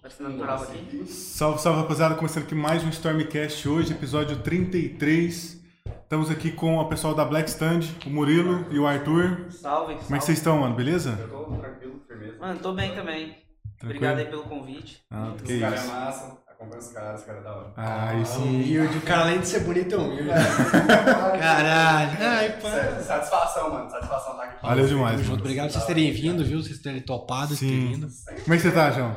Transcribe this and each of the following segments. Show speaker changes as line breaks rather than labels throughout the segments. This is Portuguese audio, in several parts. Parecendo natural aqui.
Salve, salve rapaziada, começando aqui mais um Stormcast hoje, episódio 33. Estamos aqui com o pessoal da Black Stand, o Murilo e o Arthur.
Salve, salve.
Como é que vocês estão, mano? Beleza?
Eu tô tranquilo, firmeza.
Mano, tô bem também. Obrigado aí pelo convite.
Ah, que
os caras é
isso.
massa, acompanha os caras, os caras é da hora.
Ah, isso.
um Humilde, o cara além de ser bonito é humilde. Caralho. Ai, pá.
Sério, Satisfação, mano, satisfação tá aqui.
Valeu demais,
Tamo junto.
mano.
Obrigado por vocês terem vindo, viu? Vocês terem topado, vocês terem
Sim.
vindo.
Como é que você tá, João?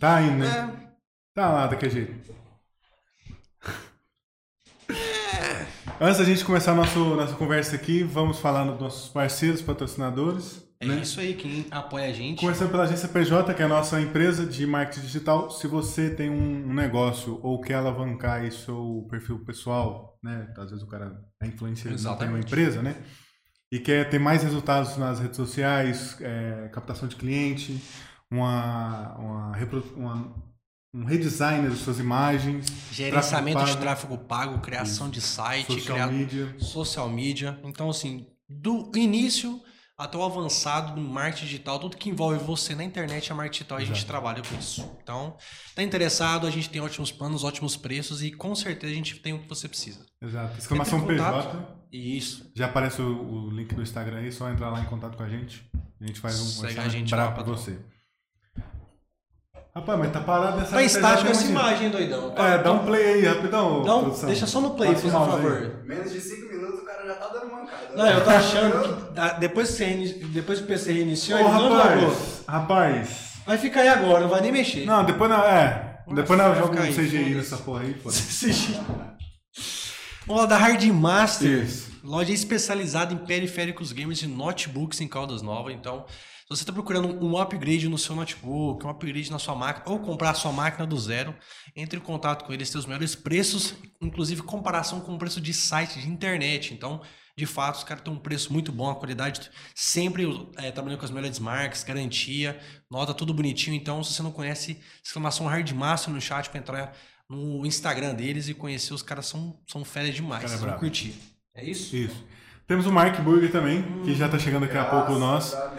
Tá indo, né? Tá lá, daquele jeito. Antes da gente começar a nosso, nossa conversa aqui, vamos falar dos nossos parceiros, patrocinadores. né?
É isso aí, quem apoia a gente.
Começando pela agência PJ, que é a nossa empresa de marketing digital. Se você tem um um negócio ou quer alavancar aí seu perfil pessoal, né? Às vezes o cara é influencer, não tem uma
Exatamente.
empresa, né? E quer ter mais resultados nas redes sociais, é, captação de cliente, uma, uma repro- uma- um redesign das suas imagens,
Gerenciamento
Tráfego
de tráfego pago, criação de site,
social
criar
media.
social media. Então, assim, do início até o avançado do marketing digital, tudo que envolve você na internet, a marketing digital, a gente
Exato.
trabalha com isso. Então, tá interessado, a gente tem ótimos planos, ótimos preços e com certeza a gente tem o que você precisa.
Exato. Exclamação
Entre em contato.
PJ.
Isso.
Já aparece o, o link do Instagram aí, só entrar lá em contato com a gente. A gente faz um
Segue
orçamento
a gente
brabo
lá,
pra
patrão.
você. Rapaz, mas tá parado essa
Tá
essa
estático
já
essa
tem muito-
imagem, doidão. Tá-
É, dá um play aí, rapidão.
Não,
produção.
um- deixa só no play,
Passa
por
o mouse aí.
favor.
Menos de 5 minutos o cara já tá dando mancada.
Não, eu tô achando que da- depois que, você reini- depois que o PC reiniciou,
Ô,
ele não largou.
rapaz, rapaz.
Vai ficar aí agora, não vai nem mexer.
Não, depois não, é.
Nossa,
Depois não
vai
joga
ficar
um
aí,
CGI
foda-se.
nessa porra aí, pô.
Vamos lá, da Hard Master.
Isso.
Loja especializada em periféricos games e notebooks em Caldas Nova. Então, se você está procurando um upgrade no seu notebook, um upgrade na sua máquina, ou comprar a sua máquina do zero, entre em contato com eles, tem os melhores preços, inclusive comparação com o preço de site de internet. Então, de fato, os caras têm um preço muito bom, a qualidade sempre eh, trabalhando com as melhores marcas, garantia, nota tudo bonitinho. Então, se você não conhece, exclamação Hard Master no chat para entrar no Instagram deles e conhecer os caras são, são férias demais.
Cara é
Vocês vão
brabo.
curtir. É isso?
Isso. Temos o Mark Burger também, que já tá chegando daqui a pouco o nosso.
tá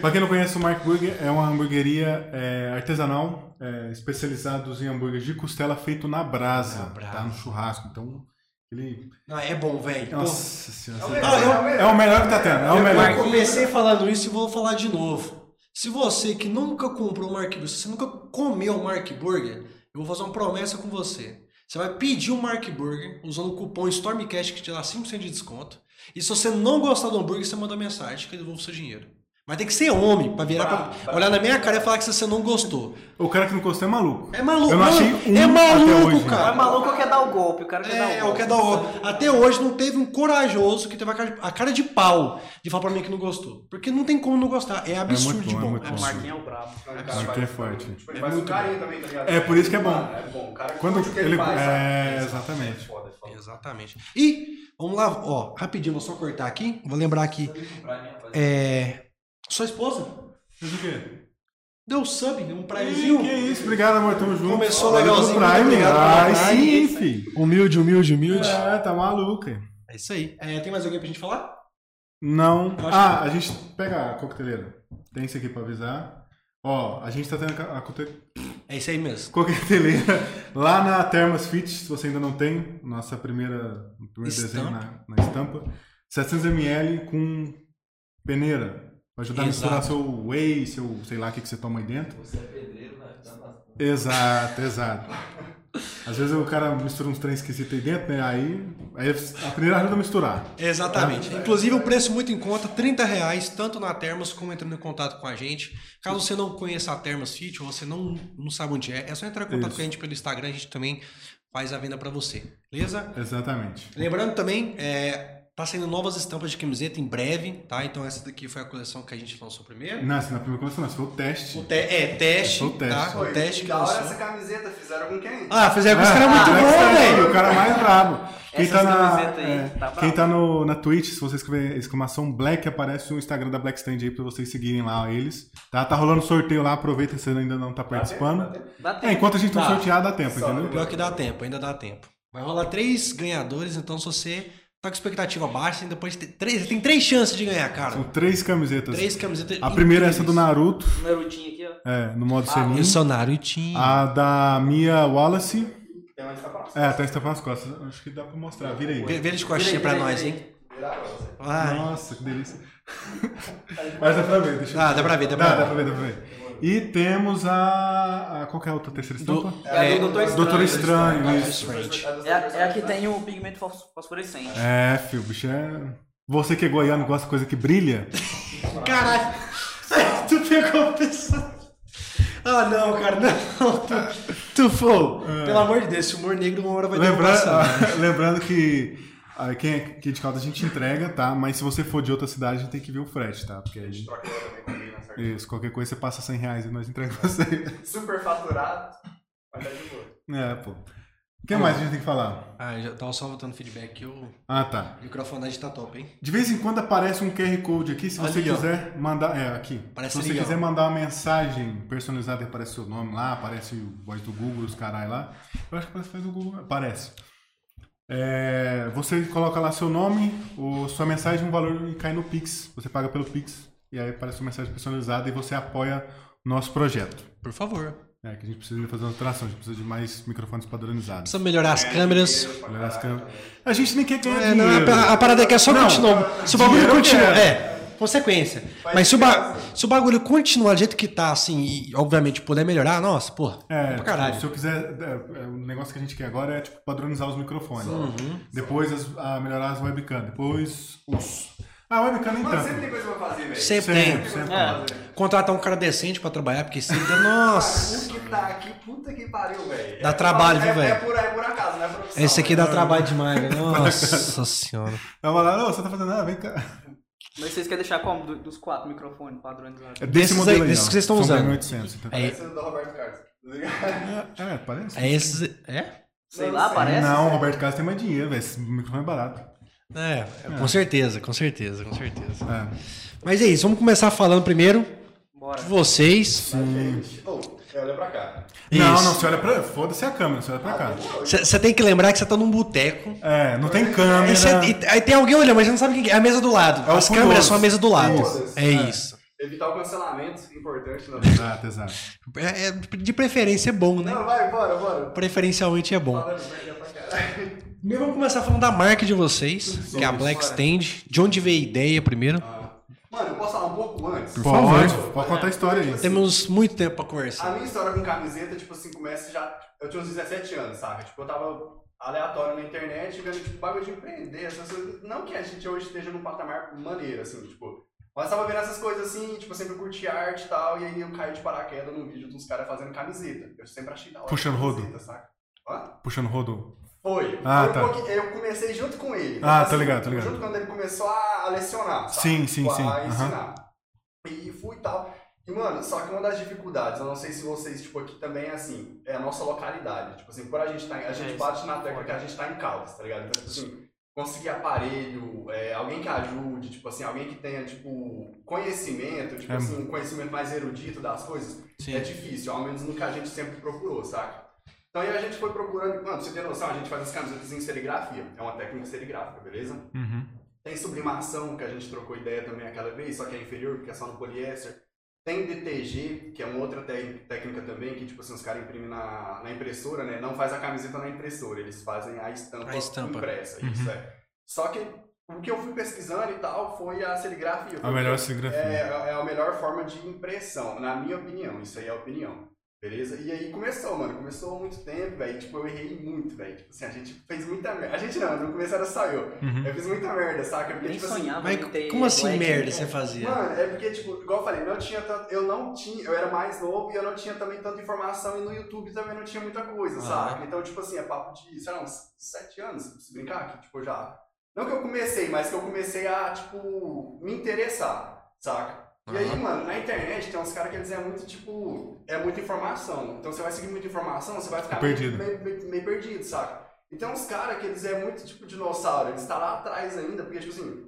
Pra quem não conhece, o Mark Burger é uma hamburgueria é, artesanal, é, especializados em hambúrguer de costela feito na brasa,
Na brasa.
tá? No churrasco. Então, ele...
Não, é bom, velho.
Nossa senhora.
melhor,
você-
é o melhor.
É o melhor que tá tendo, é o
Eu
melhor.
comecei falando isso e vou falar de novo. Se você que nunca comprou um Mark Burger, se você nunca comeu um Mark Burger, eu vou fazer uma promessa com você. Você vai pedir um Mark Burger usando o cupom STORMCAST que te dá 5% de desconto. E se você não gostar do hambúrguer, você manda mensagem que eu devolvo seu dinheiro. Mas tem que ser homem pra virar, pra,
Bravo,
olhar na minha cara e falar que você não gostou.
O cara que não gostou é maluco.
É maluco,
Eu não achei
mano,
um
é
até
maluco,
hoje.
Mas
cara.
maluco quer dar o golpe, o cara quer dar o
É, o
golpe.
que é da hora. Até hoje não teve um corajoso que teve a cara, de, a cara de pau de falar pra mim que não gostou. Porque não tem como não gostar. É absurdo
muito
de
bom, é
bom.
muito
É, O Marquinhos é o brabo.
Isso aqui é forte.
Tipo, ele faz um carinho também, tá ligado?
É, por isso que é bom.
Mano, É bom, o cara
Quando
curte o que ele,
ele-
faz.
é,
sabe?
exatamente.
É foda, é foda.
Exatamente. E, vamos lá, ó, rapidinho, vou só cortar aqui. Vou lembrar aqui. É. Sua esposa
Fez o quê?
deu sub, um
Que
primezinho.
isso, obrigado, amor, tamo junto.
Começou
Valeu
legalzinho,
pro
muito
Prime.
obrigado
Ai,
pelo
sim,
Prime.
fi.
Humilde, humilde, humilde.
É, tá maluco. hein?
É isso aí. É, tem mais alguém pra gente falar?
Não.
Eu acho
Ah, a gente pega a coqueteleira. Tem isso aqui pra avisar. Ó, a gente tá tendo a coqueteleira.
É isso aí mesmo.
coqueteleira lá na Thermos Fit, se você ainda não tem, nossa primeira o primeiro
Estampa.
desenho na, na estampa. 700ml com peneira. Pra ajudar
Exato.
a misturar seu whey, seu sei lá o que, que você toma aí dentro. Você é pedreiro, né? Exato, exato. Às vezes o cara mistura uns trem esquisitos aí dentro, né? Aí, aí a peneira ajuda a misturar.
Exatamente. Inclusive, o preço muito em conta, 30 reais, tanto na Termas como entrando em contato com a gente. Caso você não conheça a Termas Fit ou você não, não sabe onde é, é só entrar em contato
Isso.
com a gente pelo Instagram, a gente também faz a venda pra você. Beleza?
Exatamente.
Lembrando também, é, tá saindo novas estampas de camiseta em breve, tá? Então essa daqui foi a coleção que a gente lançou primeiro.
Não, assim, na primeira coleção, não, isso foi o
O
teste.
te- é, teste,
É o teste.
tá?
Foi,
O teste que
da hora essa
lançou.
camiseta fizeram com quem?
Ah, fizeram com os
Ah,
caras muito
ah,
bom,
Black Friday,
velho!
O cara mais brabo. Quem
Essas
tá, na,
camisetas aí,
é,
tá brabo.
quem tá no, na Twitch, se você escrever exclamação Black, aparece o Instagram da Black Stand aí pra vocês seguirem lá eles. Tá, tá rolando sorteio lá, aproveita se você ainda não tá
Tá
participando.
vendo?
Dá
É,
tempo.
enquanto a gente não
Tá.
sortear, dá tempo,
Só.
entendeu?
Pior que dá tempo, ainda dá tempo. Vai rolar três ganhadores, então se você tá com expectativa baixa, e depois tem três, tem três chances de ganhar, cara.
São três camisetas.
Três camisetas.
A primeira é essa do
incríveis.
Naruto,
O Narutinho aqui, ó.
é, no modo
Ah,
senin.
Eu sou Narutinho.
A da Mia Wallace.
Tem onde tá passando.
É, tá estampada nas costas. Acho que dá pra mostrar. Vira aí.
Vê, vê de
Vira
coxinha
aí,
pra
vira aí,
nós,
vira
hein?
Virar pra você.
Vai.
Nossa, que delícia. Mas dá pra ver, deixa eu
Ah, Dá, dá pra ver, dá pra
Dá,
ver.
dá pra ver, dá pra ver. E temos a. a- qual que é a outra terceira
Do- né?
estampa?
É, do Doutor Estranho.
Doutor Estranho,
Doutor
isso.
Strange.
É,
É, a- é a que tem o pigmento fos- fosforescente.
É, filho, bicho é. Você que é goiano e gosta de coisa que brilha.
Caralho! tu pegou a pessoa. Ah, não, cara, não. Tu, tu foi. Pelo amor de Deus, esse humor negro uma hora vai
É.
né?
Lembra-
passar.
Lembrando que ah, quem é aqui de Caldas a gente entrega, tá? Mas se você for de outra cidade, a gente tem que ver o frete, tá? Porque aí.
Troca eu também
um
comigo, né, certo?
Isso, qualquer coisa você passa 100 reais e nós entregamos você.
Super faturado. Mas tá de boa.
É, pô. O que mais a gente tem que falar?
Ah, eu já tava só botando feedback que o
Ah, tá.
microfonagem tá top, hein?
De vez em quando aparece um QR Code aqui, se você
Ali, ó.
quiser mandar. É, aqui.
Parece
se você
ali, ó.
quiser mandar uma mensagem personalizada, aparece seu nome lá, aparece o voz do Google, os carai lá. Eu acho que parece voz do Google. Aparece. É, você coloca lá seu nome, o, sua mensagem, um valor e cai no Pix. Você paga pelo Pix e aí aparece uma mensagem personalizada e você apoia o nosso projeto.
Por favor.
É, que a gente precisa de fazer uma alteração, a gente precisa de mais microfones padronizados.
Precisa melhorar as câmeras.
É, Dinheiro pra
Olhar as
caralho
câmeras.
também.
A gente nem quer ganhar
É, não,
dinheiro.
a, a parada é que é só
Não,
continuar. Se o bagulho
dinheiro eu
continuar.
quero.
É, consequência. Mas se o, ba- se o bagulho continuar do jeito que tá, assim, e obviamente puder melhorar, nossa, porra.
É,
pra
tipo,
caralho.
se eu quiser, é, é, o negócio que a gente quer agora é tipo, padronizar os microfones. Depois as- a melhorar as webcam. Depois os. Ah, webcam nem
Mano, sempre tem
tanto.
coisa pra fazer, velho.
Sempre
Sempre,
tem.
sempre.
É.
tem.
Contratar um cara decente pra trabalhar, porque sempre. Nossa!
O que tá aqui, puta que pariu, velho.
Dá trabalho,
é,
viu,
é-
velho?
É por, é por acaso, não é profissão.
Esse aqui
velho.
dá trabalho demais, velho. Nossa senhora.
Ela vai lá, não, você tá fazendo nada, vem cá.
Mas vocês querem deixar como? Do- dos quatro microfones né? padronizados.
É
Desses aí,
ó.
desses que vocês estão
São
usando.
1800, então.
É,
Esse é do Roberto Carlos. tá ligado?
É, parece.
é esse. É?
Sei
Não
lá,
sei.
parece?
Não, o Roberto Carlos tem mais dinheiro, velho. Esse microfone é barato.
É, com certeza, com certeza, com certeza.
É.
Mas é isso, vamos começar falando primeiro
Bora.
de vocês.
Gente, ô, olha pra cá.
Não,
Isso.
não, você olha pra. Foda-se a câmera, você olha pra cá.
Você tem que lembrar que você tá num boteco.
É, não tem câmera.
Aí, cê- e- aí tem alguém olhando, mas você não sabe quem que é. É a mesa do lado.
É o
As
fundo
câmeras
do
são a mesa do lado.
Foda-se.
É isso.
Evitar o cancelamento, importante. Não,
Exato, exato.
É, é, de preferência é bom, né?
não vai, bora, bora.
Preferencialmente é bom.
Falando merda pra caralho.
Primeiro vamos começar falando da marca de vocês, que é a Black Stand. De onde veio a ideia primeiro?
Mano, eu posso falar um pouco antes? Tipo assim,
Por
favor.
favor, pode contar a história aí.
Temos muito tempo pra
A
conversar.
minha história com camiseta, tipo assim, começa já. Eu tinha uns 17 anos, saca? Tipo, eu tava aleatório na internet, vendo, tipo, bagulho de empreender, essas coisas. Não que a gente hoje esteja num patamar maneiro, assim, tipo. Mas tava vendo essas coisas assim, tipo, eu sempre curti arte e tal, e aí eu caí de paraquedas num vídeo dos caras fazendo camiseta. Eu sempre achei da hora.
Puxando rodo.
camiseta, saca? Hã?
Puxando o rodo.
Foi.
Ah,
Foi um
tá.
pouquinho- eu comecei junto com ele.
Ah,
Assim,
tá ligado, tá ligado.
Junto quando ele começou a a lecionar. saca?
Sim, sim,
Tipo, a
sim, aham.
ensinar. E fui e tal. E, mano, só que uma das dificuldades, eu não sei se vocês, tipo, aqui também é assim, é a nossa localidade. Tipo assim, por a gente tá em- a gente
isso
bate
é
na tecla
foda.
que a gente tá em Caldas, tá ligado? Então, tipo assim, conseguir aparelho, é, alguém que ajude, tipo assim, alguém que tenha, tipo, conhecimento, tipo
É.
assim, um conhecimento mais erudito das coisas, é difícil, ao menos no que a gente sempre procurou, saca? Então aí a gente foi procurando, mano, pra você ter noção, a gente faz as camisetas em serigrafia, é uma técnica serigráfica, beleza?
Uhum.
Tem sublimação, que a gente trocou ideia também aquela vez, só que é inferior, porque é só no poliéster. Tem DTG, que é uma outra tec- técnica também, que tipo assim, os caras imprimem na, na impressora, né? Não faz a camiseta na impressora, eles fazem a estampa,
A estampa.
impressa,
Uhum.
isso é. Só que o que eu fui pesquisando e tal foi a serigrafia.
A melhor serigrafia.
É, é a melhor forma de impressão, na minha opinião, isso aí é a opinião. Beleza? E aí começou, mano. Começou há muito tempo, velho. Tipo, eu errei muito, velho. Tipo assim, a gente fez muita merda. A gente não, no começo era só eu.
Uhum.
Eu fiz muita merda, saca? Porque,
Nem
tipo assim,
sonhava
Mas
em ter
como assim
black,
merda
né?
você fazia?
Mano, é porque, tipo, igual eu falei, não tinha tanto, eu não tinha, eu era mais novo e eu não tinha também tanta informação e no YouTube também não tinha muita coisa,
Aham.
saca? Então, tipo assim, é papo de, sei lá, uns 7 anos, se brincar, que, tipo, eu já. Não que eu comecei, mas que eu comecei a, tipo, me interessar, saca? E aí,
Aham.
mano, na internet tem uns caras que eles é muito, tipo, é muita informação. Então você vai seguir muita informação, você vai ficar
Perdido.
Meio, meio- meio perdido, Então, saca? E tem uns caras que eles é muito tipo dinossauro, eles tá lá atrás ainda, porque, tipo assim,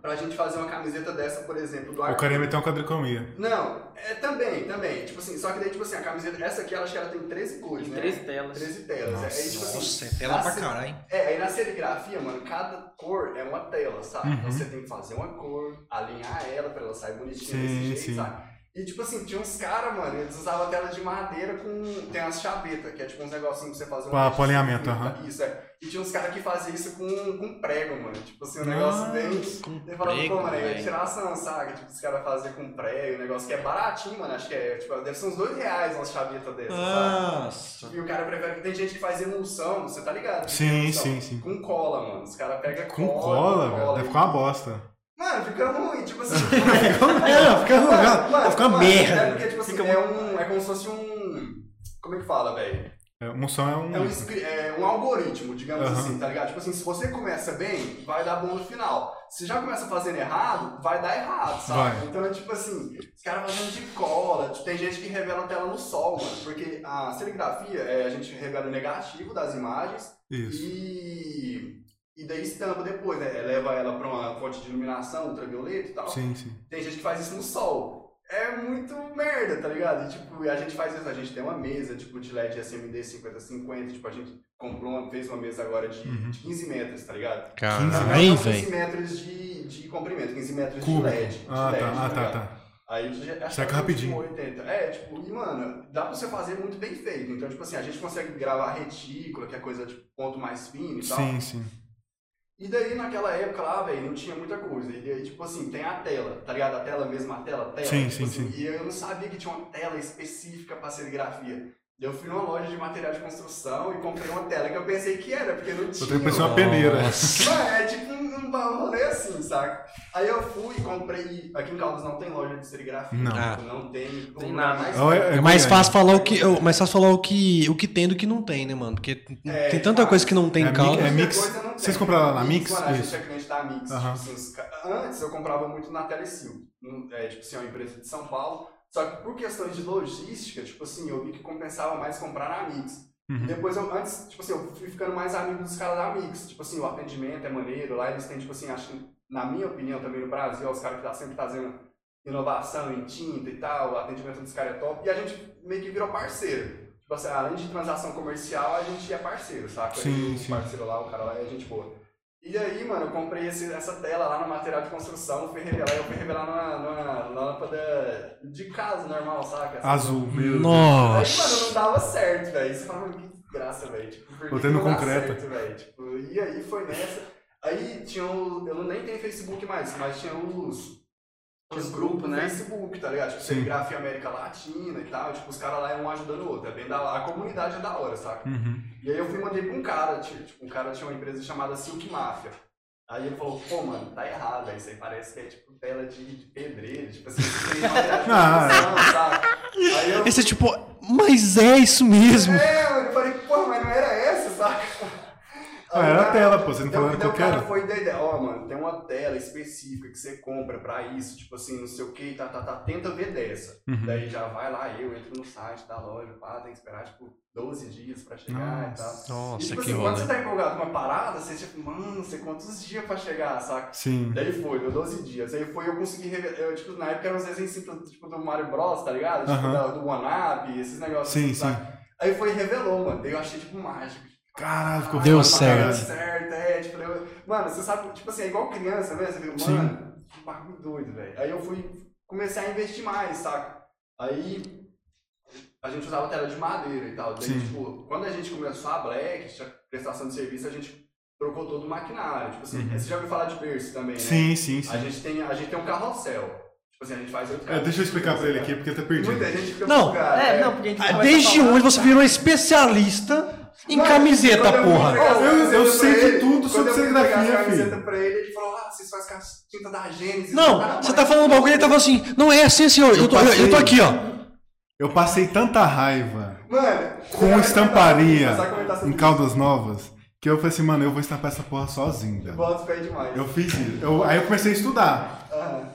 pra gente fazer uma camiseta dessa, por exemplo, do
O
Arthur.
cara ia meter uma quadricomia.
Não, é também, também. Tipo assim, só que daí, tipo assim, a camiseta, essa aqui, ela, acho que ela tem 13 cores,
Em
né?
é. três telas.
13 telas. é, aí, tipo assim,
Nossa, é tela pra
assim-
caralho, hein?
É, aí na serigrafia, mano, cada cor é uma tela, sabe?
Uhum.
Então você tem que fazer uma cor, alinhar ela pra ela sair bonitinha
Sim,
desse jeito,
sim.
sabe? E tipo assim, tinha uns caras, mano, eles usavam tela de madeira com. Tem umas chavetas, que é tipo uns negocinhos pra você fazer um.
Pra-
texto
pra alinhamento,
assim,
aham.
Isso, é. E tinha uns caras que faziam isso com, com prego, mano. Tipo assim, um
Ah.
negócio bem.
Com
Ele falava, pô,
prego,
mano, é
velho.
tiração, sabe? Tipo, os caras faziam com prego, um negócio que é baratinho, mano. Acho que é, tipo, deve ser uns dois reais umas chavetas dessas, sabe?
Ah. Nossa.
E o cara prefere. Tem gente que faz emulsão, você tá ligado? que tem
Sim,
emulsão.
sim, sim.
Com cola, mano. Os caras pegam
Então, Com
cola.
cola, velho. Deve
e-
ficar uma bosta.
Mano, fica ruim, tipo assim.
é? Não, fica
mano, mano,
fica uma
mano,
merda.
É porque, tipo assim,
Fica
é, um, é como se fosse um. Como é que fala, velho?
É, Moção é um.
É um, scri- é um algoritmo, digamos
Aham.
assim, tá ligado? Tipo assim, se você começa bem, vai dar bom no final. Se já começa fazendo errado, vai dar errado, sabe?
Vai.
Então é tipo assim, os caras fazendo de cola, tipo, tem gente que revela tela no sol, mano. Porque a serigrafia, é, a gente revela o negativo das imagens
Isso.
e. E daí estampa depois, né? Leva ela pra uma fonte de iluminação ultravioleta e tal.
Sim, sim.
Tem gente que faz isso no sol. É muito merda, tá ligado? E, tipo, a gente faz isso, a gente tem uma mesa, tipo, de LED SMD 50-50, tipo, a gente comprou uma, fez uma mesa agora de,
Uhum.
de 15 metros, tá ligado?
Caralho,
Caralho,
Não,
velho.
15 metros de, de comprimento, 15 metros
Cubo.
de LED. de
Ah,
LED,
tá, ah, tá,
ligado?
tá.
Aí eu já- acho
Seca
que eu fiz
rapidinho.
com 80. É, tipo, e mano, dá pra você fazer muito bem feito. Então, tipo assim, a gente consegue gravar retícula, que é coisa de ponto mais fino e tal.
Sim, sim.
E daí naquela época lá, velho, não tinha muita coisa. E daí, tipo assim, tem a tela, tá ligado? A tela mesmo, a tela, a tela.
Sim,
tipo
sim,
assim, E eu não sabia que tinha uma tela específica pra serigrafia. Eu fui numa loja de material de construção e comprei uma tela que eu pensei que era, porque não tinha.
Outra pessoa é
mano.
uma peneira.
Mano, é tipo um, um rolê assim, saca? Aí eu fui e comprei. Aqui em Caldas não tem loja de serigrafia.
Não.
Ah.
tipo, Não tem. como
Tem nada.
mais-
Ó,
É mais
Goiânia.
fácil falar o que, o- mais fácil falar o que, o que tem do que não tem, né, mano? Porque
É,
tem tanta
fácil.
coisa que não tem
É
em
mi-
Caldas.
é mi- Mix.
Coisa não tem.
Vocês compraram lá na Mix?
Mano, a gente
Isso.
é cliente da Mix. tipo
Aham.
assim, os ca- antes eu comprava muito na Telecil. Hum, É, tipo assim, é uma empresa de São Paulo. Só que por questões de logística, tipo assim, eu vi que compensava mais comprar na Mix.
Uhum.
E depois eu, antes, tipo assim, eu fui ficando mais amigo dos caras da Mix. Tipo assim, o atendimento é maneiro. Lá eles têm, tipo assim, acho que, na minha opinião também no Brasil, os caras que tá sempre fazendo inovação em tinta e tal, o atendimento dos caras é top. E a gente meio que virou parceiro. Tipo assim, além de transação comercial, a gente é parceiro, saca?
Sim,
o
sim.
parceiro lá, o cara lá é gente boa. E aí, mano, eu comprei esse- essa tela lá no material de construção, fui revelar, eu fui revelar numa, numa, numa lâmpada de casa normal, saca? Essa-
Azul, meu.
Aí, mano,
Nossa.
não dava certo, velho. Você fala, mano, que desgraça, velho. Tipo, por que
Botei
que
no
não dá
concreto.
certo, velho? Tipo, e aí foi nessa. Aí tinha o. Eu não nem tenho Facebook mais, mas tinha os. Os grupos, né? Facebook, tá ligado? Tipo,
Sim.
Telegrafia América Latina e tal. Tipo, os caras lá é um ajudando o outro. É bem da A comunidade é da hora, saca?
Uhum.
E aí eu fui e mandei pra um cara, tipo, tipo, um cara tinha uma empresa chamada Silk Mafia. Aí ele falou, pô, mano, tá errado, aí isso aí parece que é tipo tela de, de pedreiro, tipo assim, você tem uma tela de
Ah,
é construção, saca? Aí eu
Esse é tipo, mas é isso mesmo.
é, mano, eu falei, pô, mas não era essa, saca?
Ah, era a tela, pô, você não
Então,
falou que
então
eu
o cara
quero.
foi da ideia, ó, mano, tem uma tela específica que você compra pra isso, tipo assim, não sei o que, tá, tá, tá, tenta ver dessa.
Uhum.
Daí já vai lá, eu entro no site da loja, pá, tem que esperar, tipo, 12 dias pra chegar e tal. e,
Nossa,
tipo
que
assim, quando você
rolê.
tá empolgado com uma parada, você, tipo, mano, não sei quantos dias pra chegar, saca?
Sim.
Daí foi, deu 12 dias. Aí foi, eu consegui rever. Eu, tipo, na época eram uns desenhos tipo, tipo do Mario Bros, tá ligado? Tipo,
Aham.
da- do OneUp, esses negócios. assim,
Sim,
saca? Aí foi e revelou, mano. Daí eu achei, tipo, mágico. Tipo, "Ah, tá
Caralho, Ah, ficou
Deu
foda pra
certo.
caralho.
certo, é. Tipo, eu- mano, você sabe, tipo assim, é igual criança mesmo. Você viu,
Sim.
mano, que bagulho doido, velho. Aí eu fui, comecei a investir mais, saca? Aí. A gente usava tela de madeira e tal. Daí,
Sim.
tipo, quando a gente começou a Black, a prestação de serviço, a gente trocou todo o maquinário. Tipo assim, você já ouviu falar de berço também, né?
Uhum. Sim, sim,
A
sim.
gente tem, a gente tem um carrossel. Tipo assim, a gente faz outro
É,
carro.
deixa eu explicar pra ele aqui, porque ele tá perdido.
Muita gente fica
Não,
bugada,
É,
né?
não, porque a gente
Ah,
começa a
Desde
falar-
hoje você virou especialista em
Mano,
camiseta,
quando eu
porra.
entregar as
Eu- eu
camisetas
sei
pra
de
ele,
tudo
quando
sobre
eu fui entregar
serigrafia,
as camisetas
filho.
pra ele, ele falou, ah, vocês fazem com as tinta da Gênesis.
Não, você tá falando um bagulho e tava assim, não é assim, senhor. Eu tô, eu, eu tô aqui, ó.
Eu passei tanta raiva
Mano,
com estamparia em
calma.
Caldas Novas que eu falei assim, mano, eu vou estampar essa porra sozinho, velho.
Boto fé demais.
Eu fiz isso. Eu- aí eu comecei a estudar.
Aham.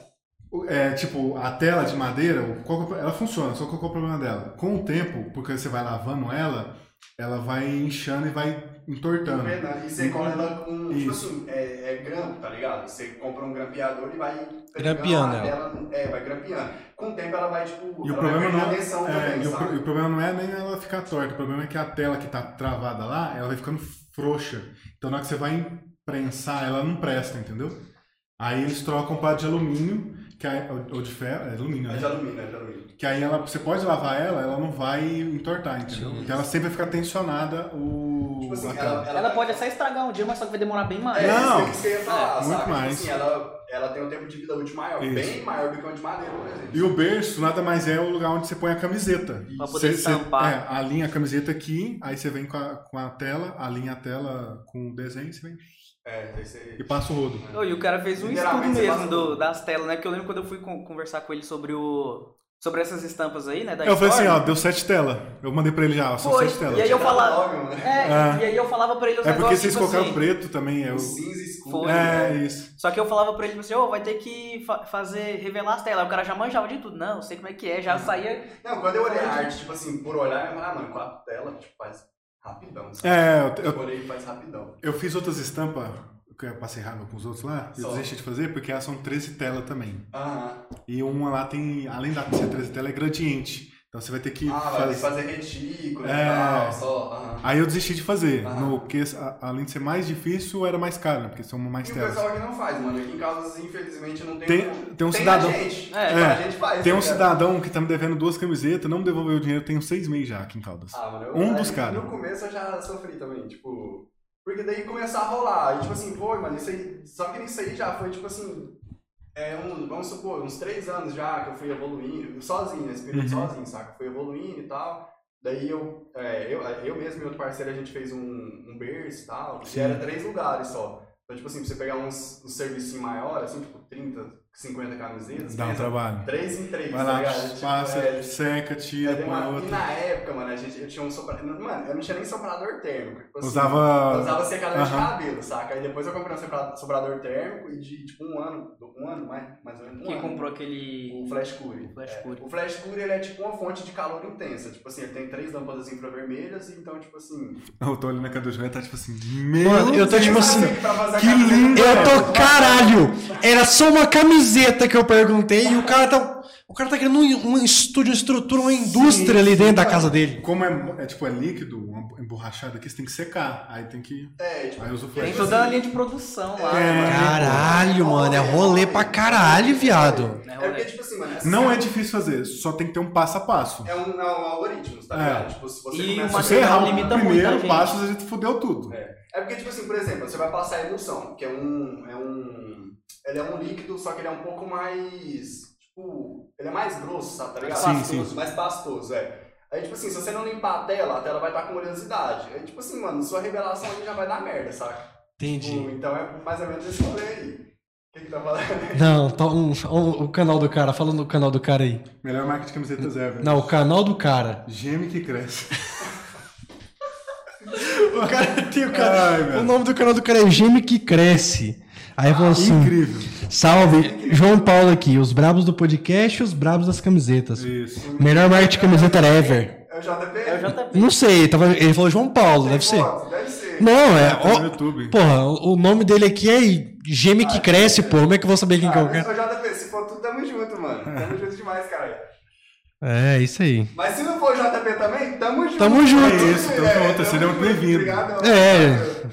O- É, tipo, a tela de madeira, o- qual que é o pro- ela funciona, só que qual que é o problema dela? Com o tempo, porque você vai lavando ela, ela vai inchando e vai entortando. É,
Verdade. E você cola ela com, tipo
Isso.
assim, é, é grampo, tá ligado? Você compra um grampeador e vai...
Grampeando
pegando a dela, É, vai grampeando. Com o tempo ela vai, tipo,
E o
ela
problema
vai perder
não-
a tensão
É,
também,
e o,
sabe?
pro- e o problema não é nem ela ficar torta, o problema é que a tela que tá travada lá, ela vai ficando frouxa. Então na hora que você vai prensar, ela não presta, entendeu? Aí eles trocam para de alumínio, que aí, ou- ou de ferro, é alumínio,
É
né?
de alumínio, é de alumínio.
Que aí ela, você pode lavar ela, ela não vai entortar, entendeu?
Sim.
Porque ela sempre vai ficar tensionada o
Tipo
a
assim,
tela.
ela,
Ela pode até estragar um dia, mas só que vai demorar bem mais.
É,
Não.
isso que você ia falar,
É,
sabe?
muito
Tipo
mais.
assim, ela, ela tem um tempo de vida útil maior,
Isso.
bem maior do que o de madeira, por exemplo.
E o berço nada mais é o lugar onde você põe a camiseta.
Pra poder
Você- você-
estampar.
é, alinha a camiseta aqui, aí você vem com a, com a tela, alinha a tela com o desenho você vem,
É, esse
e
aí.
passa o rodo.
Ô, E o cara fez um estudo
Literalmente, você
mesmo
passa
do-
tudo.
das telas, né? Porque eu lembro quando eu fui con- conversar com ele sobre o. Sobre essas estampas aí, né? Da
eu falei assim,
Storm.
ó, deu sete telas. Eu mandei pra ele já, ó, são
Foi,
sete telas.
e aí eu
Dá
falava-
logo, né?
É, e aí eu falava pra ele os
É porque
negócios,
vocês
tipo
colocaram
assim,
preto também. É,
Um
o-
cinza escuro.
Foi,
é
né?
isso.
Só que eu falava pra ele, tipo assim, ô, vai ter que fa- fazer, revelar as telas. O cara já manjava de tudo. Não, eu sei como é que é,
Uhum.
já saía...
Não, quando eu olhei a arte, tipo assim, por olhar, eu falei, ah, mano, quatro telas, tipo, faz rapidão. sabe?
É, eu- eu,
Eu olhei e faz rapidão.
eu fiz outras estampas, que eu passei raiva com os outros lá, e eu
Só.
desisti de fazer, porque elas são 13 telas também.
Aham.
E uma lá tem, além da ser 13 telas, é gradiente. Então você vai ter que
Ah, vai ter que
fazer...
fazer retículo
É.
e tal, só. aham.
Aí eu desisti de fazer,
Ah.
no, porque a- além de ser mais difícil, era mais caro, né? porque são mais
E o
telas.
pessoal aqui não faz, mano. Aqui em casa, infelizmente, não tem.
Tem- tem um cidadão-
A gente.
É.
a gente faz.
Tem um
tá ligado?
cidadão que tá me devendo duas camisetas, não me devolveu o dinheiro, tenho seis meses já aqui em Caldas.
Ah, mano, eu-
Um
aí,
dos caras.
No começo eu já sofri também, tipo. Porque daí começar a rolar. E tipo assim, pô, mano, isso aí. Só que isso aí já foi, tipo assim. É um, vamos supor, uns três anos já que eu fui evoluindo, sozinho, nesse período
Uhum.
sozinho, saca? Fui evoluindo e tal. Daí eu, é, eu, eu mesmo e outro parceiro, a gente fez um, um berço e tal.
Sim.
E era três lugares só. Então, tipo assim, pra você pegar uns, um serviço maior, assim, tipo 30, 50 camisetas,
Dá um
pensa,
trabalho.
três em três,
Vai
tá
lá,
ligado? Tipo,
passa,
é,
seca, tira,
Cadê
põe
uma- E
outra.
na época, mano, a gente, eu tinha um soprador. Mano, eu não tinha nem soprador térmico. Tipo assim, eu
Usava.
usava secador de
Aham.
cabelo, saca? Aí depois eu comprei um sopra- soprador térmico e de tipo um ano, do- um ano mais, mais ou menos. Um
Quem
ano,
comprou aquele...
o Flash Cure.
O Flash Cure.
O Flash Cure ele é tipo uma fonte de calor intensa. Tipo assim, ele tem três lâmpadas infravermelhas, então, tipo assim.
Eu tô olhando na cara do João e tá tipo assim, meu
Mano, eu tô
Deus.
tipo
Você
assim,
sabe pra fazer É, tipo, a
que
camiseta-
lindo!
Eu tô caralho! Era só uma camiseta que eu perguntei e o cara tá. O cara tá criando um, um estúdio, uma estrutura, uma indústria ali dentro
tá.
da casa dele.
Como é, é, tipo, é líquido, uma emborrachada aqui, você tem que secar. Aí tem que.
É, tipo,
Aí usa o
Tem
flash.
Tipo
toda a
assim,
linha de produção lá. né,
é,
mano.
Caralho, mano, é rolê pra caralho, viado.
Né,
É porque,
rolê.
tipo assim, mano. essas
Não é
caras-
difícil fazer, só tem que ter um passo a passo.
É um, é um algoritmo, tá
É.
ligado? Tipo, se você
E
começa
Se
uma
a-
você é
Material é
errar
limita
o
muito a
primeiro
gente.
passo, a gente fudeu tudo.
É porque, tipo assim, por exemplo, você vai passar a emulsão, que é um. É um ele é um líquido, só que ele é um pouco mais. Tipo. Ele é mais grosso, sabe? Tá ligado?
Sim,
pastoso, mais pastoso, é. Aí, tipo assim, se você não limpar a tela, a tela vai estar com oleosidade. Aí, tipo assim, mano, sua revelação ali já vai dar merda, saca?
Entendi.
Tipo, então é mais ou menos esse rolê aí. O que que tá falando?
Não, tá um- um- o canal do cara, falando do canal do cara aí.
Melhor marca de camisetas é, velho.
Não, o canal do cara.
Geme que cresce.
O cara tem o
cara- Ai, velho.
o nome do canal do cara é Gêmeo que Cresce. Aí falou assim:
Incrível.
salve, João Paulo aqui, os brabos do podcast e os brabos das camisetas.
Isso.
Melhor marketing de camiseta ever.
É o JP?
É o JP.
Não sei, tava- ele falou João Paulo, deve ser.
Deve ser.
Não, é.
Tá no
ó,
YouTube.
porra, o o nome dele aqui é Geme que Cresce, pô. Como é que eu vou saber quem que é o
Ah,
cara?
mas, ô, JP, se for tudo, tamo junto, mano. Tamo junto demais, cara.
É, isso aí.
Mas se não for o JP também, tamo junto.
Tamo junto.
É isso, tamo
É,
junto, seja muito bem-vindo.
Obrigado.
É.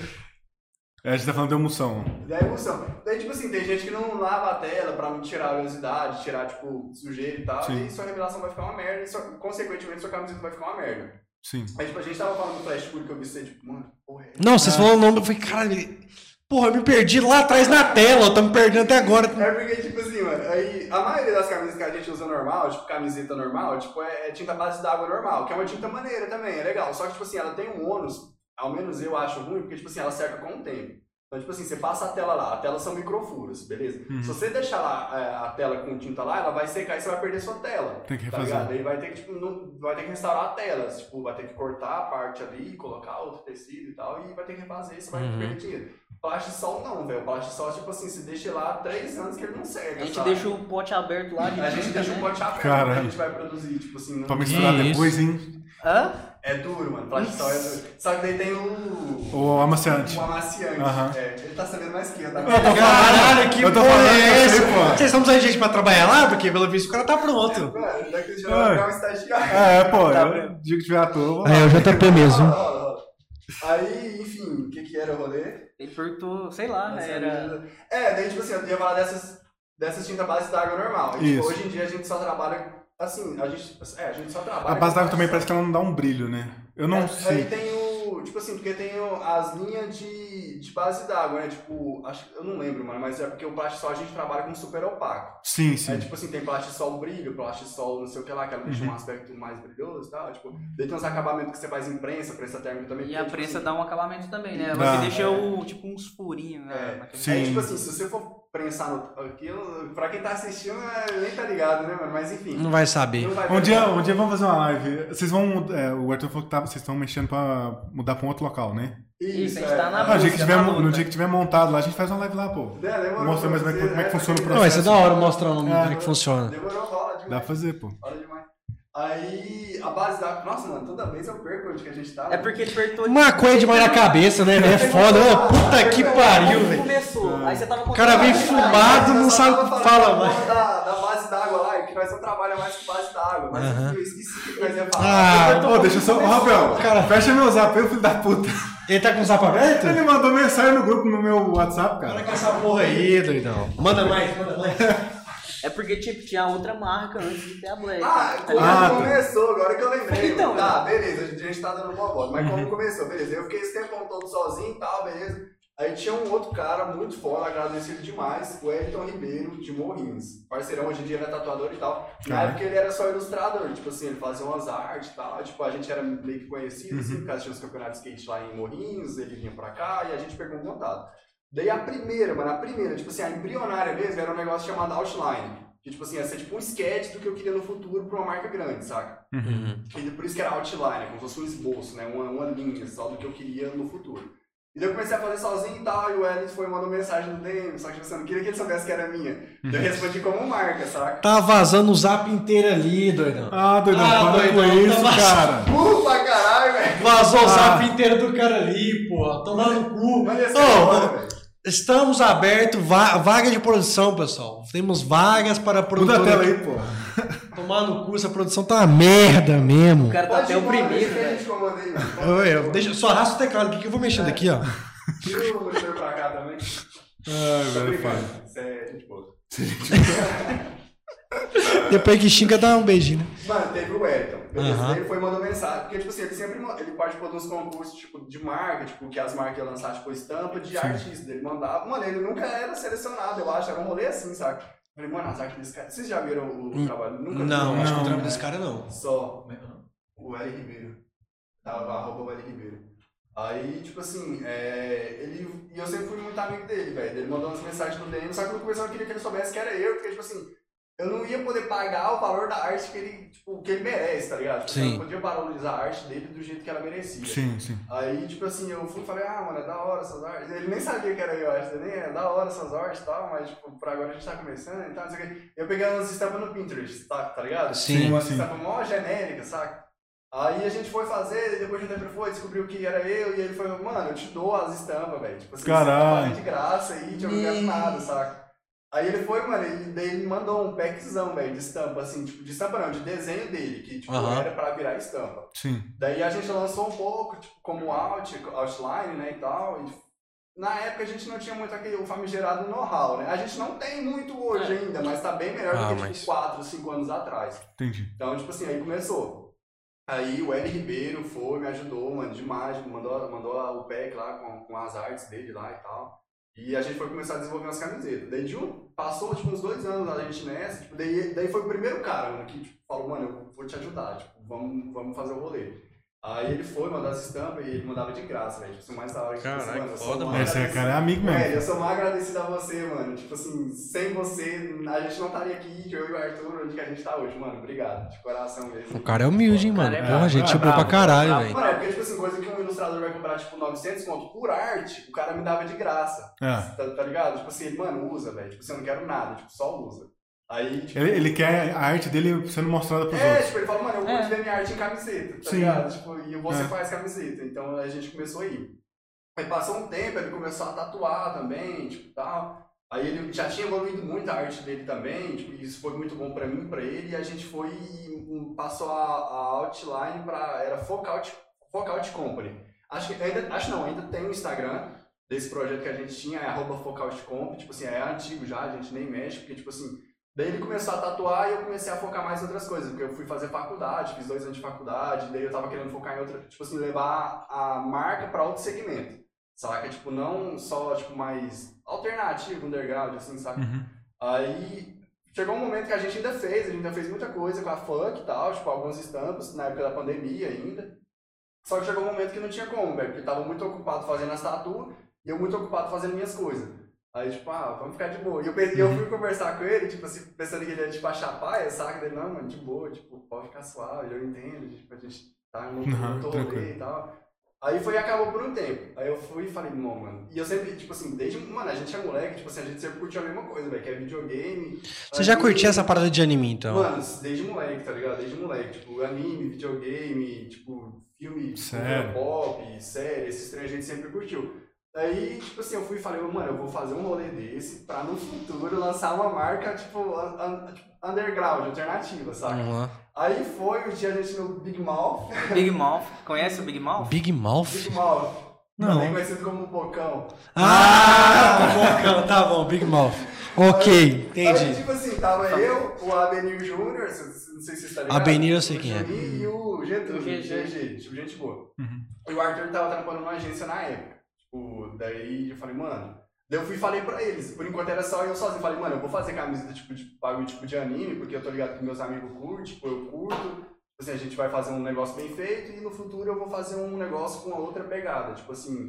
É, a gente tá falando de emoção.
Da emoção. Daí, tipo assim, tem gente que não lava a tela pra não tirar a oleosidade, tirar, tipo, sujeira e tal.
Sim.
E sua revelação vai ficar uma merda. E, sua- consequentemente, sua camiseta vai ficar uma merda.
Sim.
Mas, tipo, a gente tava falando do Flash Food que eu vi você, tipo, mano, porra. é-
Não, vocês falaram o nome, eu falei, caralho. ele- Porra, eu me perdi lá atrás na tela, eu tô me perdendo até agora.
É porque, tipo assim, mano, aí a maioria das camisas que a gente usa normal, tipo, camiseta normal, tipo, é, é tinta base d'água normal, que é uma tinta maneira também, é legal. Só que, tipo assim, ela tem um ônus, ao menos eu acho ruim, porque, tipo assim, ela seca com o tempo. Então, tipo assim, você passa a tela lá, a tela são microfuros, beleza?
Uhum.
Se você deixar lá é, a tela com tinta lá, ela vai secar e você vai perder sua tela.
Tem que
Tá
refazer.
ligado? Aí vai ter que, tipo, não, vai ter que restaurar a tela. Tipo, vai ter que cortar a parte ali, colocar outro tecido e tal, e vai ter que refazer, isso vai
Uhum.
perder dinheiro. Palácio de Sol não, velho. O Palácio de Sol, tipo assim, se deixa lá há três anos que ele não seca.
A gente
sabe?
deixa o pote aberto lá de
A gente
tinta,
deixa
né?
o pote aberto
Caralho.
que a gente vai produzir, tipo assim. não-
Pra misturar
Que isso.
depois, hein?
Hã?
É duro, mano. Palácio de Sol é duro. Só que daí tem o.
O amaciante.
O amaciante.
Aham.
É, ele tá sabendo mais que eu, tá?
Caralho, que
Eu tô
porra
falando
é
que eu
essa?
sei, pô.
Vocês estão precisando de gente pra trabalhar lá? Porque pelo visto o cara tá pronto.
Mano, daqui a gente vai pegar um estagiário.
É, pô,
Tá
eu digo que tiver à toa, eu vou lá.
É, o JP mesmo.
Aí, enfim, o que que era o rolê?
Ele perguntou, sei lá, né? Era.
É, daí, tipo assim, eu ia falar dessas, dessas tintas base da água normal. E, tipo,
Isso.
hoje em dia a gente só trabalha, assim, a gente, é, a gente só trabalha...
A base d'água também parece que ela não dá um brilho, né? Eu não
é,
sei.
Aí tem o, tipo assim, porque tem o- as linhas de, de base d'água, né? Tipo, acho, que- eu não lembro, mano, mas é porque o plástico sol a gente trabalha com super opaco.
Sim,
É
sim.
tipo assim, tem plastisol brilho, plastisol não sei o que lá, que ela deixa
Uhum.
um aspecto mais brilhoso e tal. Tipo, daí tem uns acabamentos que você faz em prensa, prensa térmica também.
E
porque,
a
tipo
prensa
assim,
dá um acabamento também, né?
Dá.
Ah.
Você deixa o, tipo uns furinhos, né?
É.
naquele-
Sim.
Aí, tipo assim, se você for prensar no. Aqui, eu- pra quem tá assistindo, é, nem tá ligado, né, mano? Mas enfim.
Não vai saber.
não vai
Um dia,
pegar.
um dia vamos fazer uma live. Vocês vão. é, o Arthur falou que tá, vocês estão mexendo pra mudar pra um outro local, né?
Isso, a
é.
gente tá na
Ah, o dia que
Música,
tiver,
na
mo- no
luta.
dia que tiver montado lá, a gente faz uma live lá, pô.
É, demorou,
Mostra mais como é que- como é que
pra
funciona o
quem-
Não, vai ser da hora mostrando como
É.
é que funciona.
Demorou, rola
Dá pra
demais.
fazer, pô.
Rola demais. Aí, a base d'água. Nossa, mano, toda vez eu perco onde que a gente tá.
É porque ele perguntou.
Maconha é demais na cabeça, né? velho? É foda. Ô, puta que pariu,
Como
velho.
começou? Aí você tava
O cara vem fumado, não sabe o que fala mais.
mais. Da, da base d'água lá, que nós só trabalhamos mais com base d'água. Mas
Aham.
eu esqueci o que nós ia falar.
Ah,
Ô, deixa eu só. Ô, Rafael,
Cara.
fecha meu zap, eu filho da puta.
ele tá com o sapo aberto?
Ele mandou mensagem no grupo, no meu WhatsApp, cara.
com essa porra aí, doidão. Manda mais, manda mais.
É porque, tipo, tinha outra marca antes de ter a Black.
Ah,
tá
como
ligado?
Ah, tá.
começou, agora que eu lembrei.
Então,
tá, beleza, hoje em dia a gente tá dando uma volta, mas como começou, beleza. Eu fiquei esse tempo todo sozinho e tal, beleza. Aí tinha um outro cara muito foda, agradecido demais, o Elton Ribeiro de Morrinhos. Parceirão, hoje em dia ele é tatuador e tal. Na
Caraca.
época ele era só ilustrador, tipo assim, ele fazia umas artes e tal. Tipo, a gente era meio que conhecido, assim, por causa tinha uns campeonatos de skate lá em Morrinhos, ele vinha pra cá e a gente pegou um contato. Daí a primeira, mano, a primeira, tipo assim, a embrionária mesmo era um negócio chamado Outline. Que, tipo assim, ia ser tipo um sketch do que eu queria no futuro pra uma marca grande, saca? E por isso que era Outline, né? como se fosse um esboço, né? Uma, uma linha só do que eu queria no futuro. E daí eu comecei a fazer sozinho e tal, e o Ellis foi e mandou mensagem no DM, só que tipo, assim, eu não queria que ele soubesse que era minha. Daí eu respondi como marca, saca?
Tá vazando o zap inteiro ali, doidão.
Ah, doidão, para
Ah, doidão,
com isso,
tá
cara.
Puta caralho, velho!
Vazou o
Ah.
zap inteiro do cara ali, porra. Tomar no cu.
Mas assim, ia ser da hora,
Ô,
velho.
estamos abertos, va vaga de produção, pessoal. Temos vagas para
Muda a tela
produtor.
aí, pô.
Tomar no cu, essa produção tá uma merda mesmo.
O cara tá
Pode
até
ir embora,
oprimido,
deixa que a
velho.
gente comanda aí, mano.
Ô, eu- deixa, só arrasta o teclado aqui que eu vou
É.
mexendo aqui, ó.
Tira o monitor pra cá também.
Ai,
Tô
velho,
brincando.
foda.
Isso é gente boa.
Depois que xinga, dá um beijinho, né?
Mano, teve o Wellington. Beleza?
Aham.
Daí Ele foi e mandou mensagem. Porque, tipo assim, ele sempre manda- ele participou de uns concursos tipo, de marca, tipo, que as marcas iam lançar, tipo, estampa de artista. Ele mandava. Mano, ele nunca era selecionado, eu acho. Era um rolê assim, saca? Eu Falei, mano, as artes desse cara. Vocês já viram o
Hum,
trabalho? Nunca
Não,
viram?
acho que o
Não,
trampo
né?
desse cara não.
Só é o L Ribeiro. Tava arroba o L Ribeiro. Aí, tipo assim, é, ele, e eu sempre fui muito amigo dele, velho. Ele mandou umas mensagens no DM, só que no começo eu queria que ele soubesse que era eu, porque, tipo assim, eu não ia poder pagar o valor da arte que ele, tipo, que ele merece, tá ligado? Tipo,
Sim.
Eu não podia valorizar a arte dele do jeito que ela merecia.
Sim, sim.
Aí, tipo assim, eu fui e falei, ah, mano, é da hora essas artes. Ele nem sabia que era eu, acho, nem é da hora essas artes e tal, mas, tipo, por agora a gente tá começando e tal, não sei o quê. Eu peguei umas estampas no Pinterest, tá, tá ligado?
Sim,
Umas
sim.
estampas mó genérica, saca? Aí a gente foi fazer, e depois a gente foi, descobriu que era eu, e ele falou, mano, eu te dou as estampas, velho. Tipo assim,
Caralho.
você faz de graça aí, eu não gasto nada, saca? Aí ele foi, mano, e daí ele mandou um packzão, velho, de estampa, assim, tipo, de estampa não, de desenho dele, que, tipo,
Aham.
era pra virar estampa.
Sim.
Daí a gente lançou um pouco, tipo, como out, outline, né, e tal. E na época a gente não tinha muito aquele o famigerado know-how, né? A gente não tem muito hoje ainda, mas tá bem melhor
É. Ah,
do que,
mas-
tipo, 4, 5 anos atrás.
Entendi.
Então, tipo assim, aí começou. Aí o L Ribeiro foi, me ajudou, mano, demais, tipo, mandou, mandou o pack lá com, com as artes dele lá e tal. E a gente foi começar a desenvolver umas camisetas. Daí de um, passou tipo, uns dois anos a gente nessa, tipo, daí, daí foi o primeiro cara mano, que tipo, falou, mano, eu vou te ajudar, tipo, vamos, vamos fazer o rolê. Aí ele foi mandar as estampas e ele mandava de graça, velho. Tipo, assim, mais da hora. Tipo, assim,
Caraca,
mano, eu sou
foda,
mal
mano.
Esse é,
agradecido.
cara é amigo mesmo.
Velho, eu sou mal agradecido a você, mano. Tipo assim, sem você, a gente não estaria aqui, eu e o Arthur, onde que a gente tá hoje, mano. Obrigado, de coração mesmo.
O cara é humilde, hein,
O cara
mano.
é
Porra,
brabo,
gente
é
boa pra
brabo,
caralho,
brabo.
velho.
Mano, é porque, tipo assim, coisa que um ilustrador vai comprar, tipo, 900 conto por arte, o cara me dava de graça.
Ah.
Tá, tá ligado? Tipo assim, ele, mano, usa, velho. Tipo assim, eu não quero nada, tipo, só usa. Aí, tipo.
Ele, ele quer a arte dele sendo mostrada pros
É,
outros.
tipo, ele fala, mano, eu
É.
curto ver minha arte em camiseta, tá
Sim.
ligado? Tipo, e você
É.
faz camiseta. Então a gente começou a ir. Aí passou um tempo, ele começou a tatuar também, tipo, tal. Aí ele já tinha evoluído muito a arte dele também, tipo, isso foi muito bom pra mim, pra ele, e a gente foi e hum, passou a, a outline pra. Era Focout, Focout Company. Acho que ainda. Acho não, ainda tem o Instagram desse projeto que a gente tinha, é arroba Focout Comp, tipo assim, é antigo já, a gente nem mexe, porque tipo assim, Daí ele começou a tatuar e eu comecei a focar mais em outras coisas, porque eu fui fazer faculdade, fiz dois anos de faculdade, daí eu tava querendo focar em outra, tipo assim, levar a marca pra outro segmento, saca? Tipo, não só, tipo, mais alternativo, underground, assim, saca?
Uhum.
Aí chegou um momento que a gente ainda fez, a gente ainda fez muita coisa com a funk e tal, tipo, alguns estampas, na época da pandemia ainda. Só que chegou um momento que não tinha como, velho, porque eu tava muito ocupado fazendo as tatu e eu muito ocupado fazendo minhas coisas. Aí, tipo, ah, vamos ficar de boa. E eu, pensei, eu
Uhum.
fui conversar com ele, tipo assim, pensando que ele ia, tipo, achar paia, saca? Dele, não, mano, de boa, tipo, pode ficar suave, eu entendo, tipo, a gente tá no
Não,
no
tranquilo.
rolê e tal. Aí foi e acabou por um tempo. Aí eu fui e falei, não, mano. E eu sempre, tipo assim, desde. Mano, a gente é moleque, tipo assim, a gente sempre curtiu a mesma coisa, velho, que é videogame.
Você já
anime.
curtia essa parada de anime, então?
Mano, desde moleque, tá ligado? Desde moleque. Tipo, anime, videogame, tipo, filme, tipo,
Sério?
pop, série, esses três a gente sempre curtiu. Aí, tipo assim, eu fui e falei, mano, eu vou fazer um rolê desse pra no futuro lançar uma marca, tipo, un- un- tipo, underground, alternativa, sabe?
Vamos lá.
Aí foi o dia a gente no Big Mouth.
Big Mouth. Conhece o Big Mouth?
Big Mouth?
Big Mouth.
Não.
Também conhecido como Bocão.
Ah, tá bom, cara, tá bom, Big Mouth. Ok,
Aí,
entendi.
tipo assim, tava eu, o Avenir Júnior, c- c- não sei se você tá ligado.
Avenir eu sei
O
quem é.
Juninho E o Getúlio,
O GG.
GG, tipo, gente boa.
Uhum.
E o Arthur tava trampando numa agência na época. Tipo, daí eu falei, mano. Daí eu fui e falei pra eles. Por enquanto era só eu sozinho. Falei, mano, eu vou fazer camiseta tipo, de bagulho tipo de anime, porque eu tô ligado que meus amigos curtem, tipo, eu curto. Tipo Assim, a gente vai fazer um negócio bem feito e no futuro eu vou fazer um negócio com outra pegada. Tipo assim,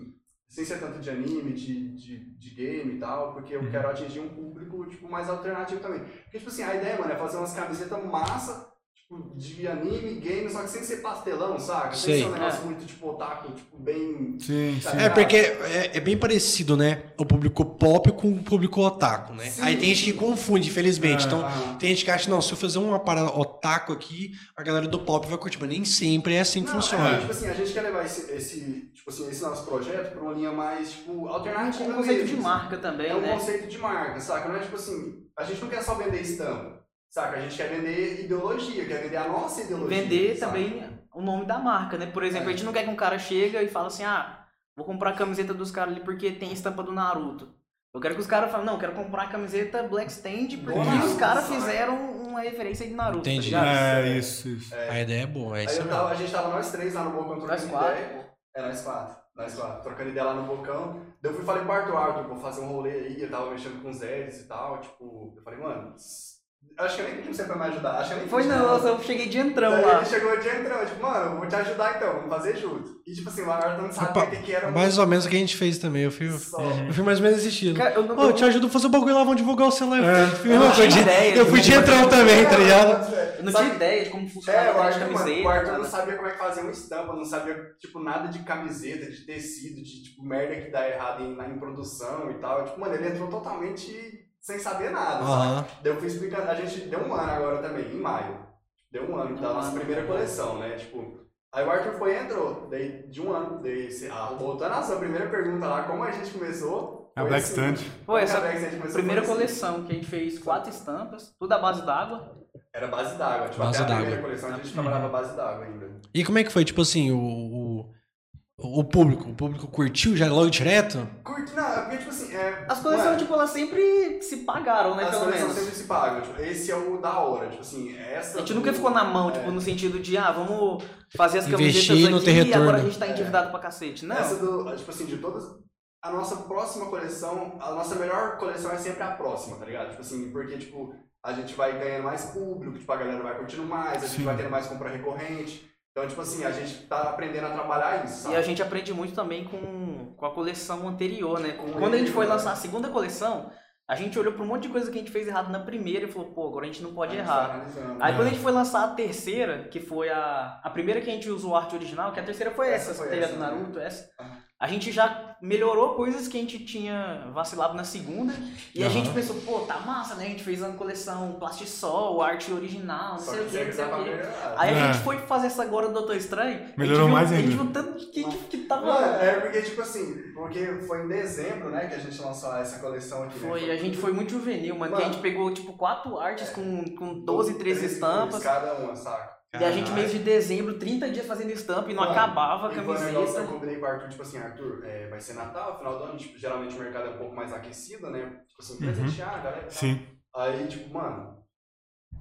sem ser tanto de anime, de, de, de game e tal, porque
Uhum.
eu quero atingir um público, tipo, mais alternativo também. Porque, tipo assim, a ideia, mano, é fazer umas camisetas massa, tipo, de anime, game, só que sem ser pastelão, saca?
Sei.
Sem ser um negócio
É.
muito, tipo, otaku, tipo, bem...
Sim, sim.
É, porque é, é bem parecido, né? O público pop com o público otaku, né?
Sim.
Aí tem gente que confunde, infelizmente.
Ah.
Então,
Ah,
tem gente que acha, não, se eu fizer uma parada otaku aqui, a galera do pop vai curtir. Mas nem sempre é assim que
Não,
funciona.
é, tipo assim, a gente quer levar esse, esse, tipo assim, esse nosso projeto pra uma linha mais, tipo,
É
alternativa
um conceito de
mesmo,
marca também,
É um
né?
conceito de marca, saca? Não é tipo assim, a gente não quer só vender estampa, saca? A gente quer vender ideologia, quer vender a nossa ideologia.
Vender
saca?
também o nome da marca, né? Por exemplo,
É.
a gente não quer que um cara chega e fala assim, ah, vou comprar a camiseta dos caras ali porque tem estampa do Naruto. Eu quero que os caras falem, não, eu quero comprar a camiseta Black Stand porque
Boa,
os caras
saca?
fizeram uma referência de Naruto, tá
Entendi.
ligado?
É, isso, isso.
A ideia é boa, é
Aí
isso
eu
mesmo.
tava, a gente tava nós três lá no balcão trocando
né? Nós quatro,
ideia. É, nós quatro. Nós quatro. Trocando ideia lá no bocão. Daí eu fui e falei pro Arthur, Arthur, vou fazer um rolê aí. Eu tava mexendo com os Zeds e tal. Tipo, eu falei, mano, s- acho que eu nem pedi pra você pra me ajudar. Acho que eu nem
Foi
pedi
não, eu
nada.
só cheguei de entrão
Daí
lá.
ele chegou o dia entrou, tipo, mano, eu vou te ajudar então, vamos fazer junto. E tipo assim, o Arthur não sabia
Opa,
o que, que era um
Mais ou menos o que a gente fez também. Eu fui,
só.
eu fui mais ou menos esse estilo.
Cara, eu não
Ô, eu te ajudo a fazer o bagulho lá, vão divulgar o celular.
É.
Eu não tinha ideia.
eu fui de entrão também, tá ligado?
Eu não
Só
tinha
que-
ideia de como
É,
funcionava
o
a de
Arthur, mano, o
camiseta.
Arthur não
nada.
sabia como é que fazia uma estampa, não sabia, tipo, nada de camiseta, de tecido, de, tipo, merda que dá errado em, na- em produção e tal. Tipo, mano, ele entrou totalmente sem saber nada, sabe?
Aham.
Daí eu fui explicando, a gente deu um ano agora também, em maio. Deu um ano da
Um
nossa
ano.
primeira coleção, né? Tipo, aí o Arthur foi e entrou, daí de um ano, daí, se- ah, voltando à sua primeira pergunta lá, como a gente começou...
A
foi
É Black
assim.
Stand.
Foi
A
essa
Black Stand começou
primeira
foi assim.
coleção que a gente fez quatro estampas, tudo à base d'água.
Era base d'água, tipo, até
Base
a primeira
d'água.
coleção
Uhum.
a gente trabalhava base d'água ainda.
E como é que foi, tipo assim, o, o, o público? O público curtiu já logo direto?
Curti, não, é porque, tipo assim, é...
As coleções,
Ué,
tipo, elas sempre se pagaram, né,
As
pelo
coleções
menos.
sempre se pagam, tipo, esse é o da hora, tipo assim, essa...
A gente nunca ficou na mão,
É.
tipo, no sentido de, ah, vamos fazer as
Investir
camisetas
no
aqui
ter
e agora a
retorno.
gente tá endividado pra cacete. Não,
É. Essa do, tipo assim, de todas... A nossa próxima coleção, a nossa melhor coleção é sempre a próxima, tá ligado? Tipo assim, porque, tipo, a gente vai ganhando mais público, tipo, a galera vai curtindo mais, a gente
Sim.
vai tendo mais compra recorrente. Então, tipo assim, a gente tá aprendendo a trabalhar isso, sabe?
E a gente aprende muito também com, com a coleção anterior, né? Quando a gente foi lançar a segunda coleção, a gente olhou pra um monte de coisa que a gente fez errado na primeira e falou, pô, agora a gente não pode errar.
tá Analisando.
Aí quando a gente foi lançar a terceira, que foi a. A primeira que a gente usou arte original, que a terceira foi essa,
Essa
essa
foi
teve a
essa,
do
né?
Naruto, essa. A gente já melhorou coisas que a gente tinha vacilado na segunda. E a
Aham.
gente pensou, pô, tá massa, né? A gente fez a coleção Plastisol, arte original, não
Só
sei o
que
que, não sei
dá
o
pra
que.
melhorar.
Aí a
É.
gente foi fazer essa agora do Doutor Estranho.
Melhorou
a
mais
gente viu-
ainda.
A gente viu tanto de que, que, que tava.
Mano, é porque, tipo assim, porque foi em dezembro, né, que a gente lançou essa coleção aqui. né?
Foi, a gente foi muito juvenil, mano. que a
Mano. É.
gente pegou, tipo, quatro artes com, com 12, 13
cores
estampas.
Cada uma, saca?
E a gente, mês de dezembro, 30 dias fazendo estampa e não
Mano,
acabava a
E foi um negócio que eu
camiseta.
combinei com o Arthur, tipo assim, Arthur, é, vai ser Natal, final do ano, tipo, geralmente o mercado é um pouco mais aquecido, né? Tipo assim, presentear, a galera. e tal.
Uhum. Sim.
Aí, tipo, mano,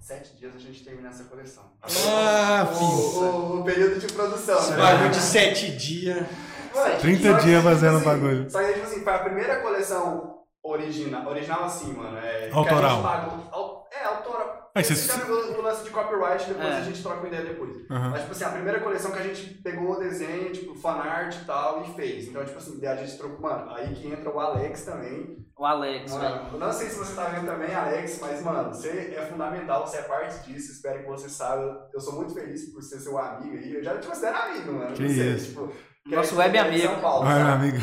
sete diys a gente termina essa coleção.
Ah,
o,
filho.
o, o período de produção,
Esse
né?
bagulho de sete dias.
Mano,
30
só que,
dias
tipo
fazendo
assim,
bagulho.
Só que, tipo assim, foi a primeira coleção original, original assim, mano. É, que
Autoral.
a gente pagou- au- é, autoral.
Aí você-
Esse cara do lance de copyright, depois
É.
a gente troca uma ideia depois.
Aham.
Mas, tipo assim, a primeira coleção que a gente pegou o desenho, tipo, fanart e tal, e fez. Então, tipo assim, daí a gente trocou, mano, aí que entra o Alex também.
O Alex, velho.
Mano, eu não sei se você tá vendo também, Alex, mas, mano, você é fundamental, você é parte disso, espero que você saiba. Eu sou muito feliz por ser seu amigo aí, eu já te considero amigo, mano.
Que
não sei,
isso.
Tipo,
Nosso
que
web
ele é de
amigo.
São Paulo,
Vai,
sabe?
amigo.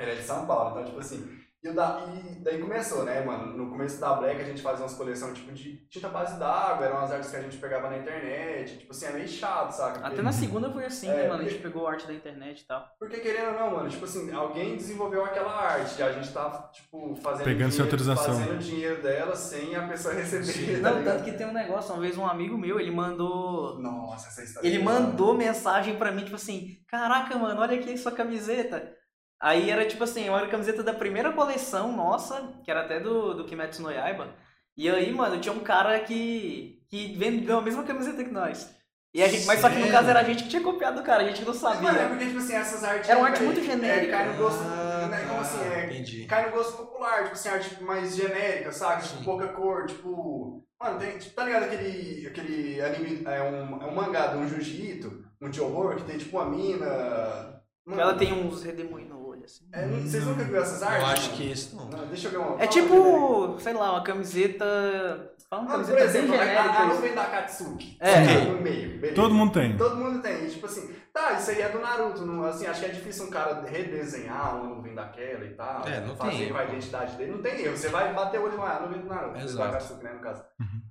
Ele é de São Paulo, então, tipo assim. E, o da- e daí começou, né, mano? No começo da Black a gente fazia umas coleções tipo de tinta base d'água, eram umas artes que a gente pegava na internet, tipo assim, é meio chato, saca? Porque-
Até na segunda foi assim,
É,
né, mano? A
porque-
gente pegou arte da internet e tal.
Porque querendo ou não, mano, tipo assim, alguém desenvolveu aquela arte, a gente tá, tipo, fazendo
Pegando sem
dinheiro-
autorização.
fazendo dinheiro dela sem a pessoa receber. tá
Não,
ligado?
tanto que tem um negócio, uma vez um amigo meu, ele mandou.
Nossa, essa história.
Ele mandou mensagem pra mim, tipo assim, caraca, mano, olha aqui sua camiseta. Aí era tipo assim, olha a camiseta da primeira coleção nossa, que era até do, do Kimetsu no Yaiba. E aí, mano, tinha um cara que, que vendeu a mesma camiseta que nós. E a gente, mas só que no
Sério?
caso era a gente que tinha copiado o cara, a gente não
Mano, é
sabia.
porque, tipo assim, essas artes.
Era uma um arte
é,
muito genérica.
É, cai no gosto.
Ah,
né, como assim?
tá,
É,
Entendi.
cai no gosto popular, tipo assim, arte mais genérica, saca?
Sim.
Tipo, pouca cor, tipo. Mano, tem, tipo, tá ligado aquele, aquele anime, é um, é um mangá de um jiu-jitsu, um de horror, que tem tipo uma mina. Mano,
Ela tem uns redemoinhos no olho, assim.
é, não- vocês nunca viram essas artes?
Eu acho
mano?
que esse não.
Não, deixa eu ver uma.
É
fala uma primeira.
tipo, sei lá, uma camiseta. Fala uma
Mano,
camiseta
Ah, por exemplo,
bem
a,
genérica.
a
isso.
nuvem da Katsuki.
É.
Tá No meio, beleza.
Todo mundo tem.
Todo mundo tem. E, tipo assim, tá, isso aí é do Naruto. Não, assim, acho que é difícil um cara redesenhar uma nuvem daquela e tal.
É, não
fazer
tem erro.
com a identidade dele. Não tem erro. Você vai bater o olho e falar, ah, nuvem do Naruto.
Exato. Uhum.
Da Katsuki, né, no caso.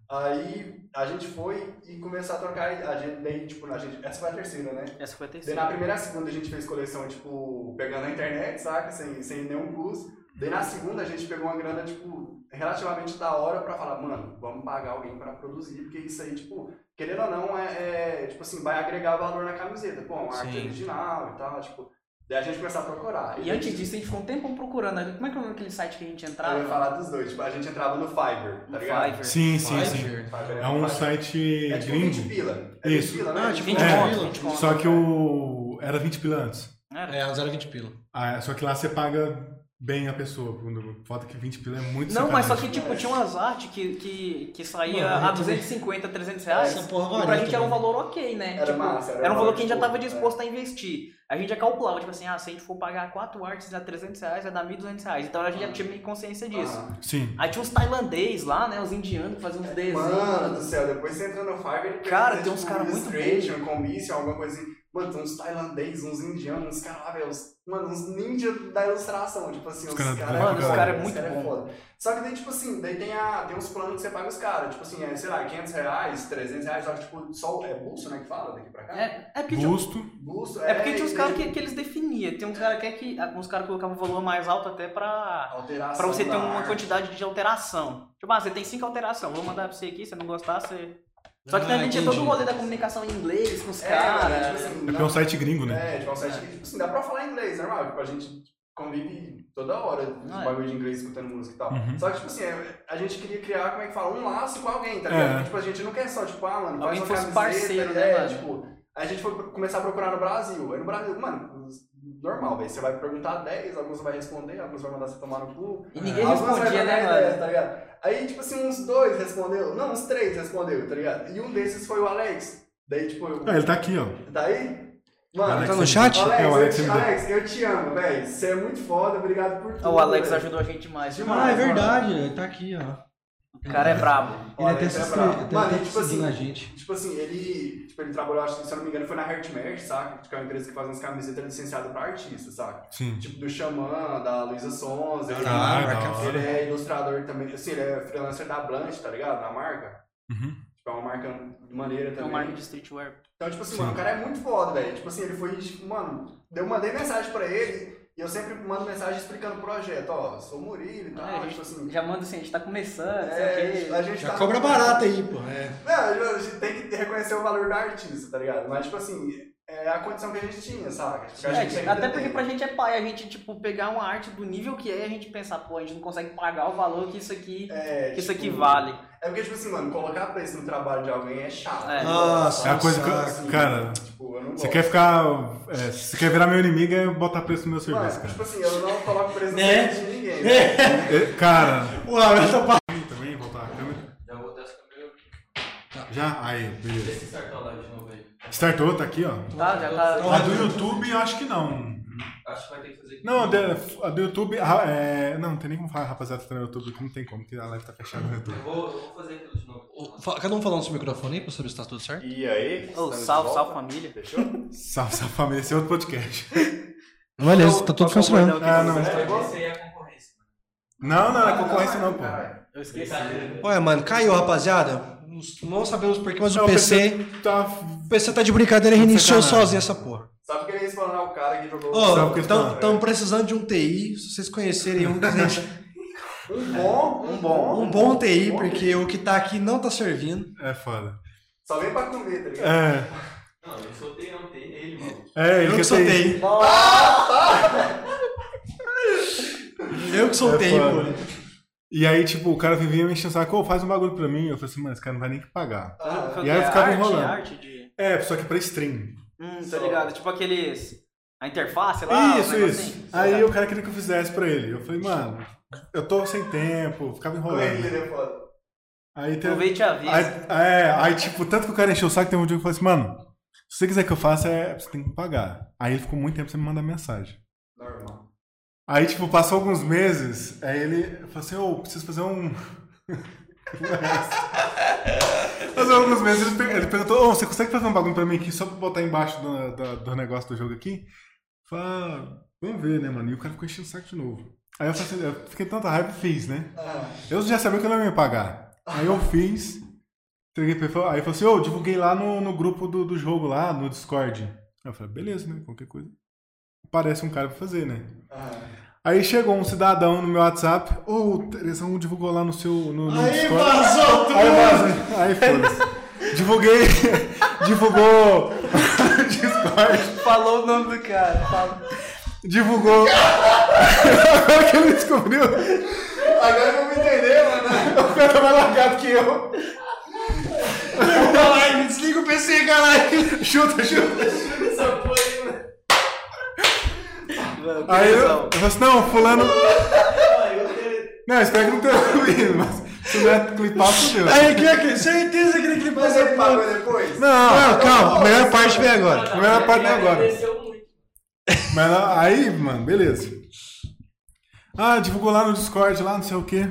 Aí a gente foi e começou a trocar. A gente, daí, tipo, a gente, essa foi a terceira, né?
Essa foi a
Daí na
terceira.
primeira e segunda a gente fez coleção, tipo, pegando na internet, saca? Sem, sem nenhum custo. Daí na segunda a gente pegou uma grana, tipo, relativamente da hora pra falar, mano, vamos pagar alguém pra produzir, porque isso aí, tipo, querendo ou não, é, é, tipo assim, vai agregar valor na camiseta. Pô, uma arte
Sim.
original e tal, tipo. Daí a gente começou a procurar.
E antes disso, a gente ficou um tempão procurando. né? Como é que é o nome daquele site que a gente
eu ia
entrava?
falar dos dois, tipo, a gente entrava no Fiverr, tá
No
ligado?
Fiverr.
Sim, sim, sim.
Fiverr
É um
Fiverr.
site
É tipo 20
gringo.
pila. É
Isso.
20 pila, né?
Ah, tipo,
20
É,
conto, 20 conto.
Só que o. Era 20 pila antes.
Era.
É, 0,20 pila.
Ah, só que lá você paga bem a pessoa. quando- Foda que 20 pila é muito
Não, mas só que
sacanagem.
tipo, tinha umas artes que, que, que saía
Mano,
a
eu também.
250, 300 reais.
Essa porra
E
varia
Ah, pra gente era um
também.
valor ok, né?
Era
tipo,
massa, era
era um valor
valor,
que a gente já
tipo,
tava disposto a investir. A gente já calculava, tipo assim, ah, se a gente for pagar 4 artes a 300 reais, vai dar 1.200 reais. Então a gente
Ah.
já tinha meio consciência disso.
é. Aham.
Sim.
Aí tinha uns tailandês lá, né? Os indianos que faziam uns desenhos.
Mano do céu, depois você entra no Fiverr e
Cara,
pensa,
tem uns
tipo,
cara muito
Illustration, commission, alguma coisa assim. Mano, tem uns tailandês, uns indianos, uns caras lá, velho. uns- Mano, uns ninjas da ilustração. Tipo assim,
Os
os
cara-
caras.
Mano, os cara é
muito bom.
foda. Só que daí, tipo assim, daí tem, a, tem uns planos que você paga os caras. Tipo assim, é, sei lá, 500 reais, 300 reais. Só que, tipo, só é bolso, né? Que fala daqui pra cá?
É, é porque tinha,
Busto.
Bolso.
é porque tinha uns
e-
caras que, que eles definiam. Tem uns caras que, é que alguns caras colocavam um valor mais alto até pra,
Alteração.
pra você ter
da
uma
arte.
quantidade de alteração. Tipo, ah, você tem cinco alterações, vou mandar pra você aqui, se não gostar, você. Só
Ah,
que também tinha todo o rolê da comunicação em inglês com os
Ah, É,
caras.
mano, tipo assim,
É porque é
não-
um site gringo, né?
É, tipo, é um site que, tipo assim, dá pra falar inglês, normal. Tipo, a gente convive toda hora de
Ah, é.
bagulho de inglês escutando música e tal.
Uhum.
Só que, tipo assim, é, a gente queria criar, como é que fala, um laço com alguém, tá
É.
ligado? Tipo, a gente não quer só, tipo, ah, mano,
Alguém
faz uma
fosse
camiseta,
parceiro, né,
é,
mano?
Tipo, a gente foi pro- começar a procurar no Brasil. Aí no Brasil, mano, normal, velho. Você vai perguntar 10, alguns vai responder, alguns vai mandar você tomar no cu.
E ninguém
Algumas vai
respondia,
mandar
né,
ideia,
mano?
Tá ligado? Aí, tipo assim, uns dois respondeu. Não, uns três respondeu, tá ligado? E um desses foi o Alex. Daí, tipo, eu...
Ah, ele tá aqui, ó.
daí.
O
Mano,
Alex
tá no
me-
chat?
É,
Alex,
o Alex
eu te-
me deu.
Alex, eu te amo, velho. Você é muito foda, obrigado por tudo.
O Alex
véi.
ajudou a gente demais.
Demais.
mano.
Ah, é verdade, ele tá aqui, ó.
O cara é brabo.
O
Ele até
Alex
se
é
inscreveu,
brabo.
até
Mano,
tá
e, tipo assim,
seguindo a gente.
Tipo assim, ele, tipo, ele trabalhou, acho que, se eu não me engano, foi na Heartmerge, saca? Que é uma empresa que faz umas camisetas licenciadas pra artista, saca?
Sim.
Tipo, do Xamã, da Luísa Sons, ele,
Caralho,
marca
Ah, da hora.
ele é ilustrador também, assim, ele é freelancer da Blanche, tá ligado? Da marca.
Uhum.
Tipo, é uma marca maneira
É um
também.
marco de streetwear.
Então, tipo assim,
Sim.
mano, o cara é muito foda, velho. Tipo assim, ele foi, tipo, mano, eu mandei mensagem pra ele e eu sempre mando mensagem explicando o projeto, ó, sou o Murilo e tal,
Ah, a gente
tipo assim.
já manda assim, a gente tá começando, não sei o quê.
É, a gente
Já
tá-
cobra barata aí, pô. É.
Não, a gente tem que reconhecer o valor do artista, tá ligado? Mas, tipo assim, é a condição que a gente tinha, saca? Tipo, a
É,
gente ainda
até porque
tem.
pra gente é pai, a gente, tipo, pegar uma arte do nível que é e a gente pensar, pô, a gente não consegue pagar o valor que isso aqui,
É,
que isso aqui
tipo,
vale.
É porque, tipo assim, mano, colocar preço no trabalho de alguém é chato.
É.
Eu
Nossa,
gosto,
É a coisa
sabe?
que. Cara,
Tipo, eu não
você
gosto.
quer ficar. é, se você quer virar meu inimigo é botar preço no meu
Mano,
serviço, cara.
tipo assim, eu não coloco preço no
Né?
serviço de ninguém.
É, Cara.
O Abel tá
Também voltar a câmera.
Já vou até essa câmera.
Já? Aí, beleza.
Esse cartão lá de novo aí.
Startou, tá aqui, ó.
é,
Tá, já tá.
A do YouTube, eu acho que não.
Acho que vai ter que fazer.
Não, de- a do YouTube. ra- é, não, não tem nem como falar, rapaziada, que tá no YouTube, que não tem como, que a live tá fechada no YouTube.
Eu vou, eu vou fazer aquilo de novo.
Ô, fa- Cada um falando seu microfone aí pra saber se tá tudo certo.
E aí?
Ô,
estamos de
salve,
volta?
salve família.
Fechou?
Salve, salve família, esse é outro podcast.
Beleza, tá
Qual
tudo
que é o
funcionando.
bordão que
Ah,
você
não.
gosta?
É, bom?
Esse aí é a concorrência.
Não, não, não é concorrência não, pô.
Caralho. é-
Eu esqueci.
Ah. Ué, mano, caiu, rapaziada. Não sabemos porquê, mas
Não,
o PC.
tá.
O PC tá de brincadeira e
Tá de
reiniciou
sacanagem.
sozinho essa porra.
Sabe que ele ia explanar "Ah, o cara que jogou é.
Sabe o
Ó,
que eles falam?
estamos precisando de um TI. Se vocês conhecerem um, que a gente-
um bom, um bom.
um bom TI,
bom.
porque o que tá aqui não tá servindo.
É foda.
Só vem pra comer, tá ligado?
É.
Não, eu soltei ontem ele, mano.
É, ele
Eu que
quer
sou
ter.
TI. Eu que sou
É
TI,
foda.
pô.
E aí, tipo, o cara vivia me enchendo o saco, ô, faz um bagulho pra mim. Eu falei assim, mano, esse cara não vai nem que pagar.
Ah,
Qual
E
que
aí
é?
ficava
Arte?
enrolando.
Arte de...
É, só que pra stream.
Hum, tô
Só.
ligado. Tipo aqueles... A interface lá,
isso,
um negócio
isso.
assim.
Aí o cara queria que eu fizesse pra ele. Eu falei, mano, eu tô sem tempo, ficava
correria,
enrolando.
né, foda?
Aí teve.
Aproveite a vida.
Aí, é, aí, tipo, tanto que o cara encheu o saco, tem um dia que eu falei assim, mano, se você quiser que eu faça, é, você tem que me pagar. Aí ele ficou muito tempo sem me mandar mensagem.
Normal.
Aí, tipo, passou alguns meses, aí ele falou assim, ô, preciso fazer um... Passou alguns meses, ele per- ele perguntou, ô, você consegue fazer um bagulho pra mim aqui, só pra botar embaixo do, do, do negócio do jogo aqui? Fala, vamos ver, né, mano? E o cara ficou enchendo o saco de novo. Aí eu, falei assim, eu fiquei tanta raiva e fiz, né?
Ah,
Eu já sabia que ele não ia me pagar. Aí eu fiz. Entreguei pra ele. falou- Aí ele falou assim: Ô, divulguei lá no, no grupo do, do jogo, lá no Discord. Aí eu falei: beleza, né? Qualquer coisa. Parece um cara pra fazer, né?
ah.
Aí chegou um cidadão no meu WhatsApp: Ô, o Terezão divulgou lá no seu. No, no
Aí
Discord.
vazou
Aí
tudo!
vazou. Aí foda-se. Divulguei. divulgou. Discord.
Falou o nome do cara. Falou.
Divulgou. Agora que ele descobriu,
Agora eu vou me entender, mano.
o cara vai largar do que eu.
Desliga a live, Desliga o PC, caralho!
Chuta, chuta.
Essa porra aí, mano.
Mano,
Aí eu,
tesão.
eu falei assim, não, fulano.
Ah, eu queria-
Não, espero que não tenha ouvido, mas se não é clipar, fudeu.
Aí, que é que- certeza que ele
Mas
fazer
ele pagou depois?
Não,
Não, calma, a melhor parte vem
tá
agora.
Primeira parte é agora.
Agradeceu muito.
mas lá- aí, mano, beleza. Ah, divulgou lá no Discord, lá não sei o quê.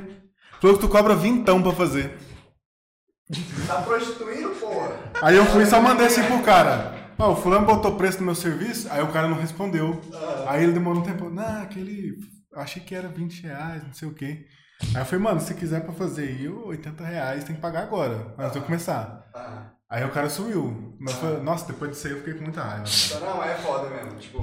Falou que tu cobra vintão pra fazer.
Tá prostituindo, porra.
Aí eu fui e só mandei assim pro cara. Ó, o fulano botou preço no meu serviço, aí o cara não respondeu. Aí ele demorou um tempo. Não, aquele. Achei que era 20 reais, não sei o quê. Aí eu falei, mano, se quiser pra fazer aí, 80 reais tem que pagar agora, antes de eu começar.
Ah,
Aí o cara sumiu. Mas foi- nossa, depois disso aí eu fiquei com muita raiva.
então não, é foda mesmo. Tipo,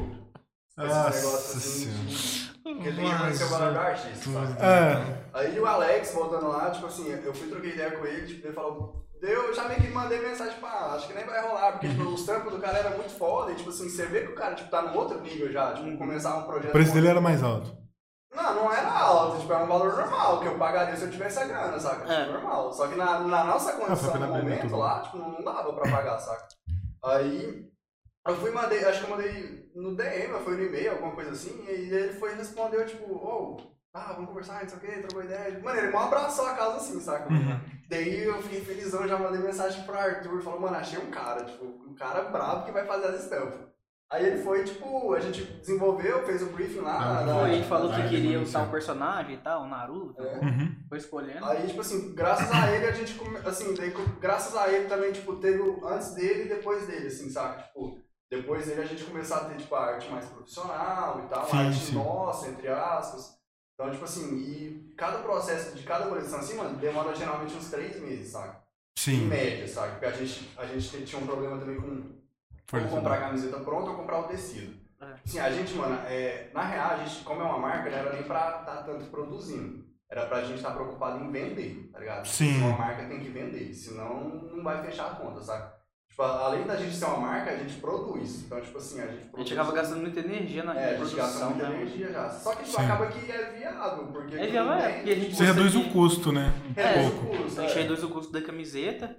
Nossa
esses negócios assim. de- Porque tem que reconhecer o valor do artista, sabe?
É,
Aí o Alex, voltando lá, tipo assim, eu fui troquei ideia com ele, tipo, ele falou. Eu já meio que mandei mensagem pra ela, acho que nem vai rolar, porque tipo, os trampos do cara era muito foda, e tipo assim, você vê que o cara tipo, tá num outro nível já, tipo, começar um
o
projeto.
preço dele era mais alto.
Não, não era alto, tipo, era um valor normal, que eu pagaria se eu tivesse a grana, saca? Tipo,
É.
Normal. Só que na, na nossa
Ah, foi
condição
pela
no
pena,
momento
tudo.
lá, tipo, não dava pra pagar, saca? Aí eu fui e mandei, acho que eu mandei no DM, ou foi no e-mail, alguma coisa assim, e ele foi e Tipo,
Uhum.
respondeu, tipo, ô, ah, vamos conversar, não sei o que, trocou ideia. Mano, ele mal abraçou a casa assim, saca? Daí eu fiquei felizão, já mandei mensagem pro Arthur, falou, mano, achei um cara, tipo, um cara brabo que vai fazer as estampas. Aí ele foi, tipo, a gente desenvolveu, fez o briefing é, lá.
Ah,
da-
foi,
a gente falou
Vai,
que
vai,
queria
vai,
usar
vai.
um personagem e tal, o Naruto.
É.
Uhum.
Foi escolhendo.
Aí, tipo assim, graças a ele, a gente, come- assim, daí, graças a ele também, tipo, teve o antes dele e depois dele, assim, sabe? Tipo, depois dele a gente começou a ter, tipo, a arte mais profissional e tal,
Sim,
a arte
sim.
nossa, entre aspas. Então, tipo assim, e cada processo de cada coleção, assim, mano, demora geralmente uns três meses, sabe? Em
Sim.
média, sabe? Porque a gente, a gente tinha um problema também com ou
fornecedor.
comprar a camiseta pronta ou comprar o tecido.
É.
Sim, a gente, mano, é, na real, a gente, como é uma marca, não era nem pra estar tanto produzindo. Era pra gente estar preocupado em vender, tá ligado?
Sim.
Uma marca tem que vender, senão não vai fechar a conta, sabe? Tipo, a- além da gente ser uma marca, a gente produz. Então, tipo assim, a gente
A
produz.
gente acaba gastando muita energia na
é, a gente gasta
produção,
muita
né?
energia já. Só que tipo,
Sim.
acaba que é viável, porque.
É viável, é, porque a gente
Você reduz o custo, né? Um
É.
pouco.
A gente reduz o custo da camiseta.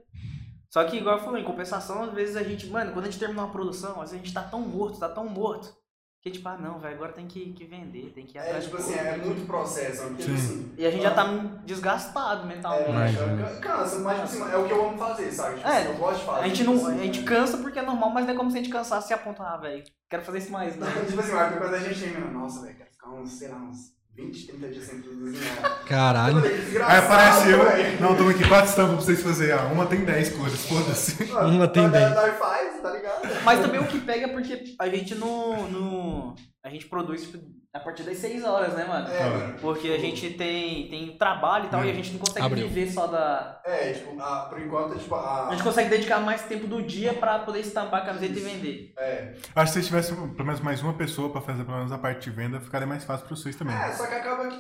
Só que, igual eu falei, em compensação, às vezes a gente, mano, quando a gente terminar uma produção, às vezes a gente tá tão morto, tá tão morto, que tipo, ah, não, velho, agora tem que, que vender, tem que ir
É,
atrás.
tipo
do
assim,
outro.
é muito processo. Porque, tipo
Sim.
assim,
E a gente já tá desgastado
É,
mentalmente.
Mas-
mas... Cansa, mas tipo assim, é o que eu amo fazer, sabe? Tipo,
É,
assim, eu gosto de fazer.
A gente, não,
assim,
a gente cansa porque é normal, mas não é como se a gente cansasse e apontar, ah, velho, quero fazer isso mais, não.
né? Tipo assim, mas quando a gente chega, nossa, velho, quero ficar uns, sei lá, uns 20, 30 dias sem produzir nada. Eu
Caralho.
falei, que desgraçado,
Aí aparece É, eu.
velho.
Não, toma aqui quatro estampas pra vocês fazerem. Ah, uma tem 10 cores, foda-se.
Mano,
Uma tem
a galera
10.
Nós faz, tá ligado?
Mas também o que pega é porque a gente não. não- a gente produz tipo, a partir das 6 horas, né, mano?
É, mano.
Porque a gente tem, tem trabalho e tal, e a gente não consegue
Abriu.
viver só da.
É, tipo, a- por enquanto, tipo, a...
A gente consegue dedicar mais tempo do dia pra poder estampar a camiseta e vender.
É.
Acho que se tivesse um, pelo menos mais uma pessoa pra fazer pelo menos a parte de venda, ficaria mais fácil pra vocês também.
É, só que acaba que,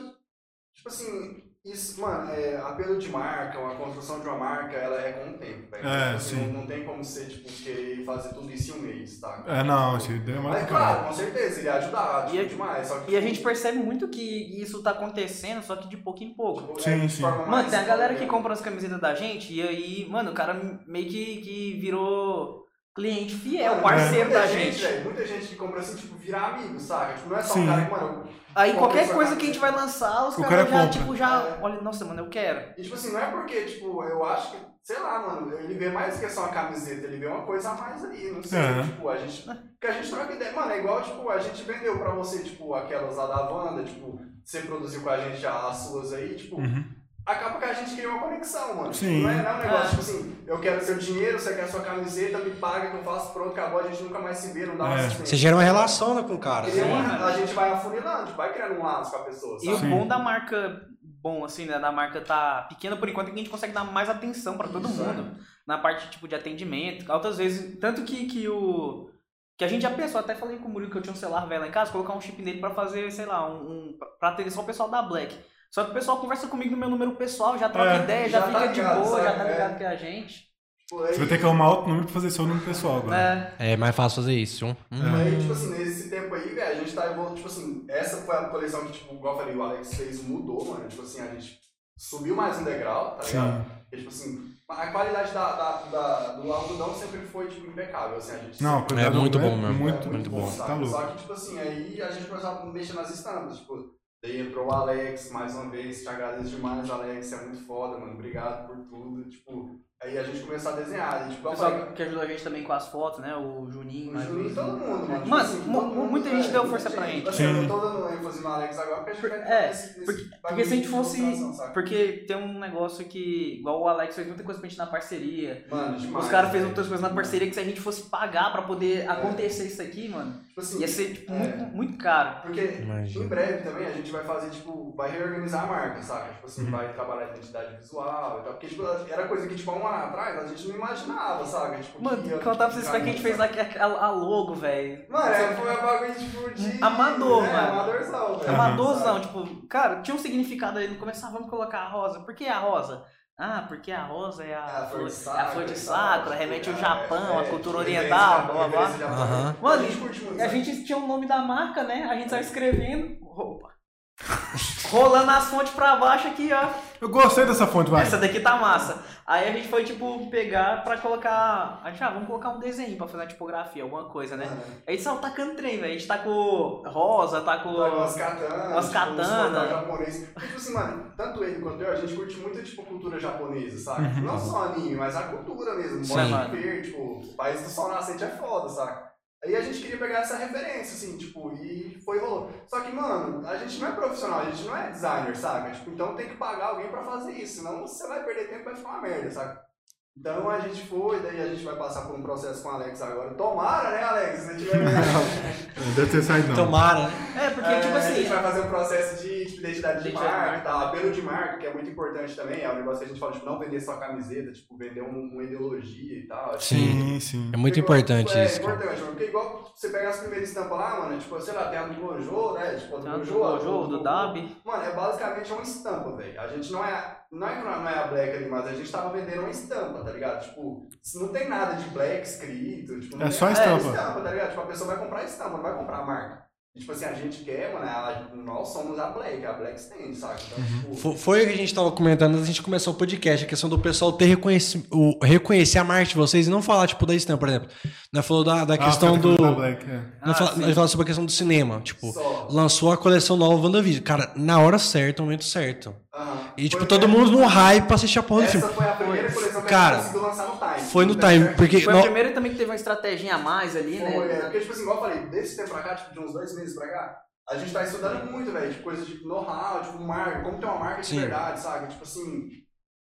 tipo assim, isso, mano, é, apelo de marca, a construção de uma marca, ela é com o tempo, velho.
É,
Tipo assim,
sim.
Não, não tem como ser, tipo, querer fazer tudo isso em um mês, tá?
É, não, acho que demora
Mas
pra
claro,
caralho.
com certeza, iria ajudar,
E
tipo,
a-
demais. Só que,
E a gente percebe muito que isso tá acontecendo, só que de pouco em pouco.
tipo,
Sim,
de
sim.
forma
Mano,
mais-
tem a galera que compra as camisetas da gente, e aí, mano, o cara meio que, que virou cliente fiel,
Mano,
é parceiro
muita
da gente.
velho, muita gente que compra assim, tipo, virar amigo, saca? Tipo, não é só
Sim.
um cara que, mano.
Aí
compra
qualquer
essa
coisa
camisa.
que a gente vai lançar, os
O
caras
cara
já,
compra.
tipo, já.
É.
Olha, nossa, mano, eu quero.
E tipo assim, não é porque, tipo, eu acho que, sei lá, mano, ele vê mais que só uma camiseta, ele vê uma coisa a mais aí, não sei.
É.
Tipo, a gente. Porque a gente troca ideia. Mano, é igual, tipo, a gente vendeu pra você, tipo, aquelas lá da Wanda, tipo, você produziu com a gente as suas aí, tipo.
Uhum.
acaba que a gente cria uma conexão, mano.
Sim.
Não é, não é um negócio,
É.
tipo assim, eu quero seu dinheiro, você quer sua camiseta, me paga que eu faço, pronto, acabou, a gente nunca mais se vê, não dá
É.
mais assistência.
Você gera uma relação né, com o cara.
Cria
né?
uma-
Sim.
a gente vai afunilando, tipo, vai criando um laço com a pessoa,
E o
sabe?
Sim.
bom da marca, bom assim, né, da marca tá pequena por enquanto, é que a gente consegue dar mais atenção pra todo
é.
Isso,
mundo. Na parte, tipo, de atendimento. Altas vezes, tanto que, que o... Que a gente já pensou, até falei com o Murilo que eu tinha um celular velho lá em casa, colocar um chip nele pra fazer, sei lá, um... um pra- pra atender só o pessoal da Black. Só que o pessoal conversa comigo no meu número pessoal, já troca
É,
ideia, já,
já
fica
tá
de
ligado,
boa, já
sabe?
tá
É.
ligado que é a gente.
Tipo, aí-
Você vai ter que arrumar outro número pra fazer seu número pessoal agora.
É,
É mais fácil fazer isso. Um.
É.
um.
Aí, tipo assim, nesse tempo aí, velho, a gente tá evoluindo, tipo assim, essa foi a coleção que, tipo, igual eu falei, o Alex fez, mudou, mano, tipo assim, a gente subiu mais um degrau, tá ligado?
Sim.
Porque, tipo assim, a qualidade da, da- da- do algodão sempre foi, tipo, impecável, assim, a gente
Não, cuidado
muito
é
bom mesmo.
Muito,
É muito bom.
Você
sabe?
Tá louco.
Só que, tipo assim, aí a gente começava a mexer nas estampas, tipo, daí entrou o Alex mais uma vez, te agradeço demais, Alex, você é muito foda, mano, obrigado por tudo, tipo, aí a gente começou a desenhar, e, tipo,
o
eu
pessoal
falei,
que ajudou a gente também com as fotos, né, o Juninho.
o
mais
Juninho,
um.
todo mundo, mano.
Mano,
tipo assim,
mu-
todo mundo,
muita gente
é,
deu
muita
força pra gente.
Assim, eu
Sim.
tô dando ênfase no Alex agora, porque a gente vai
É,
entrar nesse- nesse
Porque
bagulho
se a gente
de
fosse.
divulgação, saca?
Porque tem um negócio que. Igual o Alex fez muita coisa pra gente na parceria.
Mano, demais,
Os caras fez
velho.
outras coisas na parceria que se a gente fosse pagar pra poder acontecer isso aqui, mano,
Tipo assim,
ia ser tipo,
É.
muito, muito caro.
porque
Imagina.
Em breve também a gente vai fazer, tipo, vai reorganizar a marca, saca? Tipo assim,
Uhum.
vai trabalhar a identidade visual e tal. Porque, tipo, era coisa que, tipo, há um ano atrás a gente não imaginava, saca? Tipo,
Mano,
que ia,
contar pra
tipo,
vocês como é que a gente fez
caminho,
lá a, a- a logo, velho.
saca? Mano, é, foi um bagulho, tipo, de...
Amador,
é,
mano.
Amadorzão, velho.
Amadorzão,
sabe?
tipo, cara, tinha um significado aí no começo, ah, vamos colocar a rosa. Por que a rosa? Ah, porque a rosa é a,
É, a flor de
é a flor de
e tal,
sacra,
tipo,
remete ao
é,
Japão,
é,
à cultura
referência-
oriental, blá blá blá.
referência japonesa.
Aham.
Mano,
a gente curte muito,
E a
saca?
gente tinha o nome da marca,
É.
né? A gente saiu escrevendo. Opa. Rolando as fontes pra baixo aqui, ó.
Eu gostei dessa fonte, vai.
Essa daqui tá massa. Aí a gente foi, tipo, pegar pra colocar. A gente, ah, vamos colocar um desenho pra fazer uma tipografia, alguma coisa, né? A gente saiu tacando trem, velho. A gente tacou rosa, tá tacou.
Umas katanas,
Umas
tipo, uns
katana.
portais japonês. Porque, tipo assim, mano, tanto ele quanto eu, a gente curte muito, tipo, cultura japonesa, sabe? Não só anime, mas a cultura mesmo.
Sim.
Pode ver, tipo, o país do sol nascente é foda, saca? Aí a gente queria pegar essa referência, assim, tipo, e foi e rolou. Só que, mano, a gente não é profissional, a gente não é designer, saca? Tipo, então tem que pagar alguém pra fazer isso, senão você vai perder tempo e vai ficar uma merda, saca? Então a gente foi, daí a gente vai passar por um processo com o Alex agora. Tomara, né, Alex? Se tiver...
Deve ter saído, não.
Tomara. né?
É, porque,
É,
tipo
A gente
assim.
vai fazer um processo de tipo, identidade
Identidade
de
de
marca e tal, apelo de marca, que é muito importante também. É um negócio que a gente fala, tipo, não vender só camiseta, tipo, vender um- uma ideologia e tal.
Sim, sim.
É muito importante
é,
isso,
É
cara.
importante, mano, porque igual você pega as primeiras estampas lá, mano, tipo, sei lá, tem a do Gojo, né? Tipo, a do
Tanto do
Gojo. a
Jojo, do Dab.
Mano, é basicamente uma estampa, velho. A gente não é. Não é que não é a Black ali, mas a gente tava vendendo uma estampa, tá ligado? Tipo, não tem nada de Black escrito. Tipo, não
É
tem
só a
nada.
estampa.
estampa, tá ligado? Tipo, a pessoa vai comprar a estampa, não vai comprar a marca. E, tipo assim, a gente quer, mano, a- nós somos a Black, a Black stand, saca? Então, tipo.
Fo- Foi o que a gente tava comentando antes da gente começar o podcast, a questão do pessoal ter reconheci- o- reconhecer a marca de vocês e não falar, tipo, da estampa, por exemplo. Nós falou da, da
Ah,
É questão
fica
do.
com o Black, é.
Ah,
Nós fala-
sim.
nós falamos sobre a questão do cinema, tipo,
Só.
lançou a coleção nova WandaVision. Cara, na hora certa, no momento certo.
Aham.
E, tipo,
Foi-
todo mundo num hype pra assistir a porra do
Essa
filme.
foi a primeira coleção que
tipo, Cara,
a gente conseguiu lançar no time.
Foi no
Tá
time,
certo?
porque.
Foi
nó-
o primeiro também que teve uma estratégia a mais ali, né?
Foi, é, porque, tipo assim, igual eu falei, desse tempo pra cá, tipo, de uns dois meses pra cá, a gente tá
É.
estudando muito, velho, de coisas de know-how, tipo, marca, como ter uma marca de
Sim.
verdade, sabe? Tipo assim.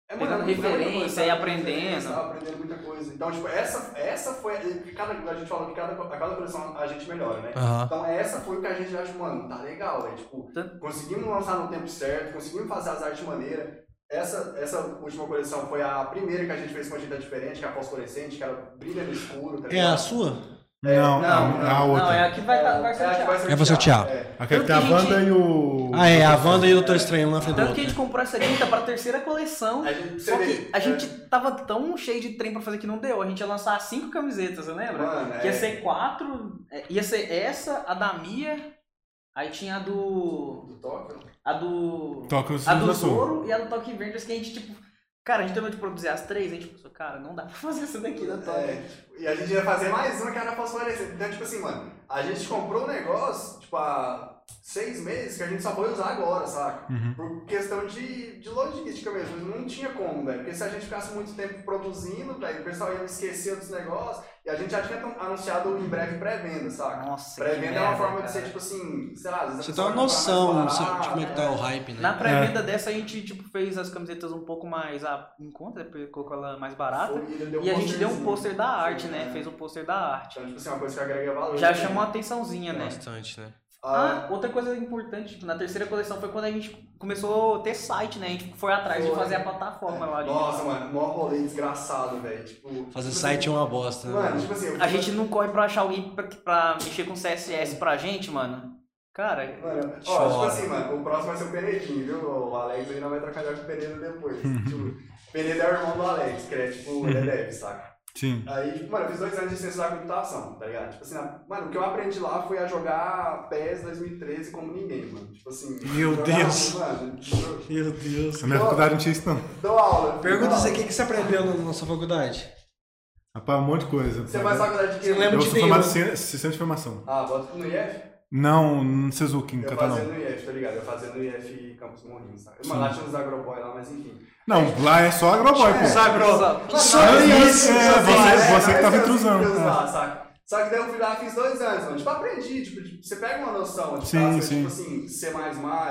É mano,
Pegando
é muita coisa,
referência
sabe?
e aprendendo.
Sabe? Aprendendo muita coisa. Então, tipo, essa, essa foi. e Cada, a gente falou que cada, a cada coleção a gente melhora, né?
Aham.
Então essa foi o que a gente acha, mano, tá legal, velho. Tipo,
Tanto-
conseguimos lançar no tempo certo, conseguimos fazer as artes maneiras. Essa, essa última coleção foi a primeira que a gente fez com a gente diferente, que é a fosforescente, que ela brilha no escuro, tá
É a
ligado?
sua?
Não,
não,
não, é a outra.
Não, é a que vai, tá- vai
É, é a que
sortear.
vai
É pra sortear.
É.
Aquela que tem
Tanto
a
que a gente-
Wanda e o.
Ah, é, a Wanda e o Doutor Estranho um na frente do
Tanto que a gente
outro.
comprou essa tinta pra terceira coleção.
A gente,
Só
você
que
vê,
a
é,
gente tava tão cheio de trem pra fazer que não deu. A gente ia lançar cinco camisetas, você lembra?
Mano,
Que ia
é.
ser quatro. é, Ia ser essa, a da Mia, aí tinha a do.
Do Tóquio.
a do.
Toca os
a do
Azul.
Zoro e a do Toque Verde, que a gente, tipo. Cara, a gente terminou de produzir as três, a gente pensou, cara, não dá pra fazer essa daqui da Toque.
É, tipo, e a gente ia fazer mais uma que era fosforescente. Então, tipo assim, mano, a gente comprou um negócio, tipo, há seis meses que a gente só foi usar agora, saca?
Uhum.
Por questão de, de logística mesmo. Não tinha como, velho. Porque se a gente ficasse muito tempo produzindo, velho, o pessoal ia esquecer dos negócios. E a gente já tinha anunciado em breve pré-venda, saca?
Nossa, que
Pré-venda é uma
merda,
forma
cara.
de ser, tipo assim, sei lá, às vezes a
Você tem
pessoa
uma
vai comprar mais barato,
noção sabe, de como é que tá o hype, né?
Na
É.
pré-venda dessa a gente tipo, fez as camisetas um pouco mais a, em conta, depois colocou ela mais barata.
Foi, ele deu um
E a gente deu um
posterzinho.
pôster da arte,
Sim,
né?
é.
Fez um pôster da arte.
Então, tipo assim, uma coisa que agrega valor.
Já
né?
chamou a atençãozinha, né?
Bastante, né?
Ah,
Ah, outra coisa importante, tipo, na terceira coleção foi quando a gente começou a ter site, né? A gente foi atrás de
Foi.
fazer a plataforma lá. de-
Nossa, mano, mó rolê desgraçado, velho. Tipo.
Fazer
tipo
site é
assim,
uma bosta,
Mano,
né?
tipo assim. eu-
A gente não corre pra achar alguém pra, pra mexer com CSS pra gente, mano. Cara,
Mano, ó,
Chora.
tipo assim, mano, o próximo vai ser o Penedinho, viu? O Alex ainda vai trocar ideia com o Penedo depois. tipo, o Penedo é o irmão do Alex, que é tipo, ele é dev, saca?
Sim.
Aí, tipo, mano, eu fiz dois anos de ciência da computação, tá ligado? Tipo assim, na- mano, o que eu aprendi lá foi a jogar PES 2013 como ninguém, mano. Tipo assim.
Meu
jogava,
Deus.
Mano, eu-
Meu Deus.
Na minha faculdade não tinha isso, não.
dou aula.
Pergunta
dou
você, o
aula.
que que você aprendeu na nossa faculdade?
Rapaz, um monte de coisa.
Você faz faculdade de quê?
Você lembra
Eu
de
sou
nenhuma.
formado em ciência- sistema de formação.
Ah, bota no IF?
Não, no Sezuki, em
Eu
Catanão.
fazia no IF, tá ligado? Eu fazia no IF Campos Morrinhos, sabe? Mano, lá tinha uns agroboy lá, mas enfim.
Não, lá é só agroboy, pô.
Sagro.
Só isso, é,
só
você-
isso,
você que tava
mas eu
intrusando,
fiz
é.
lá, saca? Só que daí eu fui lá e fiz dois anos, mano. Tipo, aprendi, tipo, de- você pega uma noção de
Sim,
coisas,
sim.
tipo assim, C,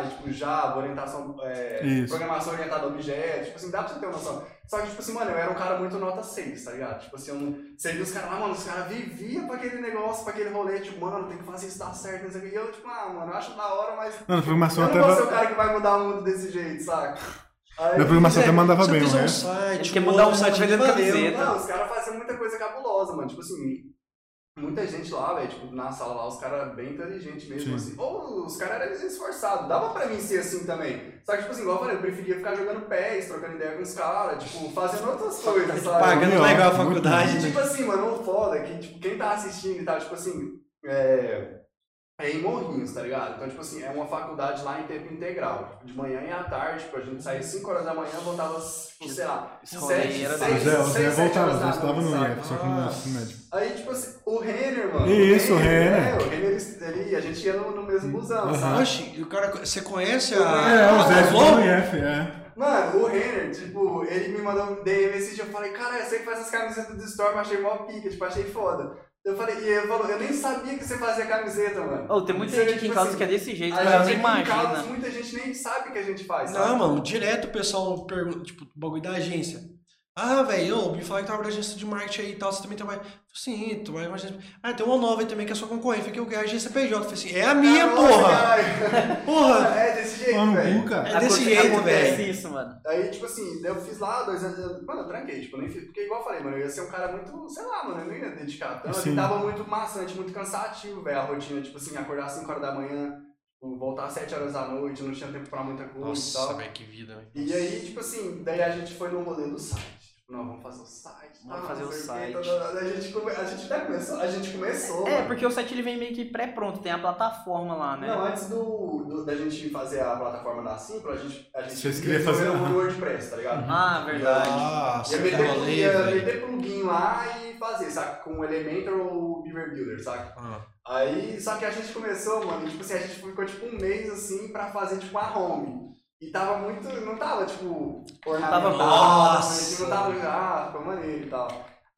tipo, Java, orientação, é,
Isso.
programação orientada a objetos, tipo assim, dá pra você ter uma noção. Só que, tipo assim, mano, eu era um cara muito nota 6, tá ligado? Tipo assim, eu não. Você viu os caras lá, mano, os caras viviam pra aquele negócio, pra aquele rolê, tipo, mano, tem que fazer isso dar certo, não sei o que. E eu, tipo, ah, mano, eu acho da hora, mas
Não, na programação
eu
até.
não vou ser o
dava-
cara que vai mudar o mundo desse jeito, saca? Aí,
Na programação até
Zé,
mandava
você
bem,
fez
né?
um site,
Ele quer
um
mudar o
outro
site vendendo
valeu.
camiseta.
Não, os caras faziam muita coisa cabulosa, mano. Tipo assim, muita gente lá, velho, tipo, na sala lá, os caras bem inteligentes mesmo,
Sim.
assim. Ou os caras eram esforçados, dava pra mim ser assim também. Só que, tipo assim, igual eu falei, eu preferia ficar jogando pés, trocando ideia com os caras, tipo, fazendo outras coisas, sabe?
Pagando né? legal a
Muito
faculdade.
E, tipo assim, mano, o foda é que, tipo, quem tá assistindo e tal, tipo assim, é, é em Morrinhos, tá ligado? Então, tipo assim, é uma faculdade lá em tempo integral. Tipo, de manhã e à tarde, tipo, a gente saía 5 horas da manhã, voltava, tipo, sei lá,
Escola
7,
aí era
6,
da-
O Zé, o Zé
6, 7
voltava,
horas
o
da
Zé estava no
noite,
IEP, só que é no ensino médio.
Aí, tipo assim, o Renner, mano.
Isso,
o
o Renner. Uhum.
É, o Renner, ele, a gente ia no, no mesmo busão, sabe?
Oxi, o cara. Você conhece a.
Ah,
É, o
tá
Zé
a Flo?
estava no IEF, é.
Mano, o Renner, tipo, ele me mandou um DM esse dia, eu falei, cara, eu sei que faz as camisetas do Storm, achei mó pica, tipo, achei foda. Eu falei, e ele falou, eu nem sabia que você fazia camiseta, mano.
Ô, tem muita
Você,
gente aqui
tipo
em casa
assim,
que é desse jeito,
a
cara
gente
nem
aqui em Caldas,
imagina.
muita gente nem sabe o que a gente faz,
Não,
sabe?
mano, direto o pessoal pergunta, tipo, o bagulho da agência. Ah, velho, eu ouvi falar que tava na agência de marketing aí e tal, você também trabalha. Eu falei, Sim, tu vai agência. Ah, tem uma nova aí também que é sua concorrente. Falei que eu ganhei a agência PJ. Eu Falei assim, é a minha,
Nossa,
porra!
cara.
Porra!
É desse jeito,
Mano,
velho.
cu, cara.
É desse
Aconte-
jeito,
acontece
velho.
isso, mano.
Aí, tipo assim, daí eu fiz lá dois anos. eu- Mano, eu tranquei, tipo, eu nem fiz. Porque, igual eu falei, mano, eu ia ser um cara muito, sei lá, mano, eu não ia dedicar tanto.
Sim.
E tava muito maçante, muito cansativo, velho, a rotina. Tipo assim, acordar às 5 horas da manhã, tipo, voltar às 7 horas da noite, não tinha tempo pra muita coisa e
Nossa,
tal.
velho, que vida, velho.
E aí, tipo assim, daí a gente foi no rolê do site. Tipo, Não, vamos fazer o site.
Vamos
tá,
fazer
não
o
sei
site.
quê, tá, tá, tá. A gente, come... a gente até começou, a gente começou.
É,
mano.
porque o site ele vem meio que pré-pronto, tem a plataforma lá, né?
Não, antes do, do- da gente fazer a plataforma da Simpla, a gente, a gente
Vocês queriam fazer-
desenvolveu o WordPress, tá ligado?
Ah, verdade.
Ah,
Ia
você
meter,
rolê,
ia
velho.
meter é, plugin lá e fazer, saca? Com o Elementor ou o Beaver Builder, saca?
Ah,
Aí, só que a gente começou, mano, e, tipo assim, a gente ficou tipo um mês assim pra fazer tipo a home. E tava muito, não tava tipo ornamentada,
Nossa.
não tava, ah, ficou maneiro e tal.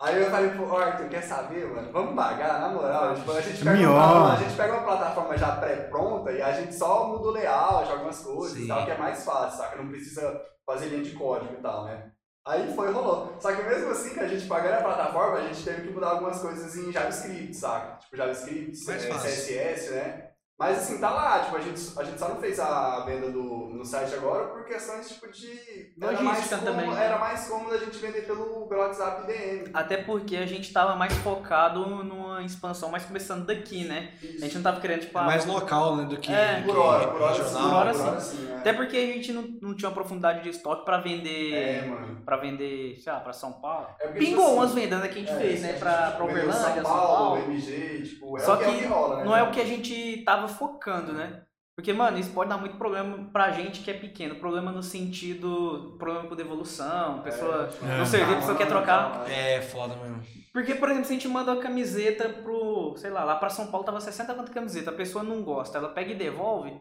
Aí eu falei pro Arthur, quer saber, mano? Vamos pagar, na moral. Tipo, a, gente pega
Mió.
uma, a gente pega uma plataforma já pré-pronta e a gente só muda o layout, algumas coisas
Sim.
e tal, que é mais fácil, saca? Não precisa fazer linha de código e tal, né? Aí foi, rolou. Só que mesmo assim, que a gente pagando a plataforma, a gente teve que mudar algumas coisas em JavaScript, saca? Tipo, JavaScript,
Mais
eh,
fácil.
CSS, né? Mas assim, tá lá, tipo, a gente, a gente só não fez a venda do, no site agora por questões, tipo, de... era mais
Logística
cômodo-
também. né?
Era mais cômodo a gente vender pelo, pelo WhatsApp DM.
Até porque a gente tava mais focado numa expansão, mas começando daqui, né? A gente não tava querendo, tipo,
é
ah,
mais local, né, do que.
É.
do
Por
que
hora, por hora sim,
regional.
por hora sim.
né?
Até porque a gente não, não tinha uma profundidade de estoque pra vender.
É, mano.
Pra vender, sei lá, pra São Paulo.
É porque,
Pingou
tipo,
umas
assim,
vendas né, que a gente
é,
fez,
assim, a
né?
gente
Pra, pra
vendeu
Uberlândia,
São Paulo,
Só
MG, tipo, é
Só
o que, é o
que
que rola, né?
Não é o que a gente tava focando, né? Porque, mano, isso pode dar muito problema pra gente que é pequeno. Problema no sentido. Problema com
É.
devolução, pessoa.
não
sei, a pessoa quer trocar.
É, foda mesmo.
Porque, por exemplo, se a gente manda a camiseta pro, sei lá, lá pra São Paulo tava 60 quanto camiseta, a pessoa não gosta, ela pega e devolve,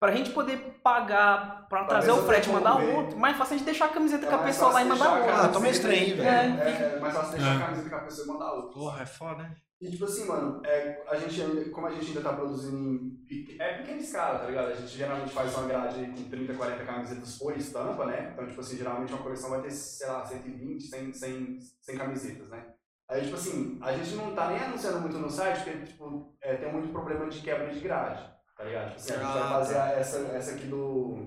pra gente poder pagar, pra
Pra
trazer o
pessoa
frete e mandar
devolver.
outro, mais fácil a gente deixar a camiseta
É
com a
mais
pessoa lá e
fácil
mandar
deixar a
outra.
Ah, toma estranho,
É,
velho. Ah.
É, mas só você deixar
É.
a camisa com a pessoa e mandar outra.
Porra, é foda, né?
E tipo assim, mano, é, a gente ainda, como a gente ainda tá produzindo em pequ- é pequena escala, tá ligado? A gente geralmente faz uma grade com 30, 40 camisetas por estampa, né? Então, tipo assim, geralmente uma coleção vai ter, sei lá, 120, 100, 100, 100 camisetas, né? Aí, tipo assim, a gente não tá nem anunciando muito no site, porque, tipo, é, tem muito problema de quebra de grade, tá ligado? Tipo assim, a gente
Ah,
vai
tá.
fazer a- essa, essa aqui do,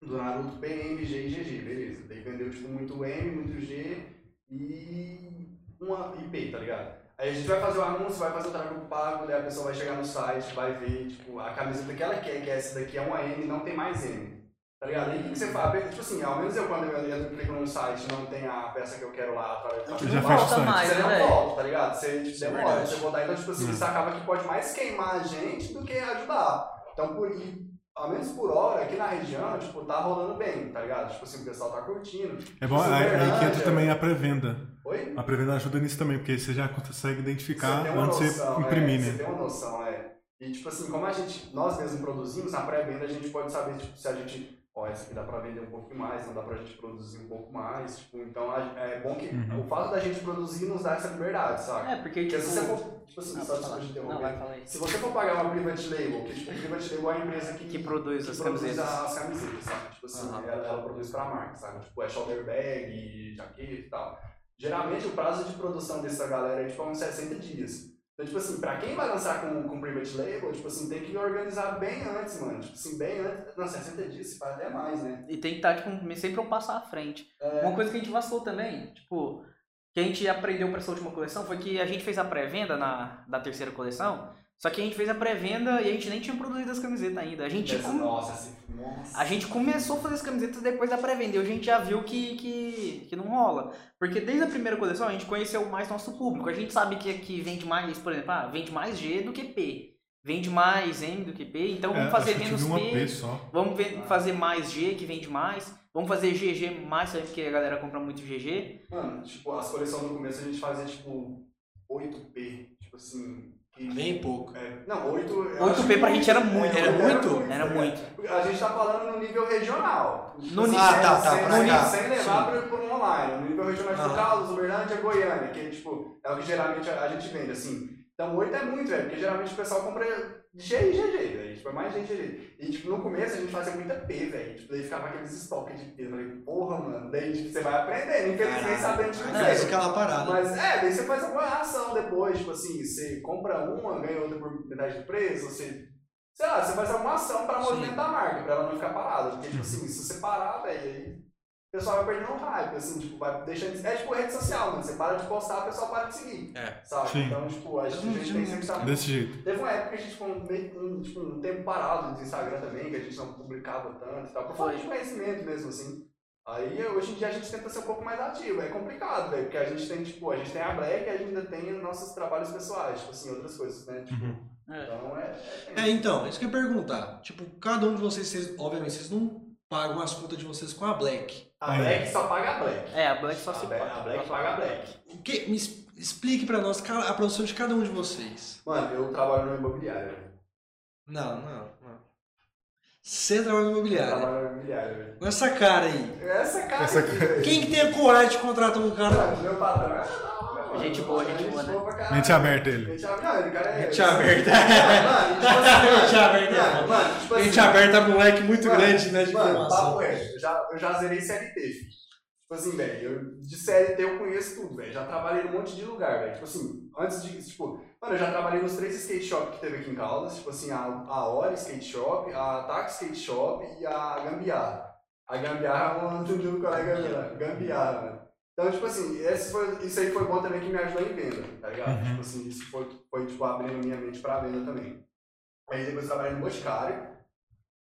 do Naruto PM, G e GG, beleza. Daí vendeu, tipo, muito M, muito G e uma IP, tá ligado? Aí a gente vai fazer o anúncio, vai fazer o tráfego pago, daí a pessoa vai chegar no site, vai ver, tipo, a camiseta que ela quer, que é essa daqui, é uma M, não tem mais M. Tá ligado? Aí o que que você faz? Tipo assim, ao menos eu quando eu entro e clico no site não tem a peça que eu quero lá, tá ligado?
Eu já
não
fecho
volta
o site.
mais,
Você
né,
não
velho?
volta, tá ligado? Você tipo,
é
demora,
verdade.
você voltar. Então, tipo assim,
Hum.
isso acaba que pode mais queimar a gente do que ajudar. Então, por e, ao menos por hora, aqui na região, tipo, tá rolando bem, tá ligado? Tipo assim, o pessoal tá curtindo.
É bom, aí, aí que entra
Uberlândia.
também a pré-venda.
Oi?
A pré-venda ajuda nisso também, porque você já consegue identificar
Você tem uma
antes de você
noção,
imprimir,
é, Você
né?
tem uma noção, é. E tipo assim, como a gente, nós mesmos produzimos, na pré-venda a gente pode saber tipo, se a gente, ó, essa aqui dá pra vender um pouco mais, não dá pra gente produzir um pouco mais, tipo, então a- é bom que
Uhum.
o fato da gente produzir nos dá essa liberdade, sabe?
É, porque
Porque
tipo.
se você for, tipo assim,
Ah,
só
pode falar.
desculpa
Não,
te
vai,
interromper.
fala aí.
Se você for pagar uma private label, que tipo, private label é a empresa que,
Que produz
que
as
produz
camisetas.
as camisetas, sabe? Tipo assim,
Aham.
ela, ela produz pra marca, sabe? Tipo, é shoulder bag, jaqueta e tal. Geralmente o prazo de produção dessa galera é tipo uns 60 dias. Então, tipo assim, pra quem vai lançar com, com private label, tipo assim, tem que organizar bem antes, mano. Tipo assim, bem antes. Não, 60 dias, se faz até mais, né?
E tem que estar, tipo, sempre um passo à frente. Uma coisa que a gente vacilou também, tipo, que a gente aprendeu pra essa última coleção foi que a gente fez a pré-venda na, da terceira coleção, só que a gente fez a pré-venda e a gente nem tinha produzido as camisetas ainda. A gente
Dessa- nossa, assim, nossa.
A gente começou a fazer as camisetas depois da pré-venda e a gente já viu que, que, que não rola. Porque desde a primeira coleção a gente conheceu mais nosso público. A gente sabe que, que vende mais, por exemplo, ah, vende mais G do que P. vende mais M do que P, então vamos
É,
fazer
acho que eu
menos
tive uma
P,
P só.
vamos ver- fazer mais G, que vende mais, vamos fazer GG mais, também, porque a galera compra muito GG.
Mano, tipo, as coleções no começo a gente fazia tipo 8P. Tipo assim. que-
Bem pouco.
É, não, 8.
8P pra gente era muito.
Era muito?
Era muito.
A gente tá falando no nível regional.
No
Assim,
nível-
Ah, tá,
sem-
tá,
sem-
pra cá.
Sem levar pro, pro online. No nível regional de São
Aham.
Carlos, Uberlândia, Goiânia, que tipo, é o que geralmente a, a gente vende, assim. Então 8 é muito, velho, porque geralmente o pessoal compra G e GG, velho. Tipo, é mais G e GG. E tipo, no começo a gente fazia muita P, velho. Tipo, daí ficava aqueles estoques de P. Eu falei, porra, mano. Daí tipo, você vai aprendendo, infelizmente sabendo de
Não, isso que é uma parada.
mas é, daí você faz alguma ação depois, tipo assim, você compra uma, ganha outra por metade do preço, você. Sei lá, você faz alguma ação pra
Sim.
movimentar a marca, pra ela não ficar parada. Porque, tipo assim, se você parar, velho, aí o pessoal vai perdendo o hype, assim, tipo, vai deixando. de- É tipo rede social, mano. Você para de postar, o pessoal para de seguir.
É.
Sabe?
Sim.
Então, tipo, a gente, a gente tem sempre que estar.
Desse jeito.
Teve uma época que a gente ficou meio, um, tipo, um tempo parado no Instagram também, que a gente não publicava tanto e tal, por falta de conhecimento mesmo, assim. Aí hoje em dia a gente tenta ser um pouco mais ativo, é complicado, velho, porque a gente tem, tipo, a gente tem a Black e a gente ainda tem nossos trabalhos pessoais, tipo assim, outras coisas, né? Tipo, Então é.
É, então, isso que eu ia perguntar. Tipo, cada um de vocês, vocês- obviamente, vocês não pagam as contas de vocês com a Black.
A Black só paga a Black.
É, a Black só
A
se
Black, a Black paga a Black.
O que, me es- explique pra nós ca- a produção de cada um de vocês.
Mano, eu trabalho no imobiliário, velho.
Não, não, não. Você trabalha no
Eu
imobiliário.
trabalho no imobiliário, velho.
Com essa cara aí.
Essa cara.
Essa
aqui, velho.
Quem que tem a coragem de contratar um cara?
Mano, Meu patrão é da hora, mano.
Gente boa, gente boa, né?
pra caralho.
Mente aberta ele.
Mente aberta. Não, ele cara é.
Mente aberta.
Mano, tipo assim,
Mente aberta.
Mano, mano, tipo assim.
Mente aberta, moleque muito
Mano,
grande, né? De
Mano,
formação.
papo é, eu já, eu já zerei CLT, filho. Tipo assim, velho, eu- de CLT eu conheço tudo, velho. Já trabalhei num monte de lugar, velho. Tipo assim, antes de. Tipo, mano, eu já trabalhei nos três skate shop que teve aqui em Caldas. Tipo assim, a, a Ori Skate Shop, a Tax Skate Shop e a Gambiarra. A Gambiarra é um de um colega meu, né? Gambiarra, mano. Então, tipo assim, esse foi- isso aí foi bom também que me ajudou em venda, tá ligado?
Uhum.
Tipo assim, isso foi, foi tipo, abrindo minha mente pra venda também. Aí depois eu trabalhei no Boticário. né?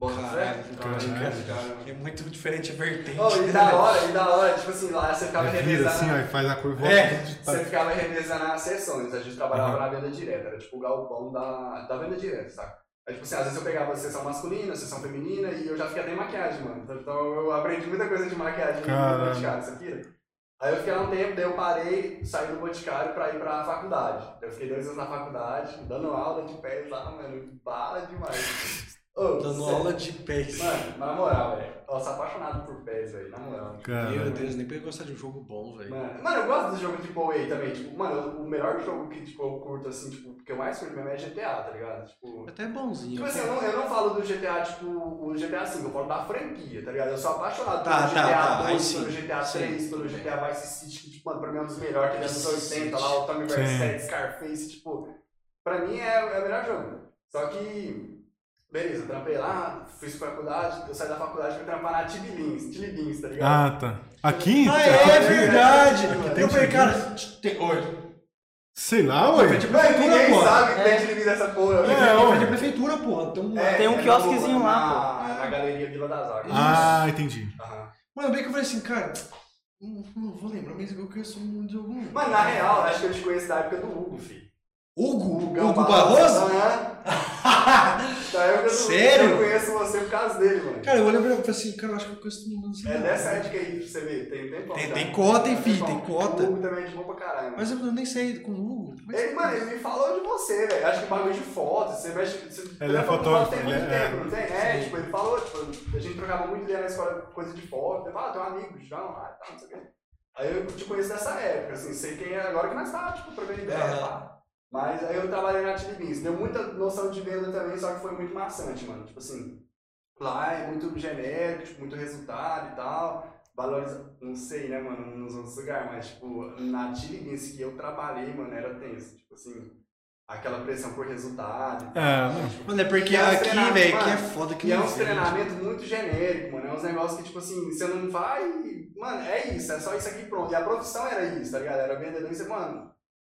Caralho,
Boticário?
caralho.
É muito diferente a vertente. né?
Oh, e da hora, e da hora, tipo assim, lá você ficava
Ele vira
revezando.
assim, ó, e faz a curva. tá-
É.
Você ficava revezando as sessões, a gente trabalhava
Uhum.
na venda direta, era tipo o galpão da, da venda direta, saca? Aí, tipo assim, às vezes eu pegava a sessão masculina, a sessão feminina, e eu já fiquei até em maquiagem, mano. Então eu aprendi muita coisa de maquiagem no
Caramba.
Boticário, você pira? Aí eu fiquei lá um tempo, daí eu parei, saí do Boticário pra ir pra faculdade. Eu fiquei dois anos na faculdade, dando aula de pé lá, mano, bala demais. Ô,
Dando
sério.
aula de pés.
Mano, na moral, velho. Eu sou apaixonado por pés, velho, na moral.
Meu
Cara,
Deus, nem pra gostar de um jogo bom, velho.
Mano, mano, eu gosto do jogo tipo A também. Tipo, mano, o melhor jogo que tipo, eu curto, assim, tipo, que eu mais curto mesmo é GTA, tá ligado? Tipo.
Até é bonzinho.
Tipo assim, eu não, eu não falo do GTA, tipo, o GTA V, eu falo da franquia, tá ligado? Eu sou apaixonado
Tá,
pelo
tá,
GTA
tá, aí
2,
sim,
pelo GTA
sim.
3, pelo GTA Vice City, que, tipo, mano, pra mim é um dos melhores, que é dos anos
Vice
80
City.
lá, o Tommy
Sim.
Vercetti, Scarface, tipo, pra mim é, é o melhor jogo. Só que, beleza, eu trampei lá, fiz faculdade, eu saí da faculdade pra trampar na Tilibins, Tilibins, tá ligado?
ah, tá. Aqui?
um-
Ah, é verdade!
Aqui
tem
eu falei,
que-
cara, tem- olha,
Sei lá, ué.
de
Mano,
prefeitura,
ninguém
porra.
sabe que tem inimigo dessa porra.
É,
velho.
ó.
Tem de prefeitura, porra. Então,
tem um
na
quiosquezinho
rua,
lá,
na, Na galeria Vila das Águas.
Ah, entendi.
Aham.
Mano, bem que eu falei assim, cara, não, não vou lembrar, mas eu conheço um de algum.
Mano, na real, acho que eu te conheço da época do Hugo, filho.
Hugo? Hugo
Gambá.
Barroso?
Aham. Da época do
Sério?
Hugo. Eu conheço você por causa dele, mano.
cara, eu lembro, eu falei assim, cara, eu acho que eu conheço todo mundo. assim,
é
não.
dessa ética aí, pra você ver. Tem, um tem,
Tem-
cara.
tem cota, hein, filho, tem
cota.
cota.
O Hugo também é de bom pra caralho.
Mas eu nem sei com o Hugo. Mas... é
Ele, mano, ele me falou de você, velho. Acho que bagulho é de foto, você mexe. Você
Ele é
foto
fotógrafo,
tem
ele
muito
é-
tempo, não tem? É,
Sim.
tipo, ele falou, tipo, a gente trocava muito ideia na escola, coisa de foto. Eu falava, ah, tem um amigo, João, ah, tá, não sei o quê. Aí eu te conheço dessa época, assim, sei quem é agora que nós tá, tipo, trocando ideia,
Aham.
pá. Mas aí eu trabalhei na Tilibins, deu muita noção de venda também, só que foi muito maçante, mano. Tipo assim, lá é muito genérico, tipo, muito resultado e tal valoriza, não sei, né, mano, nos outros lugares, mas, tipo, na Tilibins que eu trabalhei, mano, era tenso. Tipo assim, aquela pressão por resultado. e tal,
É,
né,
não.
tipo,
Mano, é porque
E é uns
aqui,
treinamentos,
velho, aqui é
mano.
foda que
e é
não
uns
sei.
treinamentos muito genéricos, mano. É uns negócios que, tipo assim, você não vai. Mano, é isso, é só isso aqui pronto. E a profissão era isso, tá ligado? Era vendedor e você, mano.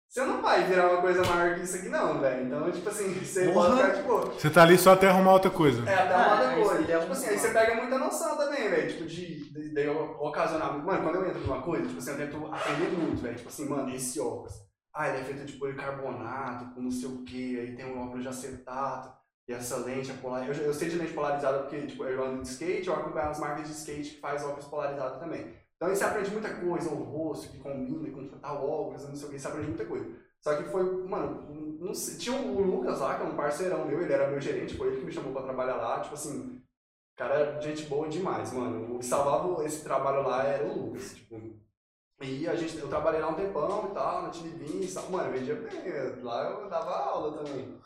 Você não vai virar uma coisa maior que isso aqui, não, velho. Então, tipo assim, você
Porra.
pode ficar, tipo,
Você tá ali só até arrumar outra coisa.
é, até
Ah,
uma
é, isso
depois.
aí é
tipo
um
assim, aí você pega muita noção também, velho. Tipo, de, de, de eu ocasionar. Mano, quando eu entro numa coisa, tipo assim, eu tento aprender muito, velho. Tipo assim, mano, esse óculos. Ah, ele é feito de policarbonato, com não sei o que, aí tem um óculos de acetato, e essa lente é polarizada. Eu, eu sei de lente polarizada porque tipo, eu ando de skate, eu acompanho as marcas de skate que faz óculos polarizados também. Então aí você aprende muita coisa, o rosto que combina com tal óculos, não sei o que, você aprende muita coisa. Só que foi, mano, não sei, tinha o Lucas lá, que é um parceirão meu, ele era meu gerente, foi ele que me chamou pra trabalhar lá, tipo assim, cara, gente boa demais, mano. O que salvava esse trabalho lá era o Lucas, tipo. E a gente, eu trabalhei lá um tempão e tal, na Chili Beans, e tal. mano, eu vendia bem, lá eu dava aula também.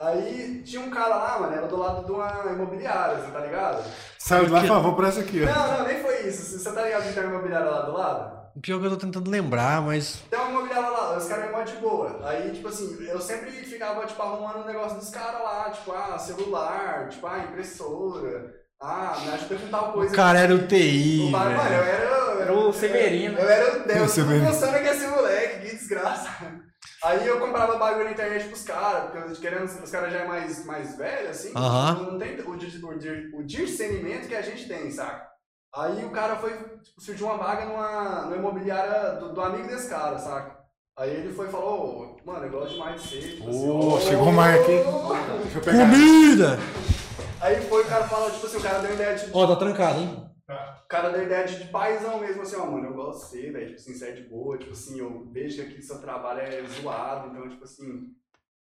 Aí tinha um cara lá, mano, era do lado de uma imobiliária, você tá ligado?
Saiu de lá e
Que-
falou, vou por essa aqui, ó.
Não, não, nem foi isso. Você tá ligado que tem uma imobiliária lá do lado?
Pior que eu tô tentando lembrar, mas.
Tem uma imobiliária lá, os caras é mó de boa. Aí, tipo assim, eu sempre ficava, tipo, arrumando o negócio dos caras lá, tipo, ah, celular, tipo, ah, impressora, ah, me ajuda com tal coisa.
O cara era o TI,
O cara, mano, eu
é
velho.
era, eu
Era o Severino.
Eu era o Deus,
Você
eu tô
vê.
pensando que esse moleque, que desgraça. Aí eu comprava bagulho na internet pros caras, porque os- querendo, os caras já é mais, mais velho, assim,
Aham.
não tem o, dis- o, dir- o discernimento que a gente tem, saca? Aí o cara foi, tipo, surgiu uma vaga numa, numa imobiliária do, do amigo desse cara, saca? Aí ele foi e falou, "Ô, mano, eu gosto demais de você. tipo assim,
Ô,
"Ô,
chegou o Mark, hein?"
ô.
Deixa eu pegar.
Comida!
Aí foi, o cara falou, tipo assim, o cara deu ideia de
Ó, tá trancado, hein?
o cara da ideia de, de paizão mesmo, assim, ó, mano, eu gosto de você, velho, tipo assim, você é de boa, tipo assim, eu vejo que aqui seu trabalho é zoado, então, tipo assim,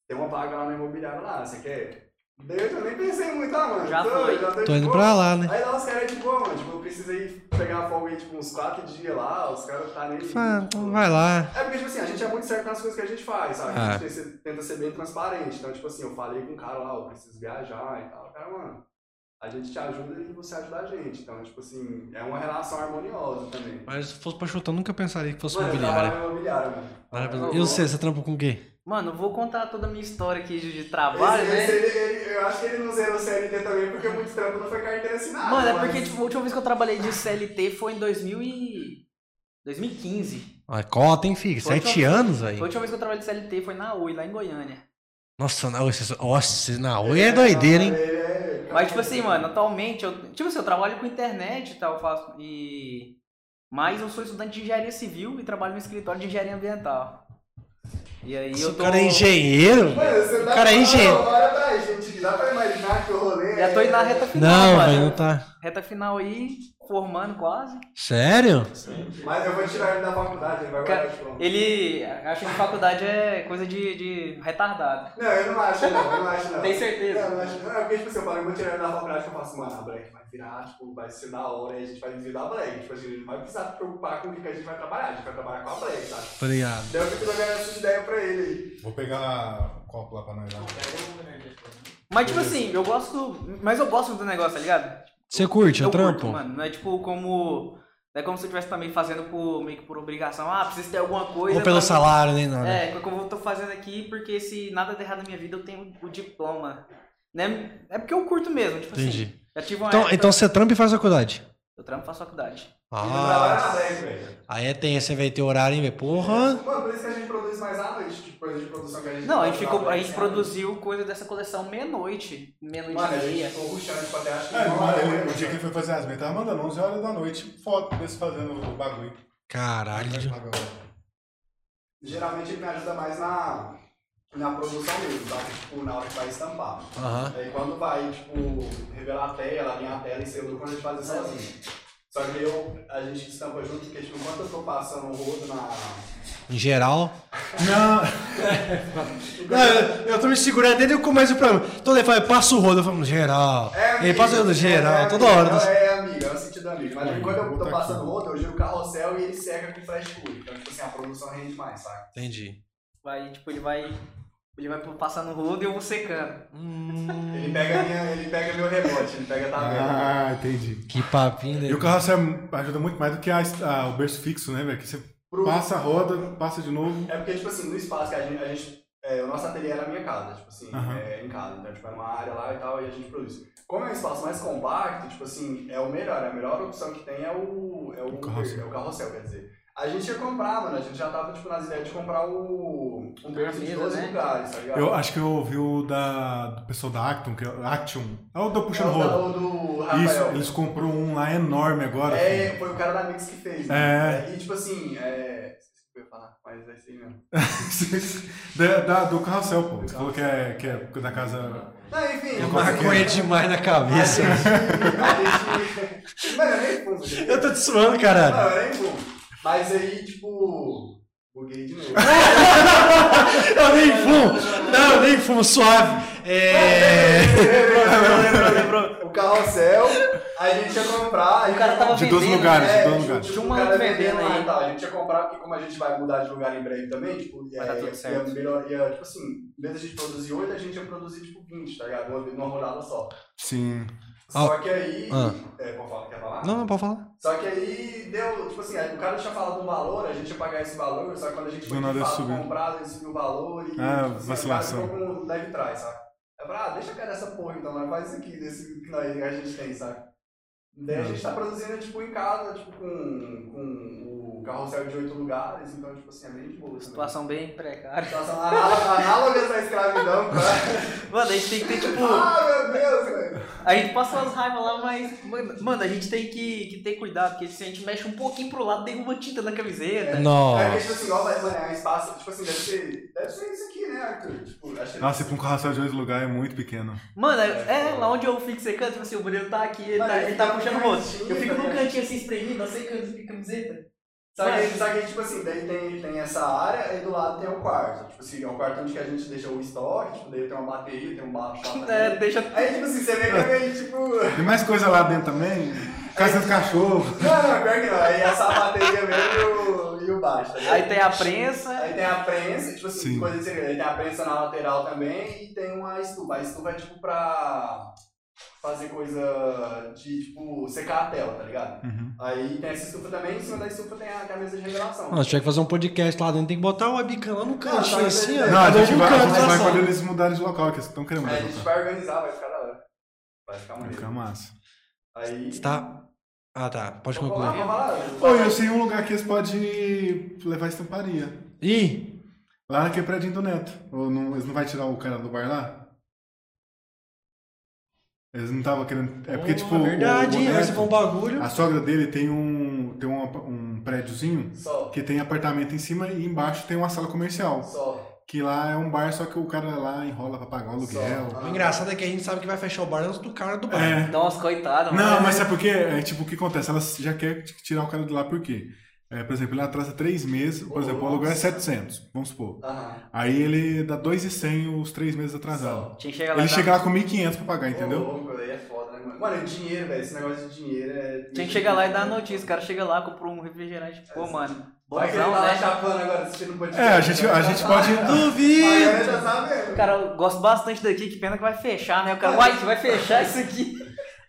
tem uma vaga lá no imobiliário lá, você quer? Daí eu nem pensei muito, ah, mano,
Já
tô,
foi.
já tô,
Tô
de
indo
boa.
pra lá, né?
Aí lá os caras é de boa, mano, tipo, eu precisei pegar folga aí, tipo, uns quatro dias lá, os caras tá nem...
Fala, Vai lá.
É porque, tipo assim, a gente é muito certo nas coisas que a gente faz, sabe?
Ah.
A gente tem- tenta ser bem transparente. Então, tipo assim, eu falei com o cara lá, eu preciso viajar e tal. O cara, mano, a gente te ajuda e você ajuda a gente. Então, tipo assim, é uma relação harmoniosa também.
Mas se fosse pra chutar, eu nunca pensaria que fosse
Mano, eu
imobiliária.
trabalho no imobiliário, mano.
Maravilhoso. E você, você trampa com o quê?
Mano, eu vou contar toda a minha história aqui de de
Esse,
trabalho, né?
esse, é ele, ele- eu acho que ele não zerou o CLT também, porque muito trampo não foi carteira assinada.
Mano, é
mas-
porque tipo, a última vez que eu trabalhei de CLT foi em 2000 e... 2015.
Ah, cota, hein, filho?
Foi
Sete
que eu-
anos aí.
A última vez que eu trabalhei de CLT foi na Oi, lá em Goiânia.
Nossa, na Oi, você- nossa, na Oi é doideira, hein?
Ele é-
Mas, tipo assim, mano, atualmente, eu, tipo assim, eu trabalho com internet e tal, eu faço. E. Mas eu sou estudante de engenharia civil e trabalho no escritório de engenharia ambiental. E aí
Esse
eu tô.
cara é engenheiro?
Mano, você tá
O
dá
cara é
pra-
engenheiro.
Olha pra tá gente, dá pra imaginar que o rolê. é
Já tô indo na reta final, né,
Não,
mano.
velho, não tá.
Reta final aí, formando quase.
Sério?
Mas eu vou tirar ele da faculdade, ele vai
Cara,
guardar de pronto.
Ele acha que faculdade é coisa de, de retardado.
Não, eu não acho, não, eu não acho, não.
Tem
Não, eu
certeza.
acho- não, é porque, tipo assim, eu falei, eu vou tirar ele da faculdade, tipo, eu faço, mano, a break vai virar, tipo, vai ser da hora, e a gente vai viver da break. Tipo assim, a gente não vai precisar se preocupar com o que que a gente vai trabalhar, a gente vai trabalhar com a break, sabe?
Tô ligado.
Daí eu fico jogando essa ideia pra ele aí.
Vou pegar o copo lá pra nós lá.
Mas, tipo assim, eu gosto. Mas eu gosto do negócio, tá ligado?
Você curte o
eu curto,
trampo?
mano. Não é tipo como. Não é como se eu estivesse também fazendo por, meio que por obrigação. Ah, preciso ter alguma coisa.
Ou pelo
pra-
salário, nem nada.
Né?
É, como eu tô fazendo aqui, porque se nada der errado na minha vida, eu tenho o diploma. Né? É porque eu curto mesmo, tipo assim.
Entendi.
Já tive uma
Então,
época-
então você trampa e faz faculdade?
Eu trampo faço faculdade.
Ele não trabalha na
Ah,
break, velho.
aí é tem, você vai ter horário, hein, velho? Porra.
Mano, por isso que a gente produz mais à noite, tipo, coisa de produção que a gente
Não, a
faz
gente,
na
ficou, a
break,
gente
sabe?
produziu coisa dessa coleção meia-noite.
Mano,
Meia-noite
a
e
gente
meia.
ficou ruxando, tipo, até acho que.
Ah, ele
uma hora,
manda-
né,
ele- o dia que
mano?
ele foi fazer as minhas, tava mandando 11 horas da noite, foto desse fazendo o bagulho.
Caralho.
Geralmente ele me ajuda mais na, na produção mesmo, tá? Tipo, na hora que vai estampar.
Aham.
Aí quando vai, tipo, revelar a tela, alinhar a tela e selo, quando a gente faz isso sozinho. Só que eu, a gente estampa junto, porque tipo, enquanto eu tô passando o rodo na.
Em geral.
Não,
Não, eu, eu tô me segurando desde o começo do programa. Todo ele fala, eu passo o rodo, eu falo, no geral. ele passa no geral,
é,
toda
amigo,
hora. né?
É, é amigo, é o sentido amigo. Mas enquanto eu
puta
tô passando
que-
o rodo, eu giro o carrossel e ele seca com flash cool. Então, tipo assim, a produção rende mais, saca?
Entendi.
Vai, tipo, ele vai. Ele vai passando rodo e eu vou secando.
Hum,
Ele pega, minha, ele pega meu rebote, ele pega a tabela.
ah, entendi.
que papinho, né?
E o carrossel ajuda muito mais do que a, a- o berço fixo, né, velho? Que você
Pro-
passa a roda, passa de novo.
É porque, tipo assim, no espaço que a gente. A gente é, o nosso ateliê era a minha casa, tipo assim,
Aham.
é, em casa. Então, tipo, é uma área lá e tal, e a gente produz. Como é um espaço mais compacto, tipo assim, é o melhor, a melhor opção que tem é o. É o,
O carrossel.
é o carrossel, quer dizer. A gente ia comprar, mano, a gente já tava, tipo, nas ideias de comprar o. Um berço de
mesa,
12
né?
lugares, tá ligado?
Eu acho que eu ouvi o da, do pessoal da Acton, que é Action. É o do
é
Puxando
o da-
Roda.
o do
Isso,
Rafael.
eles comprou um lá enorme agora.
É,
filho.
foi o cara da Mix que fez. né? E tipo assim, é. esqueci o que eu ia falar, mas é assim mesmo.
da, da- do carrossel, pô. Você falou que é, que é da casa.
Não, enfim.
É
tipo
maconha
assim,
demais na
a
cabeça.
gente- a gente- Mano, eu nem fumo. gente.
Eu tô te suando, caralho.
Não, eu nem fumo. Mas aí, tipo. Buguei de novo.
Eu nem fumo. Não, eu nem fumo suave. É.
Lembrou, lembrou.
O carrossel, a gente ia comprar.
O cara tava
De dois
vendendo,
lugares,
né?
de dois
tipo,
lugares.
tipo,
Tinha um
o
maluco
cara
vendendo
lá
aí.
e tal. A gente ia comprar, porque como a gente vai mudar de lugar em breve também, tipo,
Vai dar tudo
ia,
certo.
ia melhor, ia, tipo assim, em vez de a gente produzir 8, a gente ia produzir tipo 20, tá ligado? Uma- Numa rodada só.
Sim.
Só que aí.
Ah.
É, qual fala? Quer falar?
Não, não, pode falar.
Só que aí deu, tipo assim, aí o cara tinha falado um valor, a gente ia pagar esse valor, só que quando a gente
Do
foi
nada
de fato
subiu.
comprar, ele subiu o valor e.
Ah,
tipo assim,
vacilação.
O cara ficou com leve trás, sabe? Eu falei, ah, deixa cair nessa porra então, mas faz isso aqui, desse que nós, a gente tem, sabe? Daí a
Ah.
gente tá produzindo, tipo, em casa, tipo, com, com o carrossel de oito lugares, então, tipo assim, é meio de boa. Então, assim, Situação.
Situação bem precária.
Situação aná- análoga da escravidão, cara.
Mano, a gente tem que ter, tipo.
ah, meu Deus, velho.
A gente passa umas raivas lá, mas. Mano, mano, a gente tem que, que ter cuidado, porque se a gente mexe um pouquinho pro lado, derruba tinta na camiseta.
É porque, tipo
Nossa.
assim, igual vai mano, é um espaço, tipo assim, deve ser, deve ser isso aqui, né, Arthur? Tipo, acho que
Nossa, e pra um carrossel de dois lugares é muito pequeno.
Mano, é, é, lá onde eu fico secando, tipo assim, o Bruno tá aqui, ele tá, ele tá puxando o outro. Eu fico num cantinho assim espremido, secando de camiseta. tá
Só que, só que, tipo assim, daí tem, tem essa área e do lado tem o quarto. Tipo assim, é um quarto onde que a gente deixa o estoque, tipo, daí tem uma bateria, tem um baixo. lá também.
É, deixa.
Aí, tipo assim, você vê que aí, tipo. Não,
Tem mais coisa lá dentro também? Casa do cachorro.
não, pior que não. Aí essa bateria mesmo e o, e o baixo. Tá ligado?
Aí tem né? a prensa.
Aí tem a prensa, tipo assim,
Sim.
coisa de segredo. Aí tem a prensa na lateral também e tem uma estufa. A estufa é tipo pra fazer coisa de, tipo, secar a tela, tá ligado?
Uhum.
Aí tem essa estufa também, em cima da estufa tem a camisa de revelação.
Nossa, tinha que fazer um podcast lá dentro, tem que botar o webcam lá no canto,
Não,
assim, ó.
É,
Não, a
Cada um
gente
no
vai, a
canto
gente
da
vai
sala.
quando eles mudarem de local, que eles estão querendo
Aí
É,
mudar
É, a
de
gente
local.
vai organizar, vai ficar da hora. Vai ficar
Vai
maneiro.
ficar massa.
Aí.
Tá. Ah, tá. Pode
Vamos falar,
concluir.
vamos falar.
Pô, eu sei um lugar que eles podem levar estamparia.
Ih,
Lá naquele prédio do Neto. Ou não, eles não vai tirar o cara do bar lá? Eles não estavam querendo. É porque,
oh,
tipo. o-
Verdade,
o
hein? Agora
Neto,
você falou um bagulho.
a sogra dele tem um. tem um, ap- um prédiozinho
Só,
que tem apartamento em cima e embaixo tem uma sala comercial.
só.
Que lá é um bar, só que o cara lá enrola pra pagar o aluguel.
Só.
O engraçado é que a gente sabe que vai fechar o bar antes do cara do bar.
Ah. É.
Nossa, coitado, mano.
Não, mas sabe por quê? É tipo, o que acontece? Ela já quer t- tirar o cara de lá por quê? É, por exemplo, ele atrasa três meses, por exemplo, o aluguel é
Nossa.
700, vamos supor.
Aham.
Aí ele dá 2,100 os três meses atrasado.
Tinha que chegar lá.
Ele
e dar-
chega lá com 1.500 pra pagar,
Ô,
entendeu?
louco, aí é foda, né, mano? Mano, e dinheiro, velho. Esse negócio de dinheiro é.
Tinha que chegar lá e dar a notícia. O cara chega lá, compra um refrigerante. Pô, mano.
Vai que ele tá
Bonzão,
lá
né?
chapando agora, assistindo um podcast.
É, a gente, a gente pode.
Aí
Duvido!
ele já tá sabe.
Cara, eu gosto bastante daqui, que pena que vai fechar, né? O cara, uai, vai fechar isso aqui.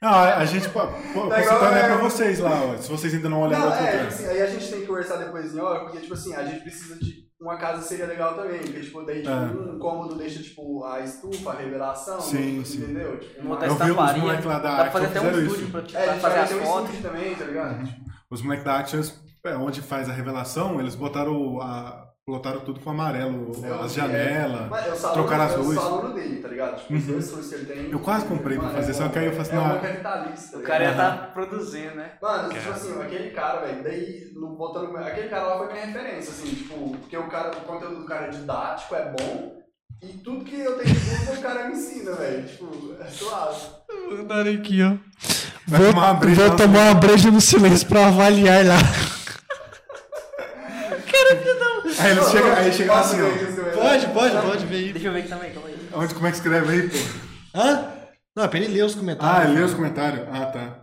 Não, a a gente pode. Posso
Tá igual,
dar né,
é.
pra vocês lá, ó. Se vocês ainda não olharam
Não,
lá
é, tipo
atrás.
assim, aí a gente tem que conversar depois em hora, porque, tipo assim, a gente precisa de uma casa seria legal também, porque, tipo, daí, tipo,
É.
um cômodo deixa, tipo, a estufa, a revelação,
Sim,
tipo,
sim.
entendeu? Tipo,
Vamos
uma-
botar
Eu vi os
estamparia.
moleques lá da
Dá pra fazer até
Action
um
Tá, então fizeram
estúdio
isso.
pra, tipo,
É, a
pra
gente
fazer
vai
as
ter um
fotos.
estúdio também, tá ligado?
Uhum. Os moleques da Action, é, onde faz a revelação, eles botaram. A, lotaram tudo com amarelo,
Eu-
as
é,
janelas.
mas eu sou aluno-
trocar as
eu
luzes. Uhum.
sou aluno dele, tá ligado? Tipo, os dois cursos que ele tem.
Eu quase comprei pra
Mano,
fazer,
é
só que aí eu assim, "Ah, faço
é
na-
uma capitalista.
O
tá
cara ia
ligado?
tá produzindo, né?
Mano, tipo assim, aquele cara, velho, daí, no, botando, aquele cara lá foi minha referência, assim, tipo, porque o, cara, o conteúdo do cara é didático, é bom, e tudo que eu tenho de dúvida o cara me ensina, velho, tipo, é suave.
Mandaram aqui, ó.
Vai
Vou,
tomar uma breja
vou
lá.
tomar uma breja no silêncio pra avaliar lá.
Aí eles chegam, aí chega lá assim, ó.
Pode, pode, pode ver aí.
Deixa eu ver aqui também, calma aí.
Onde, como é que escreve aí, pô?
Hã? Não, é pra ele ler os comentários.
Ah, lê os comentários. Ah, tá.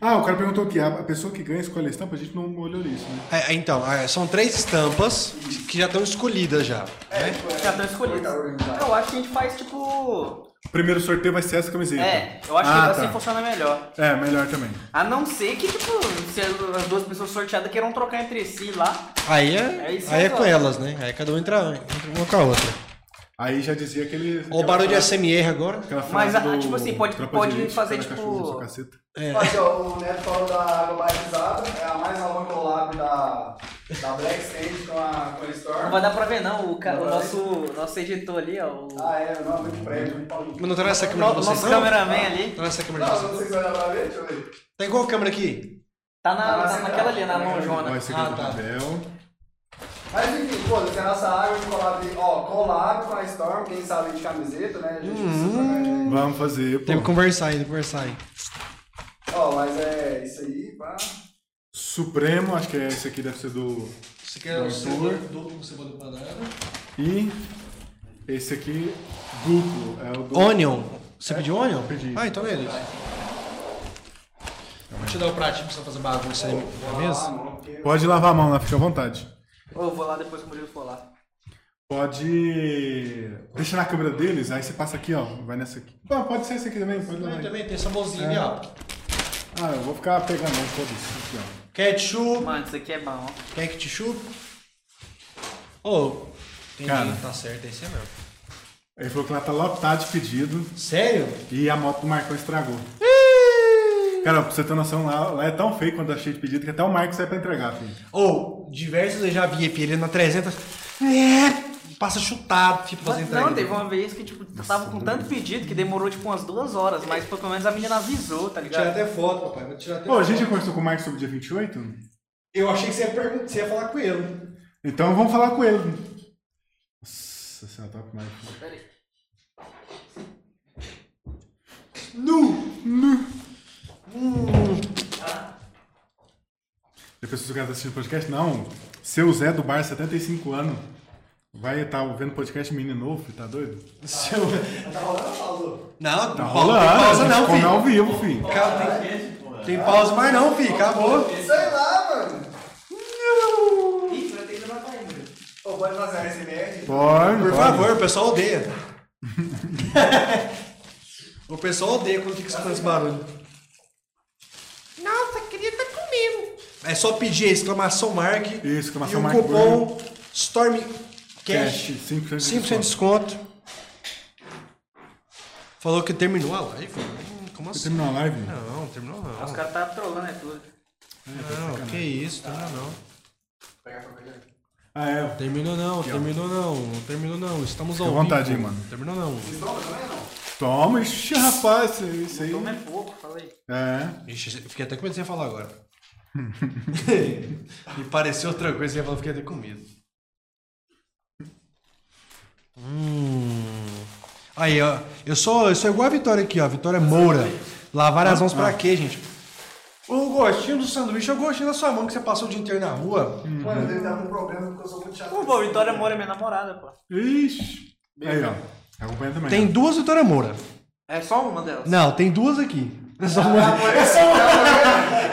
Ah, o cara perguntou que a a pessoa que ganha escolhe a estampa, a gente não olhou isso, né?
É, é, então, é, são três estampas que já estão escolhidas já. né?
Já estão escolhidos. Eu acho que a gente faz tipo.
O primeiro sorteio vai ser essa camiseta.
É, eu acho
Ah,
que assim
tá.
funciona melhor.
É, melhor também.
A não ser que, tipo, se as duas pessoas sorteadas queiram trocar entre si lá.
Aí é,
Aí sim,
aí é com
agora.
elas, né? Aí cada um entra, entra uma com a outra.
Aí já dizia aquele.
Ó, o barulho é de SMR agora.
Aquela
Mas,
frase
ah,
do
tipo assim, pode-
Tropa
pode
de Elite,
fazer,
cada
tipo-
cachorro na sua caceta.
Aqui, ó, o Neto falou da água batizada, é a mais nova collab da, da Black Stage com a, com a Storm.
Não vai dar pra ver, não. O, ca- o
Não vai.
nosso, nosso editor ali, ó. O
Ah, é, não, muito prédio,
Mas não tá nessa câmera
no-
de vocês,
nosso
não?
cameraman ali.
Tá nessa câmera de
Não,
vocês.
não sei se vai dar pra ver, deixa eu ver.
Tem Tá qual câmera aqui?
Tá, na,
Ah,
tá
sim,
naquela
tá.
ali, na Ah, mão
Ó,
Jona.
esse aqui é
Ah,
do
tá.
Abel.
Mas enfim, pô, se a nossa água de collab, ó, collab com a Storm, quem sabe de camiseta, né? A gente
Uhum.
precisa né? trocar ideia.
Vamos fazer, pô.
Tem um que conversar aí, tem que conversar aí.
Ó, mas é isso aí, pá.
Supremo, acho que é esse aqui deve ser do.
Você quer o cebola duplo com cebola empanada?
E esse aqui, duplo. É o do.
Onion. Você pediu onion?
pedi.
Ah, então é eles. Deixa eu dar o pratinho pra você fazer bagunça aí
É
na
Ah,
mesa.
não, porque...
Pode lavar a mão lá, fica à vontade.
Ou tá. eu vou lá depois que o Murilo for lá.
Pode. Deixa na câmera deles, aí você passa aqui, ó. Vai nessa aqui. Pô, pode ser esse aqui também, pode lavar.
Também,
aí.
também tem saborzinho ali, ó.
Ah, eu vou ficar pegando não, todos. Aqui, ó.
Ketchup.
Mano, isso aqui é bom.
Quer ketchup? Ô, tem
Cara.
gente que tá certo, é isso aí mesmo.
Ele falou que lá tá lotado de pedido
Sério?
e a moto do Marcão estragou. Cara, pra você ter noção, lá, lá é tão feio quando tá cheio de pedido que até o Marcos sai pra entregar, filho.
Ou, diversos eu já vi, filho, ele na 300. É, passa chutado, tipo,
Mas
fazendo entrega.
Não, teve uma vez que, tipo, tava com tanto pedido que demorou, tipo, umas duas horas, mas pelo menos a menina avisou, tá
Tirar
ligado?
até foto, papai. Vou tirar até
Pô, a
foto.
gente já conversou com o Marcos sobre o dia 28?
Eu achei que você ia, perguntar, você ia falar com ele.
Então vamos falar com ele. Nossa senhora, tá top Marcos.
Pera aí.
Nu! Nu!
Já pensou se o cara tá assistindo podcast? Não. Seu Zé do bar, 75 anos. Vai estar vendo podcast menino novo, tá doido?
Seu...
Tá rolando, falou.
Não,
Tá
não
rolando.
tem pausa
a gente
não,
come ao
filho.
vivo, filho.
Acabou. Tem pausa mais não, filho. Acabou.
Sei lá, mano.
Ih, vai ter que levar pra ele, Murilo.
Ô, pode fazer a SMR?
Pode,
Por
pode.
favor, o pessoal odeia. o pessoal odeia quando fica escutando esse barulho. Nossa, queria estar comigo. É só pedir exclamação Mark
Isso, exclamação
e o
Mark
cupom
Cash,
StormCash.
5% de
5% de
desconto.
desconto. Falou que terminou a live? Hum, Como
Você
assim?
terminou a live?
Não, terminou
Os
não.
caras tá trolando, é tudo.
Não, que isso, terminou não.
Pegar pra pegar.
Ah, é.
Terminou não, terminou não, não terminou não. Estamos ao
Fica à vontade,
vivo.
mano.
Terminou não.
Vocês vão também não?
Toma, ixi, rapaz, isso aí.
Toma é pouco, falei.
É.
Ixi, eu fiquei até com medo de você falar agora. Me pareceu outra coisa, você ia falar, eu fiquei até com medo. Hum. Aí, ó. Eu sou, eu sou igual a Vitória aqui, ó. Vitória Moura. Lavar as mãos pra quê, gente? O gostinho do sanduíche é o gostinho da sua mão que você passou o dia inteiro na rua.
Mano, eu devo dar um problema porque eu sou muito chato.
Pô, pô, Vitória Moura é minha namorada, pô.
Ixi. Aí, ó. Acompanha também. né?
Tem duas Vitória Moura.
É só uma delas.
Não, tem duas aqui. É só uma, é só uma,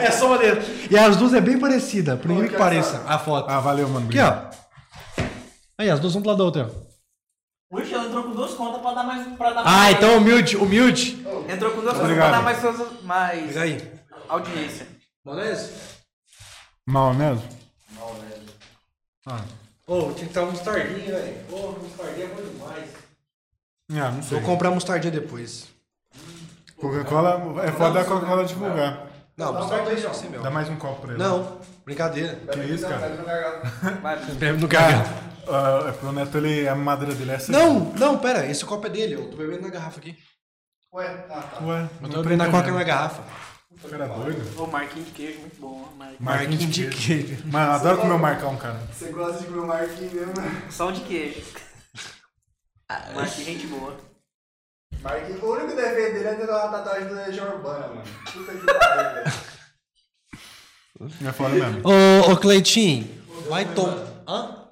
é só uma delas. E as duas é bem parecida, por incrível que pareça, a foto.
Ah, valeu, mano.
Aqui, ó. Aí, as duas vão do lado da outra. ó.
Ixi, ela entrou com duas contas pra dar mais. Pra dar
Ah, então humilde, humilde.
Entrou com duas contas pra
Obrigado.
dar mais, coisas- mais
aí.
audiência.
Beleza?
Maionese?
Maionese.
Ah.
Ô, tinha que ter uma mostardinha, velho. Ô, mostardinha é bom demais.
Ah, não sei.
Vou comprar mostardinha depois.
Coca-Cola, é foda da Coca-Cola divulgar.
Não, mostardinha não, sem mel.
Dá mais um copo pra ele.
Não, brincadeira.
Que isso,
tá
cara?
Vai,
Bebe no
Cara, ah, é pro Neto, ele, a madeira dele é essa.
Não, não, pera, esse copo é dele, eu tô bebendo na garrafa aqui.
Ué, ah, tá.
Ué,
Eu
não
tô
tô
bebendo né? na coca
entendendo.
na garrafa.
Cara é doido.
o Marquinhos de queijo, muito bom, ó, Marquinhos.
Marquinhos de
queijo.
Mano, eu adoro comer o Marcão, cara.
Você gosta de comer o Marquinhos mesmo? né?
Só de queijo. Ah, Marquinhos, gente boa.
Marquinhos, o único defeito dele é ter uma tatuagem da Legião Urbana, mano. Puta que pariu, velho.
É foda mesmo.
Ô, ô Cleitinho, vai tomar. Hã?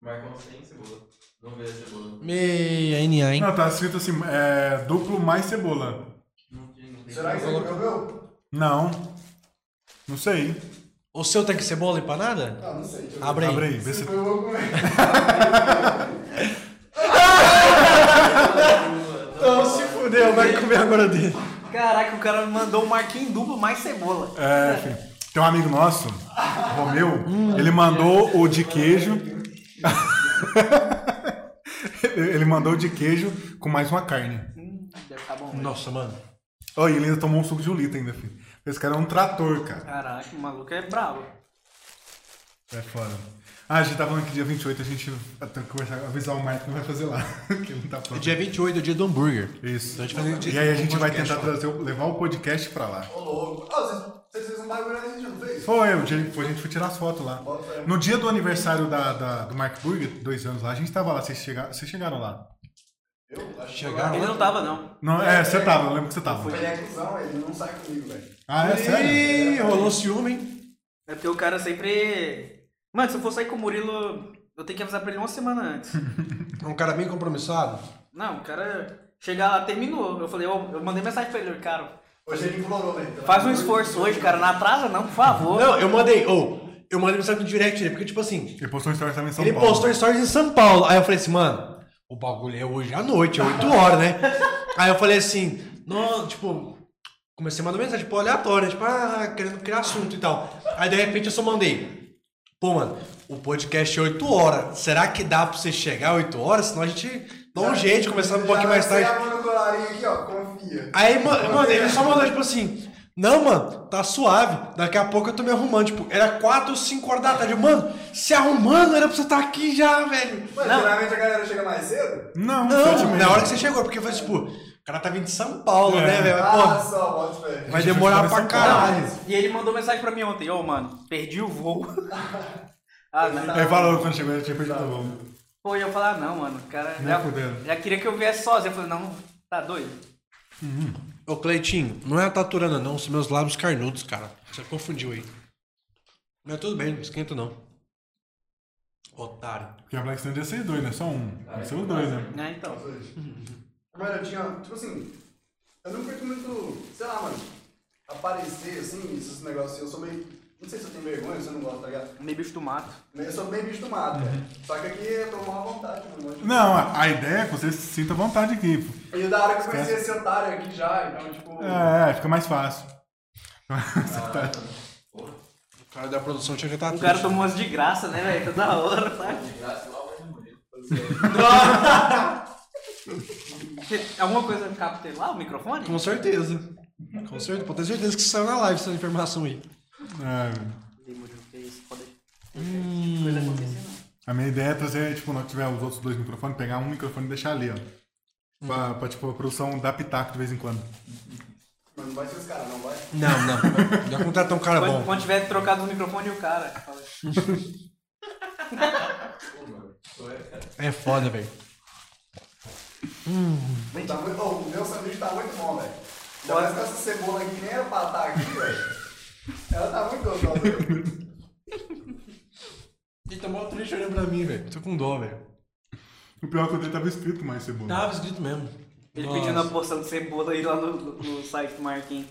Marcão sem cebola. Não vê a cebola.
Meia NA, hein?
Não, tá escrito assim, é, duplo mais cebola.
Não tem, não tem.
Será que você comeu meu?
Não. Não sei.
O seu tem que ser bola empanada?
Ah, não sei. deixa eu ver.
Abre aí.
Abre aí, vê se...
Se foi, eu vou comer.
Não, se fudeu, vai comer agora dele.
Caraca, o cara mandou o Marquinhos duplo mais cebola.
É, enfim. Tem um amigo nosso, Romeu, ele mandou o de queijo. ele mandou o de queijo com mais uma carne.
Hum, deve tá bom. velho.
Nossa, mano.
Oh, e ele ainda tomou um suco de um litro ainda, filho. Esse cara é um trator, cara.
Caraca, o maluco é brabo.
É foda. Ah, a gente tá falando que dia 28 a gente tem que conversar, avisar o Marco que vai fazer lá. que ele não tá pronto.
Dia 28 é o dia do hambúrguer.
Isso.
Então a gente vai fazer
E aí a gente
um
vai
podcast
tentar
lá.
trazer, o- levar o podcast pra lá.
Ô, louco. Ah, vocês- vocês fizeram um bagulho a gente não fez?
Foi, o dia- foi, a gente foi tirar as fotos lá.
Bota aí.
No dia do aniversário da, da- do Mark Burger, dois anos lá, a gente tava lá, vocês, chega, vocês chegaram lá.
Eu acho que
Chegaram.
Ele não tava, não.
Não, é, você tava, eu lembro que você tava.
Ele é cuzão, ele não sai comigo, velho.
Ah, é sério?
Ih, rolou ciúme, hein?
É porque o cara sempre. Mano, se eu for sair com o Murilo, eu tenho que avisar pra ele uma semana antes.
É um cara bem compromissado.
Não, o cara chegar lá, terminou. Eu falei, eu, eu mandei mensagem pra ele, cara,
Hoje ele implorou, né? Então, velho.
faz um esforço hoje, cara, não atrasa não, por favor.
Não, eu mandei, ou, eu mandei mensagem no direct dele, porque, tipo assim,
Ele postou um story também em São
ele
Paulo.
postou stories em São Paulo. Aí eu falei assim, mano, o bagulho é hoje à noite, é 8 horas, né? Aí eu falei assim, não, tipo, comecei a mandar mensagem, tipo, aleatória, tipo, ah, querendo criar assunto e tal. Aí de repente eu só mandei. Pô, mano, o podcast é 8 horas. Será que dá pra você chegar 8 horas? Senão a gente dá um jeito, começar um pouquinho mais tarde.
Você no colarinho aqui, ó, confia.
Aí, ma- mano, ele só mandou, tipo assim, não, mano, tá suave, daqui a pouco eu tô me arrumando. Tipo, era 4 ou 5 horas da tarde. Eu, Mano, se arrumando era pra você estar aqui já, velho.
Mano, geralmente a galera chega mais cedo.
Não, sete e
Não,
meia.
na hora que você chegou, porque foi tipo, o cara tá vindo de São Paulo,
É.
né, velho?
Ah,
Pô,
só, bota fé.
vai
gente foi
demorar
pra
pra
São Paulo.
caralho.
E ele mandou mensagem pra mim ontem, ô mano, perdi o voo. ah, não.
Aí É, falou quando chegou, ele tinha perdido o voo.
Pô, e eu falar, ah, não, mano, o cara
é
Nem
já,
fudendo.
já queria que eu viesse sozinho. Eu falei, não, tá doido.
Ô, Cleitinho, não é a taturana, não, são meus lábios carnudos, cara. Você confundiu aí. Mas tudo bem, não esquenta não. Otário.
Porque a Black Sand ia ser dois, né? Só um. Ia ser os dois, né?
Né, então.
Mano, eu tinha, tipo assim, eu não curto muito, sei lá, mano, aparecer assim, esses negócios. Eu sou meio, não sei se eu tenho vergonha, se eu não gosto, tá ligado?
Meio bicho do mato.
Mas eu sou bem bicho do mato,
Uhum.
velho. Só que aqui eu tô mal à vontade, mano. Mas, tipo,
Não, a, a ideia é que você se sinta à vontade aqui.
E da hora que eu conheci esse otário aqui já, então, tipo.
É, fica mais fácil.
Ah, tá.
O cara da produção tinha que tá estar
O Um cara tomou umas de graça, né, velho? Toda hora, sabe?
Graças ao amor de Murilo.
Alguma coisa captei lá, o microfone?
Com certeza. Com certeza. Pode ter certeza que saiu na live essa informação aí.
É, velho.
Ih, Murilo, que isso, pode-
Hum.
Que coisa acontecendo.
a minha ideia é trazer, tipo, quando tiver os outros dois microfones, pegar um microfone e deixar ali, ó. Pra, pra, tipo, a produção dar pitaco de vez em quando.
Mano, não vai ser os caras, não vai.
Não, não. Já contratou um cara
Quando,
bom.
quando tiver trocado o microfone e o cara. fala, assim.
É foda, velho.
Tá muito, oh, o meu sanduíche tá muito bom, velho. Ainda
Bora.
mais com essa cebola aqui, que nem era pra estar aqui, velho. Ela tá muito gostosa. velho.
Ele tá mó triste olhando pra mim, velho. Tô com dó, velho.
O pior é que o dele tava escrito tipo, mais cebola.
Tava escrito mesmo.
Ele
Nossa.
pedindo a porção de cebola aí lá no, no- no site do Marquinhos.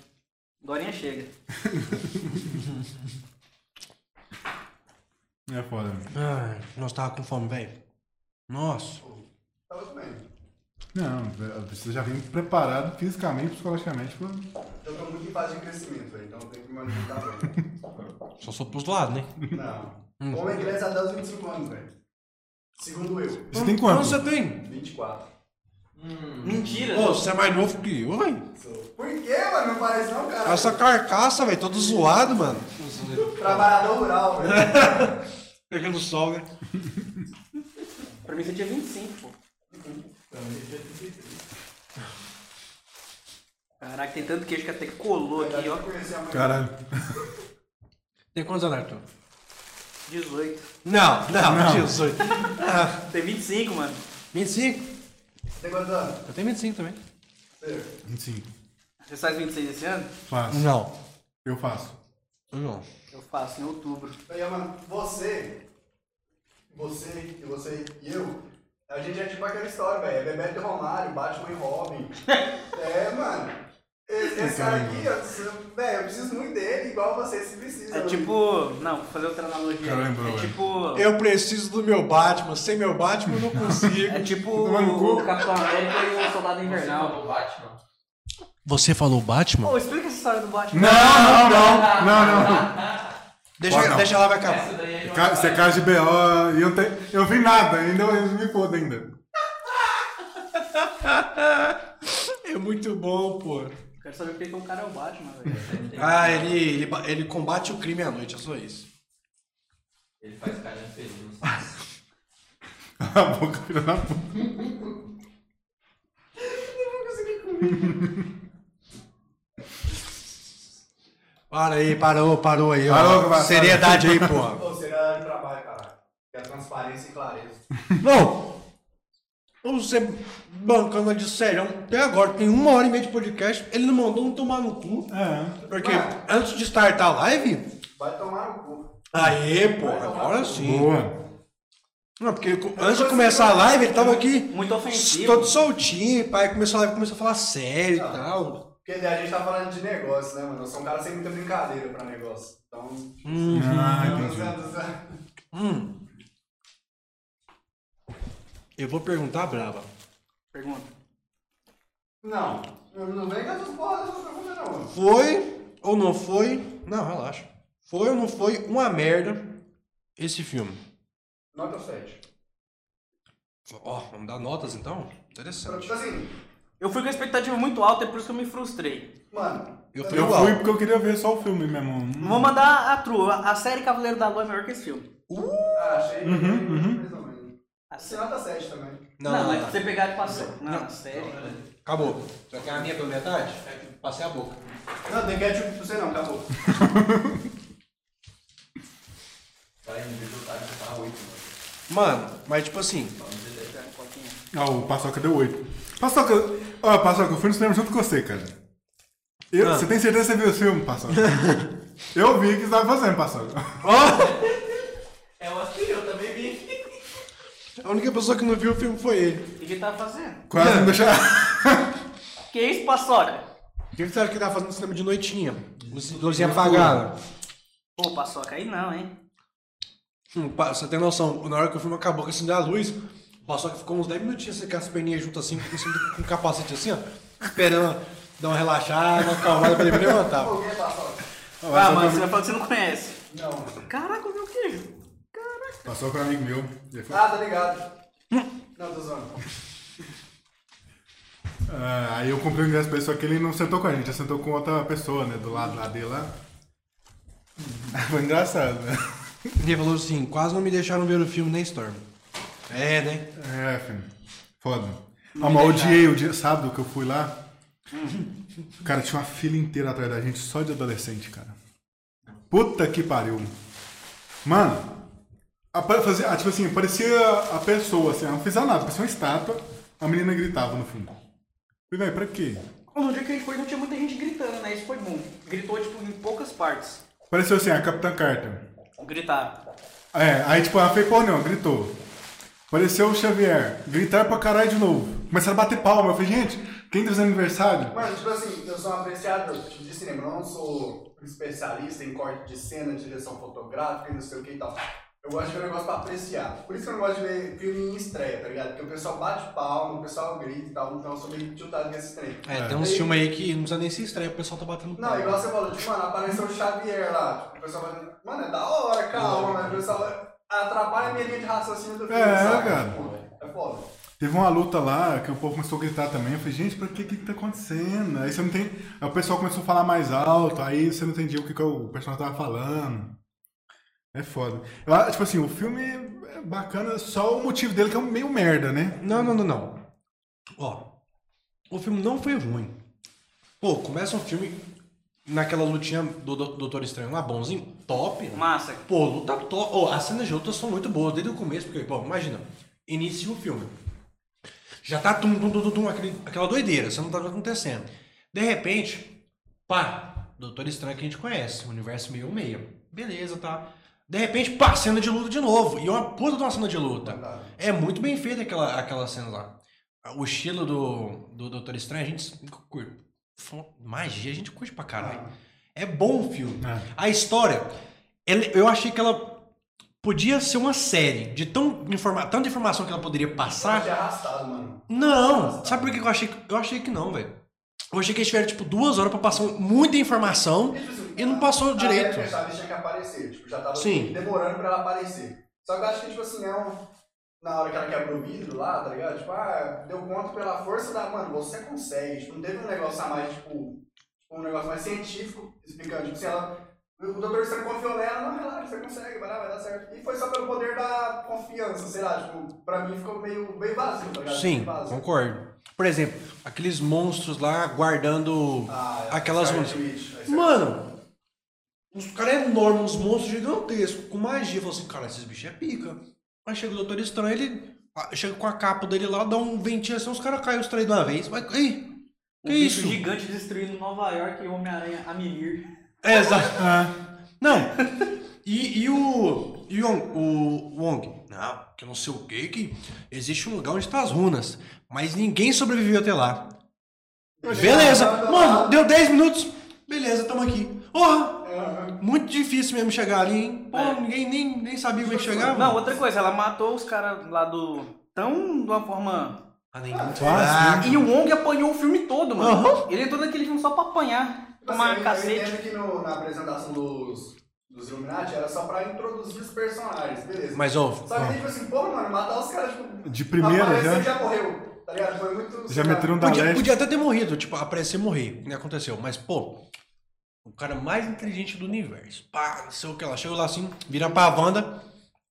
Dorinha chega.
É foda. velho.
Ai, nós tava com fome, velho. Nossa.
Tá muito bem.
Não, velho, você já vem preparado fisicamente, psicologicamente. Pra...
Eu tô muito em fase de crescimento, velho. Então eu tenho que me alimentar bem.
Só sou pros lados, né?
Não.
Hum.
Homem cresce até os 25 anos, velho. Segundo eu.
Você tem quanto?
você tem?
24.
Hum. Mentira!
Ô, você é mais novo que eu, velho.
Sou. Por quê, mano? Não parece não, cara.
Essa carcaça, velho, todo zoado, mano.
Trabalhador rural, velho.
Pegando sol, né?
Pra mim você tinha 25, pô. Caraca, tem tanto queijo que até colou aqui, ó.
Conheci a mãe.
Caralho.
Tem quantos anos, Arthur?
18.
Não, não,
Não.
18. Ah,
Tem 25, mano.
25?
Tem quantos anos?
Eu tenho 25 também.
Você?
25.
Você faz 26 esse ano?
Faço.
Não.
Eu faço.
Eu não.
Eu faço em outubro.
Aí, mano, você, você e você e eu, a gente é tipo aquela história, velho. É Bebeto e Romário, Batman e Robin. é, mano. Esse, esse cara aqui, eu- velho, eu preciso muito dele, igual você se precisa.
É tipo. Não, vou fazer outra analogia.
Cara, lembrou,
é
velho.
tipo.
Eu preciso do meu Batman. Sem meu Batman eu não consigo.
É tipo
Tomando cu.
o Capitão América e o Soldado Invernal.
Não, o Batman.
Você falou Batman?
Pô, explica essa história do Batman.
Não, não, não. Não, não.
Deixa,
Pode não.
deixa lá, vai acabar.
Essa daí é de uma
Ca- Você é caso de B.O. e eu não tenho... Eu vi nada, ainda eu me foda ainda.
É muito bom, pô.
Quero saber porque que o cara é o Batman, velho.
Ah, ele, ele, ba- ele combate o crime à noite, é só isso.
Ele faz carinha feliz no saco.
A boca filha da puta.
Para aí, parou, parou aí. ó.
Parou, Gabriel.
Seriedade aí, pô.
Ou será de trabalho, caralho. Que é transparência e clareza.
Não! Você bancando de sério, até agora, tem uma hora e meia de podcast, ele não mandou um tomar no cu.
É.
Porque
Ué.
antes de startar a live.
Vai tomar no cu.
Aê, pô, agora sim.
Boa.
Não, porque co- antes de começar a live, ele tava aqui
Muito ofensivo.
todo soltinho, pai. Começou a live, começou a falar sério e tal.
Porque a gente tá falando de negócio, né, mano? Eu sou um cara sem muita brincadeira pra negócio. Então.
Hum,
Ah, entendi.
hum. Eu vou perguntar brava.
Pergunta.
Não. Não vem com essas porras, não pergunta não.
Foi ou não foi? Não, relaxa. Foi ou não foi uma merda esse filme?
Nota 7.
Ó, vamos dar notas então? Interessante.
Tipo assim,
Eu fui com a expectativa muito alta, é por isso que eu me frustrei.
mano.
Eu
Eu fui porque eu queria ver só o filme mesmo. Hum.
Vou mandar a trua. A série Cavaleiro da Lua é melhor que esse filme.
Ah, achei.
Uhum, uhum.
Mais ou menos.
A
Você
série.
nota 7 também.
Não,
não,
não,
mas
não.
se você pegar de passeio. Não, a série.
Acabou. Já quer a minha pela metade? É Passei a boca.
Não, tem ketchup pra você não, acabou.
Cara, em vídeo tá, tá oito, mano.
Mano, mas tipo assim,
Um pouquinho.
Ah, o Paçoca deu 8. Paçoca, ó, Paçoca, eu fui no cinema junto com você, cara. Eu-
Ah.
Você tem certeza que você viu o filme, Paçoca? eu vi o que você tava fazendo, Paçoca.
É, eu acho que eu também vi.
a única pessoa que não viu o filme foi ele.
O que ele tá fazendo?
Quase não deixa.
Que isso, paçoca?
O que você acha que ele tava fazendo no cinema de noitinha? Luzinha apagada.
Pô, paçoca, aí não, hein?
Hum, pa- Você tem noção, na hora que o filme acabou que acendeu a luz, passou que ficou uns 10 minutinhos assim, com as perninhas juntas assim, com cima do- com o capacete assim, ó, esperando dar uma relaxada, uma acalmada pra ele me levantar.
Alguém passou.
Ah, mano, você vai falar que você não conhece.
Não.
Caraca, eu vi o queijo.
Paçoca é um amigo meu. Ele foi-
Ah, tá ligado. Não, tô zoando.
Ah, aí eu comprei o ingresso pra ele, só que ele não sentou com a gente, ele sentou com outra pessoa, né? Do lado lá dele lá. Foi engraçado, né?
Ele falou assim, quase não me deixaram ver o filme nem Storm. É, né?
É, filho. Foda. Ah, mas eu odiei o dia, sábado que eu fui lá. Cara, tinha uma fila inteira atrás da gente só de adolescente, cara. Puta que pariu. Mano, apa- fazia, ah, tipo assim, parecia a pessoa, assim, ela não fazia nada, parecia uma estátua, a menina gritava no fundo. Falei, velho, pra quê?
No dia que a gente foi, não tinha muita gente gritando, né? Isso foi bom. Gritou, tipo, em poucas partes.
Pareceu assim, a Capitã Carter.
Gritaram.
É, aí tipo, ela fez pô, não, gritou. Apareceu o Xavier, gritaram pra caralho de novo. Começaram a bater palma. Eu falei, gente, quem tá fazendo aniversário?
Mano, tipo assim, eu sou um apreciador tipo, de cinema, eu não sou um especialista em corte de cena, direção fotográfica e não sei o que e tal. Eu gosto de ver um negócio pra apreciar. Por isso que eu não gosto de ver filme em estreia, tá ligado? Porque o pessoal bate palma, o pessoal grita e tal, então eu sou meio tiltado nesse trem.
É, tem uns filmes aí que não precisa nem se estreia, o pessoal tá batendo
Não, igual você falou, tipo, mano, apareceu o Xavier lá. Tipo, o pessoal falando, mano, é da hora, calma, mas o pessoal atrapalha a minha linha de raciocínio do filme.
É,
saca?
cara.
Tipo, é foda.
Teve uma luta lá que o povo começou a gritar também. Eu falei, gente, pra que que tá acontecendo? Aí você não tem. Aí o pessoal começou a falar mais alto, aí você não entendia o que, que o personagem tava falando. É foda. Eu acho, tipo assim, o filme é bacana, só o motivo dele que é um meio merda, né?
Não, não, não, não. Ó, o filme não foi ruim. Pô, começa um filme naquela lutinha do do- Doutor Estranho lá, bonzinho, top. né?
Massa.
Pô, luta top. Ó, as cenas de luta são muito boas desde o começo, porque, bom, imagina, inicia o filme. Já tá tum, tum, tum, tum, tum aquele- aquela doideira, você não tá vendo o que acontecendo. De repente, pá, Doutor Estranho que a gente conhece, universo um meio meia. Beleza, tá. De repente, pá, cena de luta de novo. E é uma puta de uma cena de luta.
Verdade.
É muito bem feita aquela, aquela cena lá. O estilo do, do Doutor Estranho, a gente curte. Fo- Magia, a gente curte pra caralho. É bom o filme.
É.
A história, ela- eu achei que ela podia ser uma série. De tão informa, tanta informação que ela poderia
Saca?
passar.
é arrastado, mano.
Não! Sabe por que eu achei que, eu achei que não, velho? Eu achei que eles tiveram, tipo, duas horas pra passar muita informação e não passou direito.
A chave tinha que aparecer, tipo, já tava
Sim.
demorando pra ela aparecer. Só que eu acho que, tipo assim, é um... Na hora que ela quebra o vidro lá, tá ligado? Tipo, ah, deu conta pela força da... Mano, você consegue. Tipo, não teve um negócio a mais, tipo... Um negócio mais científico explicando. Tipo, se ela... O doutor Estranho confiou nela, não, relaxa, você consegue, vai lá, vai dar certo. E foi só pelo poder da confiança, sei lá, tipo, pra mim ficou meio, meio vazio, tá ligado?
Sim,
Meio vazio.
concordo. Por exemplo, aqueles monstros lá guardando
Ah, é,
aquelas
Scarlet
runas.
Witch, aí você-
Mano, os caras é enormes, uns monstros gigantescos, com magia. Falou assim, cara, esses bichos é pica. Aí chega o Doutor Estranho, ele ah, chega com a capa dele lá, dá um ventinho assim, os caras caem os três de uma vez. Mas, ei,
Um
que
bicho
isso?
gigante destruindo Nova York e o Homem-Aranha a Mimir.
É, Exato.
Ah,
Não. E, e o. E o, o Wong? Não, que não sei o que, que existe um lugar onde tá as runas. Mas ninguém sobreviveu até lá. Beleza! Mano, deu 10 minutos. Beleza, tamo aqui. Porra! Muito difícil mesmo chegar ali, hein? Pô, ninguém nem, nem sabia como é que chegava.
É. Não, outra coisa, ela matou os caras lá do. Tão de uma forma.
Ah, nem muito
quase,
E o Wong apanhou o filme todo, mano.
Aham.
Ele entrou naquele filme só pra apanhar, tomar um
Assim, eu- Eu
cacete.
entendo que no- na apresentação dos, dos Illuminati era só pra introduzir os personagens, beleza.
Mas, ó,
Só que daí, tipo assim, pô, mano, matar os caras, tipo,
de primeira
apareceu e
já,
já morreu, tá ligado? Foi muito...
já meteram um da
podia,
leste.
podia até ter morrido, tipo, aparecer e morrer. Nem aconteceu. Mas, pô, o cara mais inteligente do universo. Pá, não sei o que lá. Chegou lá assim, vira pra Wanda.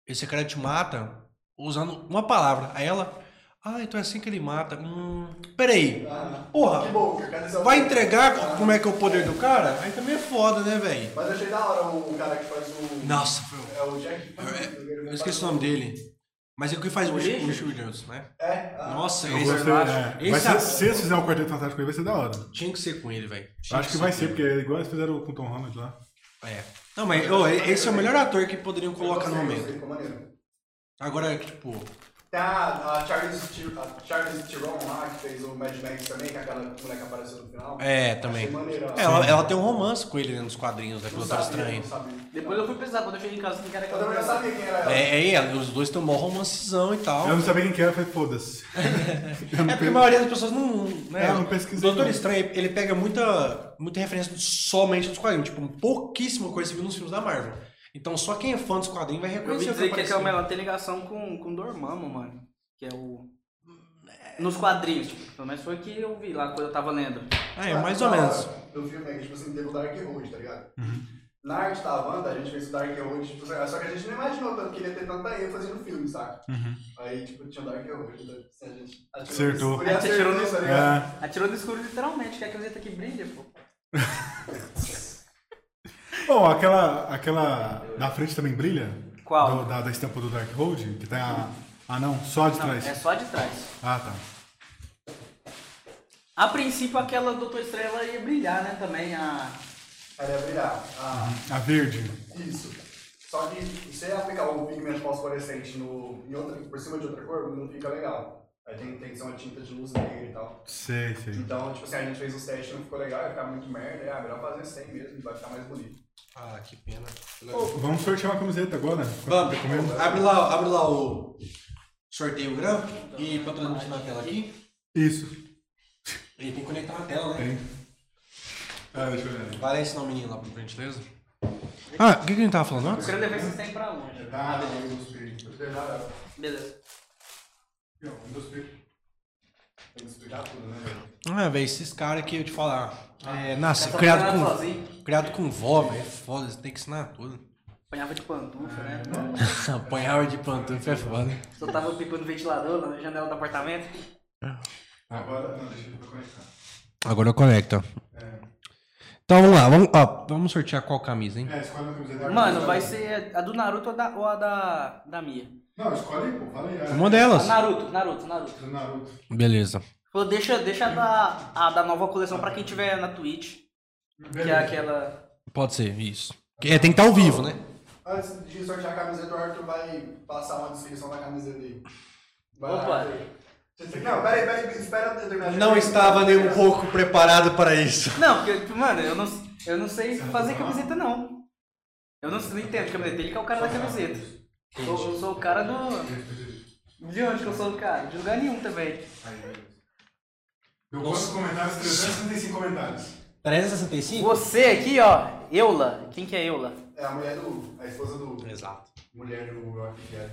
Esse cara te mata usando uma palavra. Aí ela. Ah, então é assim que ele mata. Hum.
um-
Peraí.
Ah, que
Porra,
bom, que eu quero dizer-
vai entregar como é que é o poder do cara? Aí também é foda, né, velho?
Mas eu achei da hora o, o cara que faz o...
Nossa, foi.
É o Jack...
Eu esqueci o nome dele. Mas é o que faz o Michel Williams, né?
É, ah,
Nossa,
Eu
esse,
gostei, é. Vai
esse
ser, se eles fizerem um quarteto fantástico aí, vai ser da hora.
tinha que ser com ele, velho. Tinha
Acho que vai
com
ser,
ele.
porque é igual eles fizeram com o Tom Holland lá.
É. Não, mas ô, esse é o melhor ator que poderiam colocar no
gostei,
momento.
gostei, ficou maneiro.
Agora, tipo,
Tem a, a Charles, Ti- a Charles Theron lá, que fez o Mad Max também, que é aquela moleca apareceu no final.
é, também.
Achei maneiro, ó.
É, Ela, ela tem um romance com ele né, nos quadrinhos, né?
Não
Com o Doutor
sabia,
Estranho.
não sabia.
Depois eu fui pesquisar, quando eu cheguei em casa, eu era
é Eu Então, também não
aquela.
sabia quem era ela.
É, é, é, os dois têm um bom romancezão e tal.
Eu não sabia quem que era, eu falei, foda-se. Eu
É
não
porque
pe-
a maioria das pessoas não. Né,
É, eu não pesquisei,
Doutor
não.
Estranho, ele pega muita, muita referência somente dos quadrinhos. Tipo, pouquíssima coisa você viu nos filmes da Marvel. Então só quem é fã dos quadrinhos vai
Eu ouvi
reconhecer o
dizer que é
apareceu.
aquela ela tem ligação com, com Dormammu, mano. Que é o. Nos quadrinhos, tipo, pelo menos foi o que eu vi lá quando eu tava lendo.
É, mais ou menos. Uhum.
Do filme é que, tipo assim, teve o Dark Road, tá ligado? Na arte da Wanda, a gente fez o Dark Road, tipo, só que a gente não imaginou tanto que ele ia ter tanta ênfase no filme, saca?
Uhum.
Aí, tipo, tinha o Dark Road, então, assim, a gente atirou
Acertou.
no escuro e
Aí você tirou no
tá ligado?
É,
Atirou no escuro literalmente, que é a camiseta que brilha, pô.
Bom, aquela, aquela da frente também brilha?
Qual?
Do- da, da estampa do Dark Hold, que tem a. Ah não, só de
Não,
trás.
é só de trás.
Ah tá.
A princípio, aquela Doutor Estrela ia brilhar, né? Também a.
Ela ia brilhar. Ah,
A verde.
isso. Só que se você aplicar um pigmento fosforescente no, em outra, por cima de outra cor, não fica legal. Aí tem, tem que ser uma tinta de luz negra e tal.
Sei, sei.
Então, tipo assim, a gente fez os testes, não ficou legal, ia ficar muito merda. É, ah, melhor fazer sem mesmo, vai ficar mais bonito.
Ah, que pena.
Vamos sortear uma camiseta agora?
Vamos,
Tá comendo?
abre lá, abre lá o sorteio gráfico e pra transmitir na tela aqui.
Isso.
Ele tem que conectar na tela, né?
Tem. Ah, deixa eu olhar.
Parece não, menino, lá por gentileza. Ah, o que, que a gente tava falando
Eu
antes?
quero levar esse tempo pra longe.
Ah, Windows Page.
Beleza.
Não, Windows Page.
Tem que explicar tudo, né?
Ah, velho, esses caras aqui, eu te falar. É, nasce,
Tá
criado
trabalhando
com,
sozinho.
criado com vó, velho. é Foda, você tem que ensinar tudo.
Apanhava de pantufa, né?
Apanhava de pantufa é foda.
Só tava pipando ventilador na janela do apartamento.
Ah.
Agora, não, deixa eu conectar.
Agora eu conecto, ó. Então vamos lá, vamos, ó, vamos sortear qual camisa, hein?
É, escolhe uma camiseta.
Mano, vai ser a do Naruto ou a da, ou a da, da Mia?
Não, escolhe, pô, fala aí.
Uma delas.
Naruto, Naruto, Naruto.
Do Naruto.
Beleza.
Falou, deixa, deixa a, da, a da nova coleção pra quem tiver na Twitch. Que é aquela.
Pode ser, isso. É, tem que estar ao vivo, né?
Antes de sortear a camiseta, o Arthur vai passar uma descrição da camiseta aí. Vai lá,
Opa.
Arthur. Você- Não, peraí, peraí, espera eu terminar.
Não estava nem um pouco preparado para isso.
Não, porque, mano, eu não, eu não sei fazer camiseta, não. Eu não, não entendo camiseta. Ele que é o cara da camiseta. Eu, eu sou o cara do. De onde que eu sou o cara? De lugar nenhum também.
Eu gosto de comentários, 365 comentários.
365?
Você aqui, ó, Eula. Quem que é Eula?
É a mulher do Hugo, a esposa do Hugo.
Exato.
Mulher do Hugo, eu acho que é.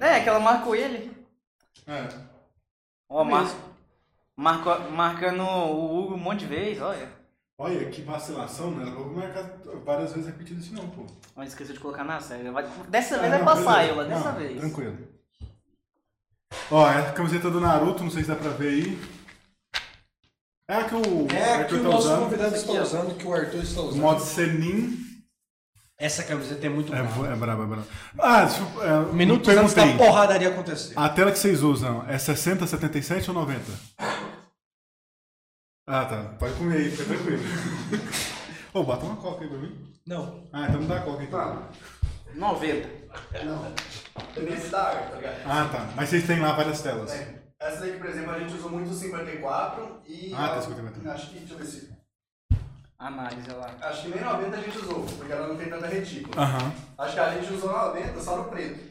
É, que ela marcou ele.
É.
Ó, mar... marca... marcando o Hugo um monte de vez, olha.
Olha, que vacilação, né? Ela vai marcar várias vezes repetido isso não, pô.
Mas esqueceu de colocar na série. Vai- Dessa vez
Ah,
vai
não,
passar
beleza.
ela, dessa
Não,
vez.
Tranquilo. Ó, é a camiseta do Naruto, não sei se dá pra ver aí. É a que o
É a que o
Arthur tá
nosso
usando.
convidado está usando, que o Arthur está
O
usando.
modo Senin.
Essa camiseta é muito
Tá.
É,
brava.
vo- é braba, é braba. Ah, deixa eu, é,
Um
Minutos
eu
antes da
perguntei.
porradaria acontecer.
A tela que vocês usam é 60, 77 ou 90? Ah, tá. Pode comer aí, fica tranquilo. Ô, bota uma coca aí pra mim.
Não.
Ah, então me dá a coca então.
Tá.
Mano,
90.
nesse da arte, tá ligado?
Ah, tá. Mas vocês têm lá várias telas.
É. Essa daqui, por exemplo, a gente usou muito o 54 e.
Ah,
a-
tá, 54.
Acho que, deixa eu ver se.
Análise Ah, lá.
Acho que nem 90 a gente usou, porque ela não tem tanta retícula.
Aham.
Acho que a gente usou 90 só no preto.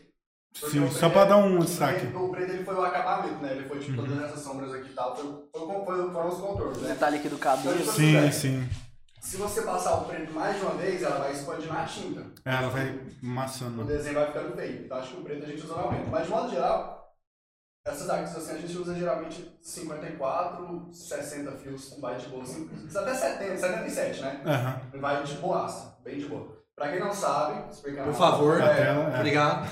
Porque
é,
Sim,
o
só
preto-
pra dar um
o
destaque.
preto- O preto ele foi o acabamento, né? Ele foi
Uhum.
tipo todas essas sombras aqui e tal. Foi, foi, o- foi- foram os contornos,
O
né?
detalhe aqui do cabelo.
Sim.
Sim, sim.
Se você passar o preto mais de uma vez, ela vai expandir na tinta.
É, ela vai
O
maçando.
desenho vai ficando feio. Então acho que o preto a gente usa normalmente. Mas de modo geral, essas artes assim, a gente usa geralmente 54, 60 fios com baile de boa. simples. Até 70, 77, né?
Aham.
Um baile de boaça, bem de boa. Pra quem não sabe, explicando.
Por favor.
A
É,
tela é.
Obrigado.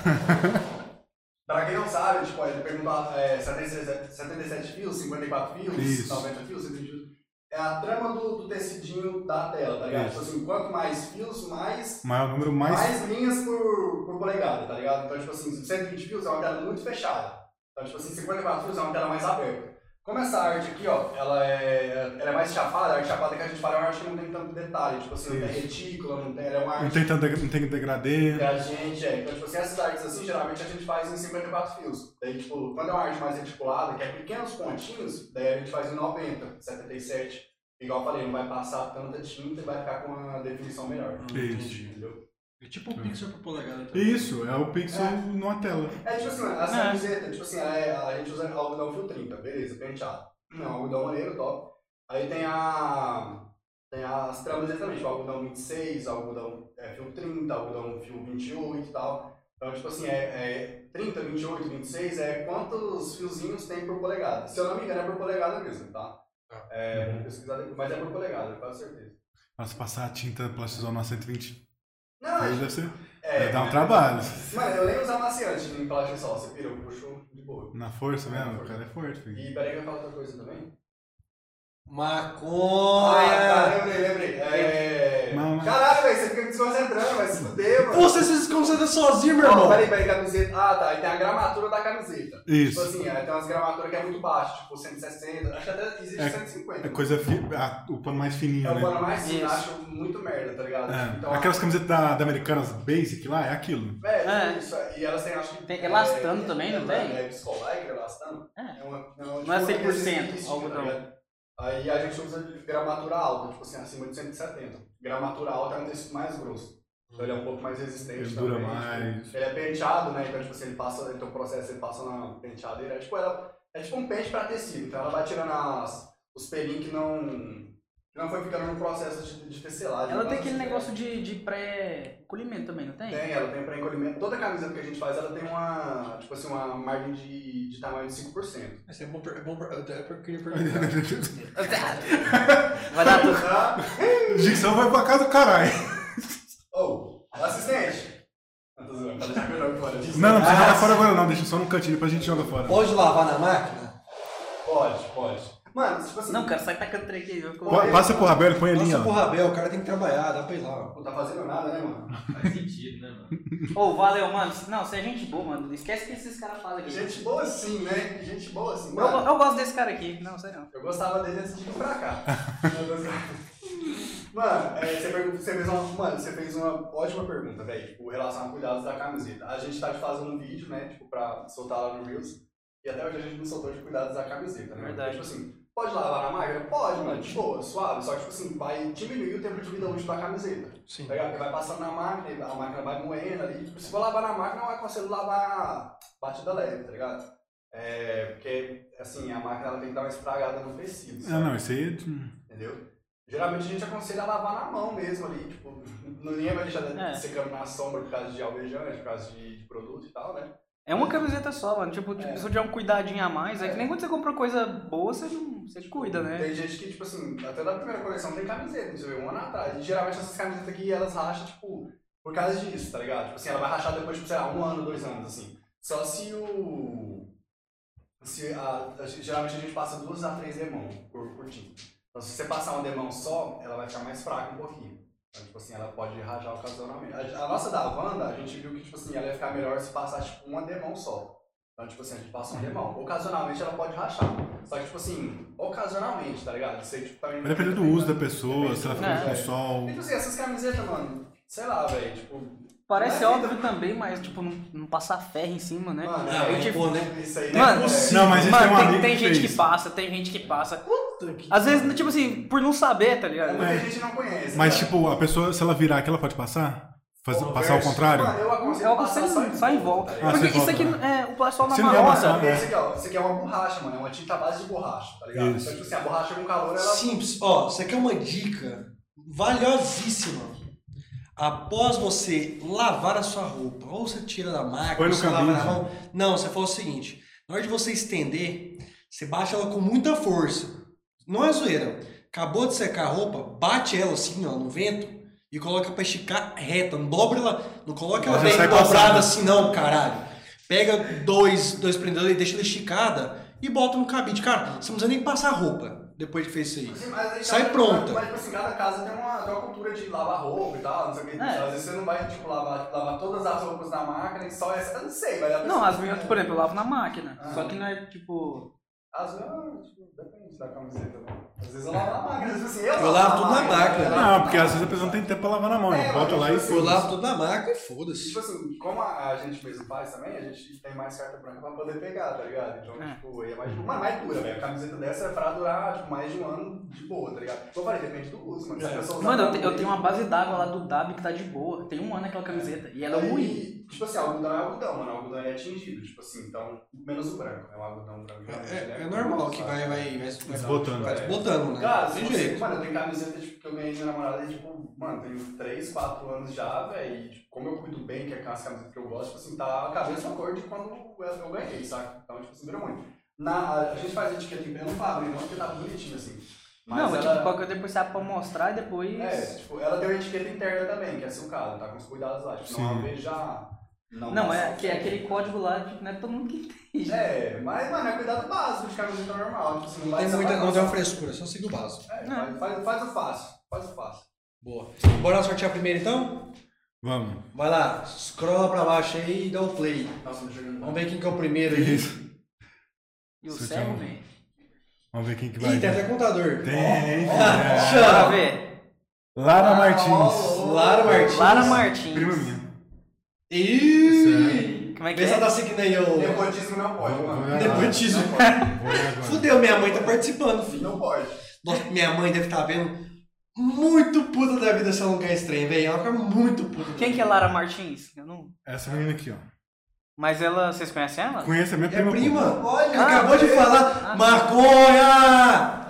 Pra quem não sabe, tipo, ele pergunta é, 77, 77 fios, 54 fios,
Isso.
90 fios, 120 fios. É a trama do, do tecidinho da tela, tá ligado?
Isso.
Tipo assim, quanto mais fios, mais,
Maior número mais.
mais... linhas por, por polegada, tá ligado? Então, tipo assim, 120 fios é uma tela muito fechada. Então, tipo assim, 54 fios é uma tela mais aberta. Como essa arte aqui, ó, ela é, ela é mais chapada, a arte chapada que a gente fala é uma arte que não tem tanto detalhe, tipo assim, não tem
Isso.
retícula, não tem, ela é uma
Não
arte
tem tanto degra- não tem degradê.
e a gente, é, então, tipo assim, essas artes assim, geralmente a gente faz em 54 fios. Daí, tipo, quando é uma arte mais articulada, que é pequenos pontinhos, daí a gente faz em 90, 77. Igual eu falei, não vai passar tanta tinta e vai ficar com uma definição melhor.
Isso.
Entendeu?
É tipo um pixel por polegada. tá?
Isso, é o pixel
É.
numa tela.
É tipo assim, a camiseta, tipo assim, é- a gente usa algodão fio 30, beleza, penteado. Não, algodão maneiro, top. Aí tem a. Tem as tramas exatamente, tipo, algodão 26, algodão é, fio 30, algodão fio 28 e tal. Então, tipo assim, é, é 30, 28, 26 é quantos fiozinhos tem por polegada. Se eu não me engano, é por polegada mesmo, tá?
Ah.
É, vou pesquisar depois, mas é por polegada, com certeza.
Nossa, passar a tinta plastizona na 120.
Não,
Aí
é.
deve ser.
é,
deve dar um trabalho.
Mano, eu nem uso amaciante em plástico só, você pira, eu puxo de boa.
Na força mesmo, o cara é forte, filho.
E peraí que eu falo outra coisa também. Ah,
Ah,
Maconha.
tá, lembrei, lembrei. É...
Mama.
Caralho, velho, você fica desconcentrando, vai se fuder, mano.
tá. Você se desconcentra sozinho, meu
Não,
irmão.
peraí, peraí, camiseta. Ah, tá, aí tem a gramatura da camiseta. Tipo
Isso.
assim, aí tem umas gramaturas que é muito baixo, tipo 160, acho que até existe
É-
150.
É coisa. Fi... ah, o pano mais
É
fininho,
o
né?
pano mais fino,
Isso.
acho muito merda, tá ligado?
É.
Então,
Aquelas camisetas da, da Americanas Basic lá, é aquilo.
velho,
É.
isso, e elas têm, acho que...
Tem elastano também, não tem?
É viscolycra, elastano.
É.
uma,
Não é 100% algodão.
algodão. Aí a gente usa de gramatura alta, tipo assim, acima de 170. Gramatura alta é um tecido mais grosso. Então ele é um pouco mais resistente
Ele dura
também, tipo,
mais.
Ele é penteado, né? Então, tipo assim, ele passa, então o processo ele passa na penteadeira. É tipo, ela, é tipo um pente pra tecido. Então ela vai tirando as, os pelinhos que não. que não foi ficando no processo de, de tecelagem.
Ela
Mas,
tem aquele
assim,
negócio de, de pré-encolhimento também, não tem?
Tem, ela tem pra encolhimento. Toda camiseta que a gente faz, ela tem uma. Tipo assim, uma margem de, de tamanho de 5%.
Mas é bom, per- é bom per- eu até per- queria perguntar.
Vai dar tudo.
Tá?
Dicção vai pra casa do caralho.
Ou, assistente! Não, tô zoando, tá deixando melhor fora.
Não, não precisa jogar fora agora, não. Deixa só no cantinho, depois a gente joga fora.
Pode lavar na máquina?
Pode, pode. Mano, tipo assim.
Não, cara, sai tacando trem aqui. Eu fico...
Pa- Passa pro Rabelo e põe ele,
Nossa,
ó.
porra, Abel, o cara tem que trabalhar, dá pra ir lá. ó.
Não tá fazendo nada, né, mano?
Faz sentido, né, mano?
Ô, valeu, mano. Não, você é gente boa, mano. Esquece o que esses caras falam aqui.
Gente boa sim, né? Gente boa sim.
Eu,
Mano,
eu gosto desse cara aqui. Não, sério não.
Eu gostava dele antes de vir pra cá. Eu gostava. Mano, é, você, pergun- você fez uma, mano, você fez uma ótima pergunta, velho, tipo, em relação a cuidados da camiseta. A gente tá fazendo um vídeo, né, tipo, pra soltar lá no Reels, e até hoje a gente não soltou de cuidados da camiseta, né?
Verdade.
Tipo assim, pode lavar na máquina? Pode, mano, de boa, suave, só que, tipo assim, vai diminuir o tempo de vida útil da camiseta.
Sim.
Tá ligado? Porque vai passando na máquina, a máquina vai moendo ali. Tipo, se for lavar na máquina, eu aconselho lavar batida leve, tá ligado? É, porque, assim, a máquina ela tem que dar uma estragada no tecido,
Ah,
sabe?
não, isso aí.
entendeu? Geralmente a gente aconselha a lavar na mão mesmo ali, tipo, ninguém vai deixar de
É.
secando na sombra por causa de alvejante, por causa de, de produto e tal, né?
É uma camiseta só, mano. Tipo, tipo se eu tiver um cuidadinho a mais, é que nem quando você compra coisa boa, você, não, você cuida, né?
Tem gente que, tipo assim, até da primeira coleção tem camiseta, você vê, um ano atrás. E geralmente essas camisetas aqui, elas racham, tipo, por causa disso, tá ligado? Tipo assim, ela vai rachar depois, tipo, sei lá, um ano, dois anos, assim. Só se o... Se a, a gente- geralmente a gente passa duas a três demão por, por time. Então se você passar uma demão só, ela vai ficar mais fraca um pouquinho. Então, tipo assim, ela pode rajar ocasionalmente. A, a nossa da Wanda, a gente viu que, tipo assim, ela ia ficar melhor se passar, tipo, uma demão só. Então, tipo assim, a gente passa uma demão. Ocasionalmente ela pode rachar. Só que, tipo assim, ocasionalmente, tá ligado? Isso aí, tipo, também...
Vai depender do uso da pessoa, se ela fica
É.
muito no sol.
E, tipo assim, essas camisetas, mano, sei lá, velho, tipo...
Parece
Mas-
óbvio também, mas, tipo, não, não passar ferro em cima, né?
Mano,
Ah,
eu,
é
tipo,
bom, né?
isso aí...
Mano,
Não, mas a gente
Mano,
tem um
tem,
amigo
tem
que
gente
fez.
que passa, tem gente que passa. Às vezes, tipo assim, por não saber, tá ligado?
Muita gente não conhece.
Mas,
cara.
tipo, a pessoa, se ela virar aqui, ela pode passar? Faz-
Ou
passar ao
verso.
contrário?
Mano, eu aconselho
É algo que
passar
você só envolve.
tá
Ah,
ligado?
Porque
você
isso
volta,
aqui, é, o pessoal na
Você não vai
marola,
passar.
Porque Isso aqui, ó, isso aqui é uma borracha, mano. É uma tinta à base de borracha, tá ligado?
Isso.
Então, tipo assim, a borracha com calor, ela.
Simples. Ó, isso aqui é uma dica valiosíssima. Após você lavar a sua roupa, ou você tira da máquina,
Põe
ou
no
você lava na
cabide. né?
mão. Não, você faz o seguinte: na hora de você estender, você bate ela com muita força. Não é zoeira. Acabou de secar a roupa, bate ela assim, ó, no vento e coloca pra esticar reta. Não dobra ela, não coloca
Ela
ela
já
bem
sai
dobrada
passada.
assim, não, caralho. Pega dois, dois prendedores e deixa ela esticada e bota no cabide. Cara, você não precisa nem passar roupa depois que fez isso aí.
Assim, mas aí
Sai
cada-
pronta.
Mas, tipo assim, cada casa tem uma, tem uma cultura de lavar roupa e tal, não sei o que.
É.
Às vezes você não vai, tipo, lavar, lavar todas as roupas na máquina e só essa. Eu não sei, mas. a
Não,
pessoa-
as minhas, por exemplo, eu lavo na máquina.
Ah.
Só que não é tipo.
As minhas, tipo, depende da camiseta. né? Às vezes eu lavo na máquina, às vezes assim, eu,
Eu lavo tudo na
eu
máquina.
lavo
Não,
na
Ah, porque
máquina, né?
às vezes a pessoa não
sabe?
tem tempo pra lavar na mão,
É,
né? Bota lá e
Eu lavo
foda-se.
tudo na máquina e
E,
foda-se.
Tipo assim, como a, a gente mesmo faz também, a gente tem mais carta branca pra poder pegar, tá ligado? Então,
É.
tipo, aí é mais, mano, mais dura, velho. A camiseta dessa é pra durar, tipo, mais de um ano de boa, tá ligado? Como eu falei, depende do uso,
É.
mano. Se a pessoa tá usar
Mano, eu,
pra
te- eu
dormir-
tenho uma base d'água lá do DAB que tá de boa. Tem um ano aquela camiseta. E ela é ruim.
E, Tipo assim, algodão é algodão, mano. Algodão é atingido, tipo assim, então, menos o branco. É um algodão branco. realmente, ele
É, é
bom,
normal que
sabe?
vai, vai, vai,
Desbotando.
vai desbotando, né?
é. Cara, se
Tem
você,
jeito.
mano, eu tenho camiseta tipo, que eu ganhei de minha namorada, e, tipo, mano, tem 3, 4 anos já, velho. E tipo, como eu cuido bem, que é aquelas camisetas que eu gosto, tipo assim, tá a mesma cor de quando eu- eu ganhei, saca? Então, tipo assim, virou muito. Na, a gente faz etiqueta em eu não falo, não, porque tá bonitinho assim. Mas
não, mas
ela,
tipo, qualquer depois você abre pra mostrar e depois.
é, tipo, ela tem uma etiqueta interna também, que é sucada, tá com os cuidados lá. Tipo, não
Sim.
alvejar. Não,
Não,
passar
é, que é
frio.
aquele código lá, tipo, não é todo mundo que entende.
É, mas, mano, é cuidado básico de camiseta normal. Tipo, assim, não vai
Tem muita,
desabar-
não tem uma frescura, só seguir o básico.
É, faz, faz, faz o fácil, faz o fácil.
Boa. Bora sortear primeiro então?
Vamos.
Vai lá, scrolla pra baixo aí e dá o play.
Nossa, me jogando
Vamos ver quem que é o primeiro aí.
Isso.
E o
Isso,
céu,
então.
velho.
Vamos ver quem que vai.
Ih, tem até contador.
Tem,
Ó,
é.
Bora
Chama.
ver.
Lara
Ah,
Martins.
ó,
Lara Martins.
Lara Martins.
Prima minha.
Ih!
Como é que
Vê se ela
é?
tá seguindo aí, ô.
Nepotismo não pode, mano.
Nepotismo.
Não pode.
Vou olhar agora.
Fudeu, minha mãe tá participando, filho.
Não pode.
Nossa, minha mãe deve estar vendo muito puta da vida se ela não quer estranho, velho. Ela fica muito puta.
Quem que é Lara Martins? Eu não.
Essa menina aqui, ó.
Mas ela. Vocês conhecem ela?
Conhece a minha
É
prima.
prima? Olha,
Ah,
acabou de falar.
Ah.
Maconha!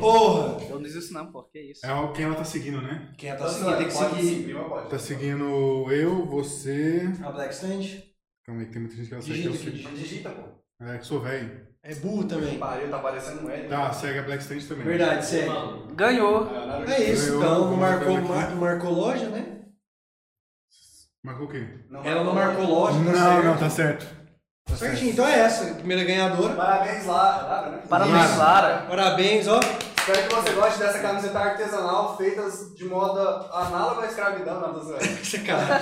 Porra!
Eu não diz isso não, pô. Que isso?
pô. É o- quem ela tá seguindo, né?
Quem tá
Então,
seguindo tem que
pode sim,
seguir
prima pode.
Tá seguindo eu, você.
a Black Stand.
Calma aí, que tem muita gente que ela segue. que
Digita
Eu
aqui.
sigo.
Não digita, pô.
É que sou velho.
É burro também.
Pariu, tá parecendo um L.
Tá, segue a Black Stage também.
Verdade,
é
sério.
Maluco.
Ganhou.
Não,
É isso,
Eu-
então não
eu-
marcou,
eu-
mar- marcou loja, né?
Marcou o quê?
Ela não marcou loja, tá
Não,
certo.
não, tá certo. Tá certo.
Certinho, então é essa, primeira ganhadora.
Parabéns lá. Lara, né?
Parabéns,
Isso.
Lara.
Parabéns, ó.
Espero que você goste dessa camiseta artesanal feita de moda análoga à escravidão, né, não, tô zoando.
Esse cara.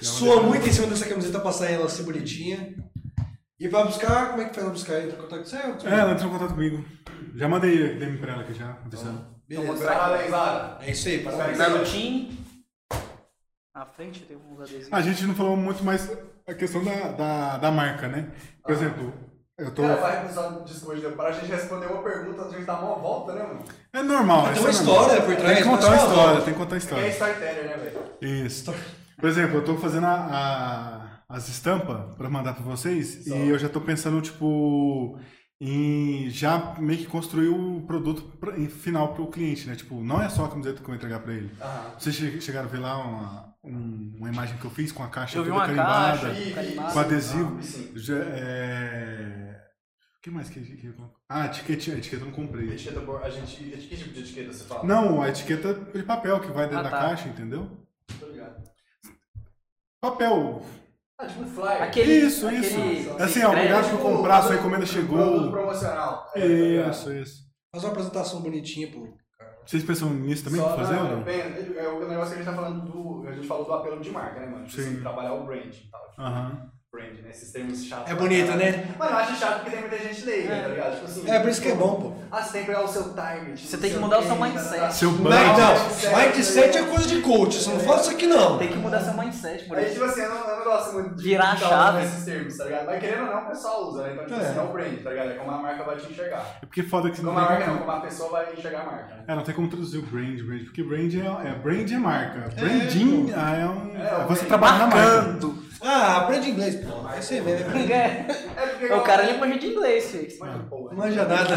Sua muito em cima dessa camiseta pra sair ela assim bonitinha. E pra buscar, como é que foi ela buscar? Entra em contato com você? ou-
É, ela entrou em contato comigo. Já mandei DM pra ela aqui já, avisando.
Então,
Então,
Beleza.
Parabéns, Lara.
É isso aí, parabéns.
Narutinho. Na frente tem uns adesivos.
Ah.
A gente não falou muito mais a questão da, da, da marca, né? Por
Ah.
exemplo, eu tô.
É,
Cara, vai começar o disco hoje, né? para a gente responder uma pergunta, a gente dá uma volta, né,
Tá.
mano?
É normal,
Tem
isso
uma
é normal.
história né? Então por trás,
Tem que
mas
contar uma
só-
história, tem que contar a
Porque é
história.
storyteller, né, velho?
É
Isso. Por exemplo, eu tô fazendo a, a- as estampas pra mandar pra vocês e eu já tô pensando, tipo, e já meio que construiu o produto pra- em- final para o cliente, né? Tipo, não é só a camiseta que eu vou entregar para ele.
Aham.
Vocês che- chegaram a ver lá uma, um- uma imagem que eu fiz com a caixa
Eu vi
toda
uma
carimbada.
caixa,
E-
carimbada.
com adesivo.
Ah, sim.
Já, é... O que mais que que eu coloco? Ah, etiqueta, etiqueta eu não comprei.
Etiqueta, boa, a gente. Que tipo de etiqueta você fala?
Não, a etiqueta é de papel que vai dentro
Ah,
da
tá.
caixa, entendeu?
Tô Tá ligado.
Papel.
Ah, tipo um flyer.
Aquele,
Isso,
aquele
isso. Assim,
escreve,
ó, obrigado por
tipo,
comprar, sua
produto-
encomenda
Produto
chegou.
Tipo, um promocional. É, tá ligado?
Isso, isso.
Faz uma apresentação bonitinha, pô.
Vocês pensam nisso também
Só
pra fazer
na-
ou não?
bem, É o negócio que a gente tá falando do. A gente falou do apelo de marca, né, mano? Tipo
Sim.
assim, trabalhar o brand e tal. Tipo,
Aham.
Brand, né? Esses termos chatos.
É bonito, né?
Mano, eu acho chato porque tem muita gente leiga, tá ligado? Tipo assim.
É, por isso que é bom, pô.
Ah, você tem que olhar o seu target.
Você
não
tem que
sei
mudar o
quê,
seu
tá, tá,
mindset.
tá.
Seu
Não,
banco.
não. então, Mindset é coisa de coach. Você não fala isso aqui, não.
Tem que mudar seu mindset,
É,
por
Aí,
isso.
tipo assim, eu não, eu não gosto muito de
Virar a
falar
chave.
nesses termos, tá ligado? Mas querendo ou não, o pessoal usa, né? Então, tipo
É.
assim, é o brand, tá ligado? É como a marca vai te enxergar.
É porque foda que você
Como
não
a
tem
marca não,
como.
como a pessoa vai enxergar a marca. né?
É, não tem como traduzir o brand, brand, porque brand é, é brand é marca. Branding é, um.
É,
É,
o
você
brand-
trabalha na marca.
Ah, aprende inglês, pô. Aí você vê, né?
É,
É porque
o cara ele manja de inglês, filho.
Manja, pô,
Não
né?
manja nada.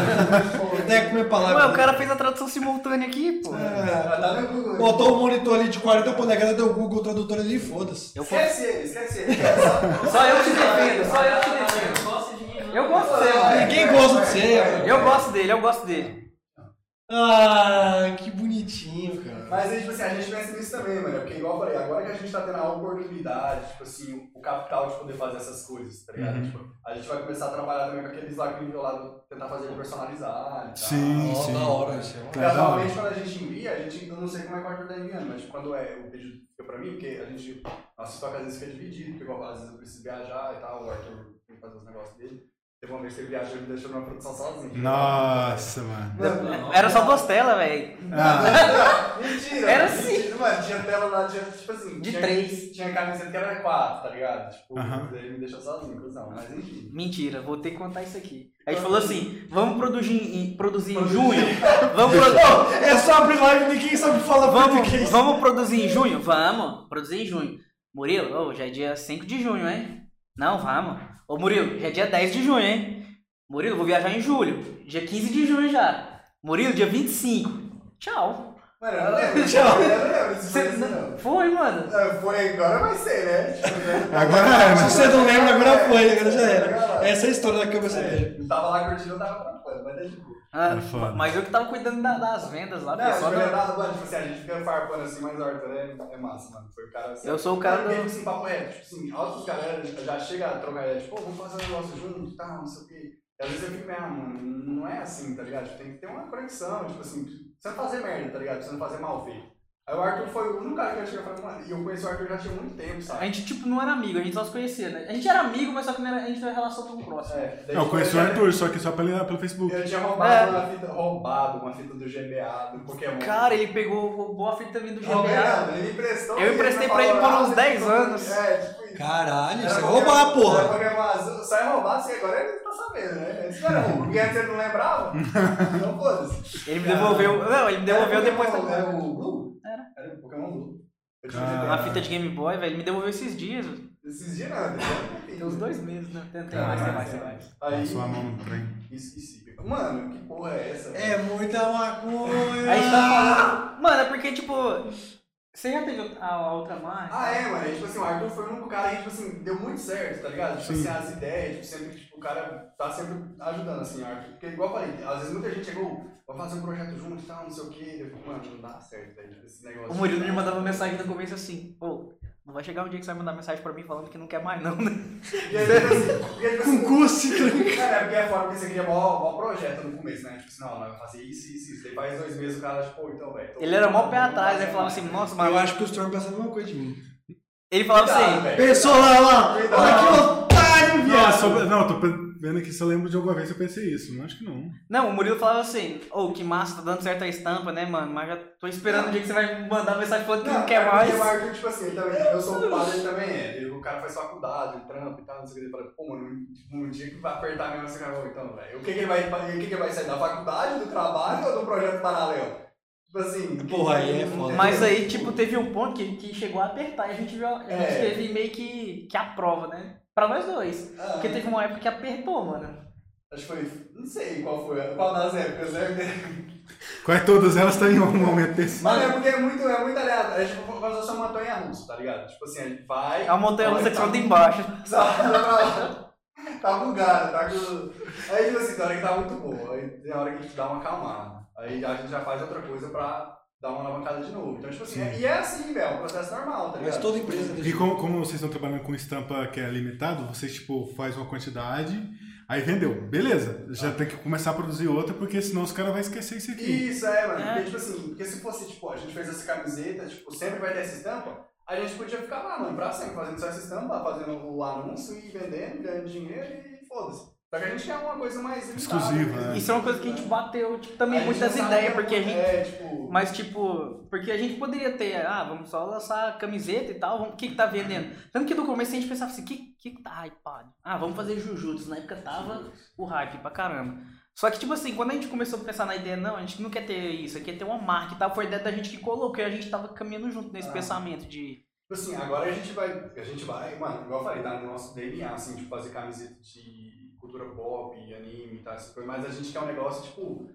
Até comer palavra.
Ué, o cara fez a tradução simultânea aqui, pô.
É.
Ah,
Tá no Google.
Botou um monitor ali de 40 polegadas, deu Google Tradutor ali, foda-se.
Eu posso...
Esquece ele, esquece ele. Só-
Só eu te defendo, só eu te defendo.
Eu gosto de mim, não.
Eu gosto dele, mano.
Ninguém gosta de você, velho.
Eu gosto dele, eu gosto dele.
Ah, que bonitinho, cara.
Mas aí, tipo assim, a gente pensa nisso também, mano. Porque igual eu falei, agora que a gente tá tendo a oportunidade, tipo assim, o capital de poder fazer essas coisas, tá ligado?
Uhum.
Tipo, a gente vai começar a trabalhar também com aqueles lá que eu lado, tentar fazer ele personalizar e tal.
Sim,
Ó,
sim.
da hora, isso é uma-
Tá da hora.
Casualmente, quando a gente envia, a gente, eu não sei como é que o Arthur tá enviando, mas tipo, quando é o pedido que fica pra mim, porque a gente, nossa estoque às vezes fica dividido, porque igual, às vezes eu preciso viajar e tal, o Arthur tem que fazer os negócios dele. Teve uma vez que ele viajou e me deixou numa produção sozinho.
Nossa, mano.
Era só duas telas, velho.
Ah,
Mentira!
Era
mentira, Mano, tinha tela lá, tinha, tipo assim...
De
tinha,
três.
Tinha camiseta que era quatro, tá ligado? Tipo,
Aham.
daí me deixou sozinho, cuzão. Mas enfim.
Mentira, vou ter que contar isso aqui. A
Então,
gente falou assim, vamos produzir em, produzir em junho? Vamos, produ-
É só abrir live, ninguém sabe falar
vamos,
português.
vamos produzir em junho? Vamos, produzir em junho. Murilo, ô, já é dia 5 de junho, hein? Não, vamos. Ô Murilo, já é dia 10 de junho, hein? Murilo, vou viajar em julho. Dia 15 de junho já. Murilo, dia 25. Tchau.
Mano, eu não lembro.
Tchau.
Eu não lembro se foi
Cê-
assim, não.
Foi, mano.
Ah, Foi, agora vai ser, né? Tipo, né?
agora é,
Se
mas
você não lembra, agora foi, agora já era. Essa é a história da cabeça dele.
É, eu tava lá curtindo, eu tava trampando, mas é de boa.
Ah,
É foda.
mas eu que tava cuidando da- das vendas lá,
Não,
pessoal.
foi verdade, mano, tipo assim, a gente fica farpando assim, mas o Arthur é, é massa, mano. Foi o cara... assim-
Eu sou o cara
Mano,
do-
Mesmo assim, papo reto, tipo assim, altos galera já chega a trocar ideia, tipo, pô, vamos fazer um negócio junto e tal, não sei o quê. E às vezes eu fico, ah, mano, não é assim, tá ligado? Tipo, Tem que ter uma conexão, tipo assim, você não fazer merda, tá ligado? Você não fazer mal feito. Aí o Arthur foi o único cara que eu cheguei e falei, mano, e eu conheço o Arthur já tinha muito tempo,
A
sabe?
gente, tipo, não era amigo, a gente só se conhecia, né? A gente era amigo, mas só que não era, a gente não era relação tão próxima.
É, daí,
não, eu
tipo,
conheço o
eu já-
Arthur, só que só pelo, pelo Facebook.
Eu tinha roubado
É.
uma fita, roubado uma fita do GBA, do Pokémon.
Cara, ele pegou, roubou a fita também do GBA.
Roberto, ele emprestou.
Eu
mesmo,
emprestei
né,
pra ele por
falou,
uns
ah,
10
tipo,
anos.
É, tipo isso.
Caralho,
Era
você vai
Pokémon-
roubar,
era
porra.
Pokémon azul, só ia roubar, assim, agora ele tá sabendo, né? Isso não era roubo, porque antes ele não lembrava. Então, foda-se.
Ele me devolveu. Não, ele me devolveu
Era
depois da.
Pokémon- Era o Blue?
Era.
Era o Pokémon Blue. Eu tive
Cara.
A fita de Game Boy, velho, ele me devolveu esses dias. velho.
Esses dias nada.
Tem uns dois meses, né? Tem, tem mais, tem mais, tem mais.
Aí,
Passou a mão no trem.
esqueci. Mano, que porra é essa?
É muita maconha.
Aí tá falando. Mano, é porque, tipo. Você já teve a, a outra marca?
Ah, é, mano. E, tipo assim, o Arthur foi o único cara que, tipo assim, deu muito certo, tá ligado? Tipo assim, as ideias, tipo, sempre, tipo, o cara tá sempre ajudando, assim, o Arthur. Porque, igual eu falei, às vezes muita gente chegou, vamos fazer um projeto junto e tal, não sei o quê. Eu fico, mano, não dá certo, velho, tipo, esse negócio. tá
O Murilo me mandava mensagem no começo assim, pô, não vai chegar um dia que você vai mandar mensagem pra mim falando que não quer mais, não, né?
E aí, tipo assim, porque, tipo
Um
assim,
Concurso.
cara, é porque é fora, porque você cria mó, mó projeto no começo, né? Tipo assim, não, nós vamos fazer isso, isso, isso. Daí faz dois meses o cara, tipo, pô, então, velho. tô-
Ele era mó pé
não
atrás,
fazer
aí falava
mais.
assim, nossa,
Eu
mano.
acho que o Storm pensa a mesma coisa de mim.
Ele falava
Cuidado,
assim,
velho.
Pensou lá, lá.
Cuidado.
Olha que otário,
Não,
viado.
sobre- não, eu tô pe- vendo aqui se eu lembro de alguma vez que eu pensei isso. Não acho que não.
Não, o Murilo falava assim, ô, que massa, tá dando certo a estampa, né, mano? Mas já tô esperando o dia que você vai mandar mensagem falando que não, quer
porque
mais.
o Arthur, tipo assim, ele também, eu sou ocupado, ele também é. Ele- o cara faz faculdade, ele trampa e tal, não sei o que. Ele fala, pô, mano, tipo, um dia que vai apertar mesmo esse cara, então, velho. O que que ele vai, o que que ele vai sair da faculdade, do trabalho ou do projeto paralelo? Tipo assim.
Porra, aí é
não
foda.
tem-
Mas aí, tipo, teve um ponto que, que chegou a apertar e a gente, viu, a gente
É.
teve meio que, que a prova, né? Pra nós dois.
Ah,
Porque teve uma época que apertou, mano.
Acho que foi. Não sei qual foi. Qual das épocas, né?
Quase é todas elas estão em um momento desse.
Mas é porque é muito, é muito aleatório. É tipo como se fosse uma montanha russa, tá ligado? Tipo assim, a gente vai.
É uma montanha russa que só tem embaixo.
tá, tá bugado, tá com. Aí, tipo assim, tem hora que tá muito boa. Aí tem hora que a gente dá uma acalmada. Aí a gente já faz outra coisa pra dar uma alavancada de novo. Então, tipo assim, é- e é assim, velho, é um processo normal, tá ligado?
Mas toda empresa
E como, como vocês estão trabalhando com estampa que é limitado, vocês tipo faz uma quantidade, aí vendeu, beleza?
Ah.
Já tem que começar a produzir outra porque senão os caras vão esquecer isso aqui.
Isso, é, mano.
É.
Porque, tipo assim, porque se fosse, tipo, a gente fez essa camiseta, tipo, sempre vai ter essa estampa, a gente podia ficar lá, mano, pra sempre, fazendo só essa estampa, fazendo o anúncio e vendendo, ganhando dinheiro e foda-se. Só que a gente quer uma coisa mais limitada,
Exclusiva,
né?
né?
Isso é uma coisa que a gente bateu, tipo,
A
também
gente
muitas
não sabe
ideias,
como-
porque a gente
É, tipo...
Mas, tipo, porque a gente poderia ter, ah, vamos só lançar camiseta e tal, vamos- o que que tá vendendo? Tanto que no começo a gente pensava assim, o que, que que tá hypado? Ah, vamos fazer Jujutsu, na época tava o hype pra caramba. Só que, tipo assim, quando a gente começou a pensar na ideia, não, a gente não quer ter isso, aqui é ter uma marca e tal, foi a ideia da gente que colocou e a gente tava caminhando junto nesse
Ah.
pensamento de...
Tipo assim, agora a gente vai, a gente vai, mano, igual eu falei, tá no nosso DNA, assim, de fazer camiseta de cultura pop, anime e tal, essas coisas, mas a gente quer um negócio, tipo,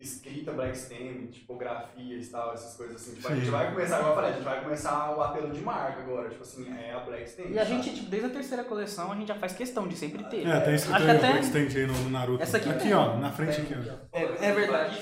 escrita black stem, tipografias e tal, essas coisas assim, tipo, a
Sim.
gente vai começar, igual eu falei, a gente vai começar o apelo de marca agora, tipo assim, é a black stem.
E a gente, tipo, desde a terceira coleção, a gente já faz questão de sempre ter.
É, tem isso
Acho que até-
aí no no Naruto.
Essa aqui
aqui
tem.
ó, na frente aqui. ó.
É,
verdade.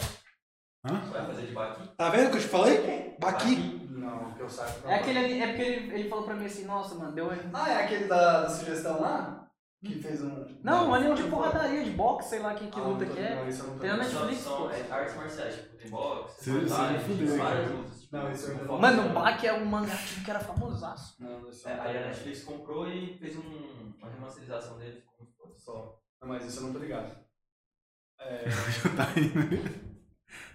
Hã?
Vai fazer de baqui?
Tá vendo o que eu te falei? Baqui.
Não, que eu saiba. não.
É, aquele, ali- é porque ele, ele falou pra mim assim, nossa, mano, deu...
Ah, é aquele da, da sugestão lá? Que fez um...
Não, ali é de porradaria, de boxe, sei lá que, que
Ah,
luta
não tô-
que é.
Não, isso eu não tô-
Tem na
São,
Netflix, pô.
são é, artes marciais, tipo, tem boxe,
Sim, sim,
batalha,
fudeu,
tem
cara.
várias lutas. Tipo,
Não, isso eu não-
Mano, o Bach é um mangá tipo, que era famosaço.
Não, isso
É,
eu não-
aí a Netflix comprou e fez um- uma remasterização dele. ficou muito foda.
Só. Não, mas isso eu não tô ligado. É...
Tá aí, né?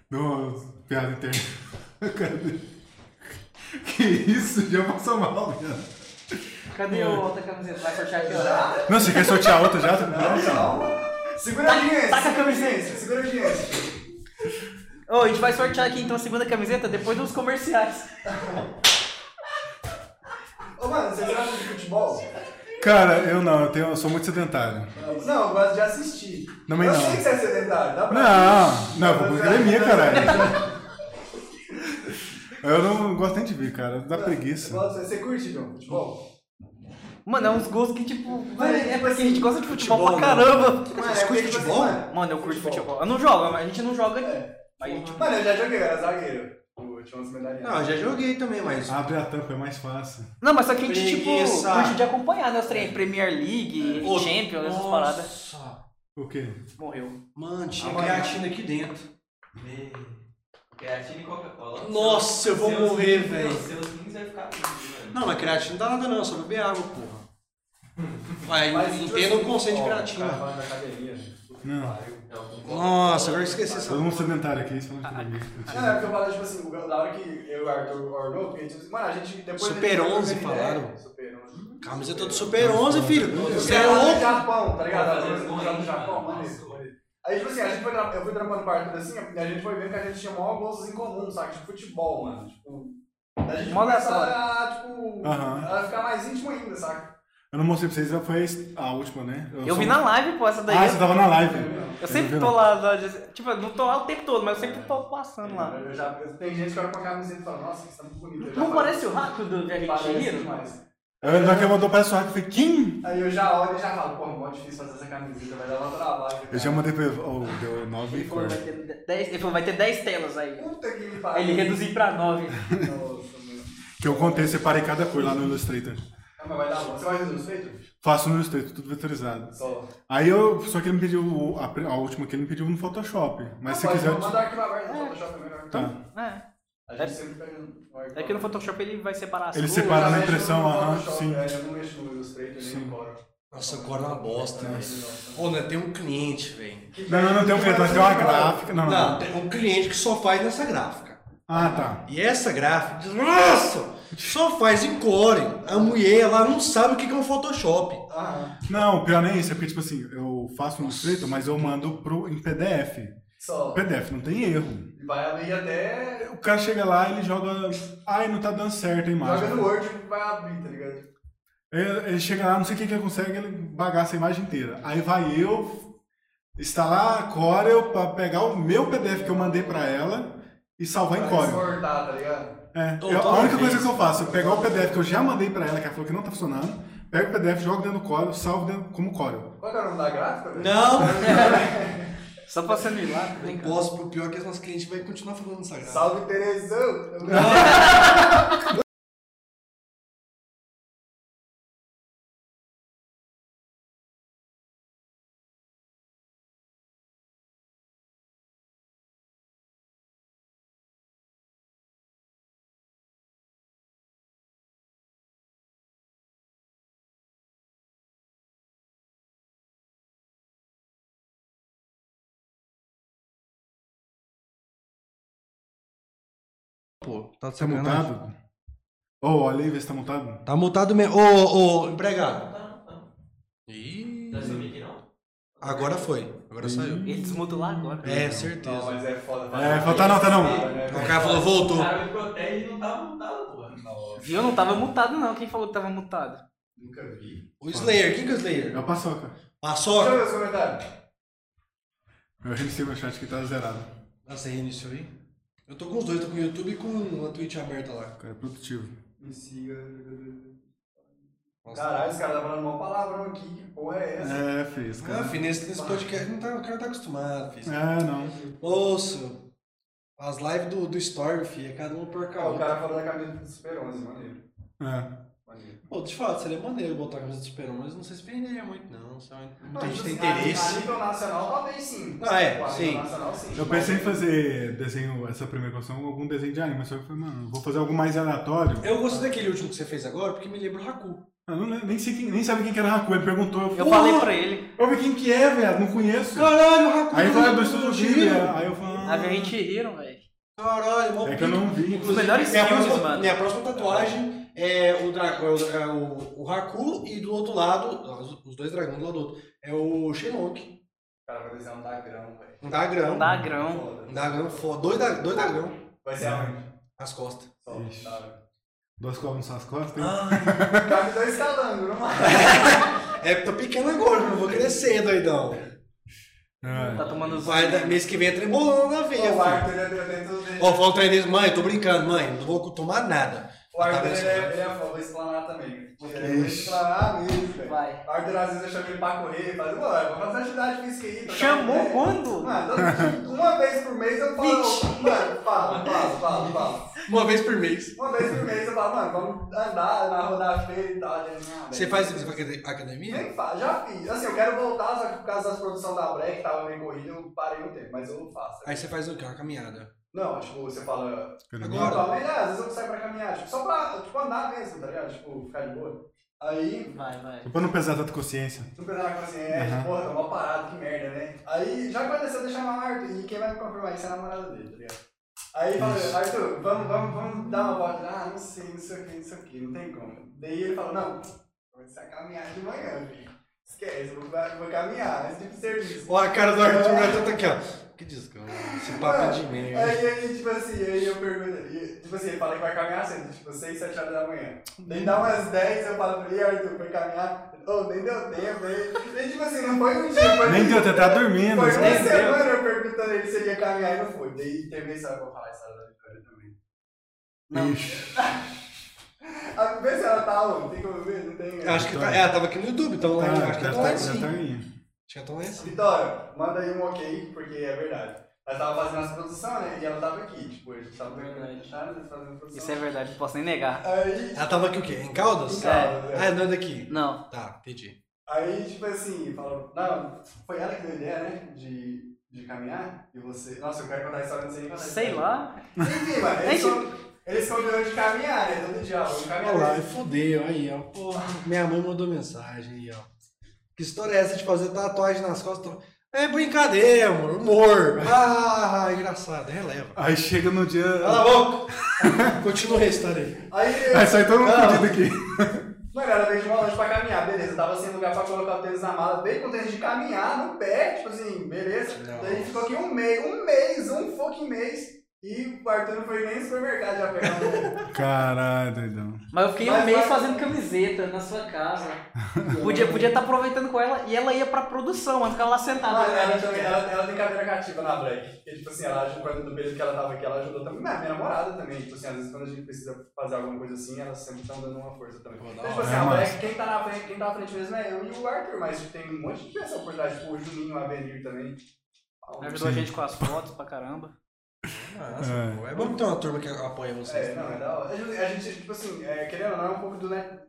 No piada interna. Cara dele. Que isso? Já passou mal. Já.
Cadê o outra camiseta? Vai sortear aqui, ó.
Não, você quer sortear outra já? Tá comprando?
Calma. Segura a audiência.
taca a
segura
camiseta.
audiência, Segura a audiência.
Ô, a gente vai sortear aqui então a segunda camiseta depois dos comerciais.
Ô, mano, vocês gostam de futebol?
Cara, eu não, eu, tenho, eu sou muito sedentário.
Não, eu gosto de assistir.
Também
eu
não.
sei que você é sedentário, dá pra...
Não, não, eu vou pra academia, caralho. Eu não gosto nem de ver, cara, dá
Eu
preguiça.
gosto- Você curte, João, futebol?
Mano, é uns gostos que tipo.
Mas,
é
tipo
porque a
assim,
gente gosta de futebol, né?
futebol,
pra caramba.
Mano,
é Você curte
porque, tipo,
futebol?
assim, mano,
Mano, eu curto
Futebol.
futebol. Eu não jogo, mas a gente não joga aqui. Aí, tipo,
Mano, eu já joguei, eu era zagueiro. Eu tinha umas medalhinhas.
Não, eu já joguei também, mas.
Abre a tampa, é mais fácil.
Não, mas só que a gente, tipo,
Preguiça.
curte de acompanhar, né? Os trem Premier League,
Ô,
Champions, essas paradas.
Nossa!
O quê?
Morreu.
Mano, tinha
Amanhã.
creatina aqui dentro.
Creatina e é Coca-Cola.
Nossa, eu vou
Seus-
morrer, velho.
Seus rins vai ficar tudo, né,
Não, mas creatina não dá nada não, só beber água, porra. Vai,
Mas, tipo
entenda o
assim,
conceito de
ó, O cara
creatina.
falando da academia. né? puta que
Não.
pariu.
mano.
Nossa, agora eu esqueci essa.
Todo mundo sedentário aqui, isso fala de preguiça.
Não, é porque eu falo, tipo assim, da hora que eu e o Arthur ornou, porque, tipo assim, mano, a gente depois...
Super
a gente trocou
11
ideia.
falaram.
Super 11.
Camiseta do Super 11, filho.
Eu
Você é
quero lá no
louco?
Japão, tá
Fazer
ligado? Eu quero lá no
gol,
Japão,
mano.
maneiro, maneiro. Aí, tipo assim, a gente foi, tra- eu fui trampando quarto assim, e a gente foi vendo que a gente tinha maior gostos em comum, sabe? De futebol, mano. Tipo, a gente
Mó
começa
aleatório.
a, tipo,
Aham.
a ficar mais íntimo ainda, saca?
Eu não mostrei pra vocês, já foi a última, né?
Eu um-
sou-
vi na live, pô, essa daí.
Ah, você tava na live.
Eu
não vi,
sempre tô
não.
lá, lá- tipo, eu não tô lá o tempo todo, mas eu sempre tô passando lá.
Eu já, eu- tem gente que olha com a camiseta e fala, nossa, isso tá muito bonito. Eu já
Não
falo,
parece o né?" rato do Viajante
Parece
Chihiro?
demais.
Eu já que eu mandou para sua eu falei, Kim?
Aí eu já olho e já falo, pô, mó difícil fazer essa camiseta, vai dar uma trabalho.
Eu
cara."
já mandei pra ele, oh, deu nove
Ele falou,
cor.
vai ter 10, ele falou, vai ter 10 telas aí.
Puta que me
Aí
pariu.
ele reduziu pra 9.
Nossa, mano.
Que eu contei, separei cada cor lá no Illustrator.
Ah, mas vai dar bom. Você vai reduzir os feitos?
Faço no Illustrator, tudo vetorizado.
Só.
Aí eu, só que ele me pediu, o- a, pri- a última que ele me pediu no Photoshop. Mas se
Pode
quiser... eu te-
Mandar arquivar guarda no Photoshop é melhor.
Tá.
É.
A gente sempre pega um no arquivo.
É que no Photoshop ele vai separar as
Ele
cores.
separa. Para
Eu já
na
mexo
impressão,
no
aham,
Photoshop,
sim.
é, Eu não mexo no Illustrator nem
Sim.
no Corel.
Nossa, o Corel é uma bosta, né? Ô, né, tem um cliente, velho.
Não, não, não tem um cliente, mas tem uma gráfica. Não, não,
Não,
não.
tem um cliente que só faz nessa gráfica.
Ah, tá.
E essa gráfica, nossa, só faz em core. A mulher, ela não sabe o que que é um Photoshop.
Aham.
Não, o pior nem é isso, é porque, tipo assim, eu faço um Illustrator, mas eu mando pro, em PDF.
Só.
PDF, não tem erro.
E vai abrir até.
O cara chega lá, ele joga. Ai, não tá dando certo a imagem.
Joga no Word e vai abrir, tá ligado?
Ele, ele chega lá, não sei o que que ele consegue, ele bagaça a imagem inteira. Aí vai eu, instalar a Corel pra pegar o meu PDF que eu mandei pra ela e salvar em
Pra
Corel.
exportar, tá ligado?
É,
Tô-
eu-
tô
a única
vendo.
coisa que eu faço é pegar o PDF que eu já mandei pra ela, que ela falou que não tá funcionando, pego o PDF, jogo dentro do Corel, salvo dentro, como Corel. Tá
Qual que é o nome da gráfica? velho?
Não,
Só passando de lá.
não posso, pro pior que as nossas clientes vai continuar falando no Instagram.
Salve Terezão!
Pô, tá de
Tá
sacanagem.
mutado? Ô, olha aí, vê se tá mutado.
Tá multado mesmo. Ô, ô,
tá,
empregado.
Ih,
Não é zumbi aqui, não?
Agora foi. Agora saiu.
Ele desmuda lá agora.
É,
Não,
certeza.
mas é foda.
É, falta não, tá não.
né?
O cara falou, voltou.
O cara me protege e não tá montado, pô.
Viu? Não tava mutado, não. Quem falou que tava mutado?
Nunca vi.
O Slayer, quem que é
É
o Slayer?
o Paçoca.
Deixa eu
Paçoca.
ver os comentários.
Eu reiniciei meu chat que tá zerado.
Nossa, reiniciou aí? Eu tô com os dois, tô com o YouTube e com a Twitch aberta lá.
Cara, é produtivo.
Me siga.
Nossa.
Caralho, os caras tá falando mal palavrão aqui. Que porra é essa?
É, fez,
Ah,
cara.
filho, nesse, nesse podcast não tá, o cara tá acostumado, filho.
É, não.
Nossa, as lives do, do Storm, filho, é cada um por
Ah, o
cá.
cara falou da camisa do Super 11, maneiro.
É.
Maneiro.
Pô, deixa eu falar, seria maneiro botar a camisa do Superman, mas não sei se venderia muito, não. Sabe? Muita
Não,
gente tem
tipo assim, a- A
interesse.
nível nacional, talvez sim.
Ah, é,
Tipo, a
sim.
nível nacional, sim.
Eu pensei em fazer desenho, essa primeira canção, algum desenho de anime, só que eu falei, mano, vou fazer algo mais aleatório.
Eu gostei daquele último que você fez agora, porque me lembra o Haku.
Eu não lembro, nem, sei quem, nem sabe quem que era Haku, ele perguntou.
Eu
"Porra,
falei pra ele.
Eu vi quem que é, velho, não conheço.
Caralho, o Haku!
Aí eu
tá
falei
no
do estúdio Ghibli,
né?
aí eu falei... "Ah,
A gente riram, velho.
Caralho, mó
É que eu não vi.
Os melhores
minha
filmes,
próxima,
mano.
Minha próxima tatuagem é o dragão, é o, o Haku e do outro lado, os- os dois dragões do lado do outro, é o Shenlong.
O cara vai desenhar um dagrão, velho.
Um dagrão.
Dagrão.
Foda.
Um dagrão foda. Dois, da- dois dagrão
Vai ser aonde?
nas costas.
Só,
Ixi.
tá.
Duas cobras nas suas costas. hein?
Ah,
Cabe dois calangos, tá não mais.
é, tô pequeno agora, não vou crescer, doidão.
É.
Tá tomando os.
Vai, da- mês que vem é trebolão na veia,
O
filho.
Arthur, ele, ele, ele,
Ó, fala pra Inês, mãe, tô brincando, mãe, não vou tomar nada.
o Arthur,
Tá
ele,
vendo?
é- ele é fã, vou explanar também. Eu Vou
Ixi.
explanar mesmo, velho.
Vai.
O Arthur, às vezes, eu chamo ele pra correr, faz, pô, eu vou fazer uma atividade física aí. tá É. trocar uma
Chamou
ideia."
quando?
Mano, todo- Ah, então, tipo, uma vez por mês eu falo, mano, falo, falo, falo, falo.
Uma vez por mês.
Uma vez por mês eu falo, mano, vamos andar na rua da feira e tal. gente, ah,
Você
velho.
faz isso pra acad- academia?
Nem faço, já fiz. Assim, eu quero voltar, só que por causa das produções da Breck, que tava meio corrida, eu parei um tempo, mas eu faço.
Aí você faz o quê? Uma caminhada.
Não, tipo, você fala.
Academia.
Agora.
Atualmente, ah, às vezes eu saio pra caminhar, tipo, só pra tipo, andar mesmo, tá ligado? Tipo, ficar de boa. Aí,
Vai, vai.
Só pra não pesar tanto consciência.
tu pensando na consciência,
Aham.
assim, é, porra, tô mal parado, que merda, né? Aí já aconteceu deixar chamar o Arthur, e quem vai me confirmar isso é a namorada dele, tá ligado? Aí falou, Arthur, vamos, vamos, vamos dar uma volta. Ah, não sei, não sei o que, não sei o que, não tem como. Daí ele falou, não, vou começar a caminhar de manhã, filho. Esquece, vou, vou caminhar, antes de serviço.
Ó, a cara do Arthur Neto tá aqui, ó. Que descanso. Esse papo de merda.
Aí, aí, tipo assim, aí eu pergunto, e, tipo assim, ele fala que vai caminhar cedo, tipo 6, 7 horas da manhã. Daí dá umas 10, eu falo pra ele, "E aí, Arthur, foi caminhar, oh, nem deu tempo, hein? E tipo assim, não foi um dia, foi
Nem deu, você tá dormindo.
Foi
sabe?
uma semana eu perguntando ele se ele ia caminhar e não foi. Daí teve essa, eu vou falar essa da Vitória também.
Ixi. tá,
A vê se ela tá onde, tem como ver, não tem. né?
Acho que tá, ela tava aqui no YouTube, então
Tá,
acho que
deve
ela
tá-
tá
deve tá
assim.
aí.
Acho que ela tá lá em cima.
Vitória, manda aí um ok, porque é verdade. Ela tava fazendo essa produção, né? E ela tava aqui, tipo, a gente tava
Verdade.
perguntando, fazendo produção.
Isso é verdade, não posso nem negar.
Aí, tipo,
Ela tava aqui o quê? Em Caldas?
É.
Ah, não é daqui.
Não.
Tá, entendi.
Aí, tipo assim, falou, não, foi ela que deu a ideia, né? De, de caminhar. E você. Nossa, eu quero contar a história, não sei nem contar a
Sei
história.
lá.
Enfim, mano, eles, com, eles combinam de caminhar, né? Todo dia, ó, vamos
Olha
caminhar.
lá, e fudeu, aí, ó. Porra, minha mãe mandou mensagem aí, ó. Que história é essa de fazer tatuagem nas costas? É brincadeira, amor. Humor. Ah, engraçado. Releva.
Aí chega no dia...
Cala a boca. Continua a história aí.
Aí,
Aí sai todo mundo
Não.
fudido aqui.
mano, ela veio de uma longe pra caminhar, beleza. Eu tava sem lugar pra colocar o tênis na mala, veio com o tênis de caminhar no pé, tipo assim, beleza.
Não.
Daí ficou aqui um mês, um mês, um fucking mês. E o Arthur não foi nem no supermercado já pegar um.
Caralho, doidão.
Mas eu fiquei um
Mas
mês
vai-
fazendo camiseta na sua casa. Podia estar podia tá aproveitando com ela e ela ia pra produção, mas ficava lá sentada.
Mas ela, também, ela, ela tem cadeira cativa na Black. Porque, tipo assim, ela ajuda quando do período que ela tava aqui, ela ajudou também. Minha, minha namorada também. Tipo assim, às vezes quando a gente precisa fazer alguma coisa assim, elas sempre estão dando uma força também. Então, tipo assim,
É,
a
mano.
Black, quem tá, na frente, quem tá na frente mesmo é eu e o Arthur, mas tipo, tem um monte de pessoa por trás, tipo o Juninho, a Avenir também.
Ajudou a gente com as fotos pra caramba.
Nossa,
É.
pô. é bom que tem uma turma que apoia vocês.
É, não,
né?
é da hora. A gente- A gente, tipo assim, é, querendo ou não, é um pouco do net.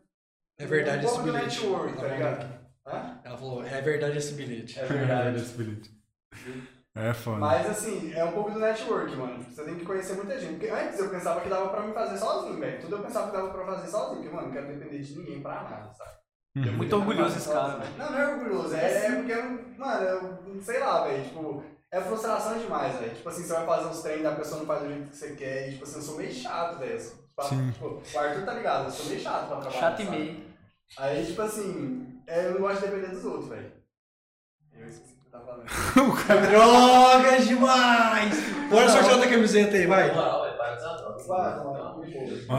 É verdade
um
esse
pouco do
bilhete.
network, tá
Ela
ligado? Hã?
falou- Ela falou, é verdade esse bilhete.
É
Caralho,
verdade.
esse bilhete. É foda.
Mas assim, é um pouco do network, mano. Tipo, Você tem que conhecer muita gente. Porque antes eu pensava que dava pra me fazer sozinho, velho. Tudo eu pensava que dava pra fazer sozinho, porque, mano, não quero depender de ninguém pra nada, sabe?
Uhum.
Eu
É Muito orgulhoso esse cara, velho.
Não, não é orgulhoso, é, é porque, eu não- mano, eu sei lá, velho, tipo, é frustração demais, velho. Tipo assim, você vai fazer uns treinos, a pessoa não faz do jeito que você quer, e tipo assim, eu sou meio chato, velho. Eu sou-
Sim.
Tipo, o Arthur tá ligado, eu sou meio chato pra trabalhar.
Chato e
sabe?
meio.
Aí, tipo assim, é, eu não gosto de depender dos outros, velho. Eu esqueci o que eu tava falando.
Drogas é demais! Bora sortear outra camiseta aí, vai.
Vai, vai, vai.
Vamos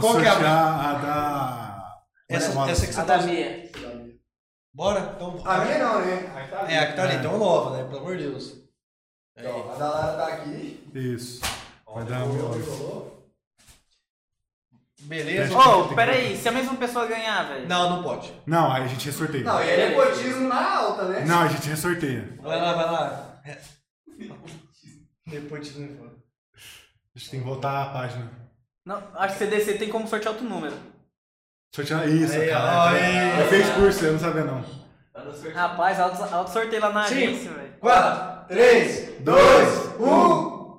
Qual que é a-
sortear a da.
Essa,
Olha,
essa que
A
você tá
da
usando.
meia.
Bora? Então,
A minha não, né? A que tá ali.
É, a que tá ali,
É.
então nova, né? Pelo amor de Deus. Aí.
Ó, a da Lara tá aqui.
Isso. Vai dar
Rolou,
um.
rolou.
Beleza.
Ô, oh, peraí, se a mesma pessoa ganhar, velho.
Não, não pode.
Não, aí a gente ressorteia.
Não, e é nepotismo na alta, né?
Não, a gente ressorteia.
Vai lá, vai lá. É. Depois né, de novo.
A gente tem que voltar a página.
Não, acho que CDC tem como sortear outro número.
Sortear. Isso,
Aí, ó,
cara.
aí.
Eu fiz curso, eu não sabia não.
Tá
Rapaz, alto, alto sorteio lá na
Sim.
agência, velho.
4, 3,
Dois, um.
2, 1.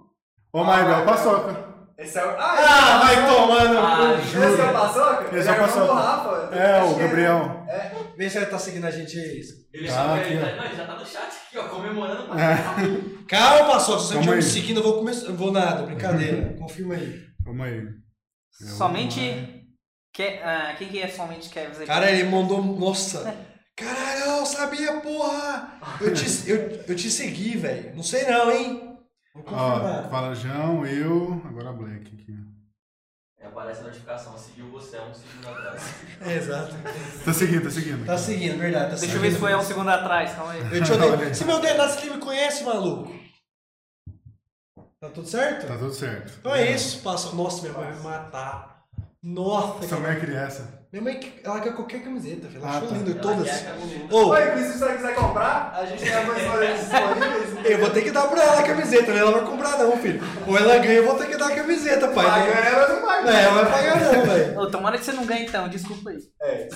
Ô, Maibel, paçoca.
Esse é o. Ah,
Ah, vai tomando.
esse é o Paçoca?
Esse
Ele
é o
irmão
Paçoca.
do Rafa.
É,
Acho
o
que é.
Gabriel.
Vê se ele tá seguindo a gente aí.
Ele
Tá
já,
aqui,
ele
né?
ó.
tá, não, ele já tá no chat aqui, ó, comemorando.
Calma, Uhum. passou. Se você
Calma
estiver
aí.
me seguindo, eu vou começar. Eu vou nada, brincadeira. Confirma aí.
Vamos aí.
Somente. Ke- ah, quem que é somente Kevs aqui?
Cara, ele mandou. Nossa! Caralho, eu não sabia, porra! Eu te, eu, eu te segui, velho. Não sei não, hein? Vou
Ó,
confirmar.
fala João, eu. Agora a Black aqui.
É, Aparece a notificação, seguiu você, é um segundo atrás.
É, exato.
Tá seguindo, tá seguindo.
Tá seguindo, verdade. Tá
Deixa eu
seguindo.
ver se foi há um segundo atrás, calma aí.
Eu te odeio. Se meu dedado, você me conhece, maluco. Tá tudo certo?
Tá tudo certo.
Então é isso, passa. Nossa, minha mãe vai me matar. Nossa,
Sua
que...
mãe queria essa.
minha mãe, ela quer qualquer camiseta, filho. Ela
Ah,
achou
tá.
lindo
Ela
todas.
quer a camiseta.
Ô,
Oi, Cris, se você quiser comprar, a gente tem as duas modelos disponíveis. um
eu vou ter que dar pra ela a camiseta, né? Ela não vai comprar, não, filho. Ou ela ganha, eu vou ter que dar a camiseta, pai.
Vai ganhar, mas não vai.
É, ela vai pagar, não, velho.
Ô, tomara que você não ganhe então, desculpa aí.
É.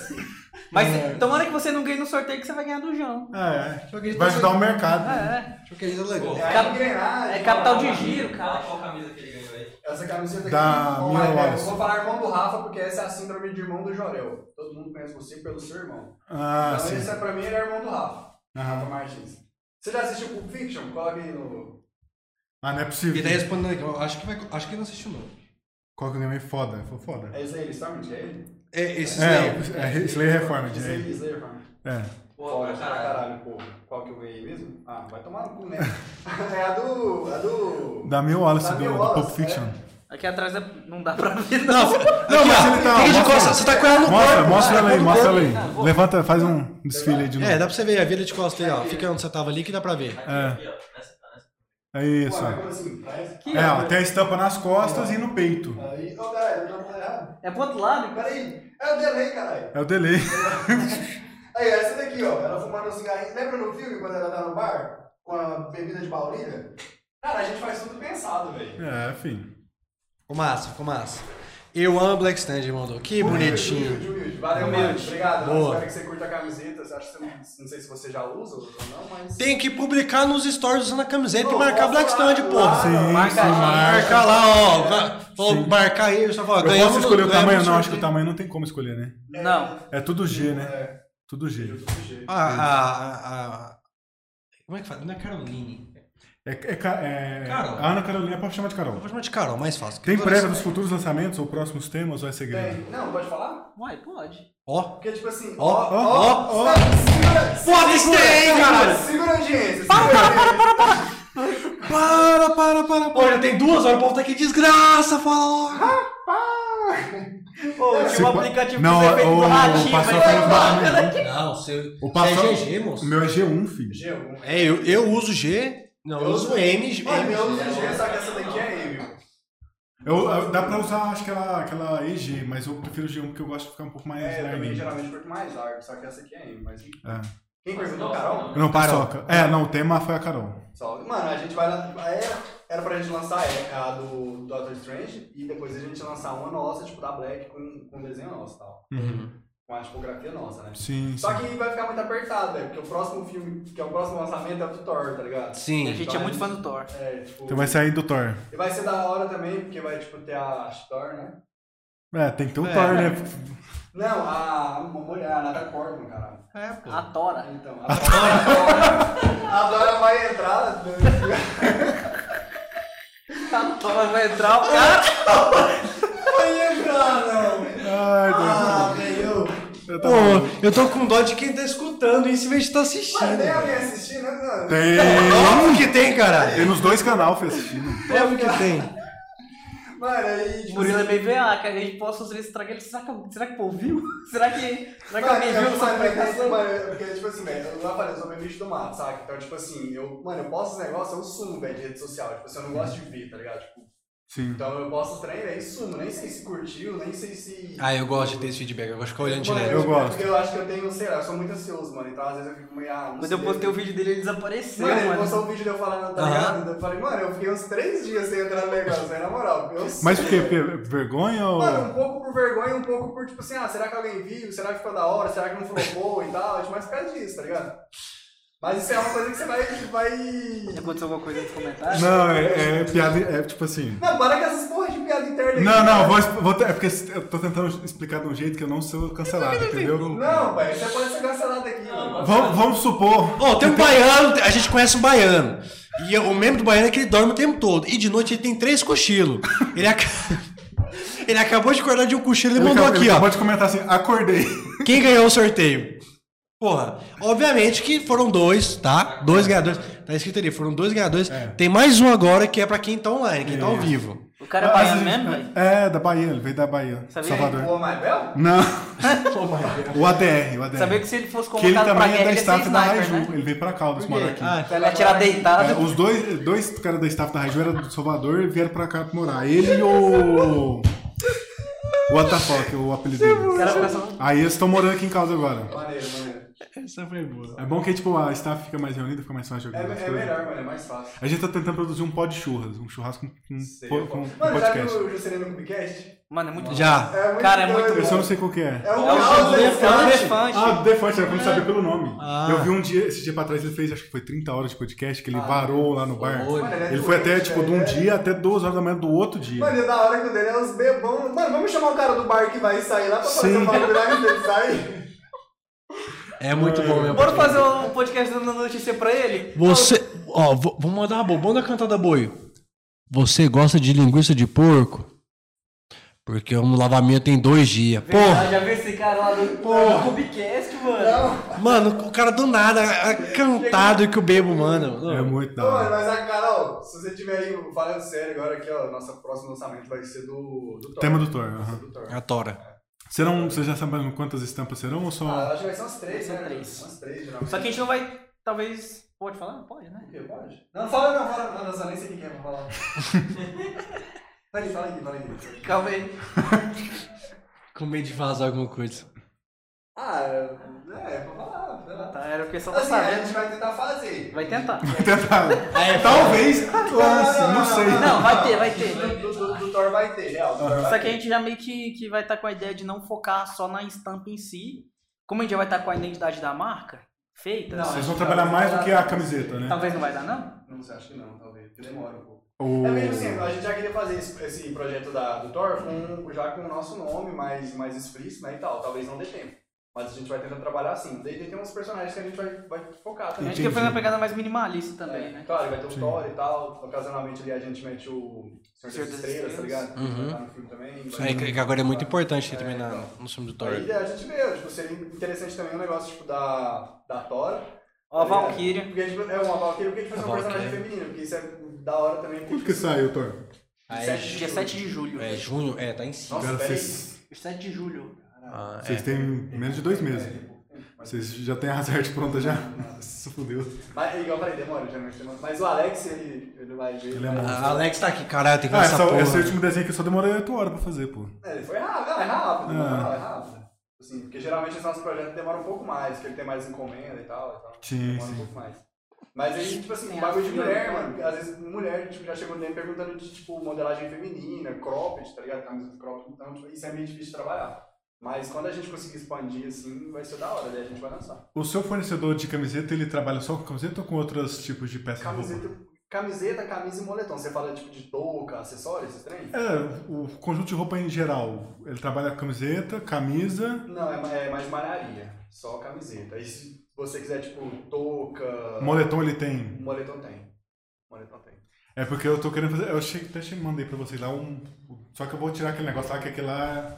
Mas
É.
tomara que você não ganhe no sorteio que você vai ganhar do João.
Ah,
Só que a
é.
gente
Vai
tá-
ajudar o mercado.
É,
Acho que isso é legal.
É a
Cap-
engrenagem.
é capital de
Fala,
giro,
fala
cara.
Qual camisa que ele ganhou aí?
né? Essa camiseta
Da
aqui. Bom,
Mila
é, é, eu
Wallace.
vou falar irmão do Rafa, porque essa é a síndrome de irmão do Jorel. Todo mundo conhece você pelo seu irmão.
Ah,
então,
sim.
esse é pra mim, ele é irmão do Rafa. Rafa
Aham.
Martins. Você já assistiu Pulp Fiction? Coloca aí no.
Ah, não é
E tá
possível.
respondendo aqui, ó, acho que, vai, acho que não assistiu, não.
Qual que eu ganhei? Foda. Foi foda.
É Slayer Storm? É ele?
É, esses
É,
daí.
o- é Re- Slayer Reformed.
Slayer,
É.
Slayer Storm.
É.
Pô, pra caralho.
pô. Qual que eu ganhei mesmo? Ah, vai tomar no cu, né? é a do. A do.
Da Mil Wallace
Da
do,
Mil
do
Wallace,
Pulp Fiction.
Aqui atrás é- não dá pra ver, não.
Não, mas ele tá.
Fica de
mostra-
costas, você tá com ela no
Mostra,
corpo,
mostra
cara,
ela aí,
no
mostra
corpo.
ela aí. Levanta, faz um desfile aí de novo.
É, dá pra você ver a vida de costas aí, ó. Fica onde você tava ali que dá pra ver.
Aqui, ó, nessa, nessa.
É
Pô,
isso.
mas como assim? Parece.
Que
É, ó, tem a estampa nas costas e no peito.
Aí. Ô, caralho, eu tava errado.
É pro outro lado.
Peraí. É o delay, caralho.
É o delay.
Aí, essa daqui, ó. Ela fumando um cigarrinho. Lembra no filme quando ela tá no bar? Com a bebida de baunilha? Cara, a gente faz tudo pensado, velho.
É, enfim.
Ficou massa, ficou massa. Eu amo Black Stand, mandou. Que bonitinho.
Humilde, humilde. Valeu,
Humilde.
mano. Obrigado. mano.
Boa.
Espero que você curta a camiseta. Acho que você não, não sei se você já usa ou não, mas.
Tem que publicar nos stories usando a camiseta e
Pô,
marcar
mostra
Black
lá,
Stand,
lá,
porra.
Sim, sim,
marca aí,
marca.
Marcar lá, ó. vai- Falou, marcar aí, eu só falo,
Eu posso
ganhamos.
escolher o
ganhamos
tamanho? Não, acho que o
sorteio.
tamanho não tem como escolher, né?
Não.
É tudo G, né?
É,
Tudo
eu
G.
tô com jeito.
Ah, a, a, a- Como é que fala? Não é Caroline.
É, é, ca- é-
Carol.
A Ana Carolina pode chamar de
Eu vou
Carol.
chamar de Carol, mais fácil.
Tem
Todas-
prévia dos futuros lançamentos ou próximos temas ou é segredo?
Tem. Não, pode falar?
Uai, pode.
Ó,
Porque, tipo assim,
Ó, ó, ó, ó.
Segura,
Foda-se,
segura,
tem,
segura,
caralho.
Segura a audiência. Para, para, para, para, para.
Para, para, para. Pô, já tem duas horas, o povo tá aqui, desgraça, fala logo.
Pô,
Se
tinha
pa-
um aplicativo
Não,
que você fez
o-
do
o
ratinho,
passou
mas-
pelo Flamengo.
Não, seu.
O passou-
É GG, moço.
O meu é G1, filho.
G1.
É, eu, eu uso G. Não, eu uso M. G-
Mano,
M.
eu uso G, só que essa daqui é M.
Eu- eu- dá pra usar, acho que aquela, aquela EG, mas eu prefiro G1 porque eu gosto de ficar um pouco mais
É, eu também
nerd.
geralmente curto mais largo, só que essa aqui é M. Mas
É.
quem perguntou,
tá
Carol?
Não, paçoca. É, não, o tema foi a Carol.
Só- Mano, a gente vai. lan- é, Era pra gente lançar é, a do Doctor Strange e depois a gente lançar uma nossa, tipo da Black, com, com desenho nosso e tal.
Uhum.
Com a tipografia nossa, né?
Sim, sim.
Só que vai ficar muito apertado, velho, porque o próximo filme, que é o próximo lançamento, é o do Thor, tá ligado?
A
Sim.
gente é muito fã do Thor.
É, tipo.
Então vai sair do Thor.
E vai ser da hora também, porque vai, tipo, ter a Thor, né?
É, tem que ter um
É.
Thor, né?
Não, a uma mulher, a Natalie Portman, caralho.
É, pô.
A Tora.
Então, a Dora, a Dora vai entrar. né? Foi
A Tora vai entrar, o cara.
entrar, não.
Ai,
Ah,
Deus.
velho.
Eu
Pô,
tava-
eu tô com dó de quem tá escutando isso em vez de tá
Mas
assistindo. É
tem alguém assistindo, né? mano?
Tem...
Óbvio que tem, caralho.
tem nos dois canal fui assistindo.
É Óbvio que tem.
Mano, aí,
O
tipo,
Murilo é meio VA, que a gente posta os vezes estragar ele. Será que, eu- será que o povo viu? Será que, será que
Mano,
alguém
eu,
é viu essa
mano, mas esse,
publicação?
mano, porque, tipo assim, velho, eu não falei, eu sou meio bicho do mato, saca? Então, tipo assim, eu, mano, eu posto os negócios, eu sumo, velho, de rede social. Tipo assim, eu não gosto de ver, tá ligado? Tipo,
Sim.
então eu posto os trem, velho, e sumo. Nem sei se curtiu, nem sei se.
Ah, eu gosto de ter esse feedback, eu gosto de ficar olhando
Mano,
né?
direto.
eu
tipo,
gosto.
Porque eu acho que eu tenho, sei lá, eu sou muito ansioso, mano. Então, às vezes eu fico meio. Ah, não
Quando
sei.
eu postei o vídeo dele, ele desapareceu,
Mano, ele
mano.
postou um vídeo de eu falando, tá
Aham.
ligado? Eu falei, mano, eu fiquei uns três dias sem entrar no negócio, velho, na moral. Eu sumo,
Mas por quê?
velho.
Porque é Vergonha ou.
Mano, um pouco por vergonha, um pouco por tipo assim, ah, será que alguém viu? Será que ficou da hora? Será que não flopou e tal? Acho mais por causa disso, tá ligado? Mas isso é uma coisa que você vai. vai...
Aconteceu alguma coisa nos comentários?
Não, é, é piada. É tipo assim.
Não, para com essas porra de piada interna aí,
Não,
cara.
não, vou, exp- vou ter- É porque eu tô tentando explicar de um jeito que eu não sou cancelado, entendeu?
Não, velho, você pode ser cancelado aqui, mano.
Vamos, vamos supor.
Ó, tem um baiano, a gente conhece um baiano. E o membro do baiano é que ele dorme o tempo todo. E de noite ele tem três cochilos. Ele, ac- ele acabou de acordar de um cochilo e mandou
acabou-
aqui, ó.
Pode comentar assim, acordei.
Quem ganhou o sorteio? Porra, obviamente que foram dois, tá? Dois ganhadores. Tá escrito ali, foram dois ganhadores.
É.
Tem mais um agora que é pra quem tá online, quem tá ao
Isso.
vivo.
O cara é
Mas a
baiano
gente-
mesmo, velho?
É, da Bahia, ele veio da Bahia.
Sabia?
Salvador.
O Mabel?
Não. o ADR, o ADR.
Sabia que se ele fosse
Que ele
convocado pra
também é
guerra, ele
da
ia ser
staff da
sniper,
Raju.
né?
Ele veio pra Caldas morar aqui.
Ah,
Ele ia tirar tipo,
É,
deitado.
os dois, dois caras da staff da Raju eram do Salvador e vieram pra cá pra morar. Ele e o. O WTF, o apelido
O
dele.
cara fica só...
Aí eles estão morando aqui em Caldas agora.
Maneiro, maneiro.
essa foi boa.
É bom que tipo, a staff fica mais reunida, fica mais fácil
É,
jogar. as
é
coisas.
melhor, mano, é mais fácil.
A gente tá tentando produzir um pó de churras, um churrasco com um,
Sei,
po-
eu falo.
com um
Mano, já
podcast.
viu o Juscelino Cubicast?
Mano, é muito
Já.
É muito
Cara, é muito
doido,
Eu só não
mano.
sei qual que é.
É um
É o
caos,
João
né?
Defante. Defante.
Ah, do Defante, era como saber pelo nome.
Ah.
Eu vi um dia, esse dia pra trás, ele fez, acho que foi 30 horas de podcast, que ele
Ah,
varou lá no bar.
Foi.
Mano, é
Ele foi até,
doente,
tipo, de
velho.
um
É-
dia até duas horas da manhã do outro dia.
Mano, e da hora que o dele é os bebão. Mano, vamos chamar o cara do bar que vai sair lá pra fazer
Sim.
o bagulho lá que ele sai.
É muito bom, meu
Bora fazer um podcast dando notícia pra ele?
Você. Ó, vou- vamos mandar uma bobona cantada boi. Você gosta de linguiça de porco? Porque um lavamento em dois dias.
Ah,
Porra!
já vi esse cara lá do, do Cubicast, mano.
Mano, o cara do nada, a- a- cantado que o bebo manda.
É muito da
Ô, Mano,
hora.
mas a Carol, se você tiver aí falando sério agora aqui, ó, nosso próximo lançamento vai ser do, do Thor.
Tema do Thor,
Vai ser
aham.
do Thor.
A É Tora.
Serão, vocês já sabem quantas estampas serão ou
Ah,
só.
acho que vai ser umas três,
Vai
né?
ser três.
Umas três, geralmente.
Só que a gente não vai, talvez... Pode falar? Pode, né?
O quê? Pode? Não, fala não, fala não, nossa, nem sei o que é pra falar. Fala aí, fala aí, fala aí.
Calma aí.
Com medo de vazar alguma coisa.
Ah, é, é pra falar, sei lá.
Tá, era porque só tá
Assim, a
sabendo.
gente vai tentar fazer.
Vai tentar.
Tentaram.
Tá
Talvez lance, não sei.
Não, vai ter, vai ter.
Do, do- do- do Thor vai ter, real. do Thor vai
Só que
ter.
a gente já meio que, que vai estar com a ideia de não focar só na estampa em si. Como a gente já vai estar com a identidade da marca feita, assim,
Não,
Vocês vão trabalhar mais do que a camiseta, né?
talvez não vai dar, não?
Não sei, acho que não, talvez, porque demora um pouco.
O...
É mesmo assim, a gente já queria fazer esse, esse projeto da, do Thor com, já com o nosso nome mais, mais explícito né, e tal. Talvez não dê tempo. Mas a gente vai tentar trabalhar assim. Daí tem uns personagens que a gente vai, vai focar
A
também.
gente quer fazer uma pegada mais minimalista também,
É,
né?
Claro, vai ter
Sim.
o Thor e tal. Ocasionalmente ali a gente mete o Senhor,
Senhor
das,
das
Estrelas, tá
Estrelas.
ligado?
Uhum.
Tá no filme também.
Isso aí que que agora é muito importante também na, no filme do Thor.
Aí a gente vê, tipo, seria interessante também o negócio tipo, da, da Tora.
Ó, a
Tá ligado?
Valkyria.
Porque, tipo, é uma Valkyrie porque tipo, é
A
um personagem
Valkyrie.
feminino, porque tipo, isso é da hora também.
Quando que saiu, Thor?
Dia
Sete
7,
de
dia 7 de
julho.
julho.
É, junho, é, tá em cima.
Nossa,
Cara,
peraí.
vocês,
7 de julho.
Ah, é.
vocês têm menos de
É,
dois meses.
tipo, um,
Vocês já têm as artes prontas já? Nossa, fudeu.
Mas, é igual eu falei, demora, geralmente demora. Mas o Alex, ele, ele vai ver.
Ele é
vai-
Ah, Alex tá aqui, caralho, tem que
Ah,
ver essa
essa,
porra.
esse último desenho aqui eu só demorei 8 horas pra fazer, pô.
É, ele foi rápido, ah, é rápido,
Ah.
não, é rápido. Assim, porque geralmente os nossos projetos demoram um pouco mais, porque ele tem mais encomenda e tal, então
Sim,
demora
sim.
um pouco mais.
É
Mas aí, tipo assim,
Tem
bagulho de
ação,
mulher,
né?
mano, às vezes mulher tipo, já chegou nem perguntando de, tipo, modelagem feminina, cropped, tá ligado? Camisa de cropped, então tipo, isso é meio difícil de trabalhar. Mas quando a gente conseguir expandir, assim, vai ser da hora, daí a gente vai lançar.
O seu fornecedor de camiseta, ele trabalha só com camiseta ou com outros tipos de peça de roupa?
Camiseta, camiseta, camisa e moletom, você fala, tipo, de touca, acessórios, esses trem?
É, o conjunto de roupa em geral. Ele trabalha camiseta, camisa,
Não, é, ma- é mais malharia, só camiseta. E se você quiser, tipo, touca...
moletom ele tem.
Moletom tem. Moletom tem.
É porque eu tô querendo fazer. Eu che- até che- mandei pra vocês lá um. Só que eu vou tirar aquele negócio lá, que aquele lá.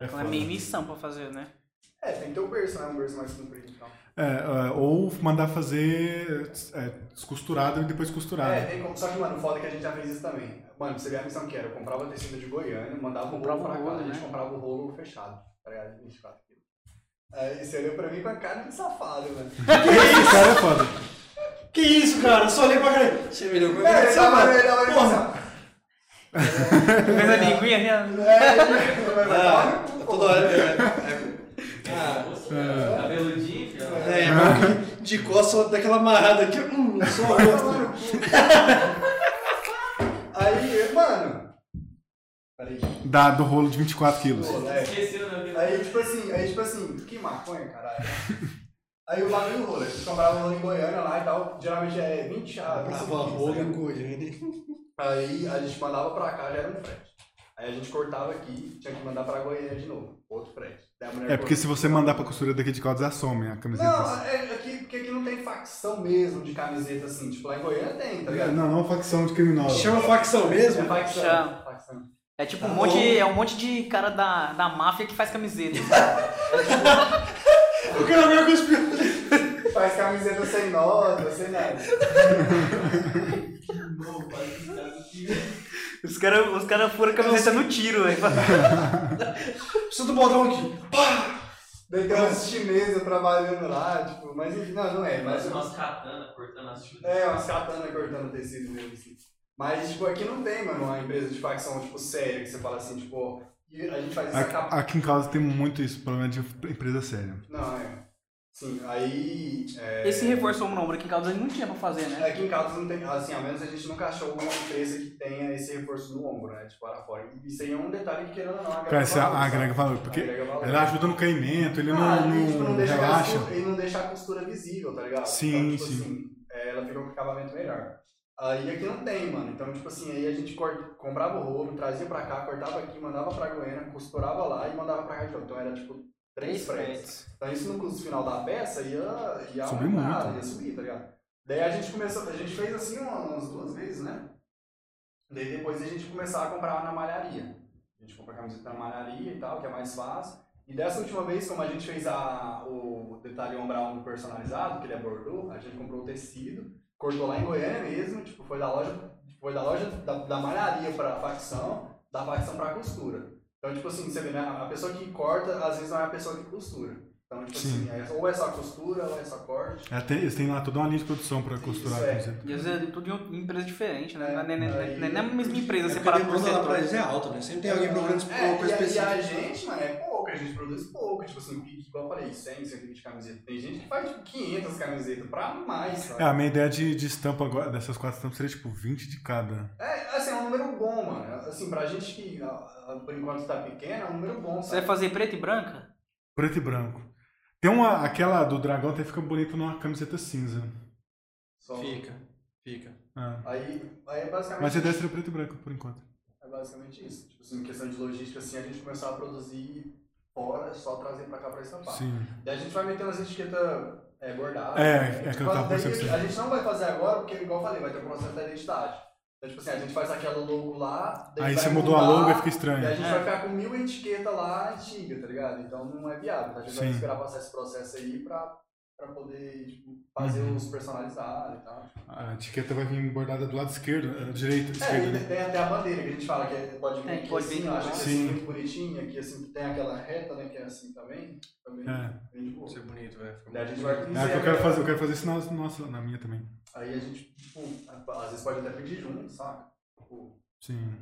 É,
Então é
foda.
meio missão pra fazer, né?
É, tem que ter o berço, né? Um berço mais comprido então.
É, é, ou mandar fazer é, descosturado e depois costurado.
É, tem como. Só que, mano, o foda é que a gente já fez isso também. Mano, pra você ver a missão que era. Eu comprava tecido de Goiânia, mandava o rolo
Comprava
pra
o
cá.
rolo,
a gente
né?
comprava o rolo fechado, tá ligado? 24 quilos. Aí você olhou pra mim com a cara de safado, mano.
Esse cara é foda.
Que isso, cara? Eu só olhei pra caralho. Você me deu
É, ele tava, ele tava, ele
Porra.
tava.
Fez a linguinha, né?
É,
Toda hora. é, é. Ah,
Tá Cabeludinho, filho.
é, é bom que de costas só daquela amarrada aqui. Hum, só o rosto.
Aí, mano. Peraí.
Dá do rolo de 24 quilos.
Rolo, é.
Esqueceu, né?
Aí, tipo assim, aí, tipo assim, que maconha, caralho. Aí o bagulho rola, eles compravam rolo em Goiânia lá e tal, geralmente é 20 a 25
Brava
quilos,
rola
tá
em
ligado?
Goiânia.
Aí a gente mandava pra cá, já era um frete. Aí a gente cortava aqui, tinha que mandar pra Goiânia de novo, outro frete. Daí a mulher
É porque se
corta.
você mandar pra costura daqui de Caldas, some a camiseta.
Não, é aqui, porque aqui não tem facção mesmo de camiseta assim, tipo lá em Goiânia tem, tá ligado?
não, não facção de criminosa.
Chama facção
É
mesmo?
facção,
Chama.
facção.
É tipo
Tá
um monte,
bom.
é um monte de cara da, da máfia que faz camiseta.
Eu quero ver com os piores.
Faz camiseta sem nota, sem nada.
Os caras os cara furam a camiseta no tiro, velho.
Preciso do botão aqui. Pá!
Daí tem umas chinesas trabalhando lá, tipo, mas enfim, não, não é, mas
Parece umas katana cortando as chutes.
É, umas katana cortando tecido mesmo, assim. Mas, tipo, aqui não tem, mano, uma empresa de facção, tipo, séria, que você fala assim, tipo, ó, e a gente faz essa capa.
Aqui em Caldas tem muito isso, pelo menos de empresa séria.
Não, é. Sim, aí. É...
Esse reforço ombro a ombro aqui em Caldas não tinha pra fazer, né?
Aqui em Caldas não tem, assim, ao menos a gente nunca achou uma empresa que tenha esse reforço no ombro, né? Tipo, para fora. E Isso aí é um detalhe que querendo ou não, agrega
Cara, esse
valor, sabe?
agrega valor, porque
Agrega valor.
ele ajuda no caimento, ele
Ah,
não,
e,
não
tipo, não deixa a
relaxa.
costura- e não deixa a costura visível, tá ligado?
Sim,
então, tipo
sim.
assim, é, ela fica com acabamento melhor. Aí aqui não tem, mano. Então, tipo assim, aí a gente corta, comprava o rolo, trazia pra cá, cortava aqui, mandava pra Goiânia, costurava lá e mandava pra cá de novo. Então era tipo três fretes. Então isso no custo final da peça ia, ia
Subiu
aumentar,
muito.
ia subir, tá ligado? Daí a gente começou, a gente fez assim uma- umas duas vezes, né? Daí depois a gente começava a comprar na malharia. A gente compra camiseta na malharia e tal, que é mais fácil. E dessa última vez, como a gente fez a, o detalhe ombro a ombro personalizado, que ele abordou, a gente comprou o tecido, cortou lá em Goiânia mesmo, tipo, foi da loja, foi da loja da, da malharia pra facção, da facção pra costura. Então, tipo assim, você vê, né? A pessoa que corta, às vezes não é a pessoa que costura. Então, tipo assim,
Sim.
é- ou é só costura, ou é só corte.
É, tem- Eles têm lá toda uma linha de produção pra costurar a
Isso é.
camiseta.
E às vezes é tudo em uma empresa diferente, né?
É,
Não é- não é-
aí-
não é nem a mesma empresa
É porque a
separada por
demanda lá pra
setor.
eles é alta, né? Sempre tem alguém procurando
É,
uma coisa
e, a, e a
né?
específica.
gente, mano, é pouco, a gente produz pouco. Tipo assim, igual eu falei, 100, 120 camisetas. Tem gente que faz, tipo, 500 camisetas pra mais,
É,
sabe?
a minha ideia de, de estampa agora, dessas quatro estampas seria tipo 20 de cada.
É, assim, é um número bom, mano. Assim, pra gente que, a- a- por enquanto, tá pequeno, é um número bom,
Você vai
sabe?
fazer preta e branca?
Preto e branco. Tem uma, aquela do dragão até fica bonito numa camiseta cinza.
Só.
Fica, fica.
É.
Aí, aí é basicamente...
Mas a ideia seria preto e branco por enquanto.
É basicamente isso. Tipo assim, em questão de logística, assim, a gente começar a produzir fora, só trazer pra cá pra estampar.
Sim.
Daí a gente vai meter umas etiquetas é, bordadas.
É,
né?
é que eu
Mas
tava
daí
pensando assim.
A gente não vai fazer agora, porque, igual eu falei, vai ter o processo da identidade. Então, tipo assim, a gente faz aquela logo lá. daí
Aí
vai
você mudou a
mudar,
logo e fica
E a
estranho.
gente
É.
vai ficar com mil etiquetas lá antigas, tá ligado? Então não é viável. Então a gente vai
Sim.
esperar passar esse processo aí pra pra poder, tipo, fazer
Uhum.
os personalizados e tal.
A etiqueta vai vir bordada do lado esquerdo, eh, direito,
É,
esquerda,
e
né?
tem- tem até a bandeira que a gente fala que é- pode vir
Tem,
aqui
pode
assim,
vir
eu acho que é assim,
Sim.
muito bonitinha, aqui assim, que tem aquela reta, né, que é assim também. Também
É.
bem de boa.
Isso é bonito, velho.
Daí a gente vai
É o que eu quero fazer, eu quero fazer isso na nossa, na minha também.
Aí a gente, tipo, às vezes pode até pedir junto, saca? Tipo,
Sim.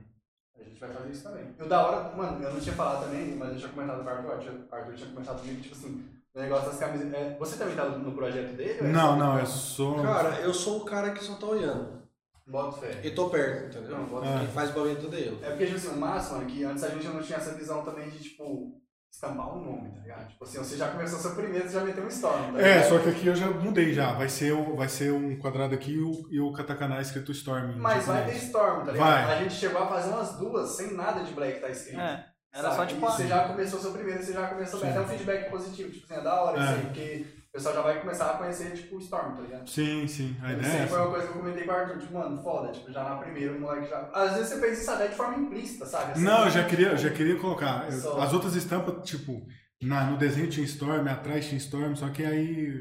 A gente vai fazer isso também. E o da hora, mano, eu não tinha falado também, mas eu tinha comentado com o Arthur, eu tinha- o Arthur tinha comentado comigo, tipo assim, o negócio das camisas. é, você também tá no projeto dele? ou é só-
Não, não, eu sou. um
Cara, eu sou o cara que só tá olhando.
Bota fé.
Eu tô perto, entendeu?
Não, bota
Ah.
Quem faz o bagulho todo é eu.
É porque, tipo assim, o máximo, mano, que antes a gente não tinha essa visão também de, tipo, estampar o nome, tá ligado? Tipo assim, você já começou seu primeiro, você já meteu um storm, tá
É,
ligado?
só que aqui eu já mudei já. Vai ser, o- vai ser um quadrado aqui e o, e o katakana escrito Storm. tipo em
Mas vai ter
japonês.
storm, tá ligado?
assim, Vai.
A gente chegou a fazer umas duas sem nada de Black tá escrito.
É, era só
Sabe?
tipo.
E
ah,
Você já começou seu primeiro, você já começou bem.
Sim.
Até um feedback positivo, tipo assim, é da hora
É.
isso aí, porque o pessoal já vai começar a conhecer, tipo, o Storm, tá ligado?
Sim, sim. A
Isso
ideia é
aí foi
essa.
uma coisa que eu comentei com o Arthur, tipo, mano, foda, tipo, já na primeira, o moleque já. Às vezes você pensa isso até de forma implícita, sabe? Assim,
Não, eu já queria, eu já queria colocar. Eu-
Só.
as outras estampas, tipo, na, no desenho tinha Storm, atrás tinha Storm, só que aí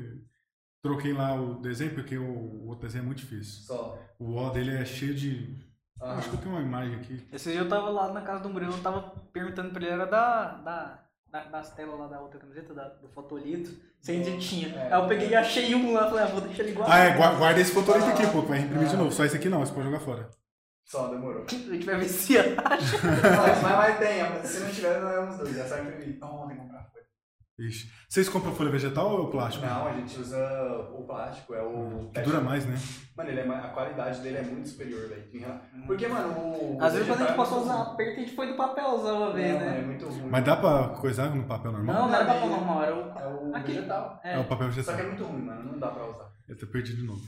troquei lá o desenho, porque o, o outro desenho é muito difícil.
Só.
O O dele é cheio de.
Ah,
Acho que eu tenho uma imagem aqui.
Esse dia eu tava lá na casa do Murilo, eu tava perguntando pra ele, era da. da da- das telas lá da outra camiseta, da- do fotolito, sem onde tinha.
É.
Aí eu peguei e achei um lá, falei, ah, vou deixar ele guardado.
Ah, é, gua- guarda esse fotorista aqui, pô, que vai imprimir de novo. Só esse aqui não, esse pode jogar fora.
só, demorou.
Se é. eu tiver viciado.
mas, mas, mas tem, mas se não tiver, não é uns dois, já sabe que Não, tem que comprar folha.
Ixi. Vocês compram folha vegetal ou plástico?
Não, a gente usa o plástico, é o.
Que dura mais, né?
Mano, ele é, mais- a qualidade dele é muito superior, velho. em relação-
Hum.
Porque, mano, o.
Às vezes quando a gente
vegetal é
passou a
muito
usar
ruim.
uma perca, a gente foi do papelzão uma vez,
Não, mano, é
né?
muito ruim.
Mas dá pra coisar no papel normal?
Não, não era
Não,
papel
não.
normal, era o.
É o
Aqui.
vegetal.
É, o papel vegetal.
Só que é muito ruim, mano. Não dá pra usar.
Eu tô perdido de novo.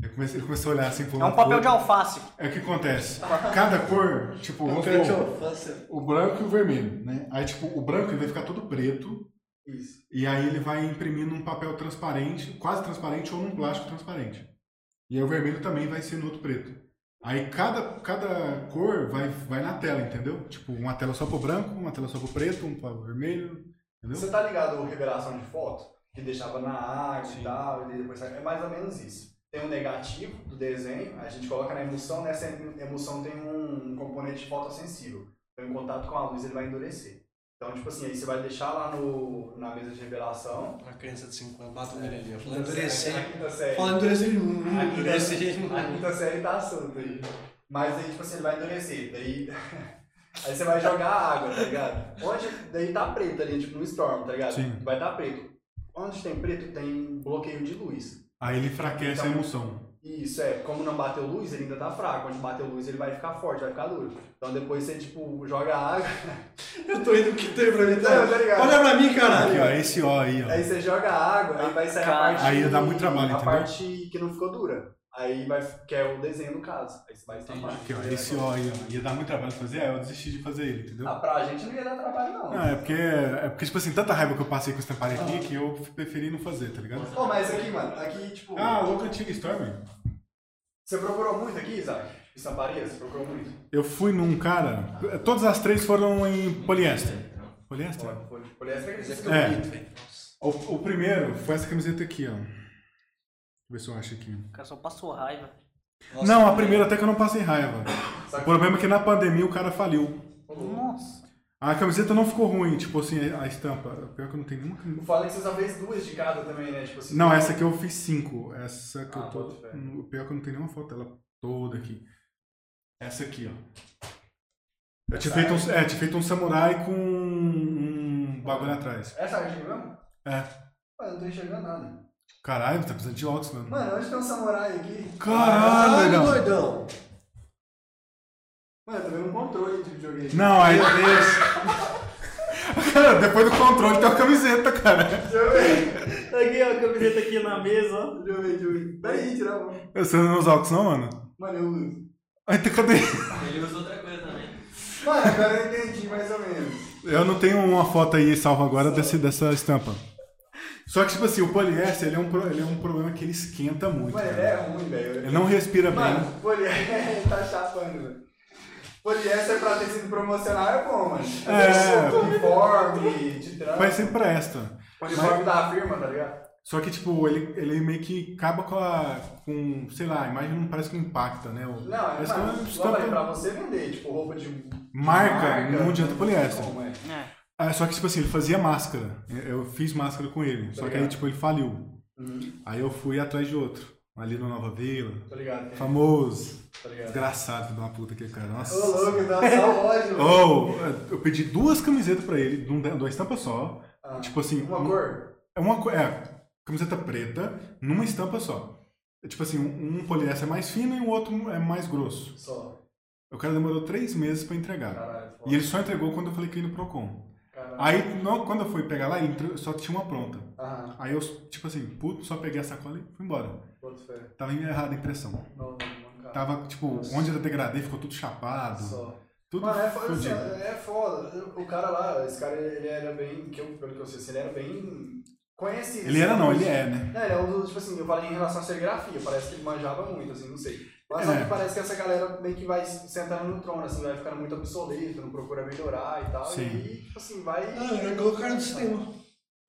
Eu comecei, ele começou a olhar assim pro
É um
lado
papel de
pro outro.
alface.
É o que acontece. Cada cor, tipo, vamos
É um Papel de
supor,
alface.
o branco e o vermelho, né? Aí, tipo, o branco ele vai ficar todo preto
Isso.
e aí ele vai imprimir num papel transparente, quase transparente ou num plástico transparente. E aí o vermelho também vai ser no outro preto. Aí cada, cada cor vai, vai na tela, entendeu? Tipo, uma tela só pro branco, uma tela só pro preto, um pro vermelho, entendeu?
Você tá ligado ao revelação de foto? Que deixava na água e tal, e depois sai- É mais ou menos isso. Tem um negativo do desenho, a gente coloca na emulsão, nessa em- emulsão tem um componente fotossensível. Então, em contato com a luz, ele vai endurecer. Então, tipo assim, aí você vai deixar lá no, na mesa de revelação.
Uma criança de 5 anos, bata nele ali. ó. Fala endurecer.
A quinta série.
Fala endurecer.
A quinta
Endurecer.
A quinta série tá assunto aí. Mas aí, tipo assim, ele vai endurecer. Daí. aí você vai jogar a água, tá ligado? Onde. Daí tá preto ali, tipo, no storm, tá ligado?
Sim.
Vai tá preto. Onde tem preto, tem bloqueio de luz.
Aí ele enfraquece a emoção.
E Isso é, como não bateu luz, ele ainda tá fraco. Onde bateu luz, ele vai ficar forte, vai ficar duro. Então depois você, tipo, joga a água.
Eu tô indo o que tem pra mim.
Não, tá ligado?
Olha pra mim,
Aqui, ó,
caralho.
esse ó aí, ó.
Aí você joga a água, aí vai sair a
Cara.
parte.
Aí dá muito trabalho,
A
entendeu?
parte que não ficou dura. Aí vai. Que é o desenho no caso. Aí você vai estampar.
Aqui, ó, esse ó aí, ó. Ia dar muito trabalho fazer, aí eu desisti de fazer ele, entendeu?
Ah, pra gente não ia dar trabalho, não.
Não, é porque, é porque, tipo assim, tanta raiva que eu passei com esse tampar aqui que eu preferi não fazer, tá ligado?
Pô, mas aqui, mano, aqui, tipo,
Ah, louco antiga Storm.
você procurou muito aqui, Isaac? Estamparia, você procurou muito?
Eu fui num cara. Todas as três foram em poliéster. Poliéster?
Pô, Foi, foi essa que
Mas
eles-
fica
É.
bonito, velho. Nossa.
O, o primeiro foi essa camiseta aqui, ó. Deixa eu ver se eu acho aqui.
O cara só passou raiva.
Nossa,
não, a
que
primeira até que eu não passei raiva.
Só
O
que-
problema é que na pandemia o cara faliu.
Nossa.
A camiseta não ficou ruim, tipo assim, a estampa. Pior que eu não tenho nenhuma camiseta.
O foda é que você só fez duas de cada também, né? Tipo assim.
Não, essa aqui eu fiz cinco. Essa que
Ah,
eu tô.
boto fé.
O pior é que eu não tenho nenhuma foto dela toda aqui. Essa aqui, ó. Eu tinha feito um, é, tinha feito um samurai com um bagulho atrás.
Essa arte aqui mesmo?
É.
Mano, eu não tô enxergando nada.
Caralho, tá precisando de óculos, mano.
Mano, onde tem um samurai aqui?
Caralho, doidão.
doidão.
Mano, eu tô vendo um controle de videogame.
Não, aí. cara, depois do controle tem uma camiseta, cara.
Deixa eu ver,
Aqui, ó, a camiseta aqui na mesa, ó.
deixa eu ver, deixa eu ver. Peraí, tirar a mão.
Você não usa óculos, não, mano?
Mano, eu uso.
Aí tem- cadê?
Ele usa outra coisa também.
Mano, agora eu entendi mais ou menos.
Eu não tenho uma foto aí salva agora desse, dessa estampa. Só que, tipo assim, o poliéster ele é, um, pro- ele é um problema que ele esquenta muito.
Mano, ele
Cara.
é ruim, velho.
Ele não respira bem.
Mano, poliéster tá chapando, velho. Poliéster pra tecido promocional é bom, mano.
É.
Uniforme, de trampo.
Vai ser presta.
Uniforme da firma, tá ligado?
Só que, tipo, ele, ele meio que acaba com a. com, sei lá, a imagem não parece que impacta, né? O-
Não, é,
parece que é uma
mas, igual eu
estampa-
falei, pra você vender, tipo, roupa de
marca,
marca, tipo,
não adianta poliéster.
como é.
É.
Ah, só que, tipo assim, ele fazia máscara. Eu fiz máscara com ele. Só que aí,
Legal.
tipo, ele faliu.
Uhum,
Aí eu fui atrás de outro. Ali no Nova Vila.
tá ligado, tem-
Famoso.
tá ligado.
Desgraçado, filho de uma puta aqui, cara. Nossa.
Ô, louco, dá só ódio. mano.
Oh, eu pedi duas camisetas pra ele, de um- de uma estampa só.
Ah,
tipo assim,
Uma
um-
cor?
É uma co- é, camiseta preta, numa estampa só. É, tipo assim, um, um poliéster é mais fino e o outro é mais grosso.
Só.
O cara demorou três meses pra entregar.
Caralho, é foda.
E ele só entregou quando eu falei que ia no Procon.
Caralho.
Aí, não- quando eu fui pegar lá, ele entre- só tinha uma pronta.
Aham,
Aí eu, tipo assim, puto, só peguei a sacola e fui embora.
boto fé.
Tava errada a impressão.
Não, não, não, cara.
Tava, tipo,
Nossa.
onde eu degradei, ficou tudo chapado.
Só.
Tudo
Mano, é foda, assim,
fudido.
é foda. O cara lá, esse cara, ele era bem, que eu- pelo que eu sei, assim, ele era bem conhecido.
Ele era não, ele é, né?
Não, ele é um dos, tipo assim, eu falei em relação à serigrafia, parece que ele manjava muito, assim, não sei. Mas só
É.
que parece que essa galera meio que vai sentando no trono, assim, vai ficando muito obsoleto, não procura melhorar e tal.
Sim.
E aí, tipo assim, vai.
Ah, é igual o cara do cinema.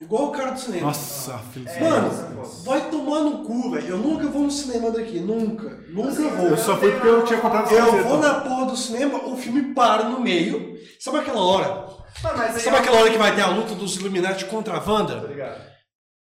Igual o cara do cinema.
Nossa, filho
É,
Mano,
isso é foda.
Vai tomar no cu, velho. Eu nunca vou no cinema daqui. Nunca. Nunca
Assim,
vou.
Eu é só então. fui porque eu tinha comprado essa
Eu vou
camiseta.
na porra do cinema, o filme para no meio. Sabe aquela hora?
Mano, mas aí
Sabe
é-
aquela hora que vai ter a luta dos Illuminati contra a
Tá
Wanda?
ligado?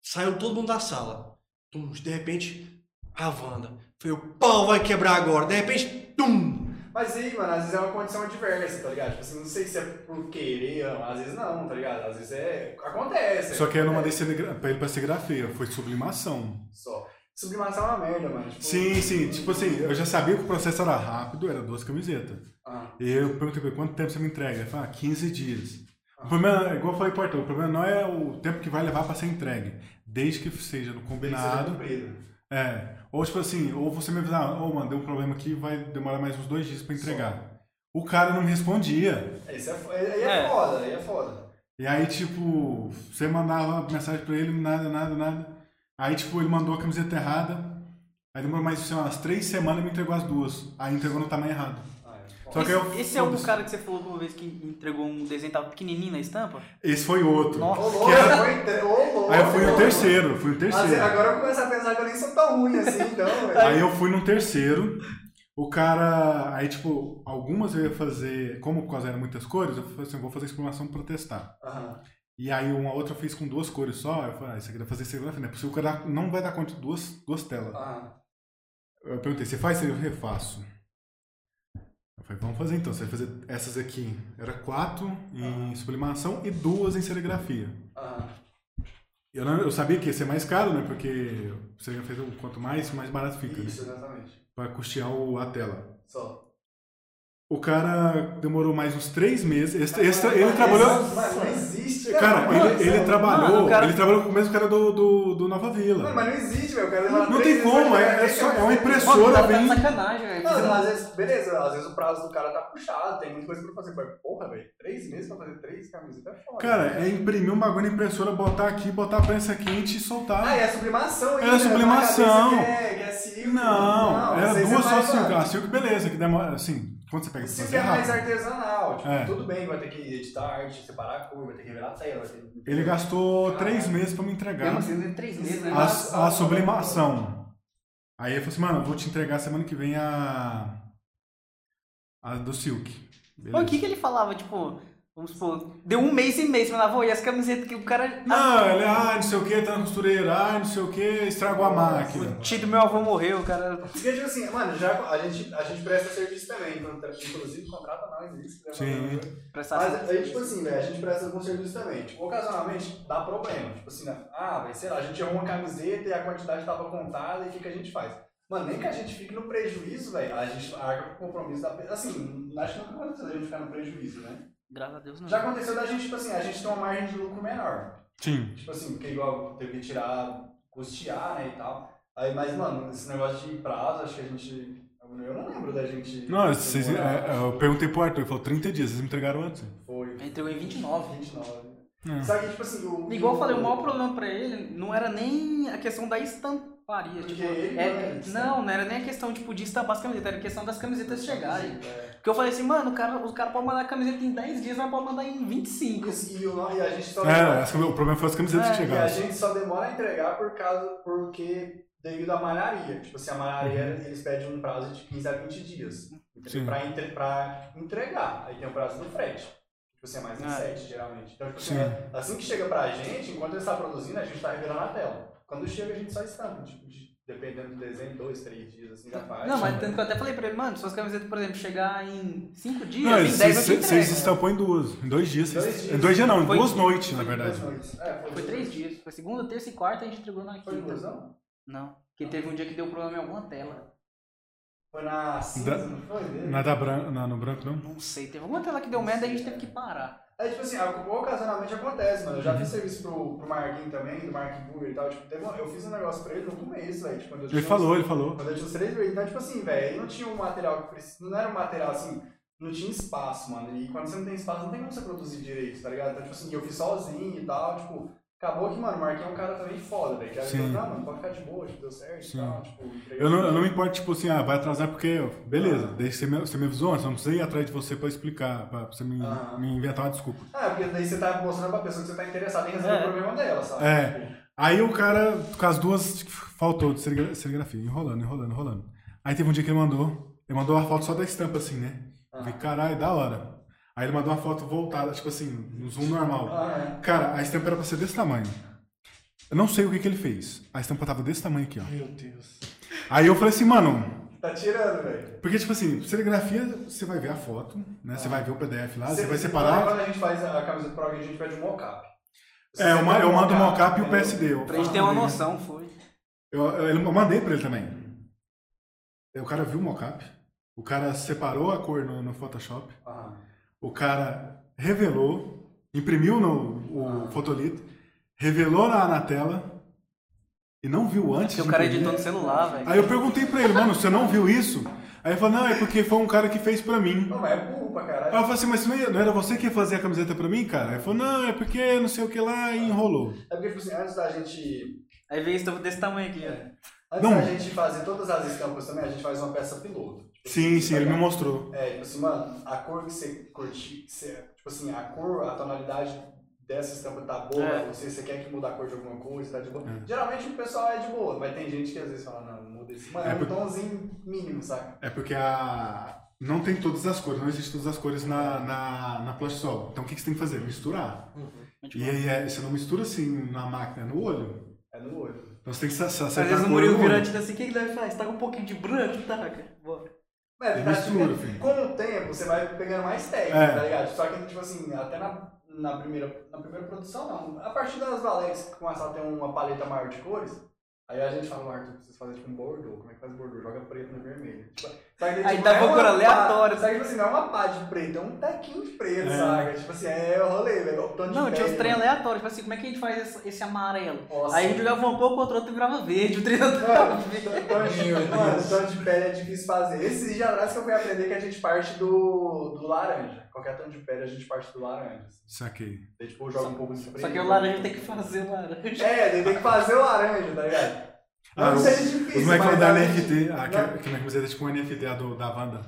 Saiu todo mundo da sala. Tum, de repente, a Wanda. Foi o pau vai quebrar agora. De repente, tum!
Mas aí, mano, às vezes é uma condição adversa, tá ligado? Tipo assim, não sei se é por querer, às vezes não, tá ligado? Às vezes é. Acontece.
Só que é eu não mandei
acontece.
serigra- pra ele pra serigrafia, foi sublimação.
Só. Sublimação é uma merda, mano. Tipo,
Sim, sim, tipo assim, eu já sabia que o processo era rápido, era duas camisetas.
Ah,
E eu perguntei pra ele, quanto tempo você me entrega? Ele falou, ah, 15 dias.
Ah.
O problema, é igual eu falei, Portão, o problema não é o tempo que vai levar pra ser entregue, desde que seja
tem
no
que ser
combinado.
cumprido.
É, ou tipo assim, ou você me avisar, ô mano, deu um problema aqui, vai demorar mais uns dois dias pra entregar. O cara não me respondia.
É, Isso é, fo- aí é,
É.
foda, aí é foda.
E aí, tipo, você mandava mensagem pra ele, nada, nada, nada. Aí, tipo, ele mandou a camiseta errada. Aí demorou mais sei lá, umas três semanas e me entregou as duas. Aí entregou no tamanho errado.
Ah, é foda.
Só que eu,
Esse, esse é o cara que você falou uma vez que entregou um desenho tava pequenininho na estampa?
Esse foi outro.
Nossa.
Ô,
Que
louco,
era-
foi entre- ô, louco,
Aí eu fui no
mano.
terceiro, fui
Mas
no terceiro.
agora eu começo a pensar que eu nem sou tão ruim assim, então, velho.
Aí eu fui no terceiro. O cara. Aí, tipo, algumas eu ia fazer. Como por causa eram muitas cores, eu falei assim: vou fazer explanação pra testar.
Aham.
E aí uma outra eu fiz com duas cores só. Eu falei, ah, isso aqui dá pra fazer serigrafia, né? Porque o cara não vai dar conta de duas, duas telas.
aham.
Eu perguntei, você faz serigrafia? Eu refaço. Eu falei, vamos fazer então. Você vai fazer essas aqui. Era quatro em sublimação e duas em serigrafia.
aham.
Eu, não- eu sabia que ia ser mais caro, né? Porque você fez o quanto mais, mais barato fica, né?
Isso, exatamente.
Pra custear o- a tela.
Só.
O cara demorou mais uns três meses. Esse- esse- ele trabalhou.
Mas, mas não existe, né,
Cara,
mano?
ele, ele
Isso é-
trabalhou.
Mano, o cara-
Ele trabalhou com o mesmo cara do, do, do Nova
Mano,
Vila.
mas não existe, velho. O cara demora
Não
três
tem
meses
como,
pra
é,
chegar
é
aqui,
só, é uma
mas-
Mano, o
impressora
cara tá de
bem.
sacanagem, velho.
Mano, às vezes, beleza, às vezes o prazo do cara tá puxado, tem muita coisa pra fazer. Mas, porra, velho, três meses pra fazer três camisetas é foda.
Cara, é imprimir um bagulho na impressora, botar aqui, botar a prensa quente e
Ah,
soltar.
é a sublimação ainda.
Era
né?
sublimação.
Pra cabeça Que é, que é silk.
Não,
não
era
sei se
duas
é
só
mais
cinco.
barato.
A Silk, beleza, que demora. Assim, quando você pega pra
Silk
fazer
é mais
rápido.
artesanal. Tipo,
É.
tudo bem, vai ter que editar a arte, separar a cor, vai ter que revelar a tela. Vai ter...
Ele gastou três
Caralho.
meses pra me entregar.
Mesmo assim, tem três meses, né?
As-
a, a sublimação. Aí eu falei assim, mano, eu vou te entregar semana que vem a. A do Silk.
Mas
Beleza.
o que que ele falava, tipo, vamos supor, deu um mês e meio, você falava, "Ô, e as camisetas que o cara...
é
Não, ele, ah, não sei o que, tá na costureira, ah, não sei o que, estragou a máquina.
O tio do meu avô morreu, o cara...
Porque, tipo assim, mano, já, a, gente, a gente presta serviço também. contra- Inclusive, contrata nós. Isso, né,
Sim.
mano? Mas aí, tipo assim, velho, a gente presta algum serviço também. Tipo, ocasionalmente dá problema. Tipo assim, né? ah, velho, sei lá, a gente errou uma camiseta e a quantidade tava contada e o que, que a gente faz? Mano, nem que a gente fique no prejuízo, velho, a gente arca com o compromisso da. pe- Assim, acho que nunca aconteceu da gente ficar no prejuízo, né?
Graças a Deus, não.
Já aconteceu da gente, tipo assim, a gente tem uma margem de lucro menor.
Sim.
Tipo assim, porque igual teve que tirar, custear, né, e tal. Aí, mas, mano, esse negócio de prazo, acho que a gente. Eu não lembro da gente.
Não, vocês,
demorar,
é, eu perguntei pro Arthur, ele falou 30 dias, vocês me entregaram antes.
Foi.
Ele entregou em 29.
29. Só que, tipo assim, o.
Igual eu falei, o maior problema pra ele não era nem a questão da estamparia.
Porque
Tipo,
ele
é-
manda isso,
não, não era nem a questão tipo, de estampar as camisetas, era a questão das camisetas chegarem.
É.
Porque eu falei assim, mano, o cara, o cara pode mandar a camiseta em 10 dias, mas pode mandar em 25.
E, o no- e a gente só.
É, as cami- o problema foi as
É,
camisetas que
E a
chegaram.
gente só demora a entregar por causa, porque devido à malharia. Tipo assim, a malharia, eles pedem um prazo de 15 a 20 dias
Uhum. Sim.
pra, entre, pra entregar. Aí tem o prazo do frete. Tipo assim, é mais
Ah.
em 7, geralmente. Então, tipo assim,
Sim.
é- assim que chega pra gente, enquanto ele está produzindo, a gente tá revirando a tela. Quando chega, a gente só estampa. Tipo, de- dependendo do desenho, dois, três dias, assim, já faz.
Não, mas tanto que eu até falei pra ele, mano, se suas camisetas, por exemplo, chegar em 5 dias,
Não,
em 10 eu te
vocês vocês
entrego.
estampou em duas. Em dois dias. vocês-
Dois
em
dias.
Dois dias não, em
Foi-
duas noites, na
Foi
verdade.
duas noites. É,
Foi 3 dias. Foi segunda, terça e quarta e a gente entregou na
Foi duas,
quinta.
não?
Não. Porque teve um dia que deu problema em alguma tela.
Foi na cinza,
é Da-
não foi? Dele?
Nada bran- na- no branco, não?
Não sei, teve alguma tela que deu merda e a gente teve que parar.
É tipo assim, algo- ocasionalmente acontece, mano. Eu já
Uhum.
fiz serviço pro, pro Marquinhos também, do Mark Burger e tal. Tipo, teve uma- eu fiz um negócio pra ele no começo, velho. Tipo, quando eu
Ele
tinha uns-
falou, ele falou.
Quando eu tinha uns três vezes. Então, tipo assim, velho, ele não tinha um material que precisava. Não era um material assim. Não tinha espaço, mano. E quando você não tem espaço, não tem como você produzir direito, tá ligado? Então, tipo assim, eu fiz sozinho e tal. Tipo, acabou que, mano, o Marquinhos é um cara também foda, velho. Que era
Sim.
tipo, não, mano, pode ficar de boa, tipo, deu certo
Sim.
e tal. Tipo, entregou.
Eu não, eu não me importo, tipo assim, ah, vai atrasar porque, beleza,
Ah.
daí você me, você me avisou antes, eu não precisei ir atrás de você pra explicar, pra você me,
Ah.
me inventar uma desculpa.
Ah, porque daí você tá mostrando pra pessoa que você tá interessado em resolver
É.
o problema dela, sabe?
É.
Tipo,
Aí o cara, com as duas, faltou de serigra- serigrafia, enrolando, enrolando, enrolando. Aí teve um dia que ele mandou, ele mandou uma foto só da estampa, assim, né? Eu falei, caralho, da hora. Aí ele mandou uma foto voltada, tipo assim, no zoom normal.
ah,
Cara, a estampa era pra ser desse tamanho. Eu não sei o que, que ele fez. A estampa tava desse tamanho aqui, ó.
Meu Deus.
Aí eu falei assim, mano,
é. Tá tirando, velho.
porque, tipo assim, serigrafia, você vai ver a foto, né? Você vai ver o PDF lá, você
Cê-
vai
cê-
separar.
Quando a gente faz a camisa pro alguém, a gente pede um mocap.
É, eu ma- eu mando o mocap e o
entendeu?
PSD. eu
Pra gente
falo
ter uma
dele.
noção, foi.
Eu, eu- eu mandei pra ele também. Aí O cara viu o mockup, o cara separou a cor no, no Photoshop,
Aham.
o cara revelou, imprimiu no o fotolito, revelou na, na tela e não viu antes.
Porque o
de
cara
imprimir.
editou no celular, velho.
Aí eu perguntei pra ele, mano, você não viu isso? Aí ele falou, não, é porque foi um cara que fez pra mim.
Não, mas é burro pra
Aí
caralho.
eu falei assim, mas não ia- não era você que ia fazer a camiseta pra mim, cara? Aí ele falou, não, é porque não sei o que lá e enrolou.
É porque, tipo assim, antes da gente. né?
Aí veio estampa desse tamanho aqui, ó.
Antes
Não.
da gente fazer todas as estampas também, a gente faz uma peça piloto. Tipo
Sim,
assim,
sim,
tá
ele me
ligado?
mostrou.
É, tipo assim, mano, a cor que você curte, que você, tipo assim, a cor, a tonalidade dessa estampa tá boa
É.
pra você, você quer que mude a cor de alguma coisa, tá de boa.
É.
Geralmente o pessoal é de boa, mas tem gente que às vezes fala, não, muda esse. Mano,
É
é um
porque-
tomzinho mínimo, saca?
É porque a. Não tem todas as cores, não existe todas as cores na, na, na plástico sol. Então o que, que você tem que fazer? Misturar. E aí é, você não mistura assim na máquina, é no olho.
É no olho.
Então você tem que sa- sa-
Às
acertar
vezes
a
o
cor
Murilo
no olho.
virante assim, o que que deve fazer? Você tá com um pouquinho de branco, tá, cara? Bora.
É,
É
tá,
mistura,
tipo,
filho.
com o tempo você vai pegando mais técnica,
É.
tá ligado? Só que, tipo assim, até na, na, primeira, na primeira produção, não. A partir das Valex que começar a ter uma paleta maior de cores, aí a gente fala, Arthur, precisa fazer tipo um bordô. Como é que faz bordô? Joga preto no vermelho. Tipo, só que,
Aí tá dá
não é uma
procura
pá-
aleatória.
Só que, tipo assim, não é uma pá de preto, é um tequinho de preto,
É.
saca? Tipo assim, é o rolê, velho. o tanto de
Não, tinha
pele,
uns trem
né?
aleatórios, tipo assim, como é que a gente faz esse, esse amarelo?
Nossa.
Aí a gente jogava uma cor contra outra e virava verde, o trem
Mano,
andava.
tanto de- mano, tanto de pele é difícil fazer. Esses dias atrás que eu fui aprender que a gente parte do, do laranja. Qualquer tanto de pele a gente parte do laranja. assim.
Saquei.
Daí, tipo, joga um pouco de preto.
Só que o laranja tem que fazer o laranja.
É, daí tem que fazer o laranja, tá ligado? Não
Ah,
que
os-
seja difícil.
Os moleques
mas
da
a gente-
NFT, ah, que,
Não.
que minha camiseta é tipo um NFT a do, da Wanda.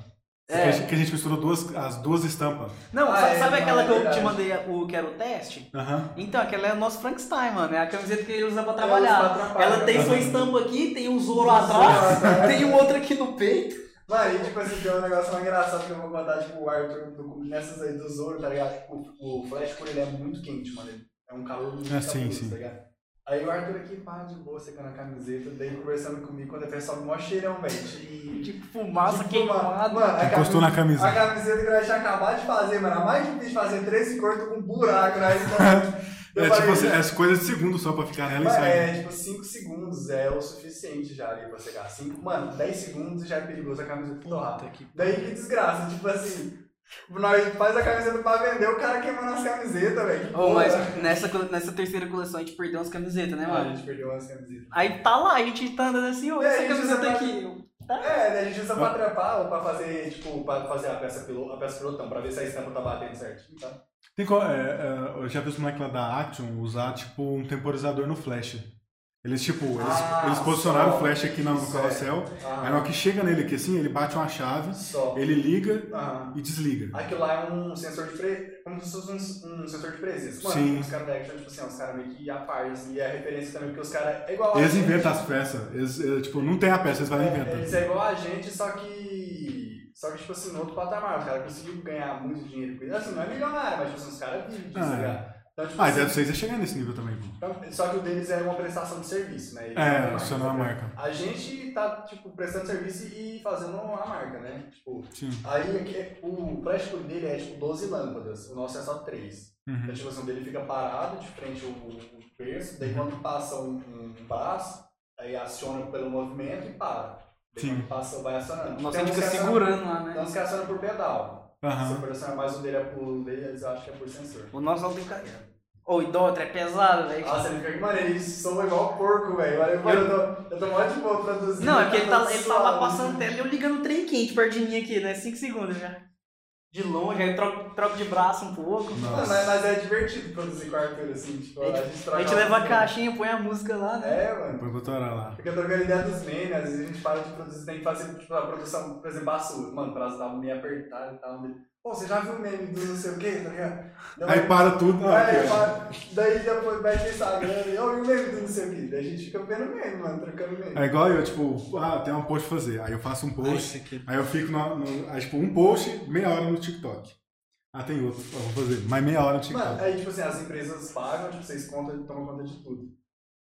É.
Que, a gente, que a gente misturou duas, as duas estampas.
Não,
Ah,
sa-
é,
sabe
não,
aquela
é
que eu te
verdade.
mandei, o que era o teste?
Aham.
Então, aquela é o nosso Frankenstein, mano. É a camiseta que ele usa pra
Ela usa pra
trabalhar.
trabalhar.
Ela tem sua estampa aqui, tem um Zoro
Um Zoro
atrás,
atrás.
tem um outro aqui no peito.
Mano, e tipo assim, tem um negócio mais engraçado que eu vou contar, tipo, o Arthur do- nessas aí do Zoro, tá ligado? O, o Flash, por ele é muito quente, mano. Ele É um calor muito
Ah, sim,
cabuloso,
sim.
tá ligado? Aí o Arthur aqui, pá, de boa, secando a camiseta, daí conversando comigo, quando ele sobe mó cheirão, velho. de-
Tipo, fumaça
de fumar.
queimada.
Mano, a
Encostou na camisa.
A camiseta que nós tinha acabado de fazer, mano. Era mais difícil fazer 13 cores tô com um buraco na estampa. Eu
É né?"
falei,
tipo assim, as coisas de segundo só pra ficar nela e
Mano,
sair.
é, tipo, 5 segundos é o suficiente já ali pra secar. Cinco, mano, 10 segundos já é perigoso a camiseta torrar. Daí que desgraça, tipo assim, nós faz a camiseta pra vender, o cara queimando as camisetas, velho. Que
Ô, mas
porra.
nessa, cole- nessa terceira coleção a gente perdeu umas camisetas, né,
Ah, a
mano?
gente perdeu umas camisetas.
Aí tá lá, a gente tá andando assim, ô,
É,
essa
a gente
camiseta
usa
aqui. eu-
É, né, a gente usa pra trampar ou pra fazer, tipo, pra fazer a peça piloto, a peça pilotão, pra ver se a estampa tá batendo certinho, tá?
Tem co- é, é, eu já vi os moleques lá da Action usar, tipo, um temporizador no flash. Eles, tipo, eles,
Ah,
eles posicionaram
só.
o flash aqui no, no
Isso, é.
carrossel. Aí
Ah.
na hora que chega nele aqui, assim, ele bate uma chave,
Só.
ele liga
Aham.
e desliga.
Aquilo lá é um sensor de presença. Como se fosse um, um sensor de presença. Mano,
Sim.
os caras da Action, tipo assim, ó, os caras meio que a par, assim, e a referência também, porque os caras é igual a
Eles
gente.
inventam as peças. Eles, eh, tipo, não tem a peça, eles vão
É,
inventando.
Eles é igual a gente, só que. Só que, tipo assim, no outro patamar, os caras conseguiram ganhar muito dinheiro com isso. Assim, não é milionário, mas tipo assim, os caras vivem disso,
Ah, é.
cara. Então, tipo
Ah, a
assim,
ideia de vocês é chegar nesse nível também, pô.
então, só que o deles é uma prestação de serviço, né? Eles não
É,
marca,
isso não é uma
sabe?
marca.
A gente tá, tipo, prestando serviço e fazendo a marca, né? Tipo,
Sim.
aí aqui, o plástico dele é, tipo, 12 lâmpadas, o nosso é só 3.
Uhum.
A ativação dele fica parado de frente ao, ao berço,
Uhum.
daí quando passa um, um braço, aí aciona pelo movimento e para. Daí
Sim.
quando passa, vai acionando.
Nossa,
Tem
a
uns
gente fica
que acionam-
segurando lá,
Tem
né?
uns que acionam por pedal. Se
Aham.
você for acionar mais um dele, é por, um deles eu acho que é por sensor.
O nosso não tem carreira. Ô, o idólatra é pesado, velho.
Nossa, ele fica, mano, ele soa igual um porco, velho. Olha, mano, eu tô, eu tô mó de boa produzindo.
Não, é porque ele tá, ele tá lá
suado.
passando tela e eu ligando o trem quente perto de mim aqui, né? 5 segundos já. De longe, aí troco, troco de braço um pouco.
Mano, mas, mas é divertido produzir com o Arthur, assim, tipo,
A gente-
gente
A
troca
gente leva a
ideia.
caixinha, põe a música lá, né?
É, mano.
Põe pra torar lá.
Porque eu tô trocando ideia dos memes, né? às vezes a gente para de produzir, tem que fazer tipo, a produção, por exemplo, açúcar. Mano, o prazo tava meio apertado e tal. meio- Pô, você já viu o meme do não sei o quê, tá ligado? Daí
Aí para tudo,
eu-
mano.
É, eu paro. daí depois vai no Instagram, né? eu vi o meme do não sei o quê. Daí a gente fica vendo meme, mano, trocando meme.
É igual eu, tipo, ah, tem um post pra fazer. Aí eu faço um
Ai,
post,
isso
É,
aqui.
aí eu fico no, no- aí, tipo, um post, meia hora no TikTok. Ah, tem outro, eu vou fazer, mas meia hora no TikTok.
é-
Mano, aí tipo assim, as empresas pagam, tipo, vocês contam, tomam conta de tudo.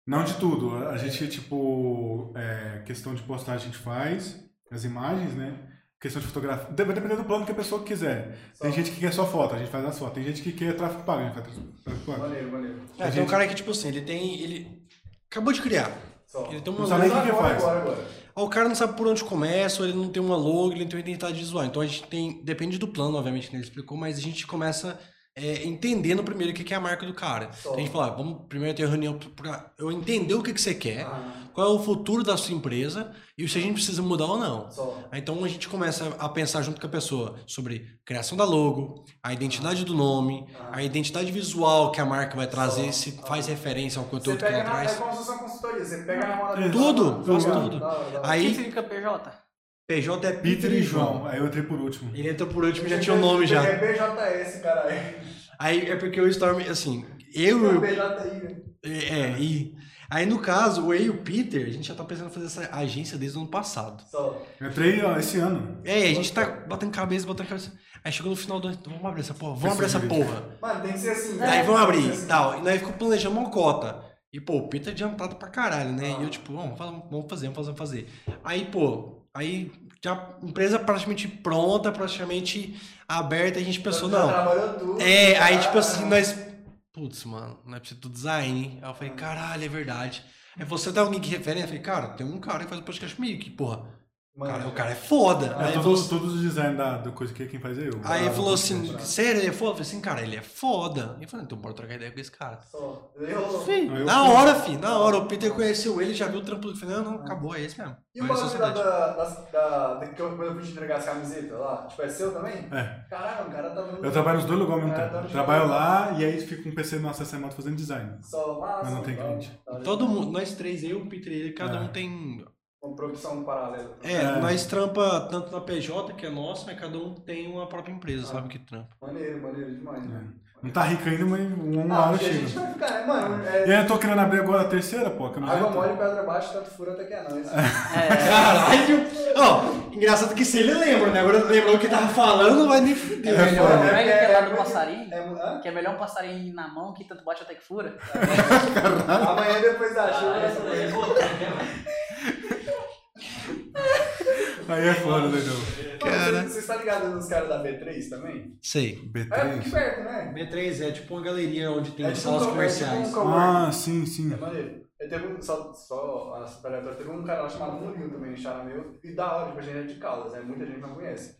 Não de tudo. A gente, tipo, é, questão de postagem a gente faz, as imagens, né? Questão de fotografia. Deve depender do plano que a pessoa quiser.
Só-
Tem gente que quer só foto, a gente faz a foto. Tem gente que quer tráfego pago, a gente faz tráfego pago.
Maneiro, maneiro.
É, tem um cara que, tipo assim, ele tem. Ele acabou de criar.
Só.
Ele tem um
Não
uma
sabe
logo.
nem o que que
agora,
faz.
agora, agora.
Ó, Ah, O cara não sabe por onde começa, ou ele não tem uma logo, ele não tem uma identidade visual. Então a gente tem. Depende do plano, obviamente, que ele explicou, mas a gente começa. é, entendendo primeiro o que que é a marca do cara. Então a gente fala, ah, vamos primeiro ter reunião pra eu entender o que, que você quer,
Ah,
qual é o futuro da sua empresa e se a gente precisa mudar ou não.
só.
Então a gente começa a pensar junto com a pessoa sobre criação da logo, a identidade do nome,
Ah.
a identidade visual que a marca vai trazer, se
Ah.
faz referência ao
Você
conteúdo que
pega
ela
na, é
traz.
como se fosse uma consultoria, você pega na moda
Tudo, faz
Tudo.
tudo.
Da hora, da hora.
O que
Aí
significa PJ?
PJ é
Peter e João. Aí eu entrei por último.
Ele entra por último, já tinha o nome já.
É BJS, caralho.
Aí é porque o Storm, assim, eu
Não, BJI, né?
É, e. Aí no caso, o eu e o Peter, a gente já tá pensando em fazer essa agência desde o ano passado.
Só.
Eu entrei ó, esse ano.
É, a gente tá batendo cabeça, batendo cabeça. Aí chegou no final do ano, então vamos abrir essa porra, vamos abrir essa porra.
Mano, tem que ser assim. né?
Aí vamos
Tem
abrir Tá.
que ser
e
assim.
tal. E nós ficamos planejando uma cota. E, pô, o Peter é adiantado pra caralho, né? E eu, tipo, vamos, vamos vamos fazer, vamos fazer, vamos fazer. Aí, pô, aí já empresa praticamente pronta, praticamente aberta, a gente pensou,
Já
não.
Trabalhou tudo.
É, aí tipo
caralho.
assim, nós. Putz, mano, não é preciso do design, hein? Aí eu falei, caralho, é verdade. Aí você dá alguém que referência? Eu falei, cara, tem um cara que faz podcast comigo, que porra,
Mano,
cara, o cara é foda.
É,
aí ele
todos,
falou, assim-
todos os designs da, da coisa que quem faz é eu.
aí ele
Ah,
falou
do
assim,
podcast.
sério, ele é foda? Eu falei assim, cara, ele é foda. E eu falei, então bora trocar ideia com esse cara.
Só. Eu-
Fih,
Aí eu
na
fui.
hora, fi, na hora, o Peter conheceu ele, já viu o trampo. Eu falei, não, não, acabou, é esse mesmo.
E o
Vai,
bagulho da,
sociedade.
da, da, da, da, que eu- quando eu fui te entregar as camisetas lá, tipo, é seu também?
É.
Caralho, o cara tá dando...
Eu trabalho nos dois lugares ao mesmo
É,
Cara,
tempo.
tá
dá um
Eu trabalho
jeito.
lá e aí fica um PC no acesso remoto fazendo design.
Só lá,
Mas não
só
tem
lá,
cliente.
tá ligado?
Todo mundo, nós três, eu, o Peter e ele, cada
É.
um tem
Uma produção paralela.
É,
É.
nós trampa tanto na PJ, que é nossa, mas cada um tem uma própria empresa, sabe que trampa.
Maneiro, maneiro demais, né?
Não tá rico ainda, mas uma
Ah,
hora
porque a gente
chega.
vai ficar, né, mano?
E
É,
aí eu tô querendo abrir agora a terceira, pô, a camiseta.
água mole, pedra baixa, tanto furo até que é nóis.
Caralho! Ó, engraçado que se ele lembra, né? Agora lembrou o que tava falando, vai nem fuder.
É
Melhor,
foda.
não é aquele lá
É,
do
é,
passarinho?
É, hã?
Que é melhor um passarinho na mão que tanto bate até que fura?
Amanhã depois da chuva,
Ah,
essa
essa daí é
coisa.
boa, né?
Aí é foda, doidão.
Cara. Você está ligado nos caras da B3 também?
Sei.
É aqui
B3?
perto, né?
B3 é tipo uma galeria onde tem
é tipo um
salas
co- É
comerciais.
tipo um coworking.
Ah, sim, sim.
É maneiro. Eu teve um, só, só a superatura, teve um cara lá chamado Murilo também, no Xará meu, e da hora, tipo, a gente é de Caldas, né? Muita gente não conhece.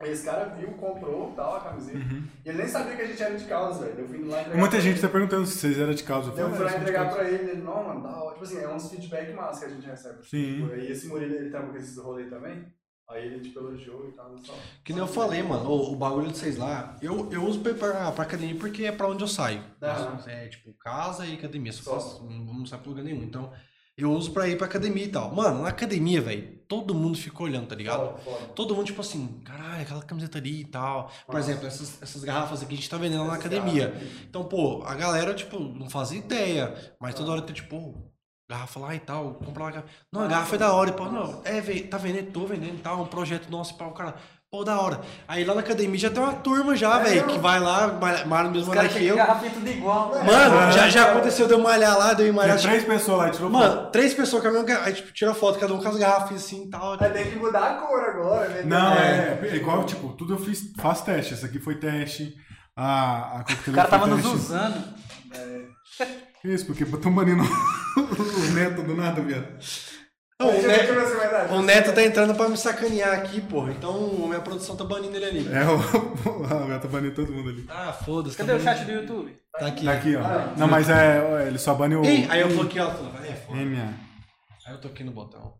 Aí esse cara viu, comprou, tal, a camiseta, e ele nem sabia que a gente era de Caldas, velho. Eu vim lá entregar
Uhum. Muita
pra
gente
ele.
tá perguntando se vocês eram de causa. Eu
Eu
falei,
fui lá
ah, eu sou de
entregar
causa.
pra ele, ele, não, mano, da hora. Tipo assim, é uns feedback massa que a gente recebe.
Sim.
E esse Murilo, ele trampa com esses rolês também. Aí ele, tipo, elogiou e tal. Só.
Que nem eu falei, mano, o, o bagulho de vocês lá, eu, eu uso pra, pra, pra academia porque é pra onde eu saio.
Aham.
É tipo casa e academia, só
Só.
faço, não, não saio pra lugar nenhum. Então, eu uso pra ir pra academia e tal. Mano, na academia, velho, todo mundo fica olhando, tá
Foda,
ligado?
foda.
Todo mundo, tipo assim, caralho, aquela camiseta ali e tal. Por
Nossa.
exemplo, essas, essas garrafas aqui a gente tá vendendo lá na
Esse
academia.
cara, né?
Então, pô, a galera, tipo, não fazia ideia. Mas toda hora tem, tipo, pô, garrafa lá e tal, comprar uma garrafa. Não,
Ah,
a garrafa é da hora, e pô, não, é, velho, tá vendendo, tô vendendo e tal, um projeto nosso para o cara. Pô, da hora. Aí lá na academia já tem uma turma já, velho, que vai lá, malha- malha no mesmo
É Os
horário
caras Ah.
é
que
chegam
eu.
com garrafinha tudo igual.
Mano, já, já aconteceu de eu malhar lá, de eu ir malhar. tipo,
Tem três pessoas lá, tirou foto.
Mano, três pessoas com a mesma garrafa, aí, tipo, tira foto, cada um com as garrafas assim e tal.
É
Mas tem que mudar a cor agora, né?
Não, é, é igual, tipo, tudo eu fiz, faço teste. Essa aqui foi teste. A, a
O
coqueteleira
cara
foi
tava nos
teste.
usando.
Que Isso, porque tão banindo os netos do nada, viado.
Não, o,
Deixa eu
neto,
ver se vai dar.
o Neto tá entrando pra me sacanear aqui, porra. Então, minha produção tá banindo ele ali.
É, o, o gato baniu todo mundo ali.
Ah, foda-se.
Cadê o chat do YouTube?
Tá aqui.
Tá aqui, ó.
Ah,
Não, mas é, ó, ele só baniu o...
Ih, aí eu bloqueei ela tudo. Aí é foda.
É, minha.
Aí eu toquei no botão.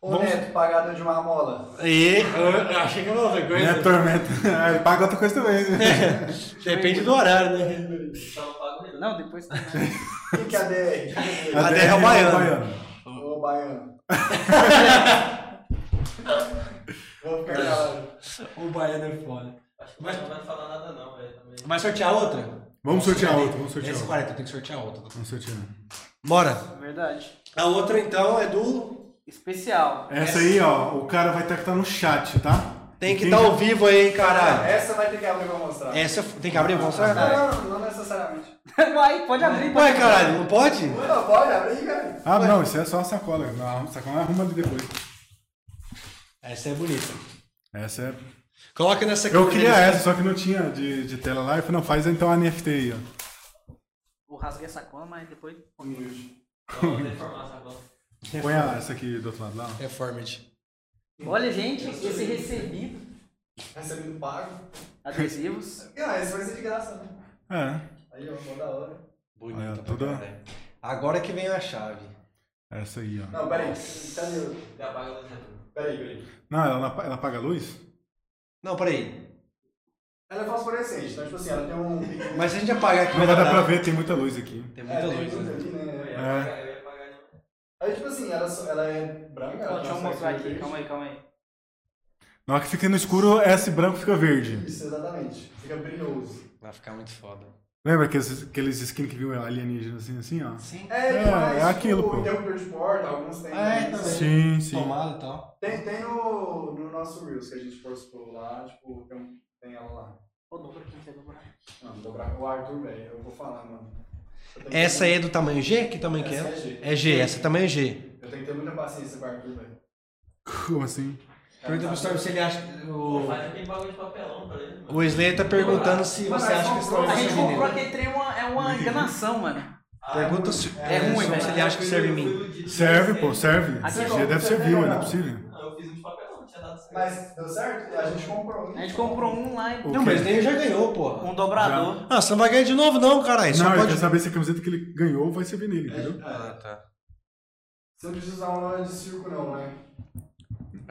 Ô, Neto, pagado de uma mola.
Aí, eu achei que era outra
Minha
coisa.
Né, tormenta. Ah, ele paga outra coisa também. né?
Depende do horário, né?
Tava pago ele.
Não, depois tem.
O que é a DR?
A DR é o baiano.
Ô, baiano. Vou ficar calado.
O baiano é foda.
Acho que o Mas... não vai falar nada não, velho. Também.
Vai sortear outra?
Vamos sortear outra, vamos sortear
Esse
outra.
40, tem que sortear outra.
Vamos sortear.
Bora.
É Verdade.
A outra, então, é do...
Especial.
Essa aí, ó, o cara vai ter que estar no chat, tá?
Tem que
Quem
estar
já-
ao vivo aí, hein, caralho.
Essa vai ter que abrir pra mostrar.
Essa tem que abrir, vamos
Não,
mostrar?
não, não necessariamente.
Vai, pode abrir. pode
Ué,
abrir.
caralho, não pode?
Não, pode abrir, cara.
Ah, não, isso é só a sacola. Não, a sacola arruma ali depois.
Essa é bonita.
Essa é...
Coloca nessa
Eu
câmera
queria
aí.
essa, só que não tinha de, de tela lá. Eu falei, não, faz então a NFT aí, ó.
Vou rasgar essa cola, mas depois.
Não, vou informar, sabe?
Põe a- essa aqui do outro lado lá. ó.
É format.
Olha, gente, esse recebido.
Recebendo pago.
Adesivos.
Não, esse vai ser de graça, né?
É,
Aí, ó, mó da hora.
Bonita.
Olha,
pra
toda-
caralho. Agora que vem a chave.
essa aí, ó.
Não, peraí. Cadê o...
Ele apaga a luz dele.
Peraí, peraí.
Não, ela, ela apaga a luz?
Não, peraí.
Ela é fosforescente, então, tipo assim, ela tem um...
Mas se a gente apagar aqui,
Não vai dar pra ver, tem muita luz aqui.
Tem
É,
muita
tem
luz,
muito
né?
ali,
Eu ia
né?
apagar, eu ia apagar ele.
Aí, tipo assim, ela, só- ela é branca. ela
Deixa eu
um
passa
mostrar aqui.
verde.
Calma aí, calma aí.
Na hora que fica no escuro, esse branco fica verde.
Isso, exatamente. Fica brilhoso.
Vai ficar muito foda.
Lembra aqueles, aqueles skins que viu alienígena assim, assim, ó?
Sim.
É,
É,
ele faz,
é aquilo, pô. então.
interruptor de porta, alguns tem.
Ah, é,
né?
também.
Sim, sim.
Tomada e tal.
Tem, tem o, no nosso Reels que a gente postou lá, tipo, tem, um- tem ela lá.
Ô, dobra aqui, você dobra.
Não, dobrar o Arthur, velho, eu vou falar, mano. Eu tenho que
Essa
ter-
aí é do tamanho G? Que tamanho que
Essa
é?
é G.
É G, essa é tamanho G.
Eu tenho que ter muita paciência com o Arthur, velho.
Como assim?
Pergunta pro Storm se ele acha.
Pô,
O,
faz aquele bagulho de papelão pra ele, mano.
o Slayer tá perguntando se você acha que o Storm
A
vai
gente
servir
comprou
nele.
aquele trem uma- é uma enganação, mano.
Pergunta se,
É ruim,
se
velho.
ele acha que serve em mim.
Serve, pô, serve.
Aqui,
Esse
ó,
G deve
você
servir,
pega
ué, não é
lá.
possível.
Ah, Eu fiz um de papelão, não tinha dado certo.
Mas deu certo? A gente comprou.
A gente comprou um lá,
O
e-
Não,
quê?
mas o Slayer já ganhou, porra.
um dobrador.
Ah, você não vai ganhar de novo, não, caralho. Só
Não, eu
pode.
quero saber se a camiseta que ele ganhou vai servir nele, entendeu?
É, é.
tá.
Você não precisa usar uma loja de circo, não, né?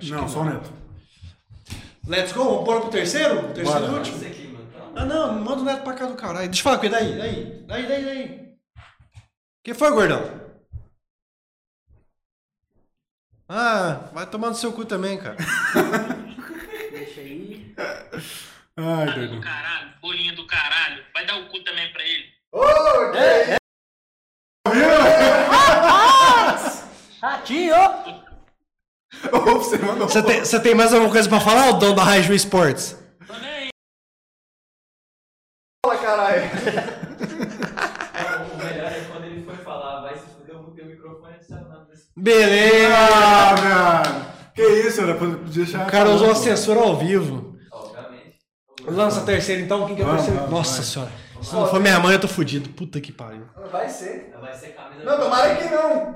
não,
que
só o neto.
Let's go, vamos bora pro terceiro? O terceiro e
Bora.
último?
Isso aqui, mano. Tá.
Ah, não, manda o neto pra cá do caralho. Deixa eu falar com ele, daí, daí, daí, daí, daí. Que foi, gordão? Ah, vai tomar no seu cu também, cara.
Deixa aí.
Ai,
do
doido.
caralho, bolinha do caralho. Vai dar o cu também pra ele.
Ô, que isso?
Ratinho!
Ô, Você mandou.
Você um tem, você tem mais alguma coisa pra falar, o dono da Raiju Sports?
Tô nem aí.
Fala, caralho.
O melhor é quando ele foi falar, vai se fuder, eu mutei o microfone adicionado desse.
Beleza!
Ah, velho. Que isso, era pra podia deixar.
O cara usou a censura ao vivo.
Obviamente.
Lança a terceira então, quem que é o
Vamos,
terceiro?
vamos,
Nossa
vai.
senhora. Se não for minha mãe, eu tô fudido. Puta que pariu.
Vai ser.
Vai ser camisa.
Não, tomara que não.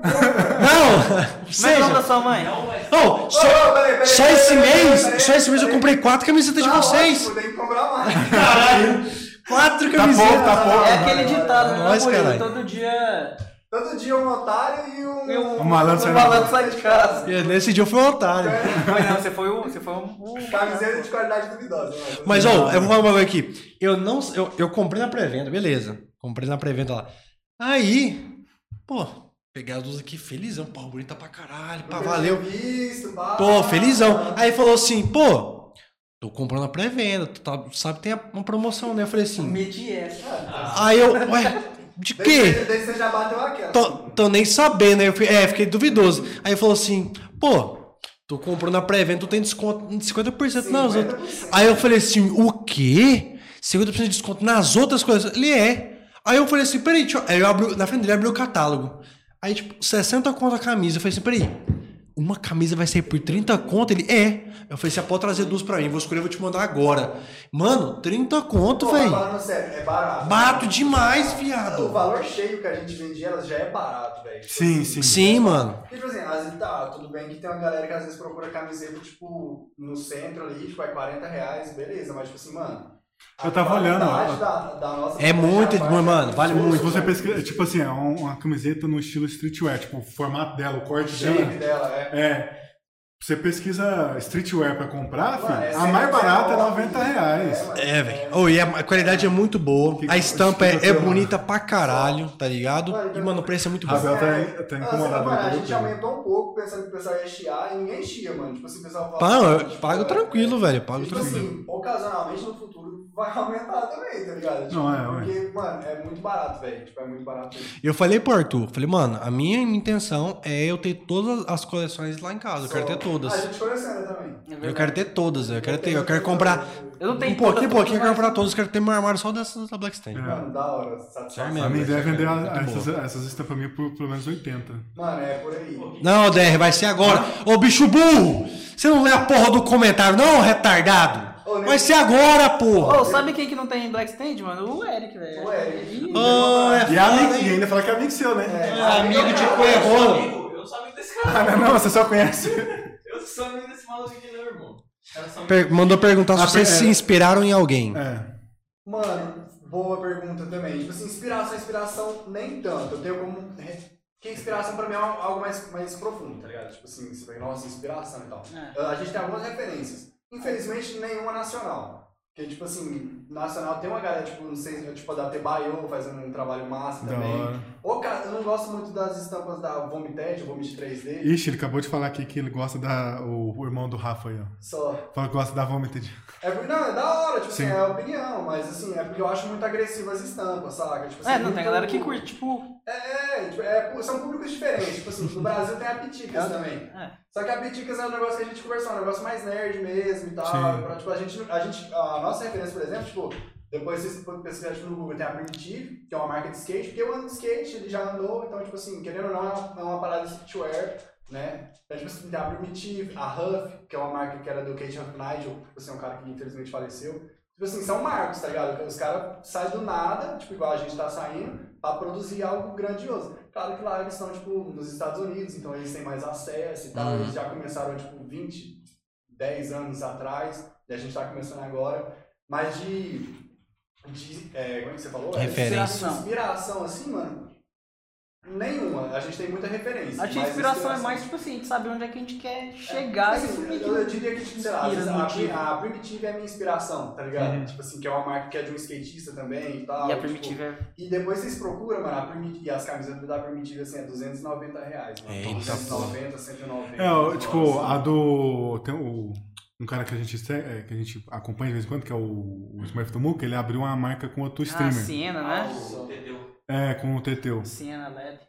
Não!
Como é o nome da
Seja!
sua mãe?
Não vai ser.
Oh,
Ô,
só,
ô, peraí, peraí,
só
peraí,
esse
peraí, peraí,
mês,
peraí,
só esse mês eu
peraí.
comprei quatro camisetas de
Tá
vocês.
ótimo, Tem que comprar mais.
Caralho! Quatro
Tá pouco,
camisetas.
tá pouco.
É aquele ditado, né?
Nós,
Murilo?
caralho.
Todo dia
Todo dia um otário e um.
E um-
O malandro
O
saiu na
malandro sai de casa.
E Nesse dia eu fui um otário.
Mas não, você foi o. Você foi um. um-
É, Camiseta de qualidade duvidosa. né?
Mas, ó, eu vou falar um bagulho aqui. Eu não. Eu, eu comprei na pré-venda, beleza. Comprei na pré-venda lá. Aí, pô, peguei as duas aqui, felizão. Pô, bonita pra caralho, pá, valeu.
Visto, bah.
Pô, felizão. Aí falou assim, pô, tô comprando na pré-venda, tu tá- sabe que tem uma promoção, né? Eu falei assim.
Medi essa.
Aí eu, ué, de quê?
É. Desde, desde que você já bateu aquela.
Tô, tô nem sabendo, aí eu fiquei, é, fiquei duvidoso. Aí falou assim, pô, tô comprando na pré-venda, tu tem desconto de 50% nas outras. Aí eu falei assim, o quê? 50% de desconto nas outras coisas? Ele é. Aí eu falei assim, peraí, deixa eu... Aí eu abri, na frente dele abriu o catálogo. Aí, tipo, 60 conto a camisa. Eu falei assim, peraí, uma camisa vai sair por 30 conto? Ele, é. Eu falei assim, ah, pode trazer duas pra mim, vou escolher, vou te mandar agora. Mano, 30 conto,
Pô, mas
velho.
falando sério, é barato.
Barato demais,
O
viado.
valor cheio que a gente vende elas já é barato, velho.
Sim, sim.
Sim, mano.
Porque, tipo assim, às vezes tá, tudo bem que tem uma galera que às vezes procura camiseta, tipo, no centro ali, tipo, é 40 reais, beleza, mas, tipo assim, mano. a
Eu tava olhando,
qualidade Da,
ó.
da nossa é
É muito,
já vai-
mano, vale
Se
muito.
Se você pesquisa, tipo assim, é um- uma camiseta no estilo streetwear, tipo, o formato dela, o corte
O shape
dela.
dela, é.
É. Você pesquisa streetwear pra comprar,
Mano, é
Ah, filho, a
sempre
mais barata é
bom.
90 reais.
mano,
É, velho. Oh, e a a qualidade é muito boa.
Fica-
A estampa
fica
é, é
seu,
bonita pra caralho, tá ligado? E, mano, o preço é muito bom.
Rafael tá, tá
Ah,
incomodado.
mano, a gente
com o
aumentou um pouco pensando que o pessoal ia chiar e ninguém chia, mano. Tipo assim, o pessoal fala.
Pá, eu
tipo,
pago
é,
tranquilo, velho. eu Pago
tipo
tranquilo.
assim, ocasionalmente no futuro vai aumentar também, tá ligado? Tipo,
Não, é, ué.
Porque, mano, é muito barato, velho. Tipo, é muito barato. mesmo.
Eu falei pro Arthur, falei, mano, a minha intenção é eu ter todas as coleções lá em casa. Eu quero
Só-
ter
Ah, A
todas.
gente coleciona também.
É
Eu quero ter todas, eu quero ter, eu quero comprar.
Eu não tenho
Um pouquinho,
todas,
pouquinho, eu quero
mas-
comprar todas, eu quero ter meu armário só dessas da
É.
Blackstone.
Mano, da hora. Satisfação.
Sério
A
mesmo.
minha ideia é vender a-
Muito
essas,
boa.
essas estampas minhas por pelo menos 80.
Mano, é por aí.
Não, DR, vai ser agora. Ô, bicho burro! Você não lê a porra do comentário, não, retardado! Vai ser agora, porra!
Ô, sabe quem que não tem Black Stand, mano? O Eric, velho.
O Eric.
Ih,
Ô, é
E, a
foda,
amigo,
hein?
e ainda fala que é amigo seu, né?
É, amigo de Coerrola.
Amigo, eu não sou amigo desse
Ah,
cara.
não, não, você só conhece.
Eu sou amigo desse maluco aqui, não, irmão. Cara, só
Per- mandou perguntar se
Ah,
vocês
per-
se
é.
inspiraram em alguém.
É.
Mano, boa pergunta também. Tipo assim, inspiração, inspiração, nem tanto. Eu tenho como. Que inspiração pra mim é algo mais, mais profundo, tá ligado? Tipo assim, você fala, nossa, inspiração e tal.
É.
A gente tem algumas referências. Infelizmente, nenhuma nacional. Porque, tipo assim, nacional tem uma galera, tipo, não sei, tipo, da Tebaiô fazendo um trabalho massa
Da
também.
hora.
Ou, cara, eu não gosto muito das estampas da Vomitet, Vomit 3D,
Ixi, ele acabou de falar aqui que ele gosta da. O, o irmão do Rafa aí, ó.
só.
Fala que gosta da Vomited.
É porque, não, é da hora, tipo, assim,
Sim.
é opinião, mas assim, é porque eu acho muito agressivo as estampas, saca? Tipo, assim,
É, não, tem
muito-
galera que curte, tipo.
É, é, tipo, é, são públicos diferentes. Tipo assim, no Brasil tem a Piticas também.
É.
Só que a Piticas é um negócio que a gente conversou, é um negócio mais nerd mesmo e tal.
Sim.
Pra, tipo, a gente, a gente, a nossa referência, por exemplo, tipo, depois vocês podem pesquisar tipo, no Google, tem a Primitive, que é uma marca de skate, porque eu ando de skate, ele já andou, então, tipo assim, querendo ou não, é uma, é uma parada de streetwear, né? Então, tipo assim, tem a Primitive, a Huff, que é uma marca que era do Kate Huff Nigel, tipo assim, um cara que infelizmente faleceu. Tipo assim, são marcos, tá ligado? Os caras saem do nada, tipo, igual a gente tá saindo, pra produzir algo grandioso. Claro que lá eles estão, tipo, nos Estados Unidos, então eles têm mais acesso e tal.
Uhum.
Eles já começaram, tipo, 20, 10 anos atrás, e a gente tá começando agora. Mas de. de é, como é que você falou?
Referência.
Inspiração. Inspiração, assim, mano. Nenhuma. A gente tem muita referência.
Acho que a
mas
inspiração é mais, tipo assim, a gente saber onde é que a gente quer chegar e um
Assim,
subir.
eu, eu diria que, tipo, sei lá, às vezes
Inspira, tipo.
a,
motiva.
a Primitive é a minha inspiração, tá ligado? Tipo assim, que é uma marca que é de um skatista também e tal.
E a
tipo,
primitiva é.
e depois vocês procuram, mano, a Primitive, e as camisetas da Primitive, assim, é 290 reais, mano.
Eita,
290, 190.
É, ó,
assim,
tipo,
assim.
a do. Tem o. Um cara que a gente, se- é, que a gente acompanha de vez em quando, que é o, o Smurf do Mook, ele abriu uma marca com outro
Ah,
streamer.
Siena,
Ah,
né?
o Teteu.
é, com o Teteu.
Siena LED.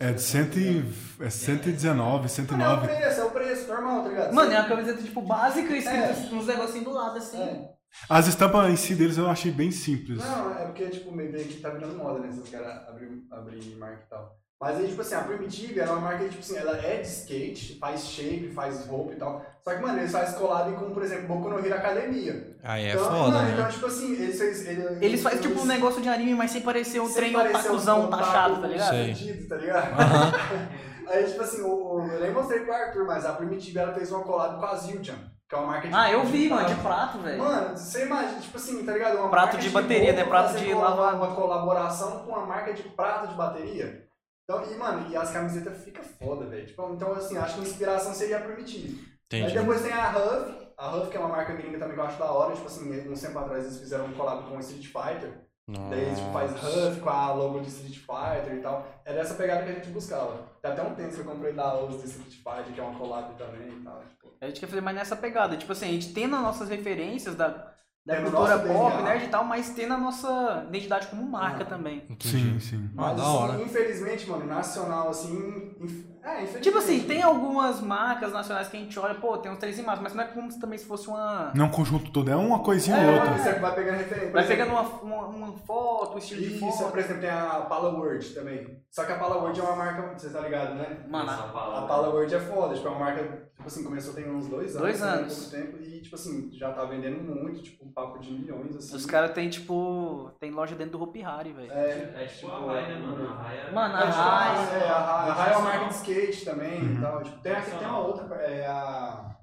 É de cento e- é 119,
Mano, é o
109.
preço, é o preço, normal, tá ligado?
Mano,
Você-
é uma camiseta, tipo, básica, escrito
É.
uns negocinhos do lado, assim.
É.
As estampas em si deles eu achei bem simples.
Não, é porque, tipo, meio que tá virando moda, né? Esses caras abrir, abrir marca e tal. Mas aí, tipo assim, a Primitive ela é uma marca que, tipo assim, ela é de skate, faz shape, faz roupa e tal. Só que, mano, eles fazem collab com, por exemplo, Boku no Hero Academia.
Aí é
então,
foda,
mano, então,
né?
tipo assim, eles fez, ele-
Eles fazem, tipo, um negócio de anime, mas sem parecer um
sem
trem
parecer um
otakuzão
otaku
taxado, tá ligado?
Sei.
fudido, tá ligado?
Aham.
Aí, tipo assim, o- o- eu nem mostrei pro Arthur, mas a Primitive ela fez uma collab com a Zildjian, que é uma marca de.
Ah, eu vi,
de-
mano, de prato, velho.
Mano, você imagina, tipo assim, tá ligado? Uma
Prato
marca
de bateria,
roupa
né? Prato
fazer
de
uma-
lavar.
Uma colaboração com uma marca de prato de bateria. Então, e, mano, e as camisetas ficam foda, velho. Tipo, então, assim, acho que inspiração seria primitivo. Aí
Entendi.
depois tem a Huff. A Huff, que é uma marca gringa também que eu acho da hora. Tipo assim, uns tempo atrás eles fizeram um collab com o Street Fighter. Daí eles tipo, faz Huff com a logo de Street Fighter e tal. Era essa pegada que a gente buscava. Tem até um tênis que eu comprei da Huff de Street Fighter, que é uma collab também e tal. Tipo,
A gente quer fazer mais nessa pegada. Tipo assim, a gente tem nas nossas referências da, da
Tem no
cultura
nosso
pop,
DNA.
nerd e tal, mas tem na nossa identidade como marca
Ah.
também.
Sim, sim.
Ah, da
assim,
hora.
infelizmente, mano, nacional, assim. inf- É, infelizmente.
Tipo assim, tem algumas marcas nacionais que a gente olha, pô, tem uns três imagens, mas não é como se também se fosse uma.
Não é um conjunto todo, é uma coisinha
É,
ou
mano,
outra.
você vai pegando referência. Por
Vai
exemplo,
pegando uma, uma, uma foto, um estilo de
Isso, é por
foto.
exemplo, tem a Pala Word também. Só que a Pala Word é uma marca, você tá ligado, né?
Mano,
Essa
A
palavra.
Pala Word é foda, tipo, é uma marca, tipo assim, começou tem uns dois anos.
Dois
né,
anos.
Pouco tempo, e, tipo assim, já tá vendendo muito, tipo, um papo de milhões, assim.
os caras tem, tipo, tem loja dentro do Hopi Hari, velho.
É,
É tipo a Rai, né, mano? A Rai é-
Mano, a
é, tipo,
Rai,
é, a Rai- a Rai é uma marca de skate também
Uhum.
e tal. Tipo, tem, aqui, tem uma
Nacional.
outra, é a...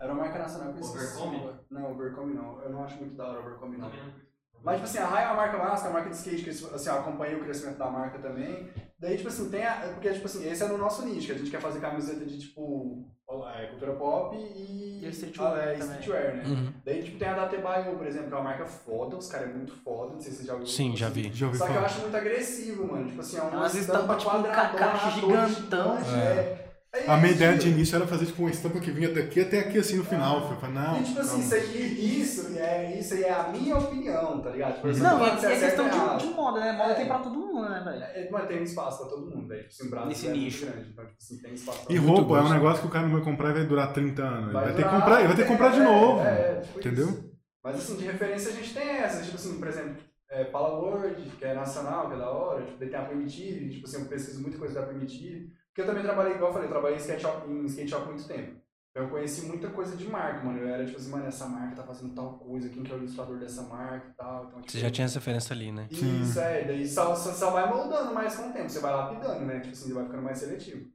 Era uma marca nacional que eu esqueci.
Overcome?
Não, Overcome não. Eu não acho muito da hora Overcome não.
Também não-
Mas, tipo assim, a Rai é uma marca massa, é uma marca de skate que assim, acompanha o crescimento da marca também. Daí, tipo assim, tem a, Porque, tipo assim, esse é no nosso nicho, que a gente quer fazer camiseta de, tipo, ó, é, cultura pop e...
E streetwear
Ah, é,
também.
streetwear, né?
Uhum.
Daí, tipo, tem a da Tebaio, por exemplo, que é uma marca foda, os caras é muito foda, não sei se você já ouviu.
Sim, já vi.
Já ouvi
Só que eu
falar.
acho muito agressivo, mano. Tipo assim, é uma
Umas estampas, tipo, um
quadradona,
cacacho
toda
gigantão.
gigante, é. Aí,
A minha ideia
tipo,
de início era fazer tipo uma estampa que vinha daqui até aqui assim no final. Eu falei, não,
E, tipo assim, isso
não.
aí, isso, é, isso aí é a minha opinião, tá ligado? Tipo, eu tô
Não, e
falando se
é, e é
certo ou
questão
errado.
de, de moda, né? Moda
É.
tem pra todo mundo, né, velho?
É, Mano, tem espaço pra todo mundo, velho. Tipo, assim, o Brasil
Nesse
é muito
nicho.
grande, então, tipo, assim, tem espaço pra
E
todo
roupa
Muito
é um
gosto.
negócio que o cara não vai comprar e vai durar 30 anos.
mundo.
Ele vai, ter que
durar,
comprar, ele vai ter que comprar de
é,
novo.
é, tipo
entendeu?
isso. Mas assim, de referência a gente tem essas, tipo assim, por exemplo, é, Pala Word, que é nacional, que é da hora, tipo, daí tem a Primitive, tipo assim, eu pesquiso muita coisa da Primitive. Porque eu também trabalhei, igual eu falei, eu trabalhei em skate shop, em skate shop há muito tempo. Então eu conheci muita coisa de marca, mano. Eu era tipo assim, mano, essa marca tá fazendo tal coisa, quem que é o ilustrador dessa marca e tal. Então, tipo,
Você já tinha essa referência ali, né?
Sim.
isso, é, daí só, só, só vai moldando mais com o tempo, você vai lapidando, né? Tipo assim, você vai ficando mais seletivo.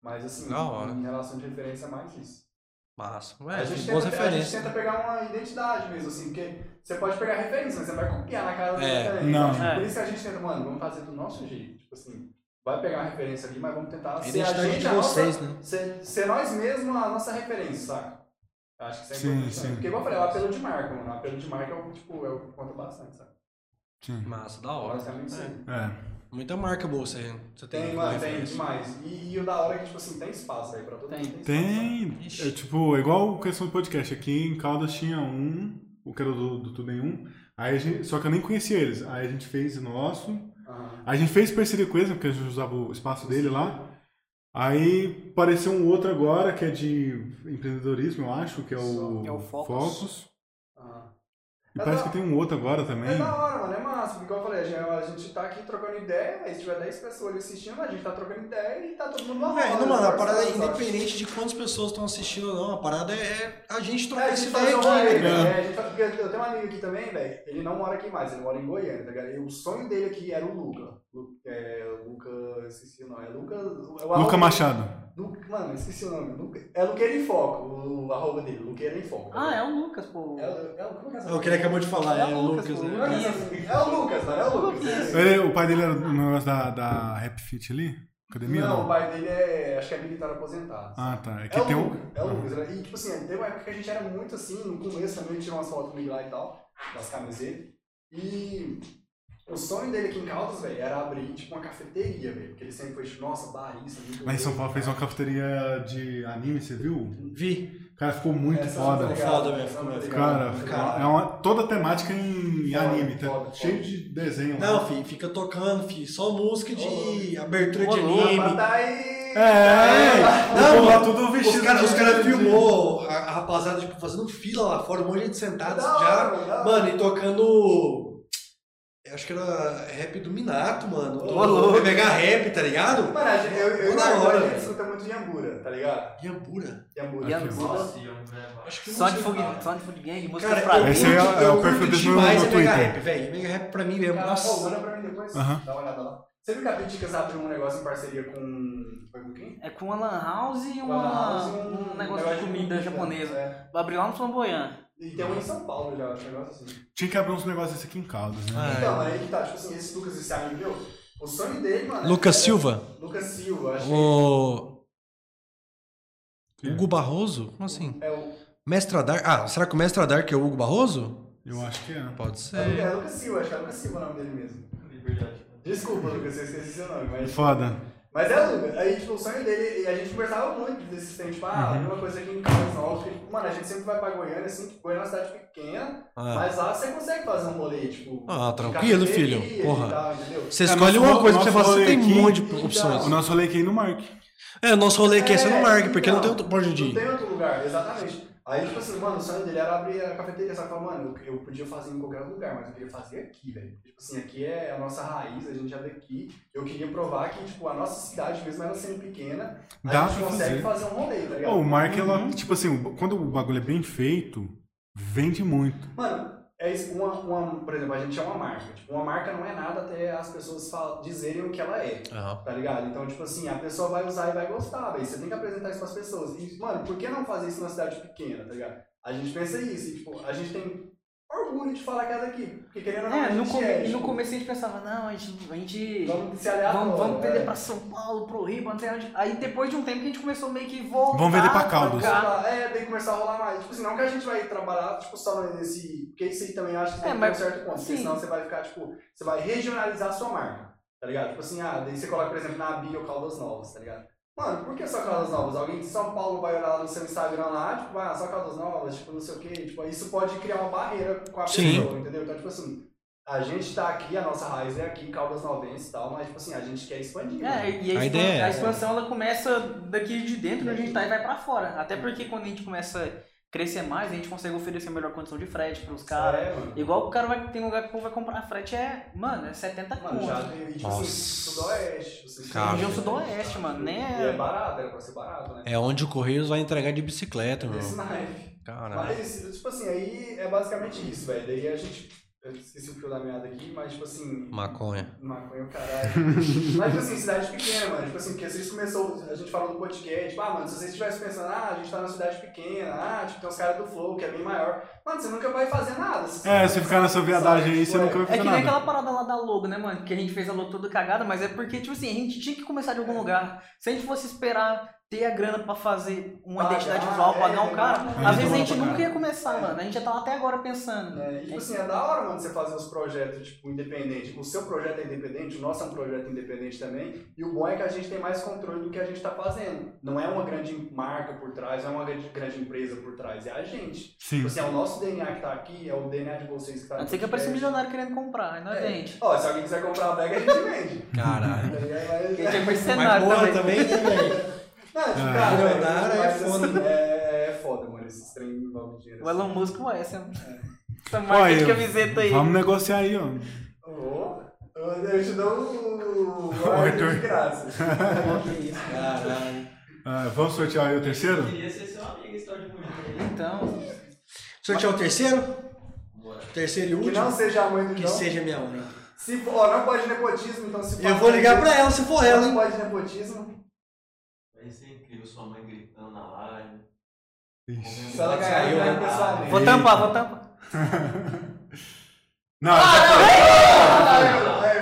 Mas assim,
Da hora.
em relação de referência é mais isso.
Massa.
a,
Ué,
gente
É, boas
tenta, a gente
referências.
tenta pegar uma identidade mesmo, assim, porque você pode pegar referência, mas você vai copiar na cara do
É,
cara.
não.
Então, tipo,
É.
Por isso que a gente tenta, mano, vamos fazer do nosso jeito. Tipo assim, vai pegar uma referência ali, mas vamos tentar
A
ser a
identidade
gente,
de
a nossa-
vocês, né?
ser, ser nós mesmos a nossa referência, saca? Eu Acho que isso é
Sim,
importante.
sim.
Porque, igual eu falei, é o apelo de marca, mano. O apelo de marca é o, tipo, é o que conta bastante, sabe?
Sim.
Massa, da hora.
Basicamente, sim.
É.
Muita marca boa você, você tem.
Tem,
como
mano, tem
referência.
demais. E, e o da hora é que, tipo assim, tem espaço aí pra todo
Tem.
mundo.
Tem. É, tipo, é igual a questão do podcast. Aqui em Caldas tinha um, o que era do, do Tudo em Um. Aí a gente, só que eu nem conhecia eles. Aí a gente fez o nosso.
espaço. Aham.
A gente fez parceria com eles, né, porque a gente usava o espaço dele lá. Aí apareceu um outro agora, que é de empreendedorismo, eu acho, que é o,
É o Focus.
Aham.
E
É
parece
da-
que tem um outro agora também.
É da hora, mano, é massa. Porque como eu falei, a gente, a gente tá aqui trocando ideia, aí se tiver 10 pessoas ali assistindo, a gente tá trocando ideia e tá todo mundo normal.
É, não, mano, a parada é independente de quantas pessoas estão assistindo ou não, a parada é a gente trocar
É, a
essa
gente
ideia
faz
aqui,
um
né,
live,
cara?
né? A gente faz- porque Eu tenho um amigo aqui também, velho. Ele não mora aqui mais, ele mora em Goiânia, tá ligado? E o sonho dele aqui era o Luca. Lu- É, Luca, eu esqueci o nome. É Luca. é o
Luca
arroba-
Machado.
Lu- Mano, eu esqueci o nome. Luca- É Luqueira em Foco, o arroba dele. Luqueira em Foco.
Ah, é o Lucas, pô.
É o- é o- como é que
É o que ele acabou de falar, é,
É o
Lucas,
Lucas, pô.
Como é
né?
que essa- É o Lucas, não é o Lucas.
Ele- o pai dele era um negócio da, da Rap Fit ali? Academia?
Não, o
Não.
pai dele é. Acho que é militar aposentado.
Ah, tá. É que
É o
tem
Lucas,
um.
é o Lucas. né? E tipo assim, teve uma época que a gente era muito assim, no começo também, tirou umas fotos comigo lá e tal, das camisetas. E o sonho dele aqui em Caldas, velho, era abrir tipo uma cafeteria, velho. Porque ele sempre foi, tipo, nossa, barista. muito
Lá em São
doido,
Paulo fez uma
cara.
cafeteria de anime, você viu?
Vi.
Cara, ficou muito
Essa
foda.
tá ligado,
Foda mesmo,
essa
ficou
tá
mesmo.
ligado,
Cara,
tá
é
ligado.
uma, toda a temática em
Foda,
anime, tá
foda,
cheio
foda.
de desenho. lá.
Não, fi, fica tocando, fi, só música de abertura
Ô,
de
louco,
Mas
anime.
tá aí!
É!
Não,
Não, lá
mano,
tudo vestido.
os caras
de-
cara
de-
filmou a, a rapaziada tipo, fazendo fila lá fora, um monte de gente sentado
Da
já.
hora, da hora.
Mano, e tocando. eu Acho que era rap do Minato, mano.
Ô,
Ô,
louco.
Mega rap, tá ligado?
Mano, a gente- eu, eu,
Ô,
eu,
da hora,
a gente
velho.
escuta muito Yambura, tá ligado?
Yambura.
Yambura.
Aqui, ó.
Nossa, e eu né?
Acho que eu não
Sonic
sei
Food,
falar.
Sonic Food Gang, música
Cara,
pra
eu
mim.
Esse aí é-
curto-
é o
eu curto
perfil desse meu-
demais
meu
é Mega
Twitter.
Rap, velho. Mega Rap pra mim mesmo.
Cara, pô,
Nossa.
manda pra mim depois,
Aham.
dá uma olhada lá. Você viu que a Piticas abriu um negócio em parceria com. Foi com quem?
É com uma lan house e
Com a Lan
uma,
House e
um negócio de comida japonesa.
É.
Vou abrir lá no Flamboyant.
E tem um em São Paulo já, acho um negócio assim.
Tinha que abrir uns negócios aqui em Caldas, né?
Ah,
Então, aí que tá, tipo assim, esse Lucas, esse amigo meu, O sonho dele, mano.
Lucas
é-
Silva?
Lucas Silva, acho
O.
Quem?
Hugo Barroso? Como assim?
que é o.
Mestre Adar. Ah, será que o Mestre Adar que é o Hugo Barroso?
Eu acho que é.
Pode
É, Lu-
ser.
é Lucas Silva, acho que é Lucas Silva o nome dele mesmo.
Liberdade.
Desculpa, Lucas, eu esqueci seu nome, mas.
Foda.
Mas é Lucas. Aí, tipo, o sonho dele, e a gente conversava muito desse tempo, tipo, ah, alguma coisa aqui em Campos Novos, que, tipo, mano, a gente sempre vai pra Goiânia, assim, que Goiânia é uma cidade pequena,
Ah.
mas lá você consegue fazer um rolê, tipo.
Ah,
Tá
de
tranquilo,
cafeteria
filho.
e
Porra.
Tal, entendeu?
Você
É,
escolhe
nosso
uma
ro-
coisa que você
nosso
fala assim, tem
rolê
um
aqui-
monte de opções.
O nosso rolê aqui é no Mark.
É, o nosso rolê aqui é só no Mark, porque não tem
então,
outro
é
pra onde
Não tem
ir.
outro lugar, exatamente. Aí, tipo assim, mano, o sonho dele era abrir a cafeteria. Só que, falou, mano, eu, eu podia fazer em qualquer outro lugar, mas eu queria fazer aqui, velho. Tipo assim, aqui é a nossa raiz, a gente é daqui. Eu queria provar que, tipo, a nossa cidade, mesmo ela sendo pequena, a
Dá
gente
pra
consegue
fazer.
fazer. um rolê, tá ligado?
Ô, o Mark, ela, tipo assim, o- quando o bagulho é bem feito, vende muito.
Mano, é isso. Uma, uma, por exemplo, a gente é uma marca. Tipo, uma marca não é nada até as pessoas fal- dizerem o que ela é.
Aham.
Tá ligado? Então, tipo assim, a pessoa vai usar e vai gostar, velho. Você tem que apresentar isso pras pessoas. E, mano, por que não fazer isso numa cidade pequena, tá ligado? A gente pensa isso, e, tipo, a gente tem orgulho de falar que é daqui. Porque querendo ou não, a
É, no
gente
come-
é,
e no
tipo,
começo a gente pensava, não, a gente. A gente
Vamos se né? aliar
vamos, vamos
perder
vender pra São Paulo, pro Rio, pra não sei onde. Aí depois de um tempo que a gente começou meio que voltar.
Vamos vender pra
pra
Caldas.
cá.
É, tem que começar a rolar mais. Tipo assim, não que a gente vai trabalhar, tipo, só nesse. Porque isso aí também acho que tem
É,
que ter um
mas-
certo ponto. Porque
sim.
senão você vai ficar, tipo, você vai regionalizar a sua marca. Tá ligado? Tipo assim, ah, daí você coloca, por exemplo, na bio Caldas Novas, tá ligado? Mano, por que só Caldas Novas? Alguém de São Paulo vai olhar lá no seu Instagram lá, tipo, ah, só Caldas Novas, tipo, não sei o quê. Tipo, isso pode criar uma barreira com a
Sim.
pessoa, entendeu? Então, tipo assim, a gente tá aqui, a nossa raiz é aqui, Caldas Novense e tal, mas, tipo assim, a gente quer expandir.
É,
né?
e a,
A
expan-
ideia é
a
essa.
expansão ela começa daqui de dentro onde a gente tá e vai pra fora. Até porque quando a gente começa a crescer mais, a gente consegue oferecer melhor condição de frete pros caras.
É, mano.
Igual o cara vai tem um lugar que vai comprar frete é, mano, é 70
Mano,
conto.
já tem tipo
Nossa.
assim, sudoeste. Você
Cara.
Região Sudoeste, mano,
E
né?
é barato, era pra ser barato, né?
É onde o Correios vai entregar de bicicleta,
então.
meu.
Esse naipe.
Caralho.
Mas, tipo assim, aí é basicamente isso, velho. Daí a gente. Eu esqueci o fio da meada aqui, mas, tipo assim.
Maconha.
Maconha, o caralho. mas, tipo assim, cidade pequena, mano. Tipo assim, porque vocês começou. A gente falou do podcast. Tipo, ah, mano, se vocês estivessem pensando, ah, a gente tá na cidade pequena, ah, tipo, tem os caras do Flow, que é bem maior. Mano, você nunca vai fazer nada.
É, você ficar nessa viadagem aí, você
Ué,
nunca vai
É
fazer
que nem
nada.
aquela parada lá da logo, né, mano? Que a gente fez a logo toda cagada, mas é porque, tipo assim, a gente tinha que começar de algum
É.
lugar. Se a gente fosse esperar ter a grana pra fazer uma
Pagar,
identidade visual,
é,
pagar um cara,
é,
é,
às vezes a
demora
gente
pra
nunca
caralho.
ia começar, mano. A gente já tava até agora pensando.
né? E, tipo assim, é da hora, mano, você fazer os projetos, tipo, independente. O seu projeto é independente, o nosso é um projeto independente também. E o bom é que a gente tem mais controle do que a gente tá fazendo. Não é uma grande marca por trás, não é uma grande, grande empresa por trás, é a gente.
Sim.
Tipo assim, é o nosso DNA que tá aqui, é o DNA de vocês que
A
tá aqui.
não ser que apareça um milionário querendo comprar, aí não é, gente.
Ó, se alguém quiser comprar a bag, a gente vende.
Caralho.
Tá ligado? Mas-
Ele é
Mas
mercenário
porra
também.
também, né, velho?
Não, tipo,
Ah.
cara, velho,
Milionário é
mas,
foda.
assim, é, é foda, mano, esses trem envolvem dinheiro. assim.
O Elon Musk ué, essa, né? essa marca
Olha,
de camiseta aí.
Vamos negociar aí, ó.
Ô, eu te um, dou o...
O Arthur.
de graça.
Caralho.
Ah, vamos sortear aí o terceiro?
Queria ser seu amigo esse tal de bonito.
Então,
Sortear o terceiro?
Bora.
Terceiro e
Que então. não
último?
seja a mãe do
Que
João.
seja minha mãe.
Se for, ó, não pode nepotismo, então se
Eu vou ligar pra ela se for ela,
Não
hein?
pode nepotismo.
Vai ser incrível, sua mãe gritando na live.
Ixi.
Se ela ganhar,
Saiu,
eu ganho
né?
pessoalmente.
vou tampar, vou tampar.
Não, já,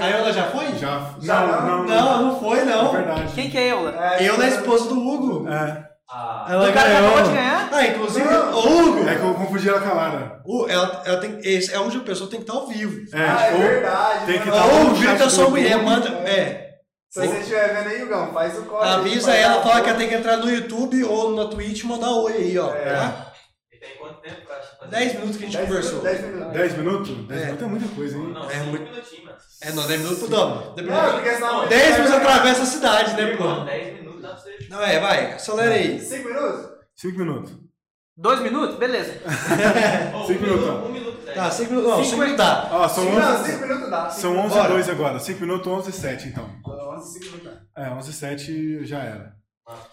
A Eula já foi?
já,
Já
não, não,
não?
Não, não foi,
É
não.
verdade.
Quem que é Eula?
É,
Eu na
então-
esposa do Hugo.
É,
Ah,
Ela
O cara que acabou de
ganhou.
ganhar?
Ah, inclusive, ô Hugo,
é que eu confundi ela com a Lara.
Hugo, ela, ela tem, esse é onde a pessoa tem que estar ao vivo.
É,
Ah, é
tipo,
verdade.
tem que
mano.
dar um
Ou
chat
grita
do
sua mulher,
Hugo.
manda. É,
Se você estiver vendo aí, Hugão, faz o corte.
avisa ela, fala que é ela tem que entrar no YouTube ou na Twitch e mandar um oi aí, ó.
É.
Tá?
e tem quanto tempo pra fazer?
10 minutos que a gente conversou.
10 minutos.
10 minutos? 10
É.
minutos é muita coisa, hein?
Não,
É
5
muito-
minutinhos, mano.
É, não, 10 minutos não.
Não,
10
porque senão. a gente
minutos
vai-
atravessa a cidade, né,
Irmão,
pô?
10 minutos dá pra você.
Não, é, vai, acelera aí.
Cinco minutos?
5 minutos.
Dois minutos? Beleza.
Ô,
Cinco
um minuto.
minutos.
1 minuto 10.
Tá, 5 minutos. Não, 5 minutos dá.
Ó, são
Cinco- Não,
11
cinco minutos dá.
são 11 e 2 agora. 5 minutos, 11 e 7, então.
11, 5 minutos dá.
É, 11 e 7 já era.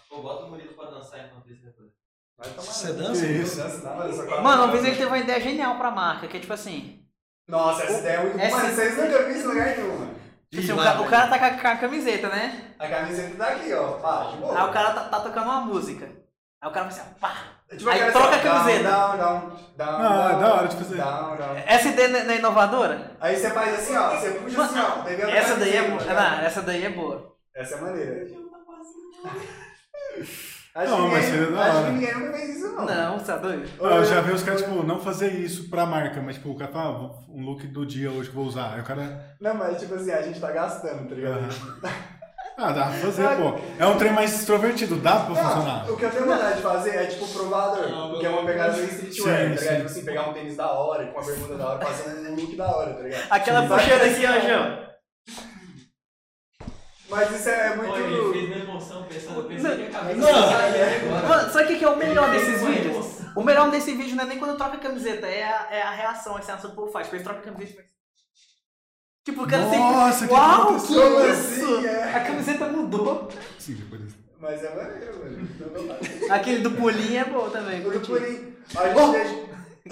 Pô, bota o Murilo pra dançar enquanto isso depois.
Vai tomar.
Você
né?
dança?
Que
Não dança, não, mas eu só-
Mano, uma vez ele teve uma ideia genial pra marca, que é tipo assim.
Nossa, essa ideia é muito.
Essa-
Mano, vocês nunca viram isso em lugar nenhum, mano.
tipo assim,
Ih,
o,
lá,
ca- o
velho.
cara tá com a, com a camiseta, né?
A camiseta tá aqui, é ó. Ah, de boa.
Aí o cara tá, tá tocando uma música. Aí o cara fala assim, ó, pá.
Tipo,
Aí
aquela
troca
assim,
a
ó,
camiseta.
Down, down, down, down.
Ah, é da hora de fazer.
Down, down.
Essa ideia não é- não é inovadora?
um, Aí você faz assim, ó. Você puxa assim, ó. pegando a
Tipo Essa daí é boa.
camiseta,
Não,
tá?
essa daí é boa.
Essa é maneira. Acho
Não,
que
mas
ninguém-
seria da
Acho
hora.
que ninguém nunca fez isso, não.
Não, você é doido?
Não, eu já vi os caras, tipo, não fazer isso pra marca, mas tipo, o cara fala, ah, vou- um look do dia hoje que eu vou usar. Aí o cara.
Não, mas tipo assim, a gente tá gastando, tá ligado?
Ah, dá pra fazer, pô. É um trem mais extrovertido, dá pra funcionar.
Não, o que Ah, eu tenho vontade de fazer é tipo provador, que é uma pegada meio streetwear,
Sim,
tá ligado?
sim.
Tipo assim, pegar um tênis da hora, com uma bermuda da hora, fazer um look da hora, tá ligado?
Aquela
Sim.
puxada aqui, ó, João.
Mas isso é muito.
Pô, ele fez minha emoção pensando, eu pensei que a cabeça
Não.
saía agora.
Mano, sabe o que que é o melhor desses
Foi
vídeos?
emoção.
O melhor desse vídeo não é nem quando troca a camiseta, é a, é a reação, assim, a reação que o povo faz. Tipo, ele troca a camiseta e faz. Tipo, o cara
Nossa,
sempre.
que
Uau, que,
aconteceu
isso?
assim, é.
A camiseta mudou.
Sim, depois disso.
Mas é maneiro, mano. Então, vamos lá.
Aquele do pulinho é bom também.
Tudo
curti.
por aí. A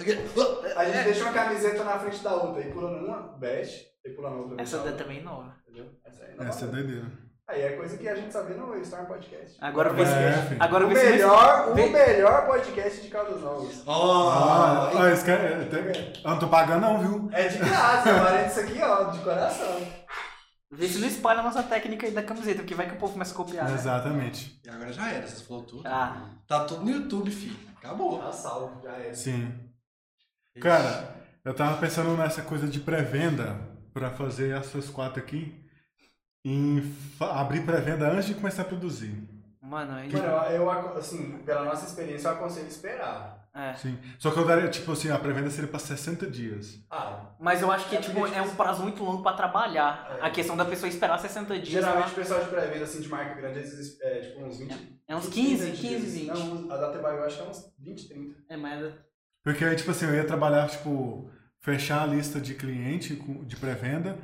gente, deixa,
tá.
a gente deixa uma camiseta na frente da outra, e pula numa, veste, e pula na outra. veste
Essa
a
daí
outra,
também é nova.
Entendeu? Essa aí, não
Essa é
vale.
doideira.
aí é coisa que a gente só vê no Star Podcast.
Agora
É,
vê se.
filho.
Agora
o
vê se-
melhor, o
vê-
melhor podcast de Caldas Novas.
Ah,
Ó,
ah, esse cara. é até- Eu não tô pagando, não, viu?
É de graça, eu parei disso aqui, ó, de coração.
Vê se não espalha a nossa técnica aí da camiseta, porque vai que o povo começa a copiar.
é.
né?
Exatamente.
e agora já era, você falou tudo.
Ah,
Tá tudo no YouTube, filho. Acabou.
Tá salvo, já é.
Sim. Cara, eu tava pensando nessa coisa de pré-venda pra fazer essas quatro aqui. Em fa- abrir pré-venda antes de começar a produzir.
mano, é aí.
Mano, eu, aco- assim, pela nossa experiência, eu aconselho esperar.
É.
Sim. Só que eu daria, tipo assim, a pré-venda seria pra 60 dias.
Ah,
Mas eu acho que
É
tipo,
porque
é um prazo muito longo pra trabalhar.
É.
A questão da pessoa esperar 60 dias.
geralmente o pessoal de pré-venda, assim, de marca grande, às vezes, é tipo uns 20.
É uns 15, 15, 20.
dias. Não, a data vai, eu acho que é uns 20, 30.
É, mas
Porque aí, tipo assim, eu ia trabalhar, tipo, fechar a lista de cliente com- de pré-venda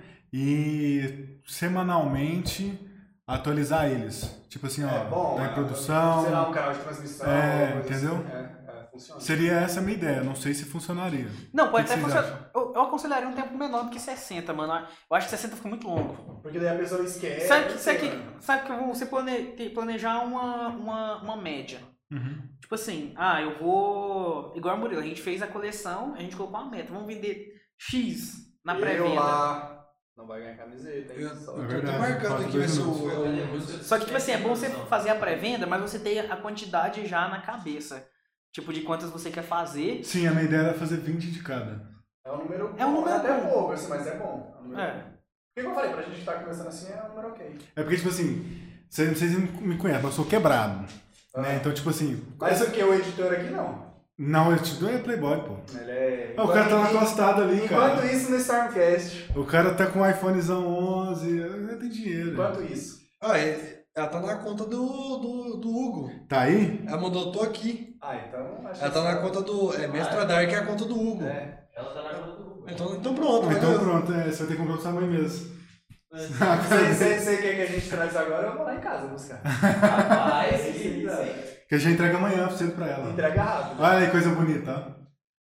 e semanalmente atualizar eles. Tipo assim, ó,
é bom.
tá
é,
em produção.
Sei lá, um canal de transmissão.
É,
alguma coisa
entendeu?
assim. É, é, funciona.
Seria essa a minha ideia, não sei se funcionaria.
Não, pode
O que
até
vocês
funcionar. Eu, eu aconselharia um tempo menor do que 60, mano. Eu acho que 60 fica muito longo.
Porque daí a pessoa
É,
esquece.
sabe, que,
sei
sabe,
lá.
que, sabe que você plane- tem que planejar uma, uma, uma média.
Uhum.
Tipo assim, ah, eu vou. Igual a Murilo, a gente fez a coleção, a gente colocou uma meta. Vamos vender X na
Eu
pré-venda.
lá. Não vai ganhar camiseta, hein?
Eu-
Só-
É
Tô
verdade,
marcando
falta
aqui, vai
dois
ser
minutos.
o.
Olha, música-
Só que, tipo assim, é bom você
emoção.
fazer a pré-venda, mas você ter a quantidade já na cabeça. Tipo, de quantas você quer fazer.
Sim, a minha ideia era fazer 20 de cada.
É um número
É um número
até
bom.
pouco, assim, mas é bom. É um número bom.
É.
Porque como eu falei, pra gente que tá conversando assim, é um número ok.
É porque, tipo assim, vocês vocês me conhecem, eu sou quebrado.
Ah.
Né? Então, tipo assim,
Mas o que? O editor aqui não.
não, eu te dou é Playboy, pô.
Ele é.
Ah, o cara tá na
Enquanto-
tostada ali,
Enquanto
cara.
isso no Stormcast.
O cara tá com um iPhonezão 11, eu tem dinheiro.
Enquanto isso.
Ah, é- ela tá na conta do, do, do Hugo.
Tá aí?
Ela mandou, tô aqui.
Ah, então acho
Ela
que-
tá na conta do. É Mestra Dark, é a conta do Hugo.
É.
Ela tá na conta do Google.
Então, então pronto, vai
Então
ganhar.
pronto, é, você vai ter que comprar com sua mãe mesmo.
Você- Você você quer que a gente traz agora, eu vou lá em casa buscar.
Rapaz, que isso, hein?
Que eu já entrego amanhã cedo pra ela.
Entrega rápido.
Olha aí, coisa bonita,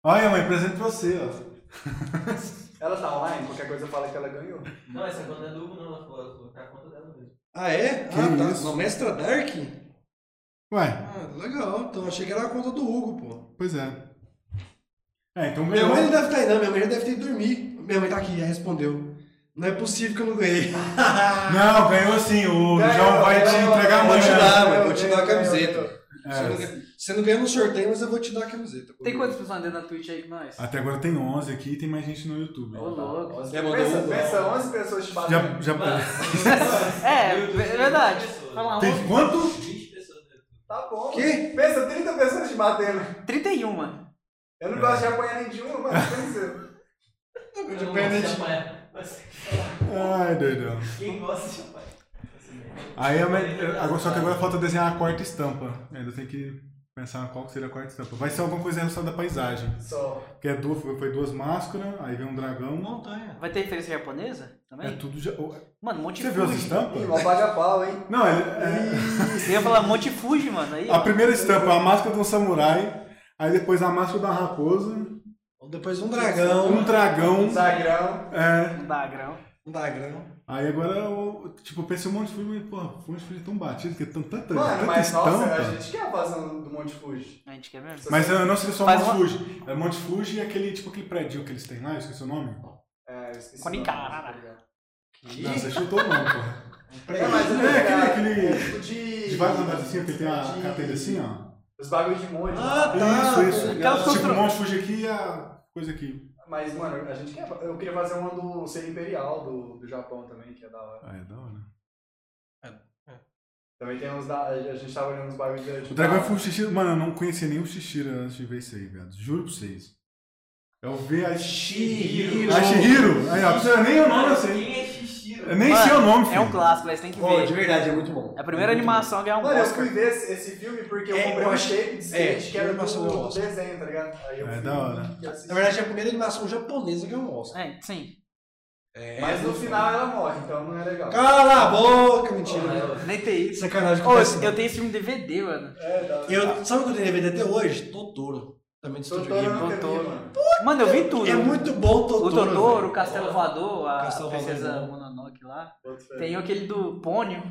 ó. Olha, mãe, presente pra você, ó.
Ela tá online, qualquer coisa fala que ela ganhou.
Não, essa conta é do Google, não. Ela falou, ela falou que é a conta dela mesmo.
Ah, é?
Que
ah, tá.
isso?
No Mestra Dark?
Ué,
Ah, legal. Então achei que era a conta do Hugo, pô.
pois é. É, então
Minha mãe
ganhou.
não deve estar aí, não. Minha mãe já deve ter ido dormir. Minha mãe tá aqui, já respondeu. Não é possível que eu não ganhei.
Não, ganhou sim, o
Ganhou,
João vai te
ganhou,
entregar
Vou te
amanhã.
dar,
Ganhou,
mãe. Vou te dar a
ganhou,
camiseta.
ganhou.
É.
Você não ganha- Você não ganhou no sorteio, mas eu vou te dar a camiseta.
Tem quantas pessoas andando na Twitch aí com nós?
Ah,
Até agora tem 11 aqui e tem mais gente no YouTube.
Ô, louco.
Pensa,
É, mandou um.
pensa 11 pessoas te
Já,
batendo.
já...
É,
Meu Deus,
é verdade.
tem pessoas.
Vai lá,
Tem
um-
quanto?
20 pessoas dentro.
Tá bom.
Quê?
Pensa 30 pessoas te batendo.
31.
Eu não gosto de apanhar nem de uma, mano. Pensa.
Eu não
Depende
gosto
de-
de apanhar. Mas
Ai, doidão.
quem gosta de apanhar?
Aí, a me- agora- só que agora falta desenhar a quarta estampa. Ainda tem que pensar qual que seria a quarta estampa. Vai ser alguma coisa relacionada à paisagem.
Só.
Porque é duas, foi duas máscaras, aí vem um dragão.
Montanha.
Vai ter referência japonesa
É
também?
tudo já...
Mano, Monte
Você
Fuji.
viu as
Ih,
estampas?
mó paga-pau, hein?
Não, ele- é...
Eu ia falar Monte Fuji, mano. Aí,
A
ó.
primeira estampa é a máscara de um samurai, aí depois a máscara da raposa,
Depois um
um
dragão.
dragão,
Zagrão.
é,
Dagrão.
Um dragão.
Aí agora, eu, tipo, eu pensei um monte de filme, pô, Monte Fuji é tão batido, que é tão, tanta,
Mano,
tanta
mas nossa,
estampa.
a gente quer a vazão do Monte Fuji.
A gente quer mesmo.
Mas eu não sei se é só
Faz
Monte Fuji. É Monte Fuji e aquele, tipo, aquele prédio que eles têm lá, eu esqueci o nome.
É, eu esqueci.
Konikara.
Não, você chutou o nome, pô.
É, mas eu tô
É, aquele-
ligado,
aquele-
é tipo de.
De vários andares assim, porque tem a cadeira assim, ó.
Os bagulhos de monte.
Ah,
Isso,
tá.
isso.
Aquelas
Tipo,
constru-
o Monte Fuji aqui e a coisa aqui.
Mas, mano, a gente quer. Eu queria fazer uma do ser imperial do, do Japão também, que é da hora.
Ah, é da hora.
Também tem uns da. A gente tava olhando uns bagulhos de. tipo,
O Dragão
Tá.
foi um Shishira. Mano, eu não conhecia nem o Shishira antes de ver isso aí, velho. Juro pra vocês.
É
Eu vi a
Shihiro.
A Shihiro. Aí, ó, precisa nem o nome, eu sei.
Quem é Shishiro?
Eu nem sei o nome, filho.
É um clássico, velho, você tem que
Pô,
ver.
de verdade, é muito bom.
É a primeira animação a ganhar um
Mano, eu
Oscar.
fui ver esse, esse filme porque eu
É,
comprei
eu
um
acho-
shape de skate
é,
que era do,
animação do
do
Oscar.
desenho, tá ligado? Aí eu
É
fui-
da hora.
e assisti.
Na verdade, é a primeira animação japonesa que eu mostro.
É, sim.
Mas no final ela morre, então não é legal.
Cala a boca, mentira.
Ela-
Nem tem isso.
Sacanagem que
Ô,
acontece.
eu, eu tenho esse filme DVD, mano.
É, da hora.
Eu, sabe o que eu tenho DVD até hoje? Totoro. Também do Estúdio
Totoro eu
Ghibli.
nunca vi,
Totoro.
mano.
Mano, eu vi tudo.
É muito bom o Totoro.
O Totoro, o
velho.
Castelo Voador, a
Castelo
Princesa
Voador. né?
Mononoke lá.
Boto fé.
Tem aquele do Pônio.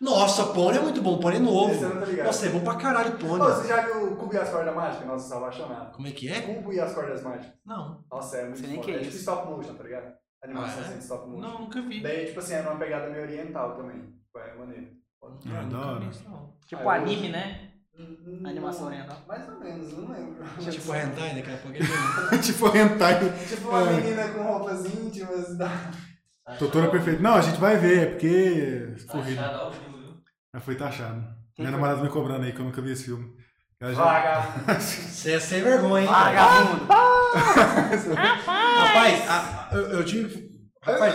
Nossa, Pony é muito bom. Pony é
Esse eu não
novo.
tô ligado.
Nossa, é bom pra caralho,
Ô,
Pony.
você já viu o Cubo e as Cordas Mágicas? Nossa, eu sou apaixonado.
Como é que é?
Cubo e as Cordas Mágicas.
Não.
Nossa, é muito
Sei nem
foda.
que é
é tipo
isso.
stop motion, tá ligado? Animação
Ah, é?
assim, stop motion.
Não, nunca vi.
Daí, tipo assim, era uma pegada meio oriental também. É maneiro.
É da
Nunca vi
hora.
isso, não.
Tipo
Ah, eu-
anime, né?
Hum,
Animação
não,
oriental.
Mais ou menos, não lembro.
Tipo Hentai, daqui a pouco ele
tipo, hentai.
Tipo uma
É.
menina com roupas íntimas. Da...
Doutora perfeito. Não, a gente vai ver, é porque.
Tá
Corrido.
achado ao vivo, viu?
Já foi taxado.
Quem foi?
Minha namorada me cobrando aí, que eu nunca vi esse filme. Ela já-
Vaga!
Você é sem vergonha, hein?
Vagabundo.
Rapaz, a- eu, eu tive. Rapaz,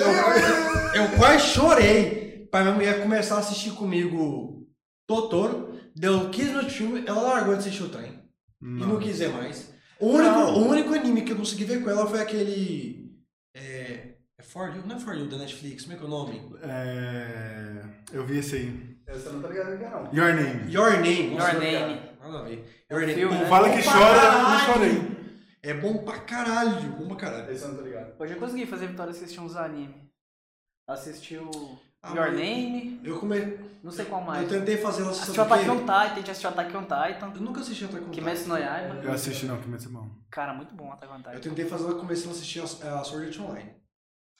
eu, eu quase chorei pra minha mulher começar a assistir comigo Totoro. Deu 15 minutos de filme, ela largou de assistir o trem. E não
Não.
quis ver mais. O único, o único anime que eu consegui ver com ela foi aquele. É. É For You? Não é For You da Netflix, como é que é o nome?
É... Eu vi esse aí.
Essa eu não tô ligado que é, não.
Your Name.
Your Name.
Your
não tô
Name.
ligado. Nada a ver. Your Name.
filme,
Bom
né?
Fala que
pra
chora, eu não
caralho.
chorei.
É bom pra caralho, bom pra caralho.
Essa eu não tô ligado.
Hoje eu consegui fazer Vitória assistir uns anime. Assistiu
Ah,
Your
mas-
Name,
Eu, come...
não sei qual
eu
mais.
tentei fazer ela
Assistiu
o
Attack on
quê?
Titan, tinha assistido Attack on Titan.
Eu nunca assisti Attack on Titan.
Kimetsu no Yaiba.
Eu assisti não, que é bom.
Cara, muito bom Attack on
Eu
Titan.
tentei fazer ela começando a assistir a, a Sword Art Online.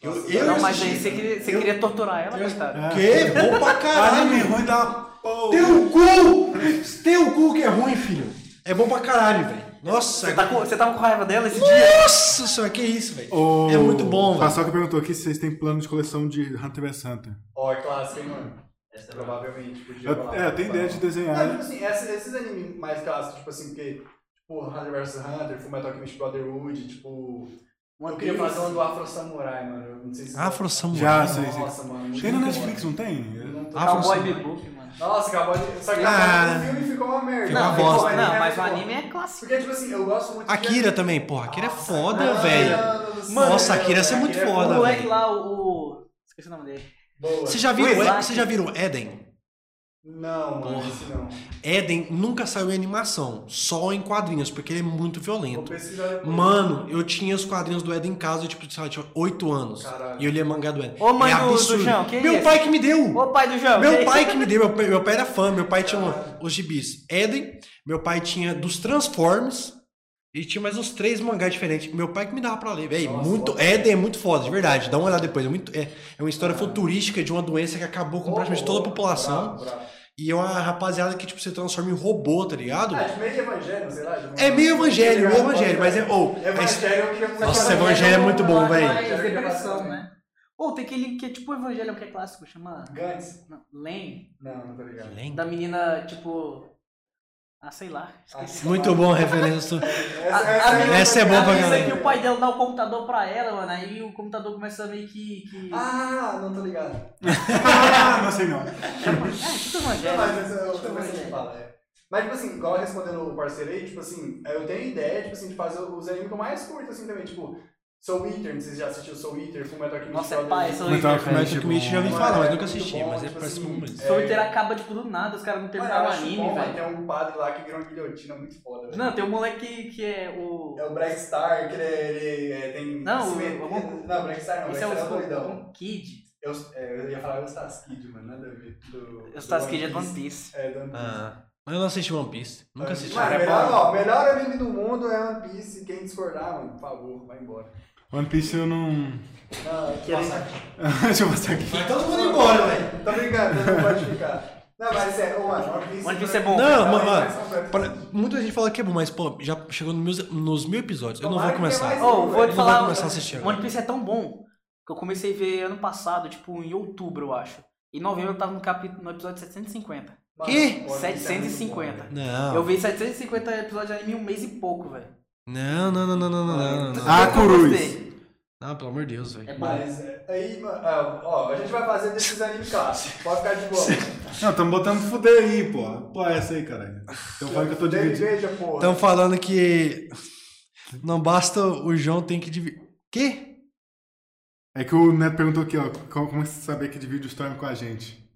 Eu,
Nossa,
eu
Não, mas
assisti-
aí você queria, você
eu-
queria torturar ela,
eu-
coitado.
É.
Que? Bom pra
Anime
caralho.
ruim da porra.
Teu cu! Teu cu que é ruim, filho. É bom pra caralho, velho. Nossa,
Você, tá com- você tava com raiva dela esse dia?
nossa senhora, que isso, velho.
Ô,
É muito bom, velho.
Paçoca perguntou aqui se vocês têm plano de coleção de Hunter x Hunter.
Ó, é clássico, hein, mano?
Essa é brava.
Provavelmente podia
Eu,
falar.
é, eu tenho ideia de
Não, tipo
desenhar.
assim, essa- esses animes mais clássicos, tipo assim, porque, tipo, Hunter vs Hunter, Full Metal Alchemist Brotherhood, tipo... eu queria fazer uma do Afro Samurai, mano, eu não sei se...
Afro Samurai.
Já, sei, sei.
Nossa, mano. muito
Tem no
bom.
Netflix, não tem?
Não tô-
Afro
Cowboy
Samurai.
Bebop, mano.
Nossa, acabou de... Só que
Ah.
o filme ficou uma merda.
Ficou uma
Não,
Ficou-
bosta.
mas- não, mas o
ficou-
anime é clássico.
tipo, Porque, tipo assim, eu gosto muito de-
Akira também, porra. Akira é foda,
Ah,
velho.
mano,
Nossa, Akira ia ser
Akira
muito
é
O
foda,
moleque
velho.
lá, o. o- Esqueci o nome dele.
Boa.
Vocês já viram,
Pois é.
vocês já viram Eden?
Não, mano,
Porra.
esse não.
Eden nunca saiu em animação, só em quadrinhos, porque ele é muito
Vou
violento.
pesquisar depois.
Mano, eu tinha os quadrinhos do Eden em casa, tipo, sei lá, eu tinha 8 anos.
Caralho.
E eu lia mangá do Eden. É
Ô, mãe do- do
absurdo.
João, que
Meu
isso?
pai que me deu!
Ô pai do João.
Meu
que-
pai que me deu, meu pai, meu pai era fã, meu pai tinha os gibis Eden, meu pai tinha dos Transformers e tinha mais uns três mangás diferentes. Meu pai que me dava pra ler, velho.
Nossa,
Muito. Eden é muito foda, de verdade. Dá uma olhada depois. É, muito, é, é uma
Ah.
história futurística de uma doença que acabou com praticamente toda a população.
Bravo, bravo.
E é uma rapaziada que, tipo, se transforma em robô, tá ligado?
Ah, de meio evangelho, sei lá. tipo, de uma-
É meio evangelho, meio evangelho, mas é.
né?
ou
Evangelho eu queria começar
Nossa,
a fazer.
Evangelho é muito bom, velho.
Mas depressão, né? Ou tem aquele que é tipo o Evangelho que é clássico, chama.
Gantz?
Não, Len,
Não, não tô ligado.
da menina, tipo. Ah, sei lá. Esqueci.
Muito bom a referência. sua.
Essa,
a menina-
Essa é boa
Ah,
pra
isso
caralho.
aí que o pai dela dá o computador pra ela, mano. Aí o computador começa meio que. que...
Ah, não tô ligado.
Ah, não sei não.
chama- É, tipo
Não,
Evangelho.
mas essa eu
Tipo
também sei o que
Evangelho.
fala, é. Mas, tipo assim, igual respondendo o parceiro aí, tipo assim, eu tenho ideia, tipo assim, de fazer os animes que eu mais curto, assim, também, tipo... Soul Eater, não sei se você já assistiu Soul Eater, Full Metal Alchemist.
Nossa, é
Brotherhood.
pai, Soul
tá
Eater,
Metal
velho.
Alchemist.
Magic
tipo,
Mitch já ouvi
Mano,
falar, mas
é
nunca
muito
assisti,
bom,
mas é
tipo
parece
assim,
bom mesmo.
é-
Soul Eater acaba, tipo, do nada, os caras não
Mano, eu
terminaram o
acho bom,
anime,
mano,
velho.
Tem um padre lá que virou uma guilhotina muito foda. velho.
Não, tem um moleque que, que é o...
É o Black Star, que ele, ele é, tem.
Não, o-
simetria-
o-
Não, Black Star não, Black
Esse é
Star é,
o
doidão.
um Kid.
Eu, é, eu ia falar Eustace Kid, mano, nada a ver. Do,
Os Tasquid é
do
do One Piece.
É, do One Piece.
Ah, mas eu não assisti One Piece. Nunca assisti.
Mano,
é
melhor,
bom.
ó, melhor anime do mundo é One Piece. Quem discordar, mano, por favor, vai embora.
One Piece eu não.
Não,
Que ele-
Deixa eu passar aqui.
Vai todo mundo embora, velho.
Tô brincando, não pode ficar. Não, mas é sério, ô, mano, One Piece.
One Piece é bom.
Não,
Não,
mano,
mas
mano,
são-
para- muita gente fala que é bom, mas pô, já chegou nos meus- nos mil episódios. Eu não
Tomara
vou
que tenha mais.
começar.
Ô,
Eu
vou
não
te
vou
falar,
começar a assistir agora.
One Piece é tão bom que eu comecei a ver ano passado, tipo, em outubro, eu acho. Em novembro eu tava no, capítulo, no episódio 750.
Mano,
Ih,
One Piece é muito bom, um.
750. Eu
Não,
vi 750 episódios de anime em um mês e pouco, velho.
não, não, não, não, não, não, não, não.
Ah,
Eu gostei.
Cruz.
Não, pelo amor de Deus, velho.
É bom.
Mas é, aí, mano, ah, ó, a gente vai fazer desses animes clássicos. Pode ficar de boa.
Não, tamo botando fuder aí, pô. Pô, é essa aí, caralho. Então fala que eu tô
Dele
dividindo.
veja, porra.
Estão falando que não basta o João tem que dividir. Quê?
É que o Neto perguntou aqui, ó. Como, como você saber que divide o Storm com a gente?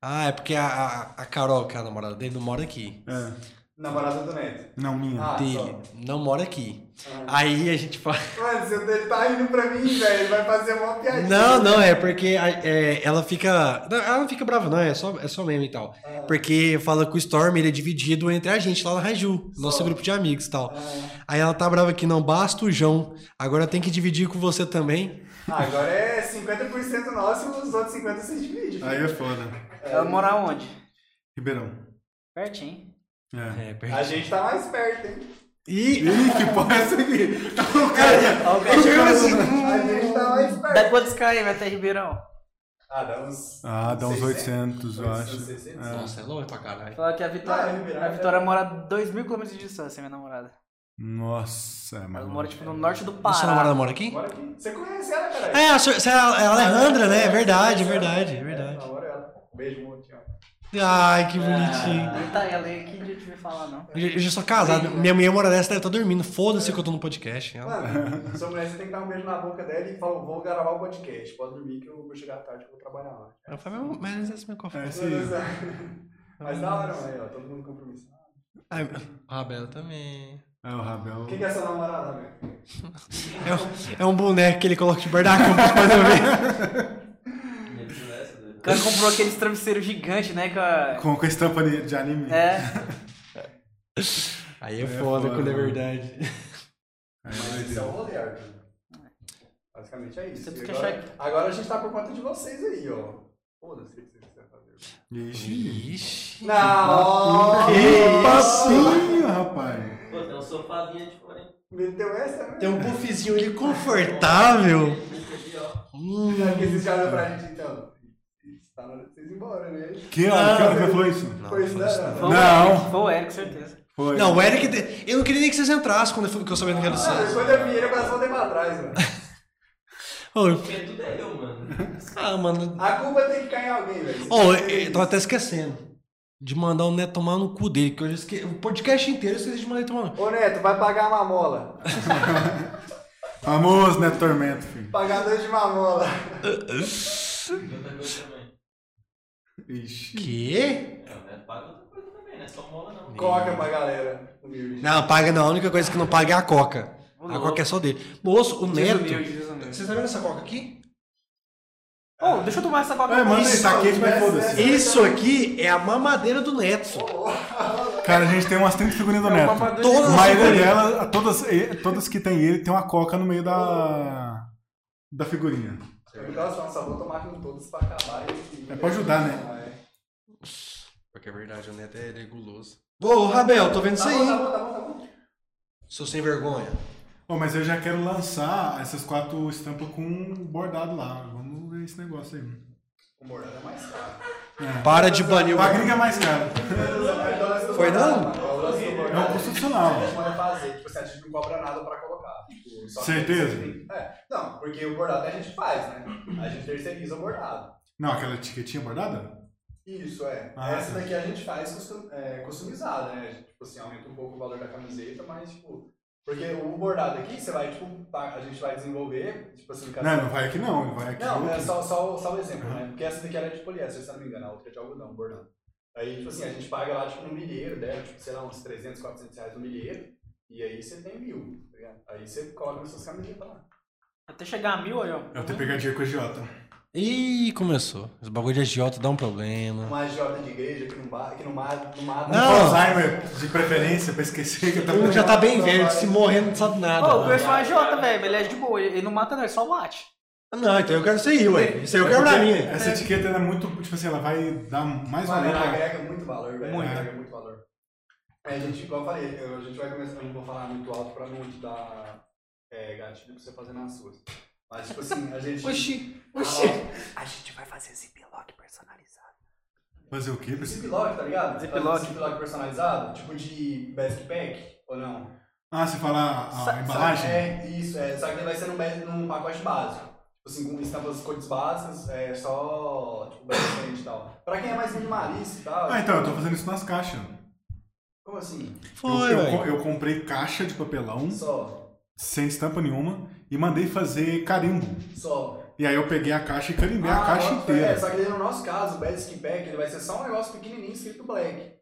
Ah, é porque a, a, a Carol, que é a namorada dele, não mora aqui.
É.
Namorada do Neto.
Não, minha.
Ah,
Dele não mora aqui. Aí a gente fala.
só. Mano, seu dele tá rindo pra mim, velho. Vai fazer uma piadinha.
Não, não, é porque a- é, ela fica. não, Ela não fica brava, não, é só, é só meme e tal.
Ah.
Porque fala que o Storm ele é dividido entre a gente lá na Raju, nosso grupo de amigos e tal.
Ah.
Aí ela tá brava que não basta o João, agora tem que dividir com você também.
Ah, agora é 50% nosso e os outros 50% vocês dividem. filho.
Aí é foda.
Ela mora onde?
Ribeirão.
Pertinho.
É.
É,
A gente tá mais perto, hein?
E
Ih, que porra é essa aqui?
A gente tá mais perto.
Dá quantos KM até Ribeirão?
Ah, dá uns.
Ah, dá uns 800, eu acho.
600.
É.
Nossa, é longe pra caralho.
Fala que a
Ah,
Vitória,
Ribeirão,
a
é.
Vitória mora a 2 mil km de distância, minha namorada.
Nossa, é
Ela
mano.
mora, tipo, no norte do
Nossa, a namorada
Pará.
mora aqui?
Bora aqui. Você conhece ela, caralho?
É, a, sor- você é a a Alejandra, né? É verdade, é verdade, é verdade. Então.
namoro ela. um Beijo, amor, te amo.
Ai, que
Ah.
bonitinho.
Não tá ela aí, que dia eu te vi falar, não.
Eu, já- eu já sou casado, minha mulher mora dessa, deve estar dormindo. Foda-se que eu tô no podcast. Ela-
Mano, sua mulher, você tem que dar um beijo na boca dela e falar, vou gravar o podcast. Pode dormir que eu vou chegar à tarde, eu vou trabalhar lá.
ela fala, "Mas- mas esse é meu
É,
cofre.
isso aí.
É, Mas da hora, mano, ó, todo mundo compromisso.
Ai, a Ah, Bela também.
É o Rabel.
Quem que é sua namorada, velho?
É um, é um boneco que ele coloca de um da cama pra fazer ver.
é
O cara comprou aqueles travesseiros gigantes, né? Com a...
Com, com a estampa de, de anime.
É.
Aí é
É
foda
foda,
quando é
mano.
verdade.
Aí,
Mas
doideira.
esse é o rolê, Arthur. Basicamente é isso.
Temos
E
que
agora,
achar
agora a gente tá por conta de vocês aí, ó. Foda-se o que vocês querem fazer.
Ixi.
Ixi.
Não!
Que papinho, rapaz.
Pô, tem um sofazinho de fora, hein?
Meteu essa, né?
Tem um puffzinho ali
É
confortável.
Esse aqui, ó.
Hum.
Já que vocês já olham pra gente, então. Tá na hora de vocês ir embora, né?
Que hora que hora que falou isso?
Não,
Pois
foi isso
não.
Foi o
Não.
Eric, Foi o Eric, certeza.
Foi.
Não, o Eric. de- Eu não queria nem que vocês entrassem quando eu fui que eu sabia que era o
Ah,
Santos.
quando eu vi ele, eu passou um tempo atrás, mano.
Ô,
Porque tudo é eu, mano.
Ah, mano.
A culpa tem que cair em alguém, velho.
Ô, eu eu tava até esquecendo. De mandar o Neto tomar no cu dele, que eu já esque... O podcast inteiro eu esqueci de mandar ele tomar no
Ô Neto, vai pagar a mamola.
Famoso Neto Tormento, filho.
Pagar dois de mamola.
Outra coisa também.
Ixi.
Quê?
É, o Neto paga outra coisa também, não é só mola, não.
Coca pra galera. Humilde.
Não, paga não. A única coisa que não paga é a coca.
Ô,
A
louco.
coca é só dele. Moço, o Neto.
Desumilde, desumilde.
Vocês tá vendo essa coca aqui?
Ô, deixa eu tomar essa coca
É, manda aí,
Isso.
tá quente, mas foda-se.
Isso aqui é a mamadeira do Neto.
Cara, a gente tem umas 30 figurinhas do
É um
Neto.
papador
Todas
de-
A
as
maioria
figurinhas.
dela, todas, todas que tem ele, tem uma coca no meio da. da figurinha.
Eu tava falando, só vou tomar com todos pra acabar. E... Ah,
É pra ajudar, né?
Porque é verdade, o Neto é guloso. Ô, Rabel, tô vendo isso
Tá
aí.
bom, tá
hein?
bom, tá bom, tá bom.
Sou sem vergonha.
Ô, mas eu já quero lançar essas quatro estampas com um bordado lá. Vamos ver esse negócio aí.
O Morado é mais caro.
Para de banir o.
A gringa é mais cara.
Foi não?
O lance do
É um
Morado.
constitucional.
A gente pode fazer, tipo assim, a gente não cobra nada pra colocar. Tipo, só que
Certeza?
você tem- É, não, porque o bordado a gente faz, né? A gente terceiriza o bordado.
Não, aquela etiquetinha bordada?
Isso, é.
Ah,
Essa
tá.
daqui a gente faz custom, é, customizada, né? Tipo assim, aumenta um pouco o valor da camiseta, mas, tipo, Porque o bordado aqui, você vai, tipo, a gente vai desenvolver, tipo assim, cada-
Não, é não vai aqui não, ele vai aqui.
Não,
outro.
é só, só, só um exemplo, né? Porque essa daqui era de poliéster, se não me engano, a outra é de algodão, bordão. Aí, tipo assim, a gente paga lá, tipo, no milheiro, né? Tipo, sei lá, uns 300, 400 reais no milheiro, e aí você tem mil, tá ligado? Aí você coloca essas camisetas lá.
Até chegar a mil aí, ó.
Eu tenho pegadinha com o agiota.
Ih, começou. Esse bagulho de agiota dá um problema.
Uma agiota de igreja que não mata, que não mata, não mata.
Não.
Alzheimer, de preferência, pra esquecer que eu
Um
tava...
já tá bem velho, se morrer não sabe nada.
Pô, o personagem é Jota, velho, ele é de boa, ele ele não mata não, ele só bate.
Não, então eu quero isso aí, ué. Isso aí eu quero pra mim. ué.
Essa etiqueta ela é muito, tipo assim, ela vai dar mais
Mano,
valor.
ela
pra-
agrega muito valor, velho.
Muito.
Ela Agrega muito valor. É, a gente, igual eu falei, eu- a gente vai começar, eu não vou falar muito alto pra não te dar é, gatilho pra você fazer nas suas. Mas, tipo assim, a gente...
Oxi.
oxi.
A gente vai fazer ziplock personalizado.
Fazer o quê? pessoal?
Ziploc, tá ligado?
Ziploc.
Fazer Ziploc personalizado, tipo de best pack, ou não?
Ah, você fala a
Sa-
embalagem?
sabe- É, isso, é. Só que ele vai ser num, bas- num pacote básico. Tipo assim, com estampas cores básicas, é só, tipo, bem diferente e tal. Pra quem é mais minimalista e tal.
Ah, então, eu tô fazendo isso nas caixas.
Como assim?
Foi,
eu, eu,
ué.
co- eu comprei caixa de papelão,
Só,
sem estampa nenhuma, e mandei fazer carimbo.
só.
E aí eu peguei a caixa e carimbei a caixa
bota fé.
inteira.
É, só que daí no nosso caso, o Basic Pack, ele vai ser só um negócio pequenininho escrito black.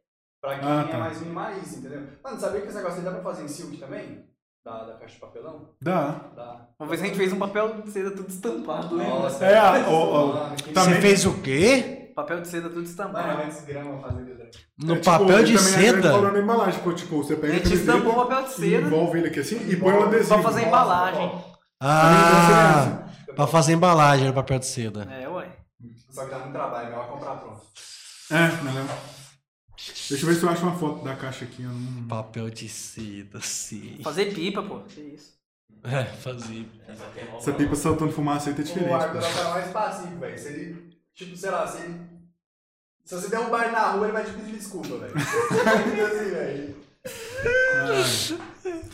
Pra quem
Ah, tá.
é mais minimalista, entendeu? Mano, sabia que esse negócio aí dá pra fazer em silk também? Da, da caixa de papelão?
Dá.
Dá.
Uma vez a gente fez um papel de seda tudo estampado, lembra?
Nossa,
É, a- o- o-
mano, que
Tá
Você
Também-
fez o quê?
Papel de seda tudo
Mano, é
estampado.
uma desgrama fazer desenho.
No
É, tipo,
papel
ele
de
também agrega valor
seda?
na embalagem, porque, tipo, você
A
pega a
gente
camiseta
estampou o papel de
e
seda
envolve ele aqui assim e põe o adesivo.
pra fazer embalagem.
Ah, pra fazer embalagem era papel de seda.
É, ué.
Só que dá muito trabalho, melhor comprar pronto.
É, não lembro. Deixa eu ver se eu acho uma foto da caixa aqui. Eu não...
Papel de seda, sim.
Fazer pipa, pô. Que isso.
É, fazia.
Essa pipa saltando fumaça aí tá
O
diferente.
Arthur é o
pô.
cara mais passivo, velho. Se ele, tipo, sei lá, se ele. Se você der um bar na rua, ele vai te pedir desculpa, velho. Então, assim, velho.
é Ai. É.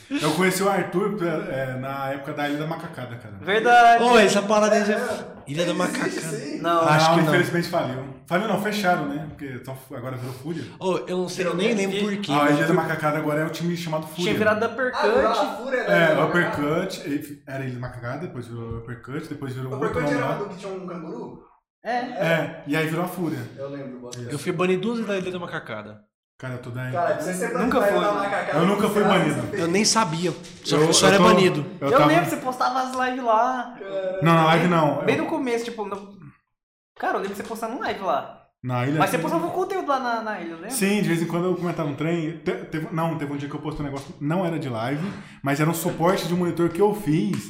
Eu conheci o Arthur é, é, na época da Ilha da Macacada, cara.
Verdade.
Ô, essa parada aí já... Ilha é da
É, Existe isso
Macacana.
aí?
Não,
Ah, acho
Não,
que não.
infelizmente faliu. Faliu não, fecharam, né? Porque tão, agora virou Fúria.
Ô, eu não sei, eu nem lembro por quê.
Ah, a Ilha da Macacada agora é o time chamado Fúria.
tinha virado da
Ah, virou
percante.
a fúria,
É,
né?
o Uppercut, ele- era Ilha da Macacada, depois virou Uppercut, depois virou
O
outro
Percante
nome
era
lá.
do que tinha um canguru?
É.
É, e aí virou a Fúria.
Eu lembro, bota.
Eu fui banido duas vezes da Ilha da Macacada.
Cara, eu tô da
Cara, pra você sempre
Nunca foi, né?
Eu nunca fui banido.
Eu nem sabia. Só,
Eu-
só
é eu
era
tô-
banido.
Eu,
tava-
lembro, você postava as lives lá.
Não, na live não.
Bem
Eu-
no começo, tipo. no- Cara, eu lembro de você postando live lá.
Na ilha.
Mas você postava um conteúdo lá na, na ilha, lembra?
Sim, de vez em quando eu comentava um trem. Te- teve- não, teve um dia que eu postei um negócio, não era de live, mas era um suporte de um monitor que eu fiz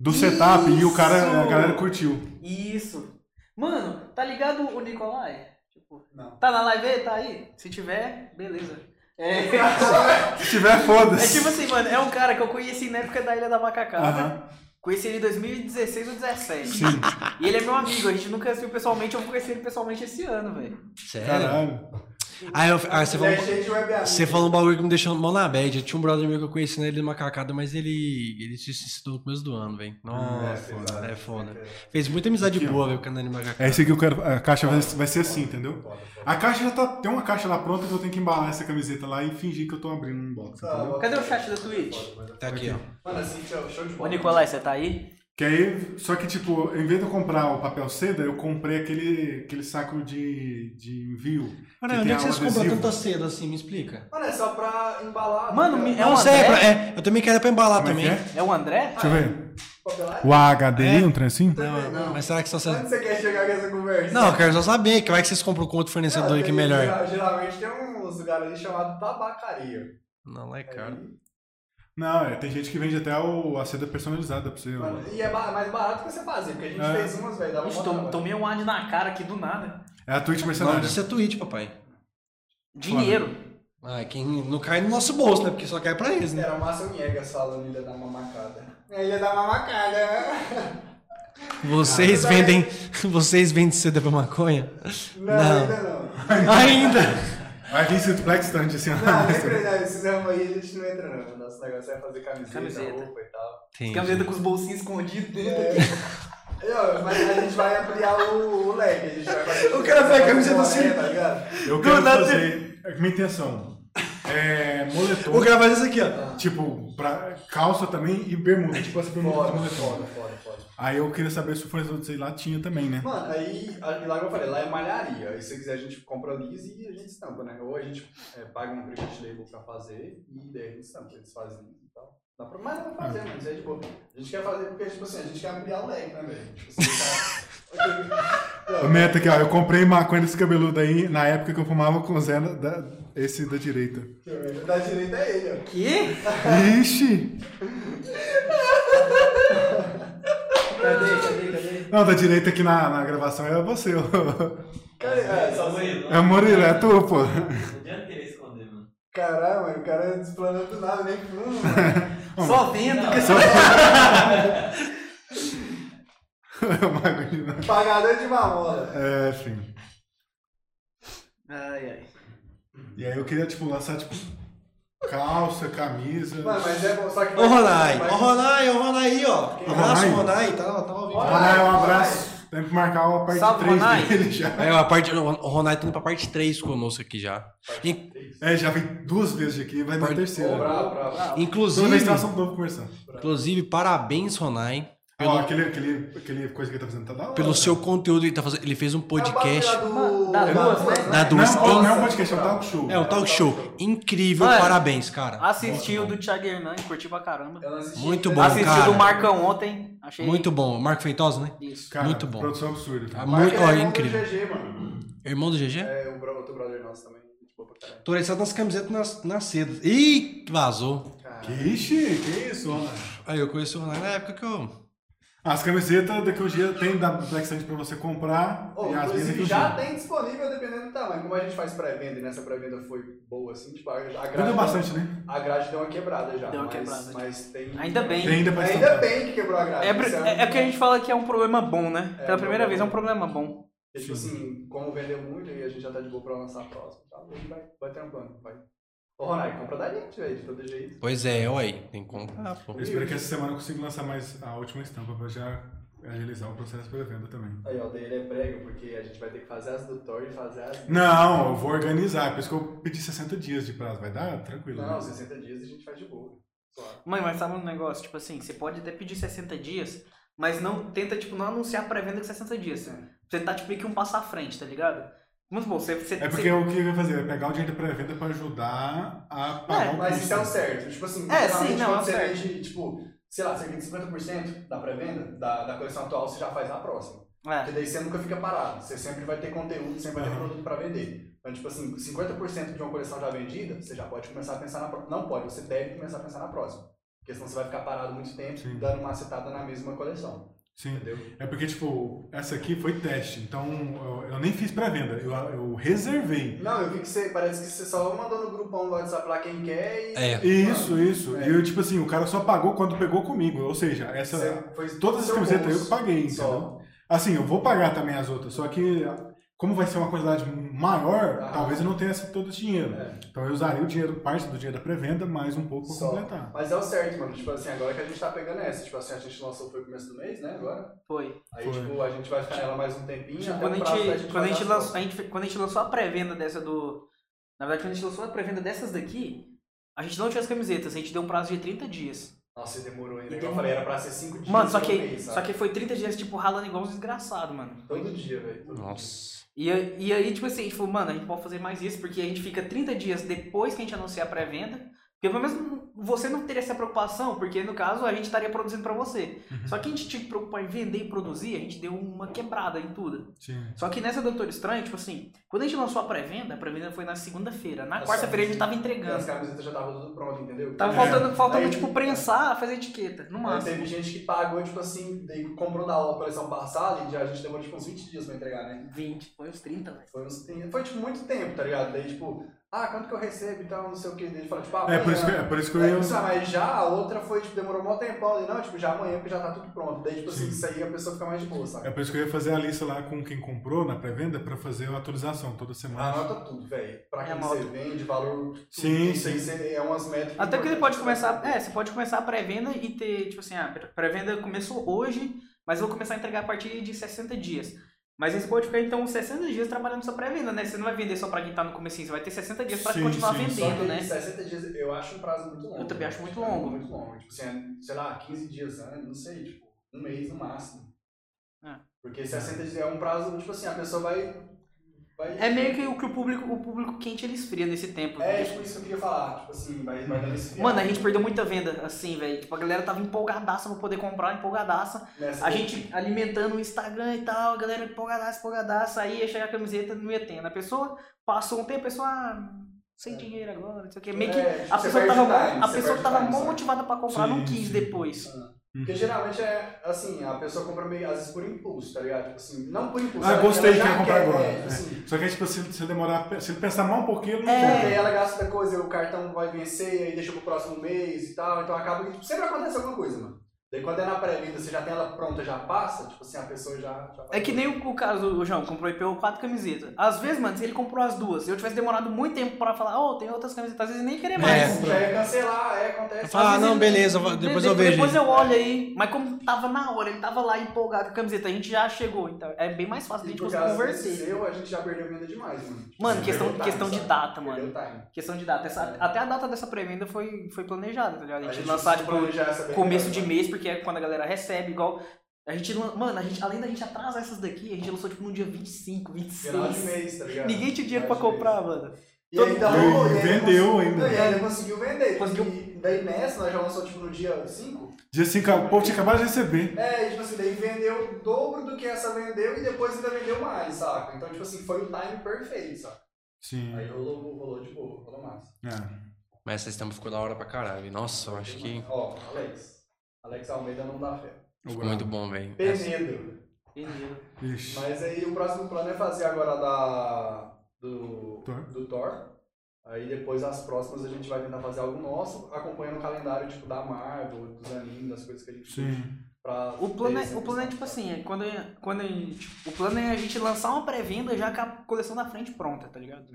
do setup e o cara, a galera curtiu.
Isso. Mano, tá ligado o Nicolai? Tipo,
Não.
Tá na live aí? Tá aí? Se tiver, beleza. É,
Se tiver, foda-se.
é tipo assim, mano, é um cara que eu conheci na época da Ilha da Macacada.
Aham,
Conheci ele em 2016 ou 2017.
sim.
E ele é meu amigo, a gente nunca se viu pessoalmente, eu vou conhecer ele pessoalmente esse ano, velho.
Sério?
Caralho.
Aí eu- ah, você
Ele é
falou...
cheio de web
Você falou um bagulho que me deixou mal na bad. Eu tinha um brother meu que eu conheci na Ilha da Macacada, mas ele, ele se suicidou no começo do ano, velho. Nossa, é foda.
né?
Fez muita amizade
né? Aqui, ó.
boa, velho, com a Nani Macacada.
É isso que eu quero. A caixa vai, vai ser assim, entendeu? A caixa já tá. Tem uma caixa lá pronta que eu tenho que embalar essa camiseta lá e fingir que eu tô abrindo um box,
Tá
entendeu?
Cadê o chat da Twitch?
Tá aqui, ó.
Mano, assim, show show de
Ô
bola.
Nicolai, você tá aí?
Que aí, só que tipo, em vez de eu comprar o papel seda, eu comprei aquele, aquele saco de, de envio.
Cara,
que
onde
tem
é que vocês
adesivo.
compram tanta seda assim? Me explica.
Mano, é só pra embalar. tá
Mano, me- é
Não
um
sei, é, pra-
André?
é, eu também quero pra embalar
Como é
também.
que é?
É o André?
Deixa eu ver.
papelagem?
O AHDI,
É.
um trem assim?
Não,
Não.
Mas será que só
Onde
vocês.
você quer chegar com essa conversa?
Não, eu quero só saber, que vai que vocês compram com outro fornecedor aqui
tem-
melhor.
geral- Geralmente tem uns lugares ali chamado tabacaria.
Não, lá é caro.
Aí,
Não, é, tem gente que vende até o, a seda personalizada pra você.
mano, e é ba- mais barato que você fazer, porque a gente
É.
fez umas, velho, dava
Ixi,
uma
tom-
moral.
tomei um ad na cara aqui do nada.
É a Twitch
O nome
mercenária.
disso é Twitch, papai.
Dinheiro.
Ah, quem não cai no nosso bolso, né? Porque só cai pra eles, né?
Era o Márcio Niegas falando Ilha da Mamacada. É Ilha da Mamacada!
Vocês
Ah,
vendem. Vocês vendem seda pra maconha?
Não,
Não.
ainda não.
Ainda!
Vai vir esse Black Stand assim, ó.
Não, nem pra nós, esses ramos aí a gente não entra não. Nosso negócio é fazer camiseta,
Camiseta.
roupa e tal.
Entendi.
Camiseta com os bolsinhos escondidos dentro.
E, ó, mas a gente vai ampliar o, o leque. A gente vai fazer
O cara vai, a camiseta
boné,
assim.
Tá ligado?
Eu quero fazer. Minha intenção é é, moletom.
Vou gravar isso aqui, ó.
Tipo, pra calça também e bermuda. Tipo essa bermuda
Foda,
de
foda,
moletom.
foda, foda.
Aí eu queria saber se o fornecedor de sei lá tinha também, né?
Mano, aí, aí lá como eu falei, lá é malharia. Aí se você quiser a gente compra liso e a gente estampa, né? Ou a gente é, paga um private label pra fazer e daí a gente estampa, eles fazem liso e tal. Dá pra, mas dá pra fazer, mano. Isso é de boa. A gente quer fazer porque, tipo assim, a gente quer ampliar o leque, né, velho? Tipo assim, tá...
Ô, Meta aqui, ó. Eu comprei maconha desse cabeludo aí na época que eu fumava com o Zé, na- da, esse da direita.
O da direita é ele, ó.
Que?
Ixi!
Cadê, cadê, cadê?
Não, da direita aqui na, na gravação era você. ô.
Cadê? É, só você.
É o Murilo, é tu, pô.
Não adianta querer esconder, mano.
Caralho, mano, o cara desplanou do nada, nem fumo, mano.
Só vendo.
É uma agonia.
Pagador de mamola.
É, enfim.
Ai, ai.
E aí eu queria, tipo, lançar, tipo, calça, camisa.
Mano, mas é bom, só que...
Ô, Ronai.
mas-
Ô, Ronai, ô, Ronai aí, ó. Um abraço,
Ronai?
Ronai. Tá, tá ouvindo.
Ronai, um abraço. Tem que marcar uma parte
Salve,
3
Ronai.
dele já.
Aí, ó, a parte, o Ronai tá indo pra parte 3 conosco aqui já. In-
É, já vem duas vezes aqui, vai na
Parte-
Ô,
terceira.
bravo, bravo.
Então,
Toda vez
inclusive,
nós somos novo conversando.
inclusive, parabéns, Ronai,
Ó, aquele, aquele, aquele coisa que ele tá fazendo tá da hora.
pelo seu conteúdo que ele tá fazendo. Ele fez um podcast.
É a batalha do-
Da
é
duas,
duas,
né?
Não,
Da
né?
duas.
não, não é um podcast, é um talk show.
É um talk show. Incrível,
Mano,
parabéns, cara.
Assisti o do Thiago Hernandes, curti pra caramba.
Ela assistiu-
Muito É bom,
Assisti o
cara.
do Marcão ontem, achei
Muito bom. Marco Feitosa, né?
isso.
Cara,
Muito bom.
Produção absurda. tá?
Tá
Marca
muito, ó,
é irmão do
incrível.
GG, mano.
Irmão do GG?
É, o bro- outro brother nosso também. Gente boa pra caralho.
Tô oriçado nas camisetas nas, nas sedas.
Ih, vazou.
Que ixi, que isso, Ana.
Aí eu conheci o Ronai na época que eu.
As camisetas daqui a um dia tem da Black Sand pra você comprar.
Ô,
e as minhas daqui a
inclusive
um
já
dia.
tem disponível dependendo do tamanho. Como a gente faz pré-venda e nessa pré-venda foi boa, assim, tipo, a, a grade.
Vendeu bastante, né?
A grade deu uma quebrada já.
Deu uma
mas,
quebrada.
mas tem.
Ainda bem.
Tem ainda pra
Ainda bem que quebrou a grade.
É, br-
isso
é, é que a gente fala que é um problema bom, né?
É,
Pela
um
primeira
problema
vez, é um
bom.
problema bom.
Tipo assim, como vendeu muito e a gente já tá de boa pra lançar a próxima. Tá? A gente vai, vai trampando, vai. Ô, Ronai, compra da gente, velho, de todo jeito.
Pois é, eu aí. Tem que comprar, pô.
Eu espero que essa semana eu consiga lançar mais a última estampa pra já agilizar o processo pela venda também.
Aí, ó, dele é prego, porque a gente vai ter que fazer as do Thor e fazer as.
Não, eu vou organizar, por isso que eu pedi 60 dias de prazo. Vai dar? Tranquilo.
Não,
né?
60 dias a gente faz de boa. Claro.
Mãe, mas sabe um negócio? Tipo assim, você pode até pedir 60 dias, mas não tenta, tipo, não anunciar a pré-venda com 60 dias. Você tá, tipo, meio que um passo à frente, tá ligado? Muito bom, você... você
É porque o que eu ia fazer? É pegar o dinheiro da pré-venda pra ajudar a pagar o
Mas
custo.
isso é o certo. Tipo assim,
É,
geralmente
sim, não,
quando
é o
você
certo.
vende, tipo, sei lá, cerca de 50% da pré-venda, da, da coleção atual, você já faz na próxima.
É.
Porque daí você nunca fica parado. Você sempre vai ter conteúdo, sempre vai ter
Aham.
produto pra vender. Então, tipo assim, 50% de uma coleção já vendida, você já pode começar a pensar na próxima. Não pode, você deve começar a pensar na próxima. Porque senão você vai ficar parado muito tempo,
Sim.
dando uma acertada na mesma coleção.
Sim.
Entendeu?
É porque, tipo, essa aqui foi teste, então eu, eu nem fiz pré-venda, eu, eu reservei.
Não, eu vi que você, parece que você só mandou no grupão do WhatsApp lá quem quer e...
É.
Isso, isso.
É.
E eu, tipo assim, o cara só pagou quando pegou comigo, ou seja, essa,
Você foi
todas as
seu
camisetas eu
bolso
que paguei, entendeu?
Só.
Assim, eu vou pagar também as outras, só que ah, como vai ser uma quantidade maior,
Ah.
talvez eu não tenha esse- todo esse dinheiro.
É.
Então eu usaria o dinheiro, parte do dinheiro da pré-venda, mais um pouco pra
Só.
completar.
Mas é o certo, mano. Tipo assim, agora que a gente tá pegando essa. Tipo assim, a gente lançou foi o começo do mês, né? Agora.
Foi.
Aí,
Foi.
tipo, a gente vai ficar nela mais um tempinho.
Tipo,
até
quando a
o prazo da
gente, quando a gente,
pagar as
lançou, a gente, quando a gente lançou a pré-venda dessa do... Na verdade, quando a gente lançou a pré-venda dessas daqui, a gente não tinha as camisetas, a gente deu um prazo de 30 dias.
contas. Nossa, e demorou ainda.
E
Igual Eu
demorou.
falei, era pra ser 5 dias.
Mano, só
no
que,
um mês,
só
sabe?
que foi 30 dias, tipo, ralando igual um desgraçado, mano.
Todo dia, velho. todo
Nossa.
E, a- e aí, tipo assim, a gente falou, mano, a gente pode fazer mais isso, porque a gente fica 30 dias depois que a gente anunciar a pré-venda. Porque pelo menos não- você não teria essa preocupação, porque no caso a gente estaria produzindo pra você. Só que a gente tinha que preocupar em vender e produzir, a gente deu uma quebrada em tudo.
Sim.
Só que nessa Doutor Estranho, tipo assim, quando a gente lançou a pré-venda, a pré-venda foi na segunda-feira. Na
Nossa,
quarta-feira a gente tava
dia. E as
entregando.
camisetas já estavam tudo pronto, entendeu?
Tava
É.
faltando, faltando
Aí-
tipo, prensar, fazer etiqueta, no
Mas
máximo.
teve gente que pagou, tipo assim, daí comprou da coleção passada e já a gente demorou, tipo, uns 20 dias pra entregar, né?
20, foi uns 30, velho.
Foi, uns, tem- foi, tipo, muito tempo, tá ligado? Daí, tipo, ah, quanto que eu recebo e tal, não sei o que. Daí ele fala, tipo, ah,
É por, isso que,
amanhã.
é por isso que eu
Aí,
ia.
tipo, sabe, mas já a outra foi, tipo, demorou mó tempão ali, não, tipo, já amanhã porque já tá tudo pronto. Daí, tipo assim,
Sim.
isso aí a pessoa fica mais de boa, sabe?
É por isso que eu ia fazer a lista lá com quem comprou na pré-venda pra fazer a atualização toda semana.
Anota tudo, velho. Pra
É,
quem
anota.
você vende, valor. tudo.
Sim,
Isso aí você- é umas métricas.
Até porque
importantes
você pode
pra você
começar,
saber.
é, você pode começar a pré-venda e ah, ter, tipo assim, a pré-venda começou hoje, mas eu vou começar a entregar a partir de 60 dias. Mas aí você pode ficar, então, uns 60 dias trabalhando sua pré-venda, né? Você não vai vender só pra quem tá no comecinho, você vai ter 60 dias pra
Sim,
continuar
sim,
Só
vendendo,
que
né?
60 dias eu acho um prazo muito longo.
Eu também acho muito
Tipo, é
longo.
Muito longo. Tipo, assim, sei lá, 15 dias, né? não sei, tipo, um mês no máximo.
É.
Porque 60 dias é um prazo, tipo assim, a pessoa vai. vai
É meio que o que o público, o público quente ele esfria nesse tempo.
É, tipo, isso que eu queria falar. Tipo assim, vai, vai dando esse
Mano, a gente perdeu muita venda, assim, velho. Tipo, a galera tava empolgadaça pra poder comprar, empolgadaça.
Nessa-
A gente alimentando o Instagram e tal, a galera empolgadaça, empolgadaça. Aí ia chegar a camiseta, não ia tendo. A pessoa passou um tempo, a pessoa, ah, sem dinheiro agora, não sei o quê. Meio que
É, tipo,
a
você
pessoa que
perde
tava,
time,
a
você
pessoa
perde
que tava
time,
mó
sabe?
motivada pra comprar não
Sim,
quis
sim.
depois.
Uhum.
Porque geralmente é assim, a pessoa compra meio, às vezes por impulso, tá ligado? Tipo assim, não por impulso.
Ah,
ela-
gostei,
ela já
quero comprar
quer,
agora.
é, tipo assim,
Só que é tipo, se você demorar, se ele pensar mal um pouquinho, ele não
É,
compra.
e aí ela gasta coisa, o cartão vai vencer, e aí deixa pro próximo mês e tal, então acaba que tipo, sempre acontece alguma coisa, mano. Daí quando é na pré-venda, você já tem ela pronta, já passa, tipo assim, a pessoa já... já
É que nem o, o caso do João, comprou IPO quatro camisetas. Às vezes, mano, se ele comprou as duas, se eu tivesse demorado muito tempo pra falar, oh, tem outras camisetas, às vezes nem querer mais.
É.
Já ia cancelar, é, acontece.
Fala, ah,
Às vezes
não,
ele-
beleza, vou- depois eu vejo
Depois
aí.
eu olho aí. Mas como tava na hora, ele tava lá empolgado com a camiseta, a gente já chegou. Então é bem mais fácil a
E
gente
por
conseguir
causa desse
converter.
é seu, a gente já perdeu venda demais, mano. Tipo,
Mano,
você
questão-
perdeu
questão de
sabe?
data, mano.
Perdeu time.
Questão de data. Essa- até a data dessa pré-venda foi, foi planejada, tá ligado? A gente,
É. gente
lançar,
precisa
tipo,
planejar essa bem
começo
melhor,
de
mano.
mês, porque é quando a galera recebe, igual. A gente, lan- mano, a gente, além da gente atrasar essas daqui, a gente lançou tipo no dia 25,
Final de
26.
mês, tá ligado?
Ninguém tinha dinheiro pra
Final de mês.
comprar, mano.
E ainda
Todo-
rolou, e ainda
Vendeu
conseguiu-
ainda.
E ainda conseguiu vender.
Conseguiu.
E daí nessa, nós já lançou tipo no dia 5.
Dia 5, o povo tinha acabado de receber.
É, e, tipo assim, daí vendeu o dobro do que essa vendeu e depois ainda vendeu mais, saca? Então, tipo assim, foi o time perfeito, saca?
Sim.
Aí rolou, rolou de boa, rolou massa.
É.
Mas essa estampa ficou da hora pra caralho. velho. Nossa, eu acho que
Ó, Alex. Alex Almeida não dá fé.
ficou muito bom, velho.
É
Essa-
Penedo.
Ixi.
Mas aí o próximo plano é fazer agora a da. do.
Thor.
do Thor. Aí depois as próximas a gente vai tentar fazer algo nosso, acompanhando o calendário, tipo, da Marvel, dos animes, das coisas que a gente
Sim.
pra
O plano,
ter
é,
essa
o plano é tipo
questão, saca?
assim, é quando, quando a gente, o plano é a gente lançar uma pré-venda já com a coleção da frente pronta, tá ligado?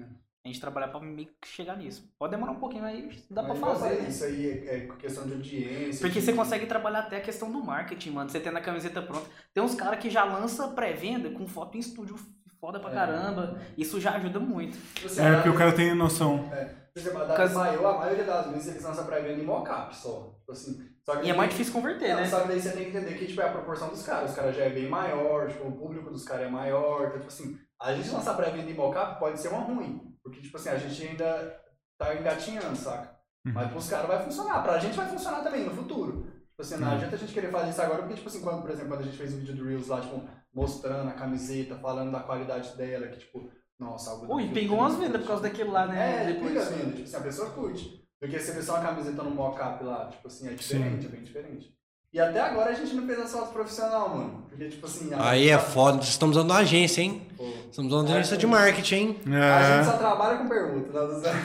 A gente trabalhar pra meio que chegar nisso. Pode demorar um pouquinho, aí dá pra
Mas
fazer,
igual,
né?
Isso aí é, é questão de audiência.
Porque
de-
você consegue trabalhar até a questão do marketing, mano. Você tendo a camiseta pronta. Tem uns caras que já lança pré-venda com foto em estúdio foda pra
É. Tipo assim, ah,
caramba. Isso já ajuda muito.
Você
É
dá-
porque o cara tem noção.
Por exemplo, a da
Cas-
Maiô, a maioria das vezes eles lançam pré-venda em mocap só. Tipo assim, só que
E é mais difícil converter,
não,
né?
Só que daí você tem que entender que tipo, é a proporção dos caras. Os caras já é bem maior, tipo, o público dos caras é maior. Então, tipo assim, a gente lançar pré-venda em mocap pode ser uma ruim. Porque, tipo assim, a gente ainda tá engatinhando, saca?
Uhum.
Mas pros caras vai funcionar. Pra gente vai funcionar também no futuro. Tipo assim, não
Uhum.
adianta a gente querer fazer isso agora, porque, tipo assim, quando, por exemplo, quando a gente fez o vídeo do Reels lá, tipo, mostrando a camiseta, falando da qualidade dela, que, tipo, nossa, algo
Ui, pingou umas vendas por causa daquele lá, né?
é,
Depois.
depois venda, tipo assim, a pessoa curte. Porque você vê só uma camiseta no mock-up lá, tipo assim, é diferente, é bem diferente. E até agora a gente não fez assalto profissional, mano. Porque, tipo assim, a-
Aí é foda, estamos usando uma agência, hein?
pô,
Estamos usando uma agência de marketing, hein?
a gente
É.
só trabalha com tá pergunta, nós usamos.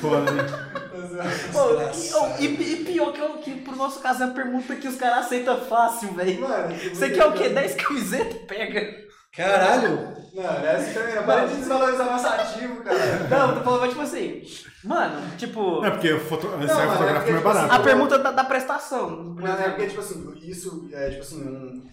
Foda, né?
nós usamos-
Pô, e, oh, e- e pior que, eu- que pro nosso caso é a pergunta que os caras aceitam fácil, velho.
Mano,
Você quer o quê? 10 camisetas? Pega.
Caralho!
Não, essa também é. Para de desvalorizar nosso ativo, cara.
Não, eu tô falando mas, tipo assim. Mano, tipo.
É porque o foto... esse
mas é
fotográfico
porque,
não é
tipo assim,
barato.
A pergunta da, da prestação. por
Não, é
exemplo.
porque, tipo assim, isso é tipo assim,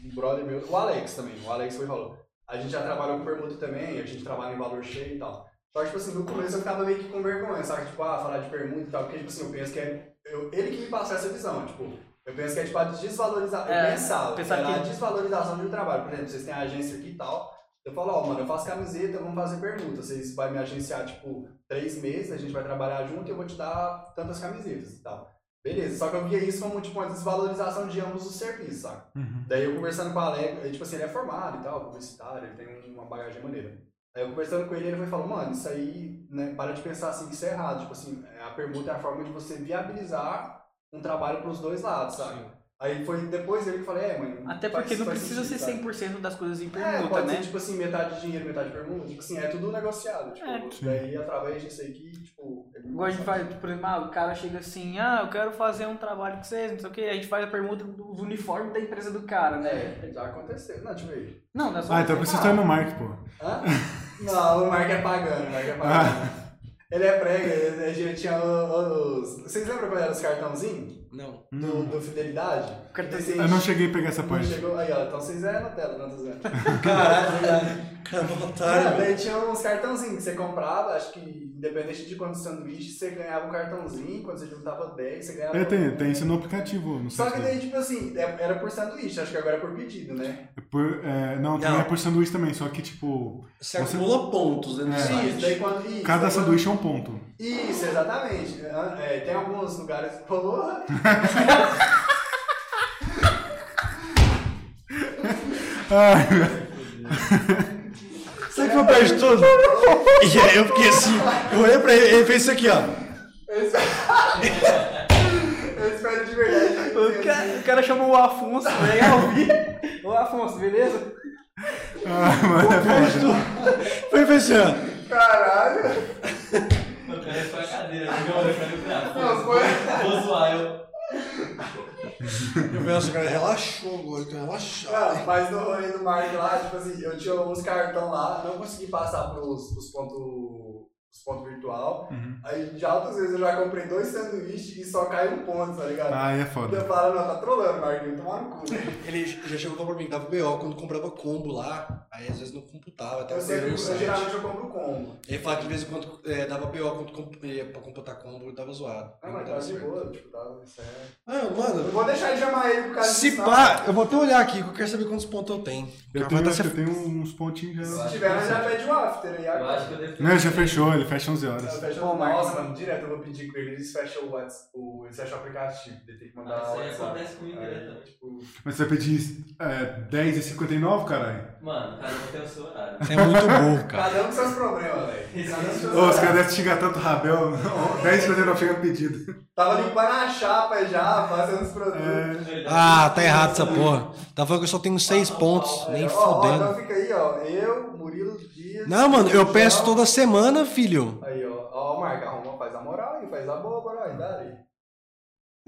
um brother meu, o Alex também, o Alex foi e falou. A gente já trabalhou com permuta também, a gente trabalha em valor cheio e tal. Só que, tipo assim, no começo eu ficava meio que com vergonha, sabe? Tipo, ah, falar de permuta e tal, porque, tipo assim, eu penso que é. eu- ele que me passou essa visão, tipo. Eu penso que é tipo a desvalorização.
É,
eu pensava,
pensar
era
que-
a desvalorização de um trabalho. Por exemplo, vocês têm a agência aqui e tal. Eu falo, ó, mano, eu faço camiseta, vamos fazer permuta. Vocês vão me agenciar, tipo, três meses, a gente vai trabalhar junto e eu vou te dar tantas camisetas e tal. Beleza, só que eu via isso como tipo, uma desvalorização de ambos os serviços, saca?
Uhum.
Daí eu conversando com o Alex, ele, tipo assim, ele é formado e tal, publicitário, ele tem uma bagagem maneira. Aí eu conversando com ele, ele foi falou, mano, isso aí, né, para de pensar assim que isso é errado. Tipo assim, a permuta é a forma de você viabilizar um trabalho pros dois lados, sabe? Aí foi depois ele que eu falei, é, mano.
Até
faz-
porque não
faz
precisa
sentido,
ser
sabe?
100% das coisas em
É,
pergunta,
pode
né?
ser, tipo assim, metade dinheiro, metade permuta. Tipo assim, é tudo negociado. Tipo,
É.
daí através disso aí que, tipo. é muito
Igual a gente
fácil.
faz, por exemplo, ah, o cara chega assim, ah, eu quero fazer um trabalho com vocês, não sei o quê, a gente faz a pergunta do do uniforme da empresa do cara, né?
É, já aconteceu. Não, deixa eu ver.
Não, não é só
Ah, então
você.
precisa estar no Mark, pô.
Hã? Não, o Mark é pagano, o Mark é pagano. Ele é prego, ele- a gente tinha o- o- os. Vocês lembram quando eram os cartãozinhos?
Não.
Do, do Fidelidade?
cara tá-
Recente.
Eu não cheguei a pegar essa
Não
parte.
chegou. Aí, ó, então vocês é na tela, não tô zoando.
Caralho, cara. Cara,
Cara,
otário, velho.
daí tinha uns cartãozinhos que você comprava, acho que independente de quanto sanduíche, você ganhava um cartãozinho, quando você juntava 10, você ganhava. um.
É, tem, tem isso no aplicativo. Não sei
Só que
se...
daí, tipo assim, é- era por sanduíche, acho que agora é por pedido, né?
é por, é, não, também
Não.
é por sanduíche também, só que tipo,
Você
Você-
acumula pontos, né? no
É.
Isso, daí
site.
quando. Isso,
cada
daí quando-
sanduíche é um ponto.
Isso, exatamente. É, é, tem alguns lugares. Porra!
Ai, meu-
Sabe que eu perdi tudo? E aí eu fiquei assim, eu olhei pra ele, ele fez isso aqui, ó.
Eles eles perdem de verdade.
O cara, o cara chamou o Afonso, velho, ao vivo. Ô Afonso, beleza?
ai, mano, é foda.
Foi fez assim, ó.
Caralho!
Mano, peraí, foi a cadeira. Eu olhei pra mim e falei,
Não, foi.
ah, vou zoar. Eu,
Eu penso, cara, relaxou agora, cara, relaxou.
Não, mas no rolê do Mark lá, tipo assim, eu tinha uns cartão lá, não consegui passar pros, pros pontos ponto virtual.
Uhum.
Aí já outras vezes eu já comprei dois sanduíches e só cai um ponto, tá ligado?
Ai, é foda.
Eu falo, não, tá trolando, Marquinhos, tomar no cu.
Ele já chegou a falar pra mim que dava BO quando comprava combo lá, aí às vezes não computava, até
Eu sempre,
o
eu,
site.
geralmente eu compro combo.
Ele fala que de vez em quando é, dava BO quando comp- é, pra computar combo e tava zoado.
Não, mas tá de boa, tipo, tá certo.
Ah,
Eu
mano,
vou deixar ele chamar ele por causa
se
disso, não.
pá, eu vou até olhar aqui, que eu quero saber quantos pontos eu tenho.
Eu
Cara,
tenho,
vai tá
acho que
se-
eu tenho uns pontinhos já.
Se tiver, nós já pede o after aí
eu acho
agora.
que eu devo ter-
é
Não, já fechou, ele fecha 11
Não,
horas.
fecha-
Bom, Marquinhos.
Nossa, mano, direto eu vou pedir que eles fechem o WhatsApp, o- eles fechem o aplicativo, ele tem que mandar
Ah, isso aí
WhatsApp.
acontece comigo
Aí,
direto.
tipo,
Mas você vai pedir é, 10 e 59, caralho?
Mano, cada um tem o seu horário.
Você é muito burro, cara.
Cada um com seus problemas, velho. Cada um com seus
Ô, os caras
problemas.
devem xingar tanto o Rabel. 10 e 59 chega no pedido.
Tava limpando a chapa já, fazendo os produtos.
É,
Ah, tá errado essa porra. Tá falando que eu só tenho seis pontos,
Aí,
nem
ó, ó,
fudendo.
então fica aí, ó. Eu, Murilo Dias.
Não, mano, eu
Michel.
peço toda semana, filho.
Aí, ó. Ó, Marca, arruma, faz a moral aí, faz a boa, moral aí, dá aí.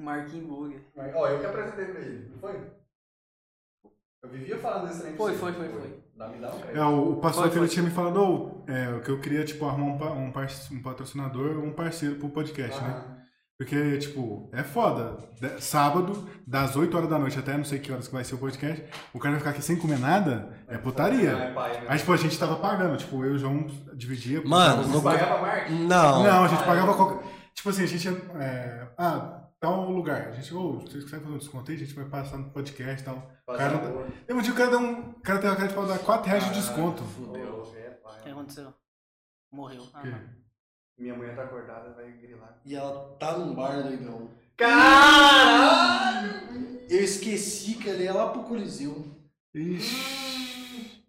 Marquinhos Burger.
Marca- Ó, eu que apresentei pra ele, não foi? Eu vivia falando desse trem pra
Foi,
você.
foi, foi, foi.
Dá, me dá um
É,
crédito.
o, o pastor
Foi,
aquele
foi.
tinha me falado, ô, é, o que eu queria, tipo, arrumar um, pa- um, par- um patrocinador, um parceiro pro podcast, né?
Aham.
Porque, tipo, é foda. De- Sábado, das 8 horas da noite até não sei que horas que vai ser o podcast, o cara vai ficar aqui sem comer nada, é putaria.
Ah, é pai, né?
Aí, tipo, a gente tava pagando, tipo, eu e o João dividia.
Mano,
pagava-
no-
Você pagava Marca?
Não.
Não, a gente pagava qualquer... Tipo assim, a gente... É... Ah, tal lugar. A gente, ô, se vocês quiserem fazer um desconto aí, a gente vai passar no podcast e tal.
Faz
Cara,
a boa.
Eu um dia o cara deu um... O cara tem uma cara de pau, dá 4
Ah.
reais de desconto.
Fudeu.
O que aconteceu? Morreu. Ah,
Que-
não.
Minha mulher tá acordada, vai grilar.
E ela tá num bar, doidão.
Caralho!
Eu esqueci que ela ia lá pro Coliseu.
Ixi.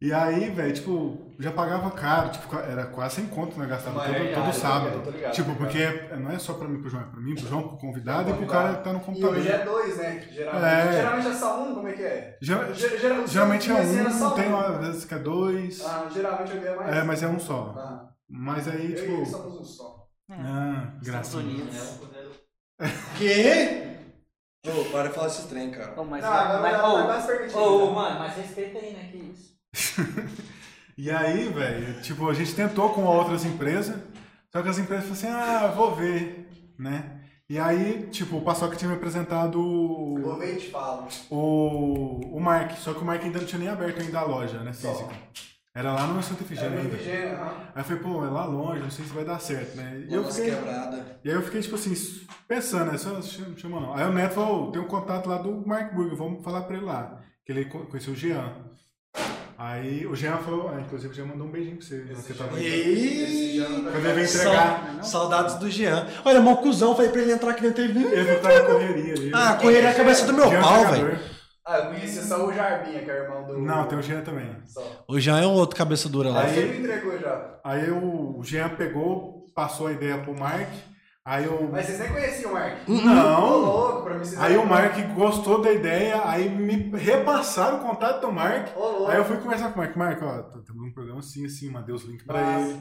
E aí, velho, tipo, já pagava caro, tipo, era quase sem conto, né? Gastava
Mas
todo,
é
todo
caro, eu tô
sábado.
ligado,
tipo,
tô
porque é- não é só pra mim pro João, é pra mim, pro João, pro convidado e pro
Convidado.
cara que tá no
E
computador.
hoje é dois, né? Geralmente,
É.
geralmente é só um, como é que é?
Ger-
Ge- geral-
Geralmente é
comecei era
um, tem uma às vezes que é dois.
Ah, geralmente eu ganho mais.
É, mas é um só.
Ah,
Mas aí,
eu e ele
tipo.
somos um só.
Ah, graça.
Estados
É
Unidos.
um poder-
Quê? Ô, para de falar esse trem, cara.
Ô, mas,
não, agora
mas,
mas,
ô,
mais permitido.
ô, ô, mano, mas respeita aí, né? Que isso.
E aí, velho, tipo, a gente tentou com outras empresas, só que as empresas falaram assim, ah, vou ver, né? E aí, tipo, o Paçoca tinha me apresentado o-
Vou ver e te falo.
o, o Mark, só que o Mark ainda não tinha nem aberto ainda a loja, né, física. Era lá no Santa
É
Efigênia
bem
ainda.
vigente, aham.
Aí eu falei, pô, é lá longe, não sei se vai dar certo, né? E eu
Nossa,
fiquei,
quebrada.
e aí eu fiquei, tipo assim, pensando, né, só chama chama não. Aí o Neto falou, "Ô, tem um contato lá do Mark Burger, vamos falar pra ele lá. Que ele co- conheceu o Jean. Aí o Jean falou, ah, inclusive o Jean mandou um beijinho pra você. né,
Esse
que eu tava
Jean-
aí.
Esse já
Ih,
não tá-
Quando ele veio entregar,
Ah, Não, não.
Saudades do Jean. Olha, mó cuzão, falei pra ele entrar aqui dentro. Ele...
ele tava na correria ali. né?
Ah, correria a cabeça do meu
Jean é
pau,
jogador.
velho.
Ah, eu conheci só o Jarbinha, que é irmão do.
Não, tem o Jean também.
Só.
O Jean é um outro cabeça dura lá.
Aí você me entregou já.
Aí o Jean pegou, passou a ideia pro Mark. Aí o.
Mas vocês nem conheciam o Mark. Ô,
Não!
louco, pra mim vocês.
Aí o Mark gostou da ideia, aí me repassaram o contato do Mark.
Ô, louco.
Aí eu fui conversar com o Mark. Mark, ó, tá- temos um programa assim, assim, mandei os links pra
Massa.
ele.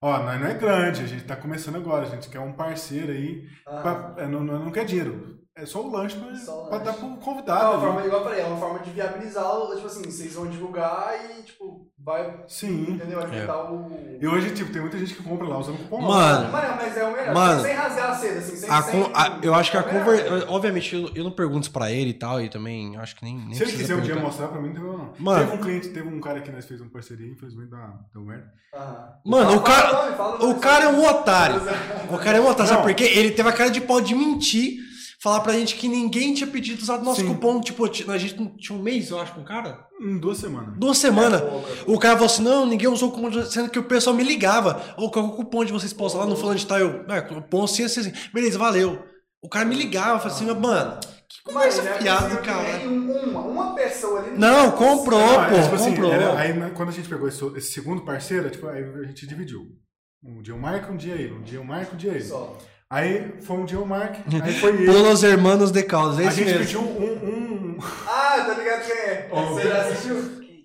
Ó, nós não é grande, a gente tá começando agora, a gente quer um parceiro aí.
Ah.
pra- é, não, não, não quer dinheiro. É só o lanche pra,
Só o
pra dar
lanche.
pro
É uma
convidado.
forma,
né?
igual eu falei, é uma forma de viabilizar, o- tipo assim, vocês vão divulgar e, tipo, vai,
Sim.
entendeu? Alimentar o...
E hoje, tipo, tem muita gente que compra lá usando cupom.
Mano,
Mano, mas é o melhor,
Mano.
sem rasgar a seda, assim, sem...
a
sem-
con- a-
um-
eu acho que a
é o melhor.
conver... Obviamente, eu, eu não pergunto isso pra ele e tal, e também acho que nem. nem
Se ele
precisa
quiser um dia
perguntar.
mostrar pra mim, não tem problema não.
Mano.
Teve um cliente, teve um cara que nós fez uma parceria, infelizmente dá- deu merda.
Aham.
Mano,
Fala
o cara.
nome, fala nome,
O cara é um otário. O cara é um otário. Sabe
Não.
por quê? Ele teve a cara de pau de mentir, falar pra gente que ninguém tinha pedido usar nosso
Sim.
cupom. Tipo, ti- a gente não- tinha um mês, eu acho, com o cara?
Em duas semanas.
Duas
é
semanas. O cara falou assim: não, ninguém usou o cupom, de- sendo que o pessoal me ligava. Ou qual é o cupom de vocês postam lá no fulano de tal? Eu, é, cupom assim, assim, assim. Beleza, valeu. O cara me ligava, falava assim, mano, que conversa
Mano, ele
fiada do
conseguiu que
cara.
nem um- uma, uma pessoa ali... no-
Não, comprou,
Não, é,
pô,
tipo assim,
comprou.
era- aí né, quando a gente pegou esse, esse segundo parceiro, tipo, aí a gente dividiu. Um dia eu marco, um dia ele, um dia eu marco, um dia ele.
Só.
Aí foi um dia eu marco, aí foi ele.
Pelos hermanos de Caldas, é
A
isso
gente
mesmo.
pediu um. um-
Ah, tá ligado quem é?
Ô.
Você já assistiu?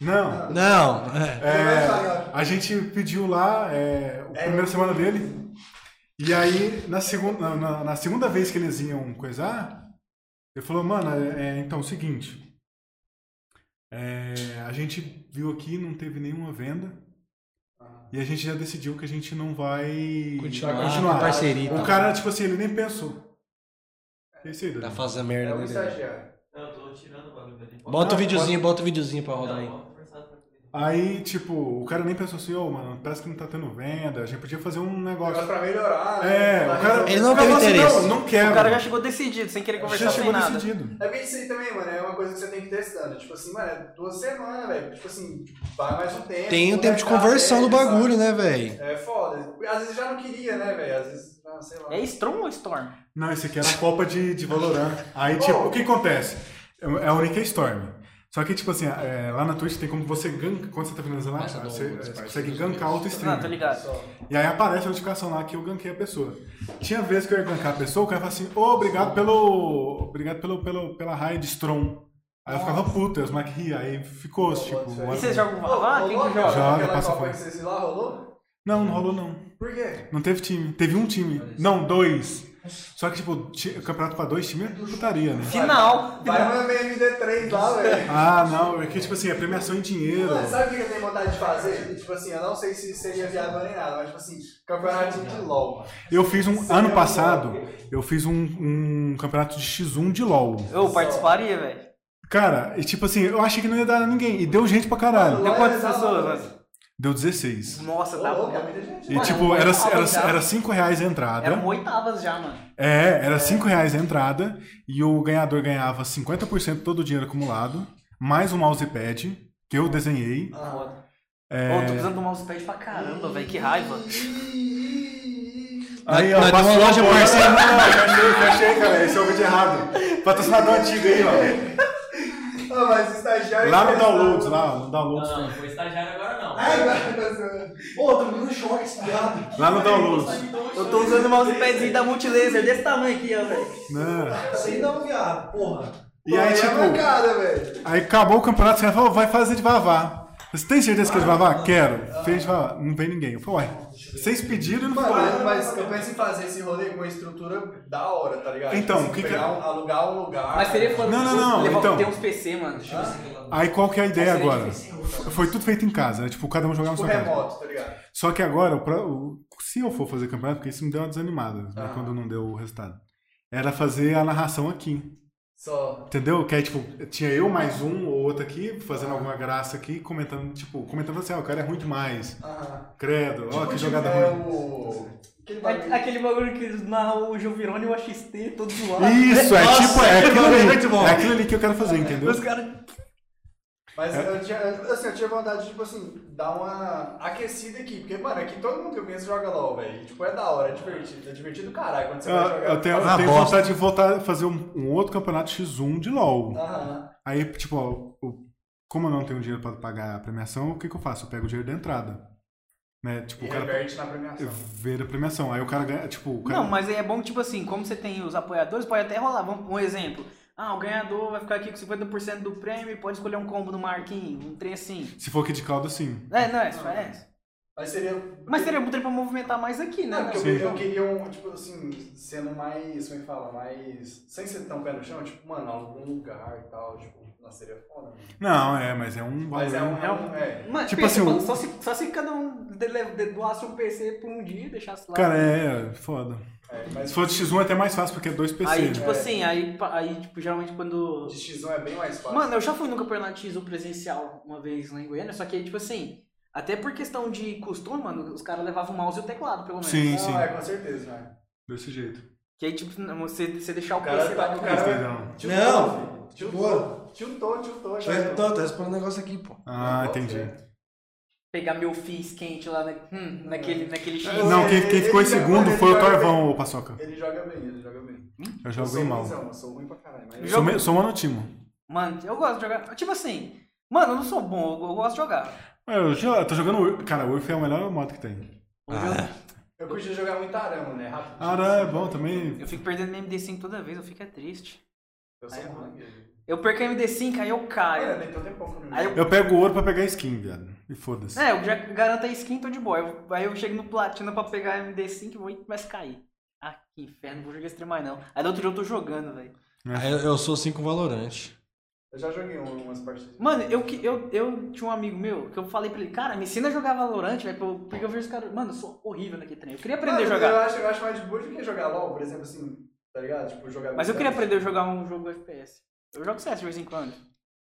Não.
Não, é.
É,
né?
a gente pediu lá é, a primeira semana dele. E aí, na segunda, na- na, na segunda vez que eles iam coisar, ele falou, mano, é, é, então, seguinte. é, a gente viu aqui, não teve nenhuma venda. E a gente já decidiu que a gente não vai
Continuar,
continuar.
com parceria e
O
tal.
cara, tipo assim, ele nem pensou. É isso aí,
Tá
Daniel.
fazendo
É
merda,
um
né? Daniel?
estagiário.
Não, eu tô tirando o bagulho dele.
Bota o videozinho, bota o videozinho pra rodar aí.
Não, vamos conversar pra comigo.
Aí, tipo, o cara nem pensou assim, ô, mano, parece que não tá tendo venda, a gente podia fazer um negócio.
Negócio pra melhorar, né?
É, o cara.
Ele não
o cara
teve
falou assim,
interesse.
Não, não quero.
O cara já chegou decidido, sem querer
já
conversar sem
chegou
nada.
decidido.
É porque isso aí também, mano, é uma coisa que você tem que ir testando. Tipo assim, mano, é duas semanas, velho. Tipo assim, vai mais um tempo.
Tem um
vai
tempo de
dar
conversão do
ideia, sabe?
bagulho, né, velho?
É foda. Às vezes já não queria, né, velho? Às vezes, ah, sei lá.
É Storm ou Storm?
Não, esse aqui era a Copa de, de Valorant. Aí, tipo,
Oh.
o que acontece? É é a única Storm. Só que, tipo assim, é, lá na Twitch tem como você gank. Quando você tá finalizando lá,
Nossa,
você,
não,
você
parece
consegue
que eu
gankar
não
outro
Não, tô
stream.
Ah, tá ligado.
Só.
E aí aparece a notificação lá que eu ganquei a pessoa. Tinha vezes que eu ia gankar a pessoa, o cara fala assim, ô, obrigado pelo. Obrigado pelo, pelo, pela raid Strom. Aí eu ficava puta, os Mac ria, aí ficou, tipo.
E
uma-
E vocês jogam Valorant? Ah, Quem
rolou
que
aquela-
joga?
Joga,
aquela
passa
Copa
fora.
que vocês lá, rolou?
Não, não rolou não.
Por quê?
Não teve time. Teve um time. Não, dois. Só que, tipo, ti- campeonato pra dois times é putaria, né?
Final!
Vai uma MMD3 lá, velho.
Ah, não. É que, tipo assim, é premiação em dinheiro.
Mano, sabe o que eu tenho vontade de fazer? Tipo assim, eu não sei se seria viável nem nada, mas tipo assim, campeonato de LOL. mano.
Eu fiz um... Ano passado, eu fiz um, um campeonato de X1 de LoL.
Eu participaria, velho.
Cara, e tipo assim, eu achei que não ia dar a ninguém. E deu gente pra caralho.
Deu quantas
Olha,
pessoas, né?
olha.
mano?
Deu 16.
Nossa,
Ô,
tá
louco, é
bom.
muita gente.
E,
Mano,
tipo, era, era,
oitava
era tá
já.
5 reais a entrada.
Eram oitavas já, mano.
É, era 5 reais a entrada e o ganhador ganhava 50% de todo o dinheiro acumulado, mais um mousepad, que eu desenhei.
Foda.
É.
Ô, tô precisando do mousepad pra caramba, velho. Que raiva.
Aí, ó,
Nós- nós
passou
temos loja
a bola.
parceira.
Não, não, fechei, fechei, cara. Esse é o vídeo errado. Patrocinador antigo aí, ó.
Ah, mas estagiário.
Lá no Downloads, lá, no Downloads.
Não, não, foi estagiário agora não.
Ai, agora
Ô, tô me dando choque esse viado.
Lá no Downloads.
Eu tô usando o mousepadzinho da Multilaser desse tamanho aqui, ó, velho.
Tá
Né?
Sei não, viado, porra.
E aí, tipo,
Mancada, é velho.
aí acabou o campeonato, os caras falaram, vai fazer de vavá. Você tem certeza que é de vavá? Quero. Fez de vavá. Não veio ninguém. Eu falei, ué, vocês pediram e não
Mano,
foi.
mas eu penso em fazer esse rolê com uma estrutura da hora, tá ligado?
Então,
Tipo assim,
o que que-
pegar um, alugar um lugar.
Mas seria foda
Não, não, não,
levar
então.
ter uns PC, mano.
Aí qual que é a ideia
Seria
agora?
difícil.
Foi tudo feito em casa, né? Tipo, cada um jogava na
Tipo
sua casa.
remoto, tá ligado?
Só que agora, o pro- o- se eu for fazer campeonato, porque isso me deu uma desanimada, né,
Ah.
quando não deu o resultado. Era fazer a narração aqui.
Só.
Entendeu? Que é tipo, tinha eu mais um ou outro aqui, fazendo alguma graça aqui, comentando, tipo, comentando assim, ah, o cara é ruim demais.
Aham.
Credo, ó, que
Tipo,
jogada
é
ruim.
o. Aquele bagulho.
A- Aquele bagulho que narra o Jovirone e o AXT, todo zoado.
Isso, é
Nossa,
tipo, é
que
aquilo
bagulho
ali.
muito bom.
É aquilo ali que eu quero fazer, entendeu?
Os caras.
Mas
É.
eu, tinha, assim, eu tinha vontade de, tipo assim, dar uma aquecida aqui. Porque, mano, aqui todo mundo que eu penso joga LOL, velho. E, Tipo, é da hora, é divertido. É divertido caralho quando você
Eu,
vai jogar.
eu tenho, eu
Ah,
tenho
bosta.
vontade de voltar a fazer um, um outro campeonato X1 de LOL.
Aham.
Aí, tipo, ó, o- como eu não tenho dinheiro pra pagar a premiação, o que, que eu faço? Eu pego o dinheiro da entrada. Né? Tipo,
E
o cara
reverte na premiação.
ver a premiação. Aí o cara ganha, tipo, o cara.
Não, mas aí é bom que, tipo assim, como você tem os apoiadores, pode até rolar. Vamos, um exemplo. Ah, o ganhador vai ficar aqui com 50% do prêmio e pode escolher um combo do Marquinhos, um trem assim.
Se for aqui de caldo, sim.
É, não, é, isso, é. isso.
Mas seria.
Mas teria muito pra movimentar mais aqui, né?
Não, porque
Sim.
eu, eu queria um, tipo assim, sendo mais, como é que fala, mais. Sem ser tão pé no chão, tipo, mano, algum lugar e tal, tipo, nossa, seria foda. mano.
Não, é, mas é um
Mas é
valor-
um. É um é.
Mas,
Tipo
pensa,
assim, o-
mano, só, se, só se cada um de- de- doasse um PC por um dia e deixasse lá.
Cara, é, é foda.
é, mas
Se for de X1 é até mais fácil, porque é dois PC.
aí,
né?
tipo assim, aí, pa- aí, tipo, geralmente quando.
de X1 é bem mais fácil.
Mano, eu já fui no campeonato X1 presencial uma vez lá em Goiânia, só que, tipo assim, até por questão de costume, mano, os caras levavam o mouse e o teclado, pelo menos.
Sim,
não,
sim.
é, com certeza, né?
Desse jeito.
Que aí, tipo, não, você, você deixar o,
O cara
PC lá
tá
no
o
Mas,
cara.
não. tipo,
Tiltou,
Não,
filho.
de
Tiltou, tiltou, tiltou.
Tô,
já era.
tô, tô respondendo um negócio aqui, pô.
Ah,
Pode
entendi.
ser.
pegar meu Fizz quente lá na, hum, naquele, naquele X.
É, Não, quem, quem ficou em
Ele já-
segundo
ele
foi o
já-
Torvão, ô Paçoca.
Ele joga bem, ele joga bem.
Eu
Eu
jogo
sou
em mal.
ruimzão, eu sou ruim pra caralho. Mas
Sou, me, sou monotimo.
Mano, eu gosto de jogar. Tipo assim, mano, eu não sou bom, eu, eu gosto de jogar.
É, Eu, jo- eu tô jogando. Ur- Cara, o Urf é o melhor modo que tem.
Ah,
eu curti jogar muito arama, né? Rápido.
Ara é bom também.
Eu fico perdendo minha MD5 toda vez, eu fico é triste.
Eu sou
Aí é
ruim.
Eu perco a MD5, aí eu
Cara,
caio.
nem tanto tempo comigo.
Aí eu-
Eu pego o ouro pra pegar skin, viado. E foda-se.
É, eu já garanto a skin, tô de boa. Eu- Aí eu chego no platina pra pegar a MD5 e vou e começa a cair. Ah, que inferno, não vou jogar esse trem mais não. Aí no outro dia eu tô jogando, velho.
Ah, Eu, eu sou assim com valorante.
Eu já joguei um- umas partidas.
Mano, eu, que- eu, eu tinha um amigo meu que eu falei pra ele, cara, me ensina a jogar Valorant, velho, pra eu- porque eu vejo os caras. Mano, eu sou horrível naquele trem. Eu queria aprender
Mano,
a jogar.
Eu acho, eu acho mais de boa do que jogar LOL, por exemplo, assim, tá ligado? Tipo, jogar.
Mas eu queria aprender a jogar um jogo FPS. Eu jogo CS de vez em quando.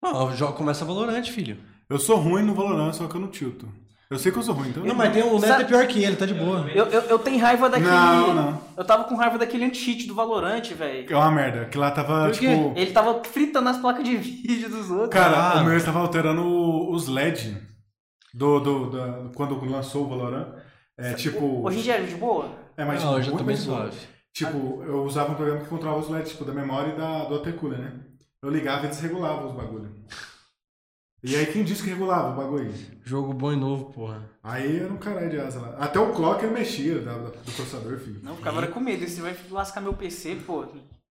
Não, eu jogo- começa valorante, filho.
Eu sou ruim no Valorant, só que eu não tilto. Eu sei que eu sou ruim, então.
Não, mas tem um Neto
Sabe-
é pior que ele, tá de boa.
Eu, eu, eu tenho raiva daquele.
Não, não.
Eu tava com raiva daquele anti-cheat do Valorant, velho.
É uma merda. Que lá tava,
Por quê?
tipo.
Ele tava fritando as placas de vídeo dos outros.
Cara,
Ah.
o meu estava alterando o- os LED do, do, da- quando lançou o Valorant. É tipo.
Hoje em dia é de boa?
É, mas
Não,
tipo,
eu já tô
muito
bem
mais
suave.
Tipo, eu usava um programa que controlava os LEDs, tipo, da memória e da, do AT cooler, né? Eu ligava e desregulava os bagulho. E aí quem disse que regulava o bagulho?
Jogo bom e novo, porra.
Aí era um caralho de asa lá. Até o clock ele mexia da- da- do processador, filho.
Não, ficava com medo. Você vai lascar meu PC, pô.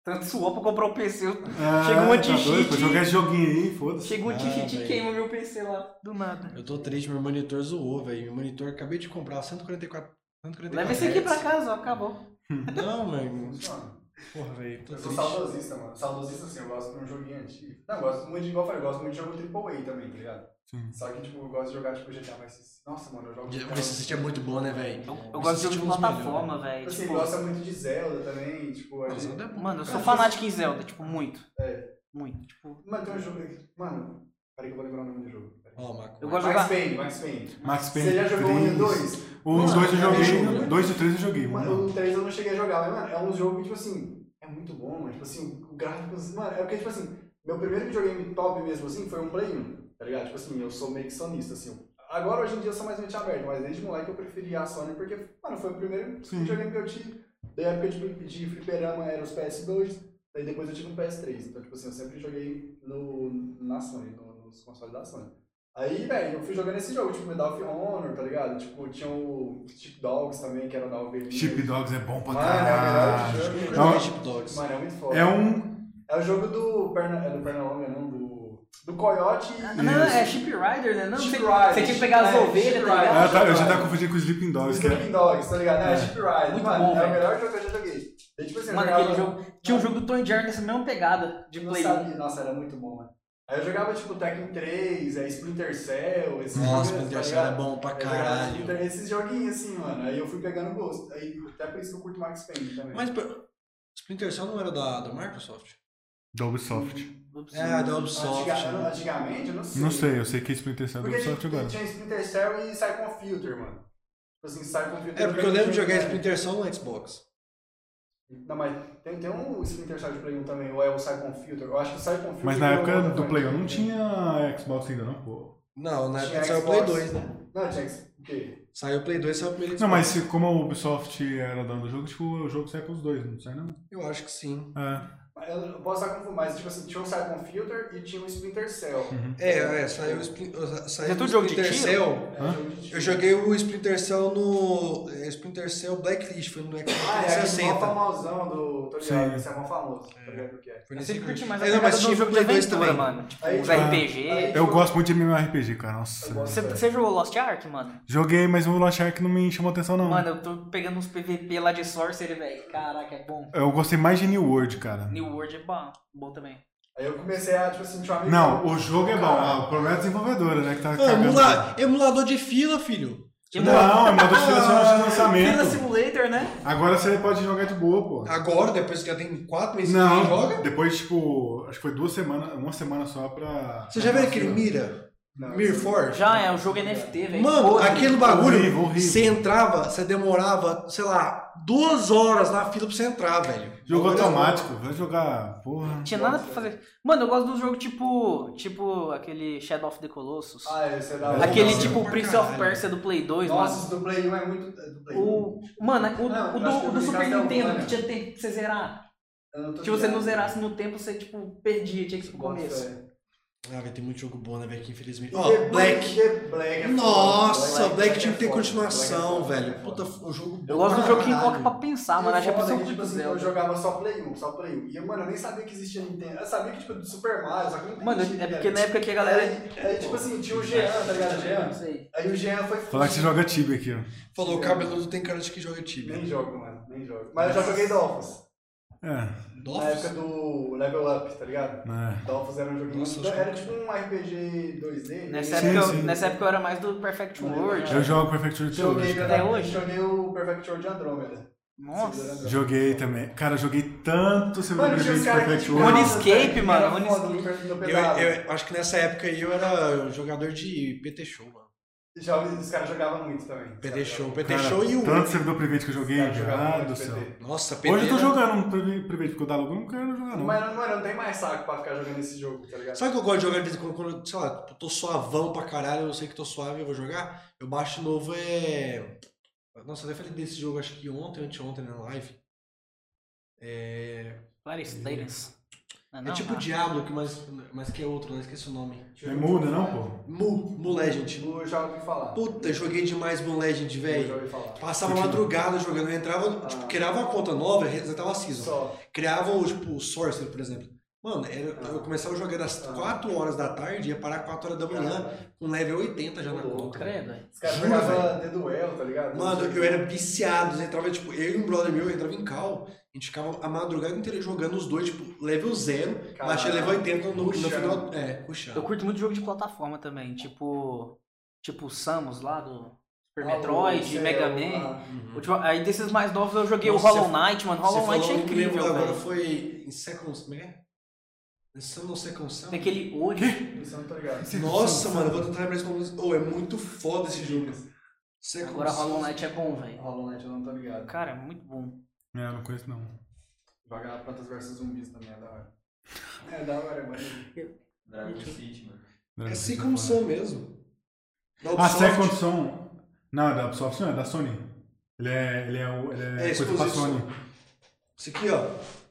Tanto suor pra comprar o PC. eu-
Ah,
Chega um monte de
tá doido?
cheat.
Pra jogar esse joguinho aí, foda-se.
Chega um
Ah,
anti-cheat e
velho.
queima meu PC lá. Do nada.
Eu tô triste, meu monitor zoou, velho. Meu monitor acabei de comprar 144. 144
Leva esse aqui pra
hertz.
casa, ó, acabou.
Não, mano.
Mano,
Porra, velho. Tô
eu sou
triste.
saudosista, mano. Saudosista, assim, eu gosto de um joguinho antigo. Não, eu gosto muito de, igual eu falei, eu gosto muito de jogo AAA também, tá ligado?
Sim.
Só que, tipo, eu gosto de jogar, tipo, GTA Vice City. Nossa, mano, eu jogo...
O City é muito bom, né, velho?
Eu, eu gosto de jogo de plataforma, velho.
Você
Tipo,
Tipo assim, gosta muito de Zelda também, tipo... a
Mas
gente-
não é bom.
mano, eu sou fanático em Zelda, tipo, muito.
É.
Muito. Tipo,
Mano, tem um jogo aqui... Mano, peraí que eu vou lembrar o nome do jogo. peraí.
Ó, Marco.
eu gosto de
Max
jogar.
Payne, Max Payne.
Max Payne.
Você já jogou um e o
três.
dois?
O um e o dois eu
Mano, eu
joguei,
joguei.
dois e três eu joguei.
Mano,
Mano.
o 3 eu não cheguei a jogar, mas, mano, é um jogo que, tipo assim, é muito bom, mano. Tipo assim, o gráfico. Mano, é porque, tipo assim, meu primeiro videogame top mesmo, assim, foi um Play 1, tá ligado? Tipo assim, eu sou meio que sonista, assim. Agora, hoje em dia, eu sou mais mente aberta, mas desde moleque eu preferia a Sony porque, mano, foi o primeiro
Sim.
videogame que eu tive. Da época de, de fliperama era os PS2, daí depois eu tive um PS3. Então, tipo assim, eu sempre joguei no, na Sony, no- nos consoles da Sony. Aí, velho, eu fui jogando esse jogo, tipo, Medal of Honor, tá ligado? Tipo, tinha o Chip Dogs também, que era da ovelhinha.
Chip Dogs é bom pra
Mano, é o melhor
caralho.
jogo.
Eu
Não,
joguei Chip Dogs.
Mano, é muito foda.
É um.
É o jogo do Perna... É do Pernalonga, não, do... Do Coyote e...
Não, não, é Chip Rider, né? Não, você,
Chip
você
Rider,
tinha que
Chip
pegar as
Rider,
ovelhas,
Chip
tá
Rider.
Ah,
ligado?
tá, eu já tava confundindo com Sleeping Dogs, né? que era.
Sleeping Dogs, tá ligado? É, Chip Rider.
Muito
mano,
bom,
é
velho.
o melhor jogo que eu já joguei. Daí, tipo assim, eu
Mano,
jogava-
aquele jogo. Tinha um jogo do Tony Jerry nessa mesma pegada de
Eu não
Play
sabia.
1.
Nossa, era muito bom, mano. Aí eu jogava, tipo, Tekken 3, é, Splinter Cell, esses
Nossa,
jogos,
meu Deus,
tá ligado?
era bom pra
Eu jogava
caralho.
Splinter- Esses joguinhos, assim, mano. Aí eu fui pegando gosto. Aí, até por isso que eu curto Max Payne também.
Mas pô, Splinter Cell não era da, da Microsoft?
Da Ubisoft.
um.
É, da Ubisoft.
Antiga-
né?
Antigamente, eu não sei.
Não sei, eu sei que Splinter Cell é da
Porque
Ubisoft
tinha,
agora.
tinha Splinter Cell e Siphon Filter, mano. Tipo assim, Siphon Filter...
É, porque eu lembro de jogar Splinter Cell no Xbox.
Não, mas tem, tem um Splinter Cell de Play 1 também, ou é o Siphon Filter. Eu acho que o Siphon Filter...
Mas na
é o
época
outro
do
também.
Play 1 não tinha Xbox ainda, não, pô.
Não, na
Tinha
época saiu o
Xbox.
Play 2, né?
Não, tinha... X- O quê?
Saiu o Play 2, saiu o primeiro
Não,
Xbox.
mas se- como a Ubisoft era dona do jogo, tipo, o jogo sai pros dois, não sai não?
Eu acho que sim.
É.
Eu eu posso estar confundindo, mas tipo assim, tinha um Cyclone Filter e tinha um Splinter Cell.
É, é, saiu o Spli- saiu
é tudo
o
jogo de
Splinter
tiro?
Cell.
É, jogo de tiro.
Eu joguei o Splinter Cell no. é, Splinter Cell Blacklist, foi no Xbox
Ah, é aquele mó
360.
famosão do Tô ligado, esse é mó famoso, tá ligado o que é.
Foi nesse
Você curte mais a
É, não,
pegada
mas
de um
tinha
jogo de
Play 2
aventura,
também.
mano. Tipo,
Aí,
uns
tipo,
RPG.
aí-
É, Eu gosto muito de MMORPG, cara. Nossa.
Eu gosto
Você, você jogou Lost Ark, mano?
Joguei, mas o Lost Ark não me chamou atenção, não.
Mano, eu tô pegando uns PVP lá de Sorcery, velho. Caraca, é bom.
Eu gostei mais de New World, cara.
New World é bom, bom também.
Aí eu comecei a, tipo assim, tinha um amigo.
Não, o jogo é bom. Ah, o problema é a desenvolvedora, né? Que tá
Ah,
cagando.
emula- emulador de fila, filho.
Não, é modo de seleção de
é
Fila
lançamento.
Tipo, Simulator, né?
Agora você pode jogar de boa, pô.
Ah,
Agora, depois que já tem quatro meses que
Não,
ninguém joga.
depois, tipo, acho que foi duas semanas, uma semana só pra.
Você já viu aquele Mira?
Não,
Mirforge?
Já é um jogo NFT, velho.
Mano,
Podre.
aquele bagulho,
Horrível, horrível.
você entrava, você demorava, sei lá, duas horas na fila pra você entrar, velho.
Jogo
Bagulho
automático, vai jogar. Porra.
Tinha nada pra fazer. Mano, eu gosto de um jogo tipo. Tipo aquele Shadow of the Colossus.
Ah, esse é da hora.
aquele
nossa,
tipo
pra
Prince of
caralho.
Persia do Play 2,
Nossa,
mano.
esse do Play 1 é muito. é Do Play 1.
O, mano, o, o
Não, eu acho que
do,
eu
o do
vi
Super
Castlevania.
Nintendo que tinha tempo pra você zerar.
Eu não tô
Se você não
ligado.
zerasse no tempo, você tipo perdia, tinha que ir pro
Bota
começo.
fé.
Ah, vai ter muito jogo bom, né, velho, que infelizmente.
E
Ó,
The
Black.
The Black é foda.
Nossa, Black,
é
tinha que ter
foda. Black
continuação,
é foda.
velho. Puta, o jogo bom.
Eu gosto do
pra
jogo que
caralho.
coloca pra pensar,
E o
mano. Achei a
foda é
pessoa
que, tipo
muito
assim,
Zelda.
eu jogava só Play 1, só Play 1. E, mano, eu nem sabia que existia Nintendo. Eu sabia que, tipo, do Super Mario, só que não
Mano,
entendia,
é porque
né?
na época que a galera.
Aí, aí, tipo assim, tinha o Jean, tá ligado? Jean.
Não sei.
Aí o Jean foi.
Falar que você joga Tibia aqui, ó.
Falou, cabeludo tem cara de que joga
Nem
Tibia.
jogo, mano, nem jogo. Mas eu já joguei Dolphus.
É,
Na época do Level Up, tá ligado?
né?
Dolphus era um joguinho.
Nossa,
muito-
acho
era tipo um RPG 2D.
Nessa,
Sim,
época, eu-
sim.
nessa época eu era mais do Perfect World.
Eu jogo Perfect World até
Joguei
hoje.
até
cara.
Até hoje?
hoje. Joguei o Perfect World de Andrômeda.
Nossa.
Joguei também. Cara, joguei tanto
Mano, tinha
Civilization
os caras
Perfect
que.
World.
One Escape, mano, One
Eu,
Onescape.
eu acho que nessa época aí eu era jogador de PT Show, mano.
Os caras jogavam muito também.
PT Show, PT
Cara,
Show e o.
Tanto servidor privado que eu joguei,
Cara, jogava
ah,
um. muito
do
PT.
céu.
Nossa, PT.
Hoje eu tô
era-
jogando um privi- privado, porque o Dalogo eu não quero jogar, Ah, não.
Mas não, mano, não tem mais saco pra ficar jogando esse jogo, tá ligado?
Sabe o que eu gosto de jogar de vez em quando, quando, sei lá, eu tô suavão pra caralho, eu sei que tô suave, eu vou jogar. Eu baixo de novo é. Nossa, eu até falei desse jogo, acho que ontem, anteontem, né, na live. É.
Clarice Tales. Não, não,
é tipo
ah.
Diablo, que mais, mas que é outro, né? Esqueci o nome.
É muda, não, pô?
Mu, Mu Legend.
Eu já ouvi falar.
Puta, joguei demais Mu Legend,
Eu já
velho.
ouvi falar. Ah,
Passava madrugada jogando, eu entrava, tipo, criava uma conta nova, resetava a season.
Só.
criava o tipo Sorcerer, por exemplo. Mano, era- eu começava a jogar das
Ah.
4 horas da tarde, ia parar 4 horas da manhã, com level 80 já na
Ô,
conta.
Credo. é.
Os caras
Jura,
jogavam The Duel, tá ligado?
Mano, eu era viciado, eu entrava, tipo, eu e um brother meu, eu entrava em cal, a gente ficava a madrugada inteira jogando os dois, tipo, level 0,
Caralho.
baixei level 80 no, no
Puxando.
final. É, puxando.
Eu curto muito jogo de plataforma também, tipo. Tipo Samus lá do Super Metroid,
Ah, o
Mega
Cell,
Man.
ah,
Uhum.
Ultima- Aí desses mais novos eu joguei
Nossa,
o Hollow
você-
Knight, mano.
Você
Hollow Knight é
falou, eu me lembro
incrível,
agora
velho.
foi em Seconds, como é que é? Em Sun Second Sun?
Tem aquele Ori.
Isso eu não tô ligado.
Nossa, mano, eu vou tentar lembrar esse como. Oh, é muito foda esse jogo. Second
Agora
Sun.
Hollow Knight é bom, velho.
Hollow Knight eu não tô ligado.
Cara, é muito bom.
É, não conheço, não.
Jogar Plantas vs Zumbis também é da hora. É da hora, mano.
Dragon City, mano.
É assim como Sam mesmo. um Da
Ah,
Ubisoft.
Second Son. Não, é da Ubisoft, não, é da Sony. Ele é, ele é, o- ele é,
É
coisa pra Sony.
exclusivo. Isso aqui, ó.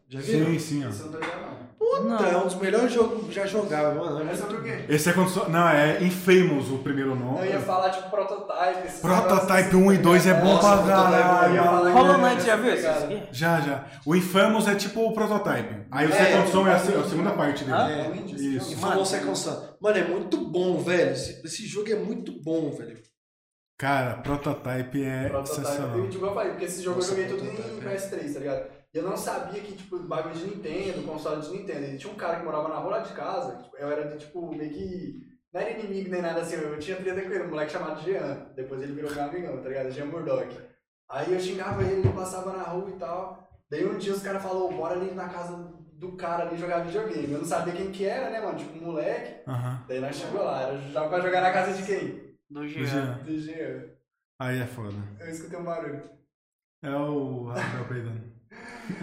Já viu?
Sim, sim, ó.
Isso eu não tô ligado, não.
Puta, é um dos melhores jogos que já jogava, mano. É
Mas
muito
sobre o quê?
Esse Second Son. Não, é Infamous o primeiro nome.
Eu ia falar, tipo, Prototype. esses
Prototype
negócios assim,
1 e
tá
2 é
ligado?
bom
Nossa,
pra
Prototype
eu ia
caralho.
né?
falar,
Hollow
eu ia
Knight já viu
ficar-
esses aqui?
Já, já. O Infamous é tipo o prototype. Aí o
É,
Second Son é a, se- a segunda parte dele.
Ah,
é.
Isso.
E falou Second Sun. Mano, é muito bom, velho. Esse, esse jogo é muito bom, velho.
Cara, prototype é
Prototype.
sensacional.
Eu, tipo, eu falei, porque esse jogo
Nossa,
eu joguei tudo em
Prototype, é.
PS3, tá ligado? E eu não sabia que, tipo, bagulho de Nintendo, console de Nintendo. E tinha um cara que morava na rua lá de casa, que, tipo, eu era, tipo, meio que. Não era inimigo nem nada assim, eu tinha treta com ele, um moleque chamado Jean. Depois ele virou meu amigão, tá ligado? Jean Murdock. Aí eu xingava ele, ele passava na rua e tal. Daí um dia os caras falaram, bora ali na casa do cara ali jogar videogame. Eu não sabia quem que era, né, mano? Tipo, um moleque.
Aham.
Daí nós chegou lá, era tava pra jogar na casa de quem?
Do
Do
Jean.
Jean.
Do Jean.
Aí é foda.
Eu escutei um barulho.
É o Rafael peidando.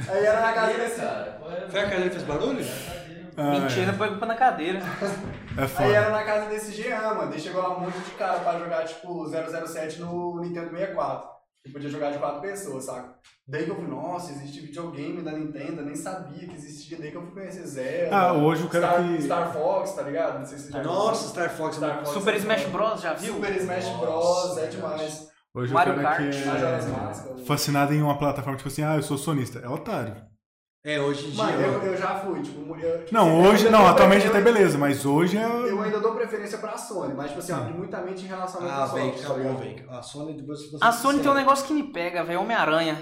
Aí era na casa desse.
Cara, qual é?
Foi a cadeira que fez barulho?
Ah, é.
Mentira, põe a culpa na cadeira.
É
Aí
foda.
era na casa desse Jean, mano. Daí chegou lá um monte de cara pra jogar, tipo, 007 no Nintendo 64. que podia jogar de quatro pessoas, saca? Daí que eu falei, nossa, existe videogame da Nintendo, eu nem sabia que existia, daí que eu fui conhecer Zelda.
Ah, hoje o cara
é Star,
que-
Star Fox, tá ligado? Não sei se você já viu.
Nossa, Star Fox.
Star Fox
Super
é
Smash
foda.
Bros, já viu?
Super Smash
Nossa,
Bros, é
verdade.
demais.
Hoje
Mario
o cara
Kart,
que
Majora Mask,
é
eu-
fascinado em uma plataforma, tipo assim, ah, eu sou sonista. É otário.
É, hoje em dia.
Mano, eu, eu já fui, tipo, eu, tipo,
Não,
assim, eu
hoje,
ainda
não,
dou
atualmente
preferência-
até beleza, mas hoje é.
Eu ainda dou preferência pra Sony, mas, tipo assim, eu abri muita mente em relação à
Ah,
Microsoft.
velho,
tá ligado?
acabou, velho. A Sony depois.
A Sony tem um negócio que me pega, velho, Homem-Aranha.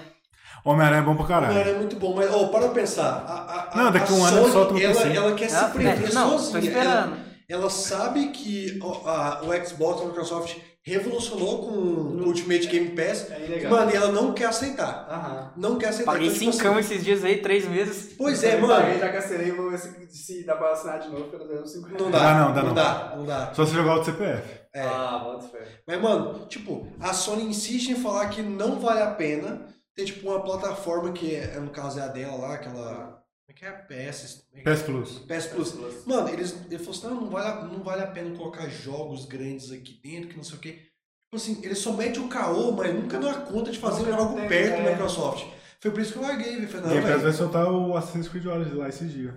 Homem-Aranha é bom pra
Não,
caralho.
era muito bom, mas ó, para pra pensar. A, a,
Não,
a-
daqui
a
um ano
Sony,
solta no
ela,
PC.
ela quer
Ah,
se prender
é, não, tô
sozinha. Ela,
esperando.
ela sabe que o, a- o Xbox, a Microsoft, revolucionou com o Ultimate Game Pass.
É ilegal.
Mano, e ela não quer aceitar.
Aham.
Não quer aceitar.
Paguei
Então, tipo
cincão
assim,
esses dias aí, três meses.
Pois é,
Eu
mano.
Paguei, já cancelei, vou ver se, se dá pra assinar de novo, pelo menos 5
Não
reais.
dá,
Não dá, não, dá
não
não.
dá, não dá.
Só se jogar outro CPF.
É.
Ah, bota fé.
Mas, mano, tipo, a Sony insiste em falar que não vale a pena ter, tipo, uma plataforma que, é, no caso, é a dela lá, aquela... Como é que é? PS... como é que é?
PS Plus.
PS Plus. Mano, eles, eles falaram assim, não, não vale, a, não vale a pena colocar jogos grandes aqui dentro, que não sei o quê. Tipo assim, eles só metem o caô, mas nunca dão a conta de fazer algo
tem,
perto da
é.
Microsoft. Foi por isso que eu larguei, velho. Falei, não,
Game Pass
velho.
vai soltar o Assassin's Creed Origins lá esse dia.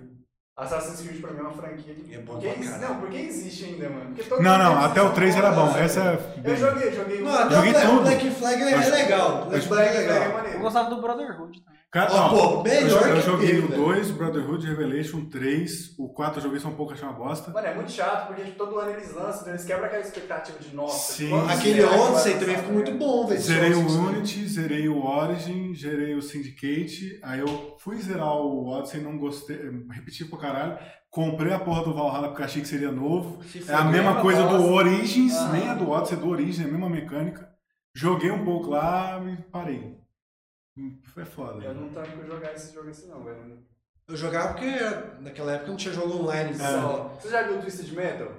Assassin's Creed pra mim é uma franquia que...
É bom
Por que
pra
exi-
caralho.
Não, por que existe ainda, mano? Porque todo
Não,
mundo
não,
diz
até o
isso,
3 era
porra,
bom.
velho.
Essa
Eu
é.
joguei, joguei.
Não, até
Joguei
o Black,
tudo.
Black Flag é,
Acho-
é legal.
Black
Black Flag
Flag
é
é
legal.
Eu
maneiro.
gostava do Brotherhood também.
Cara,
Ó,
ó,
pô,
eu,
melhor
jo- eu
que
joguei
aquilo,
o
velho.
2, Brotherhood, Revelation 3, o 4 eu joguei só um pouco, achei uma bosta.
Mano, é muito chato, porque tipo, todo ano eles lançam, então eles quebram aquela expectativa de nossa.
Sim.
quando
Aquele
será que vai
Odyssey
lançar,
também
tá
ficou muito
ligado?
bom, velho.
Zerei o
Esse Odyssey.
Unity, zerei o Origin, zerei o Syndicate, aí eu fui zerar o Odyssey, não gostei, repeti pra caralho. Comprei a porra do Valhalla porque achei que seria novo. É a mesma coisa do Origins,
Ah.
nem a do Odyssey, é do Origins, é a mesma mecânica. Joguei um pouco lá e parei. Foi foda.
Eu não tanco jogar esse jogo assim não, velho.
Eu jogava porque naquela época não tinha jogo online.
Só-
É.
Você já viu Twisted Metal?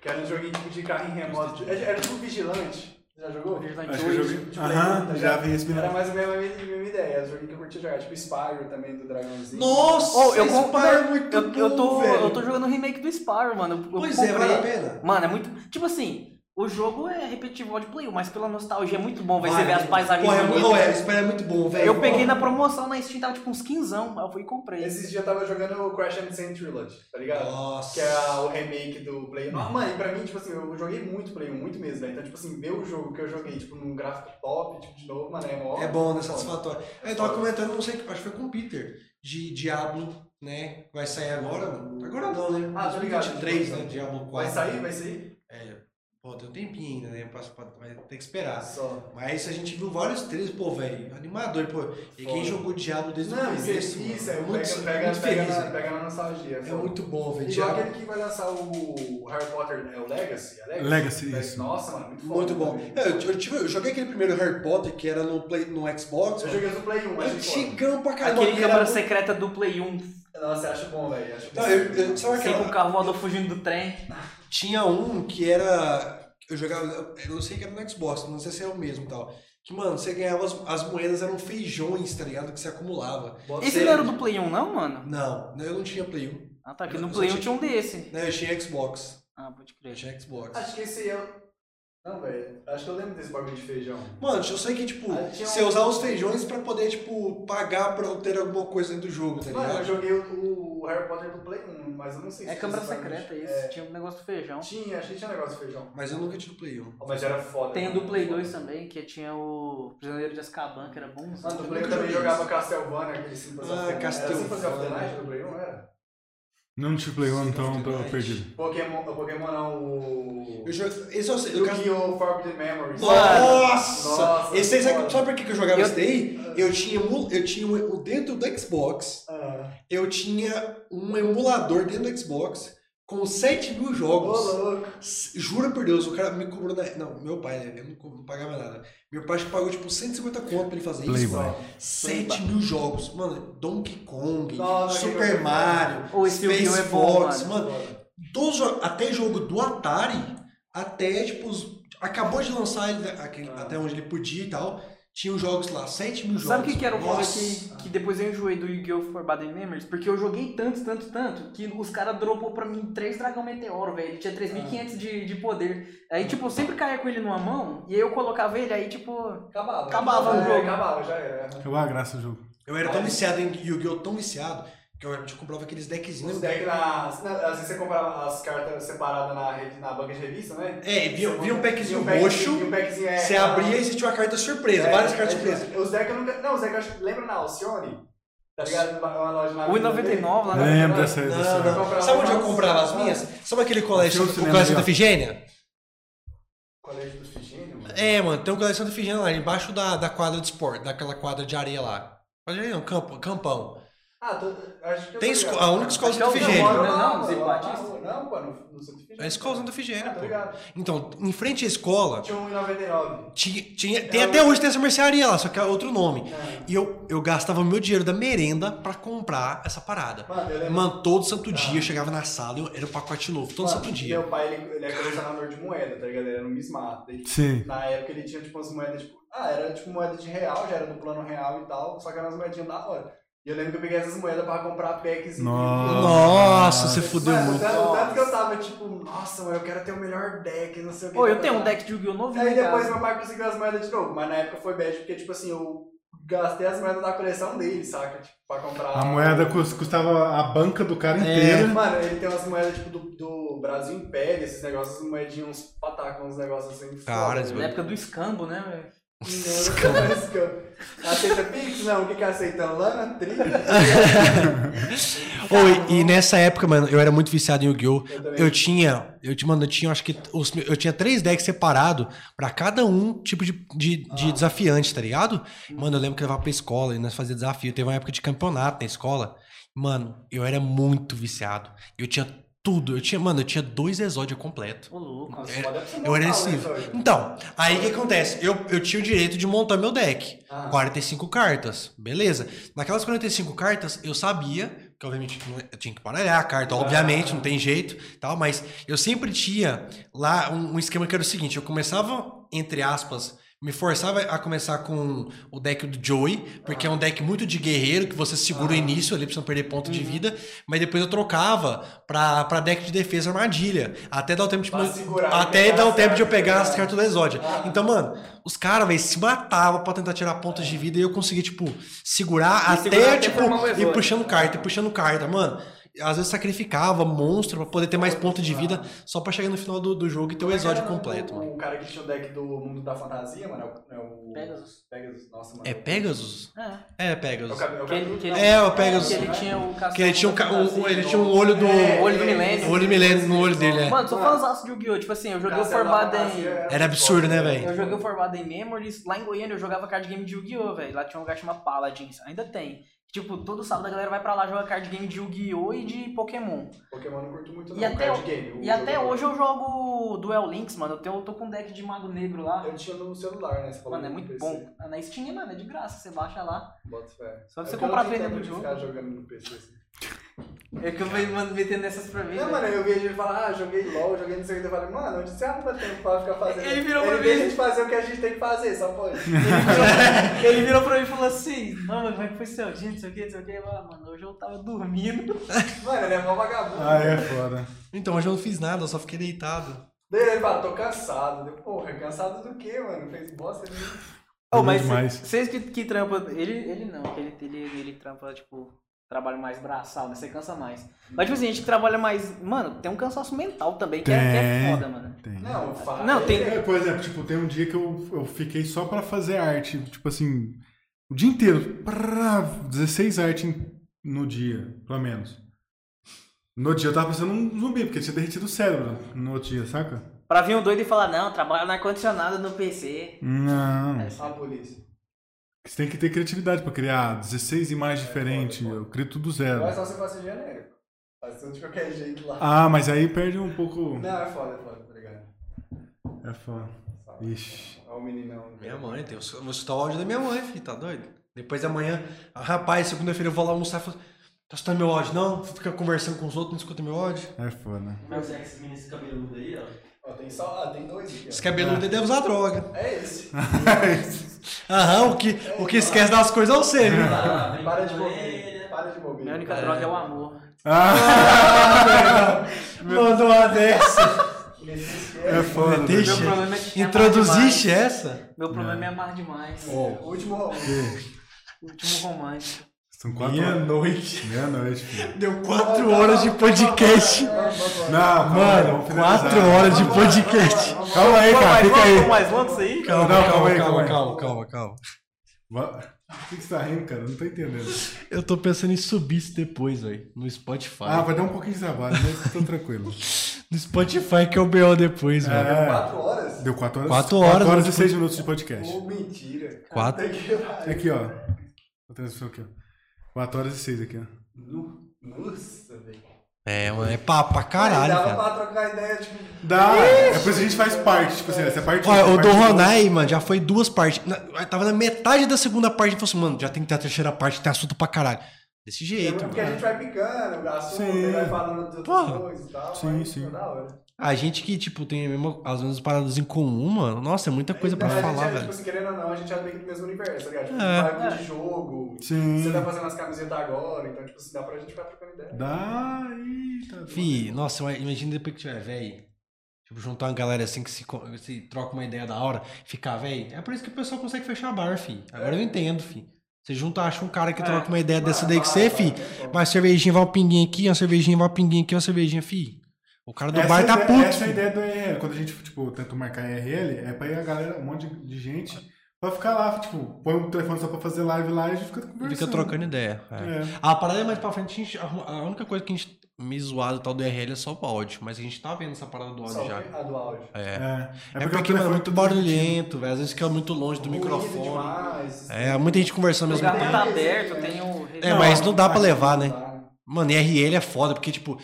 Que era um joguinho tipo de carro em remoto. Era era tipo vigilante. Você já jogou?
Acho que eu joguei.
Tipo, tá
Aham, já
ligado?
vi esse
Era
vídeo.
mais ou menos a mesma, a mesma ideia, era um joguinho que eu curtia jogar, tipo Spyro também, do Dragãozinho.
Nossa,
Oh, eu
esse
com-
pai é
eu-
muito
Eu,
bom,
eu, tô,
velho.
eu tô jogando o remake do Spyro, mano. Eu- Eu
Pois é,
comprei.
vale a pena.
Mano, é muito. Tipo assim, o jogo é repetitivo de play, mas pela nostalgia é muito bom. Vai
Vale.
você ver as paisagens
Porra, é,
bonitas.
não, é, esse pai é muito bom, velho.
Eu peguei na promoção na Steam, tava tipo uns quinzão. Aí eu fui e comprei.
Esses dias eu tava jogando o Crash Sand Trilogy, tá ligado?
Nossa.
Que é o remake do Play 1. Mano, e pra mim, tipo assim, eu joguei muito Play 1, muito mesmo, velho. Então, tipo assim, ver o jogo que eu joguei, tipo, num gráfico top, tipo, de novo, mano, é mó.
É bom, né?
foto.
Satisfatório. Eu tava comentando, não sei, acho que foi com o Peter, de Diablo, né? Vai sair agora, mano. Agora não, né?
Ah, tô ligado.
2023, né? Diablo 4.
Vai sair, vai sair?
É, pô, tem um tempinho ainda, né? Pra- pra- Vai ter que esperar.
Só.
Mas a gente viu vários trailers, pô, velho, animador, pô. E quem
Foda.
jogou Diablo desde o
Não, isso é
começo, mano,
isso, é
muito,
muito, pega, pega,
muito
pega,
feliz,
na,
velho.
pega na nostalgia.
É muito bom, velho,
Igual
Diablo.
aquele que vai lançar o Harry Potter, é o Legacy? É Legacy,
Legacy,
Mas,
isso.
Nossa, mano, muito foda.
Muito bom. É,
velho.
Eu, eu tive- eu joguei aquele primeiro Harry Potter, que era no, Play, no Xbox,
Eu
mano.
joguei os do Play
É
1, achei é foda.
Antigão pra caramba.
Aquele
que era
câmera
muito-
secreta do Play 1,
Nossa, eu acho bom, velho. acho
Não,
bom.
eu- eu- sabe
assim, com o
aquela...
carro voador fugindo do trem.
Tinha um que era... Eu jogava... Eu sei que era no Xbox, não sei se é o mesmo e tal. Que, mano, você ganhava... As, as moedas eram feijões, tá ligado? Que você acumulava.
Bota
Esse
Você-
não era do Play 1, não, mano?
Não, eu não tinha Play 1.
Ah, tá. Porque
Eu
no
só
Play 1
tinha-
tinha um desse.
Não, eu tinha Xbox.
Ah, pode
Eu
crer.
tinha Xbox.
Acho que esse
é
eu. Não, velho. Acho que eu lembro desse bagulho de feijão.
Mano, eu sei que, tipo,
Ah, tinha
você
um-
usava os feijões pra poder, tipo, pagar pra ter alguma coisa dentro do jogo, tá
Mano, eu
ligado?
joguei o, o Harry Potter do Play 1, mas eu não sei
É
se.
câmera
necessariamente-
secreta isso. Tinha um negócio do feijão.
Tinha, achei que tinha um negócio de feijão.
Mas eu nunca tive Play 1.
Ó, Mas era foda.
Tem o
mano.
do Play 2 também, que tinha o Prisioneiro de Azkaban, que era bom.
Mano, Ah, do
Eu
Play 1
nunca
também
joguei
jogava Castlevania, aquele Simple
Ah,
Era Simple of the
Castlevania.
Night do Play 1, era?
Não tive Play One, então eu tô
Fortnite.
perdido.
Pokémon, o Pokémon não, o.
Eu jogo... Esse é o... eu cas-
Yu-Gi-Oh! Forbidden Memories.
Nossa!
Nossa,
esse aí, sabe,
foda.
sabe por que que eu jogava
Eu-
esse daí? Eu tinha, emu- eu tinha um, o dentro do Xbox,
Ah,
eu tinha um emulador dentro do Xbox com 7 mil
Ô,
jogos.
louco.
S- Juro por Deus, o cara me cobrou na. Não, meu pai, né? Eu não, co- não pagava nada. Meu pai acho que pagou tipo 150 conto pra ele fazer isso.
Playboy.
7 mil jogos. Mano, Donkey Kong,
Nossa,
Super
que-
Mario,
Ou esse
Space
Yu-Gi-Oh! é bom,
Fox,
mano.
mano. todos os jo- até jogo do Atari, até tipo, os- acabou de lançar ele- aquele-
Ah.
até onde ele podia e tal. Tinha os jogos lá, 7 mil jogos.
Sabe o que, que era o foda
Nossa.
que, que depois eu enjoei do Yu-Gi-Oh! Forbidden Memories? Porque eu joguei tanto, tanto, tanto, que os caras dropou pra mim três dragão meteoro, velho. Ele tinha 3.500 de, de poder. Aí, tipo, eu sempre caía com ele numa mão, e aí eu colocava ele, aí, tipo...
Acabava.
Acabava o
É,
jogo.
Acabava, já era.
Acabou a É graça do jogo.
Eu era tão viciado em Yu-Gi-Oh! tão viciado que eu realmente comprava aqueles deckzinhos.
Os decks na. na- Às vezes você comprava as cartas separadas na, rede- na banca de revista, né?
É, vinha, vinha um
E
packzinho
um pack- e
roxo,
um packzinho, é,
você abria e existia uma carta surpresa,
É,
várias cartas
é,
surpresas.
Os decks eu nunca. Não, os decks eu acho. Lembra na Alcione? Tá ligado? Uma uma loja na.
O 99 lá na...
Lembro dessa.
é,
dessa...
Não, não. Sabe onde eu comprava as minhas? Sabe aquele colégio,
Tinha um
o
cinema
colégio
ali, ó.
Santa Figênia?
Colégio do Figênio, mano.
É, mano, tem um colégio Santa Figênia lá, embaixo da, da quadra de esporte, daquela quadra de areia lá. Quadra de areia não, campo, campão.
Ah, tô, acho que eu
Tem
tô
esco-
ligado.
a única escola
Acho
Santa
que eu
Figênio.
moro lá,
Não, não,
mano,
Zé
lá na
Batista?
rua. Não, pô, no, no Santa Figênio.
É a escola Santa Figênia,
Ah, tô
pô.
ligado.
Então, em frente à escola,
Tinha um em 99.
tinha, tinha- tem até hoje tem essa mercearia lá, só que é outro nome. E eu, eu gastava meu dinheiro da merenda pra comprar essa parada.
Mano, eu lembro-
Mano, todo santo dia eu chegava na sala, eu, era o pacote novo, todo
Mano,
santo dia.
Meu pai, ele, ele é colecionador de moeda, tá ligado? Ele era um mismato. Daí,
Sim.
Na época ele tinha tipo umas moedas, tipo, ah, era tipo moeda de real, já era do plano real e tal, só que eram umas moedinhas da hora. E eu lembro que eu peguei essas moedas pra comprar packs e-
Nossa.
Nossa, você fudeu
Mano, o
muito.
tanto, o tanto que eu tava tipo, nossa, mano, eu quero ter o melhor deck, não sei o que.
Pô, eu tenho um deck de Yu-Gi-Oh! novo
Aí
em
depois
casa.
meu pai conseguiu as moedas de novo, mas na época foi bad, porque tipo assim, eu gastei as moedas da coleção dele, saca? Tipo, pra comprar.
A moeda cus- custava a banca do
É.
cara inteira.
Mano, ele tem umas moedas tipo do, do Brasil Império, esses negócios, umas moedinhas, uns patacos, uns negócios assim.
Cara, esse
Na época do escambo, né, velho?
Não, Aceita Pix? Não, o que que aceitam? Lana, Tri?
Oi, e nessa época, mano, eu era muito viciado em Yu-Gi-Oh!
Eu
Eu,
também.
tinha, eu tinha, mano, eu tinha, acho que os meus- eu tinha três decks separados pra cada um tipo de, de, de desafiante, tá ligado? Mano, eu lembro que eu levava pra escola e nós fazia desafio. Teve uma época de campeonato na escola. Mano, eu era muito viciado. Eu tinha tudo. Eu tinha, mano, eu tinha dois exódios completos.
Ô, louco.
Nossa,
É,
mas deve ser
Eu era
normal,
esse
né,
nível.
Jorge?
Então, aí o que acontece? Eu, eu tinha o direito de montar meu deck.
Ah.
45 cartas, beleza. Naquelas 45 cartas, eu sabia, que obviamente não é- eu tinha que baralhar a carta, obviamente, não tem jeito, tal, mas eu sempre tinha lá um, um esquema que era o seguinte: eu começava, entre aspas, me forçava a começar com o deck do Joey, porque é um deck muito de guerreiro, que você segura o início ali pra você não perder ponto de vida, mas depois eu trocava pra, pra deck de defesa armadilha, até dar o tempo de
Pra segurar,
até
pegar
dar o
as
tempo de eu
cartas,
pegar as
né?
cartas do Exódia.
Ah.
Então, mano, os caras, velho, se matavam pra tentar tirar pontos de vida e eu consegui, tipo, segurar
E
até,
segurar até
tipo,
formar o
e
Exódia.
puxando carta, e puxando carta, mano. Às vezes sacrificava monstro pra poder ter mais pontos de vida só pra chegar no final do, do jogo e ter o
Como é que era
exódio
o nome
completo,
do-
mano.
O cara que tinha o deck do mundo da fantasia, mano, é o- é o.
Pegasus.
Pegasus, nossa, mano.
É Pegasus?
É.
É
É o
Pegasus.
cab- é o
Que-
cabeludo,
que-
não.
É, o Pegasus.
Que ele tinha o castelo
Que ele tinha um,
da
ca- um- um-
fantasia.
ele tinha um olho do.
É,
olho do milênio.
Olho do milênio no olho dele, é.
Mano, sou fãzaço de Yu-Gi-Oh! Tipo assim, eu joguei o
Castelo da Fantasia
Forbidden...
era
Era
muito
absurdo,
é foda,
né,
Eu
velho?
joguei o Formado em Memories. Lá em Goiânia eu jogava card game de Yu-Gi-Oh, velho. Lá tinha um lugar chamado Paladins. Ainda tem. Tipo, todo sábado a galera vai pra lá jogar card game de Yu-Gi-Oh e de Pokémon.
Pokémon eu não curto muito,
E
não.
até
card
o-
game, o
E até
jogo- é
hoje eu jogo Duel Links, mano. Eu, tenho, eu tô com um deck de Mago Negro lá.
Eu tinha no celular, né? Você falou
Mano, é
no
muito
PC.
bom. Na Steam, mano, é de graça. Você baixa lá.
Bota fé.
Só pra
É
você
porque eu
comprar
não tenho
prenda
tempo
pro
de
jogo.
ficar jogando no PC, assim.
É que eu venho, mano, metendo nessas pra mim.
Não,
velho.
mano, eu vi ele falar, ah, joguei LOL, joguei não sei o que. Eu falei, mano, onde você arruma tempo pra ficar fazendo?
Ele virou pra
Ele vê
mim.
a gente fazer o que a gente tem que fazer, só pode.
Ele virou pra mim e falou assim: Não, mano, como é que foi seu dia? Não sei o que, não sei o que. "Ah, Mano, hoje eu tava dormindo.
mano, ele é mó vagabundo.
Ah, é foda.
Então, hoje eu não fiz nada, eu só fiquei deitado.
Daí ele fala, tô cansado. Eu, Porra, cansado do quê, mano? Fez bosta de
Oh, mas
é demais.
vocês que, que trampam. Ele, ele não, que ele, ele, ele trampa, tipo, trabalho mais braçal, né? Você cansa mais. Mas, tipo assim, a gente que trabalha mais. Mano, tem um cansaço mental também, que, é, que é
Tem.
foda, mano.
Tem.
Não, fala.
Não, tem-
É, por exemplo, tipo, tem um dia que eu, eu fiquei só pra fazer arte, tipo assim, o dia inteiro, prá, 16 artes em- no dia, pelo menos. No dia eu tava pensando um zumbi, porque tinha derretido o cérebro no outro dia, saca?
Pra vir um doido e falar, não, trabalho no ar-condicionado no É PC.
Não.
A polícia.
Você tem que ter criatividade pra criar 16 imagens diferentes, eu crio tudo do
Agora
zero.
só você faz em janeiro. Faz tudo de qualquer jeito lá.
Ah, mas aí perde um pouco.
Não, é foda, é foda, tá ligado?
É foda. Ixi.
Olha o meninão.
Minha mãe, tem, eu vou escutar o áudio da minha mãe, filho, tá doido? Depois amanhã, ah, rapaz, segunda-feira eu vou lá almoçar e falo, tá escutando meu áudio? Não, fica conversando com os outros, não escuta meu áudio.
É foda.
Mas é que esses meninos cabeludos aí, ó.
Ó, tem só. Ah, tem dois aqui,
Esse cabeludo deve usar droga.
ó. É esse.
Aham, o que, o que esquece das coisas é o ser, viu?
vem
Para de
com
bobeira.
ele.
Para de bobeira.
Minha única droga é o amor.
Ah,
Mandou uma dessa.
É foda. né?
Deixa.
Meu problema é que me amar
Introduziste essa?
demais. Meu problema é amar demais.
O último rolê.
Último romântico.
São quatro horas.
Meia-noite.
Meia-noite, filho.
Deu quatro horas de podcast.
Não,
Mano, quatro horas de podcast.
Calma aí, cara, fica aí.
mais um longo isso aí?
Calma, calma, aí, calma,
calma, calma, calma.
Va- Por que que você tá rindo, cara? Não tô entendendo.
Eu tô pensando em subir isso depois, velho. No Spotify.
Ah, vai dar um pouquinho de trabalho, mas tô tranquilo.
No Spotify que é o BO depois, velho.
É,
Quatro horas?
deu quatro horas.
Quatro horas,
Quatro horas
né?
e seis minutos de podcast. É
Ô, mentira.
Quatro.
Aqui, ó. A transmissão aqui, ó. Quatro horas e seis aqui, ó.
Nu- Nossa, velho.
É, mano, é papo pra caralho,
Dava
cara.
pra trocar ideia, tipo.
Dá! É por isso que a gente faz parte. Tipo assim, essa é parte.
Olha, o
parte
do
um.
Ronai, mano, já foi duas partes. Na- tava na metade da segunda parte e falou assim, mano, já tem que ter a terceira parte, tem assunto pra caralho. Desse
é
jeito,
Porque a
mano.
gente vai picando, o assunto,
Sim.
vai falando de outras
Porra.
coisas e tal.
Sim,
mas
sim.
tá Da hora.
A gente que, tipo, tem mesmo, as mesmas paradas em comum, mano. Nossa, é muita coisa pra
Mas a gente
falar,
é,
velho.
Tipo, assim, querendo ou não, a gente é meio que do mesmo universo, tá ligado? Tipo,
É.
vai de jogo.
Sim.
Você tá fazendo as camisetas agora, então, tipo assim, dá pra gente ficar trocando ideia.
Dá! tá
é.
Eita.
Fih, nossa, mas imagina depois que tiver velho. Tipo, juntar uma galera assim que se, co- se troca uma ideia da hora, ficar velho. É por isso que o pessoal consegue fechar bar, fi. Agora eu entendo, fi. Você junta, acha um cara que
É,
troca uma ideia dessa daí que você, é, fi. Mas cervejinha vai um pinguinho aqui, uma cervejinha vai um pinguinho aqui, uma cervejinha, fi. O cara do
Essa
bar tá
ideia-
puto.
Essa é a
fi.
ideia do IRL. Quando a gente, tipo, tenta marcar IRL, é pra ir a galera, um monte de- de gente, pra ficar lá, tipo, põe o telefone só pra fazer live lá e a gente fica conversando.
Fica trocando ideia. é.
É.
A parada é mais pra frente, a, gente, arruma- a única coisa que a gente me zoado e tal do RL é só o áudio. Mas a gente tá vendo essa parada do áudio
Só
já.
a do áudio.
É.
É,
o
porque mano, é
telefone
muito
tá é
barulhento, velho. Às vezes fica muito longe do
Ruído
microfone.
demais,
É, muita gente conversando
O
ao mesmo
lugar
tempo.
tá aberto, tem o.
É, mas não dá pra levar, né?
tá?
Mano, e RL é foda, porque, tipo,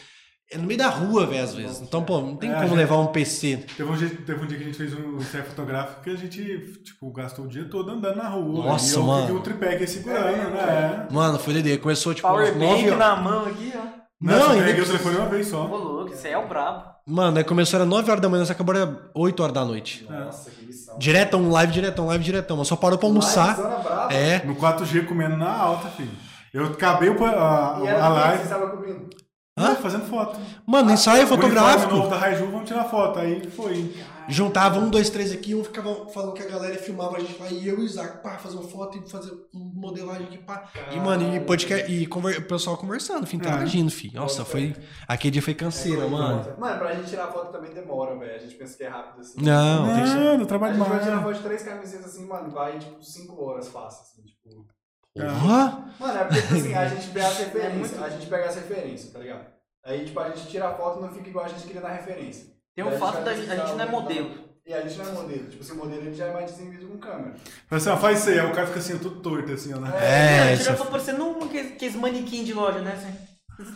é no meio da rua, velho, às vezes. Então, pô, não tem
É, a
como
gente-
levar um PC.
Teve um, jeito- teve um dia que a gente fez um ensaio fotográfico que a gente, tipo, gastou o dia todo andando na rua.
Nossa,
e eu
mano.
E o tripé aqui segurando,
É,
né?
Mano, foi DD. Começou, tipo, às
Power
9
Bank
horas.
na mão aqui, ó.
Não,
Não,
eu
ainda
peguei o
que-
telefone uma vez
Ô,
só.
louco, isso aí é o brabo.
Mano, aí começou era 9 horas da manhã, nós acabou era 8 é horas da noite.
Nossa, que missão.
Diretão, live, diretão, live, diretão. Mas só parou pra almoçar.
Livezona brava.
É.
No 4G comendo na alta, filho. Eu acabei o- a,
E
a
ela
live.
Você tava cobrindo.
Hã?
Não, Fazendo foto.
Mano, ensaio
O uniforme novo
fotográfico.
da Raiju, vamos tirar foto. Aí foi.
Juntava um, dois, três aqui, um ficava falando que a galera e filmava a gente lá, e eu e o Isaac, pá, fazer uma foto e fazer um modelagem aqui, pá. E, mano, e
É,
podcast, e conver- o pessoal conversando, enfim, interagindo, fi. Nossa, foi. Aquele dia foi canseira, é mano.
é Mano, pra gente tirar foto também demora, velho. A gente pensa que é rápido assim.
Não, é. tem que ser-
Não, não
A
trabalho
gente vai
mais.
tirar foto de três camisetas assim, mano, vai tipo 5 horas fácil, assim, tipo.
Porra!
Mano, é porque tipo assim, a gente pega
É
as referências,
muito-
a gente pega as referências, tá ligado? Aí, tipo, a gente tira a foto e não fica igual a gente queria na referência.
Tem
Daí
o fato
vai
da gente, a
pesquisar
gente não é
outra, tá?
modelo.
E a gente não é modelo. Tipo, assim, o modelo ele já é mais desenvolvido com câmera.
Fala assim, ó, faz isso aí. Aí o cara fica assim, todo torto, assim, ó. né?
É,
Não,
isso
tira só parecendo um aqueles aqueles manequim de loja, né? assim.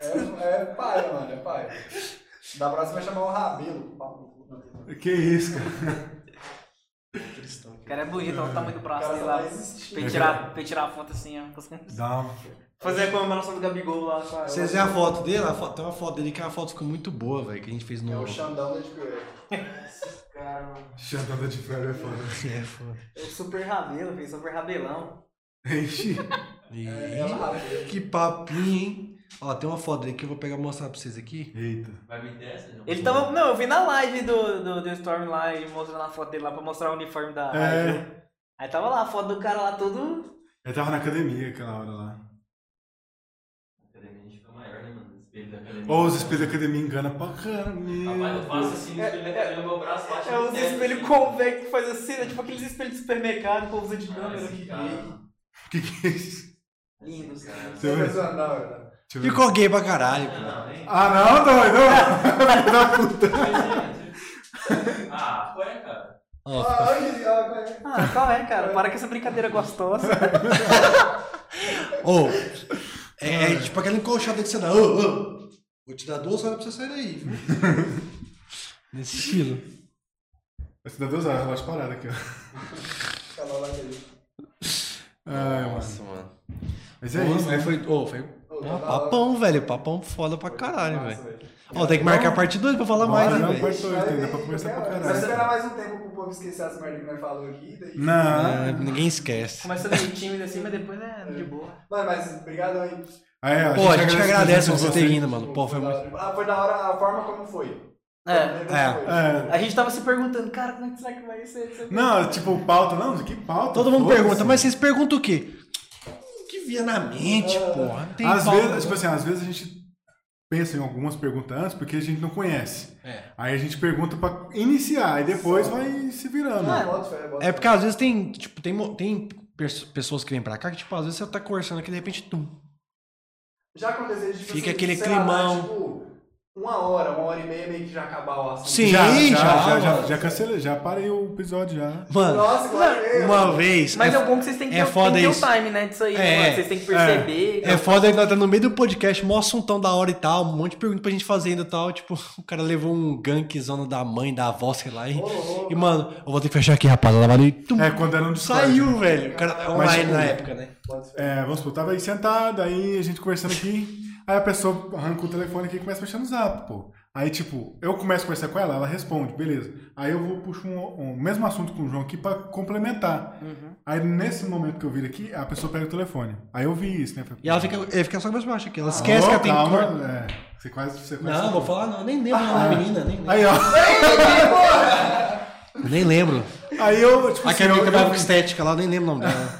É, é paia, mano, é paia. Da próxima vai chamar o Rabelo. É.
Que isso, cara.
O cara tá é bonito, olha o tamanho do
O
braço
cara
dele
só
lá.
vai existir.
Pra ele tirar, pra ele tirar a foto assim, ó.
Dá uma-
Fazer a comemoração do Gabigol lá. com a-
Vocês viram a foto dele? A foto- tem uma foto dele que a foto ficou muito boa, velho, que a gente fez no.
É o Xandão da Square.
Chantada de frango é foda.
É, foda.
O super rabelo, fez super rabelão.
Ixi.
Ih,
É, Ela
Que papinho, hein? Ó, tem uma foto dele que eu vou pegar e mostrar pra vocês aqui.
Eita.
Vai me dessa, João?
Ele tava. Não, eu vi na live do, do, do Storm lá, ele mostrando a foto dele lá pra mostrar o uniforme da.
É.
Aí tava lá a foto do cara lá todo.
Eu tava na academia aquela hora lá.
Academia, a gente fica maior, né, mano? Espelho da academia.
Ou os espelhos da academia engana pra caramba.
Rapaz, eu faço assim no espelho da academia, meu braço bate
É
no
os
teto,
espelhos
assim.
convexos que faz assim, né? Tipo aqueles espelhos de supermercado, o povo usa de
Ah,
câmera.
esse cara.
Que que é isso?
Lindo.
Esse cara.
Você vê?
é da hora.
Deixa eu ver.
Ficou gay pra caralho, pô.
Não, hein?
Ah, não, doido?
Ah, qual é, cara?
Ó,
Ah, olha que- ah, olha que-
Ah, qual é, cara? Para com essa brincadeira gostosa.
Ô, é, é tipo aquela encolchada que você dá. Ô, ô, vou te dar duas horas pra você sair daí, viu? Nesse estilo.
Você dá duas horas, relaxa
Tá
parada aqui, ó.
Canal lá dele.
Ai, mano.
mano.
Mas é isso.
mas
né?
foi, ô, foi
Ô,
Ó,
tá da hora.
É um papão, velho. Papão foda pra caralho,
Massa,
velho. Ó, tem que marcar a parte 2 pra falar
Bora,
mais, né,
não,
velho?
parte 8 ainda, pra conversar pra
Vai
caralho.
esperar mais um tempo pro povo esquecer as merdas que nós falou aqui. Daí...
Não.
É, Ninguém esquece.
Começa meio tímido assim, mas depois é de boa.
Mano, mas obrigado aí.
Aí, ó,
Pô, a gente agradece
a
você
presença de
ter ido, mano. Pô,
foi
foi
da
muito.
hora. Ah, foi da hora a forma como foi.
É.
É,
É.
A gente tava se perguntando, cara, como é que será que vai ser? isso aqui?
Não, tipo, pauta, não, que pauta.
Todo mundo
foda-se.
pergunta, mas vocês perguntam o quê? Ah. O que via na mente, porra? Não tem
às
pauta, né?
vezes, tipo
não.
assim, às vezes a gente pensa em algumas perguntas antes porque a gente não conhece.
É.
Aí a gente pergunta pra iniciar e depois vai se virando.
É porque às vezes tem, tipo, tem, mo- tem pers- pessoas que vêm pra cá que, tipo, às vezes você tá conversando aqui de repente, tum.
Já aconteceu de tipo,
Fica aquele
sei lá, dar,
climão.
tipo, uma hora, uma hora e meia meio que já acabar o assunto.
Sim,
já, já, já,
já,
já,
mano.
já cancelei, já parei o episódio já.
Mano,
Nossa, claro. né?
uma vez.
Mas
é,
é, bom que vocês têm que
é
ter,
foda
tem que ter
isso.
o time, né, disso aí.
É,
né, mano? Vocês têm que perceber. né?
é foda ainda tá no meio do podcast, mó assuntão da hora e tal, um monte de pergunta pra gente fazer ainda e tal. Tipo, o cara levou um gankzão da mãe, da avó, sei lá. E, e, mano, eu vou ter que fechar aqui, rapaz. Ela vai e tum,
É, quando era um Discord.
saiu, velho. O cara é online
tipo,
na época, né?
É, vamos supor, tava aí sentado, aí a gente conversando aqui, aí a pessoa arranca o telefone aqui e começa a mexer no zap, pô. Aí, tipo, eu começo a conversar com ela, ela responde, beleza. Aí eu vou puxar um, um mesmo assunto com o João aqui pra complementar.
Uhum.
Aí nesse momento que eu vir aqui, a pessoa pega o telefone. Aí eu vi isso, né?
E ela fica, ela fica só mais baixa aqui. Ela esquece que ela tem
calma,
cor.
é, você quase, você quase.
Não, vou falar não. Nem lembro o nome da menina. Nem lembro.
Aí, ó.
Nem lembro. é
Aí eu, tipo
Aquela
eu,
menina que trabalha com
eu,
estética lá, eu nem lembro o nome dela.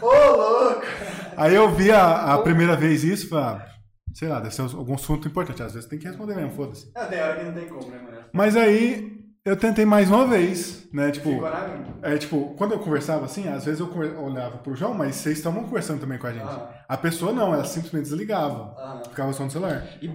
aí eu vi a, a primeira vez isso, falei, ah, sei lá, deve ser algum assunto importante. Às vezes tem que responder mesmo, foda-se.
É, tem hora que não tem como, né, mano?
Mas aí eu tentei mais uma vez, né? Tipo,
Ficou na minha.
é, tipo quando eu conversava assim, às vezes eu conver- olhava pro João, mas vocês estavam conversando também com a gente.
Aham.
A pessoa não, ela simplesmente desligava,
Aham.
ficava só no celular.
E-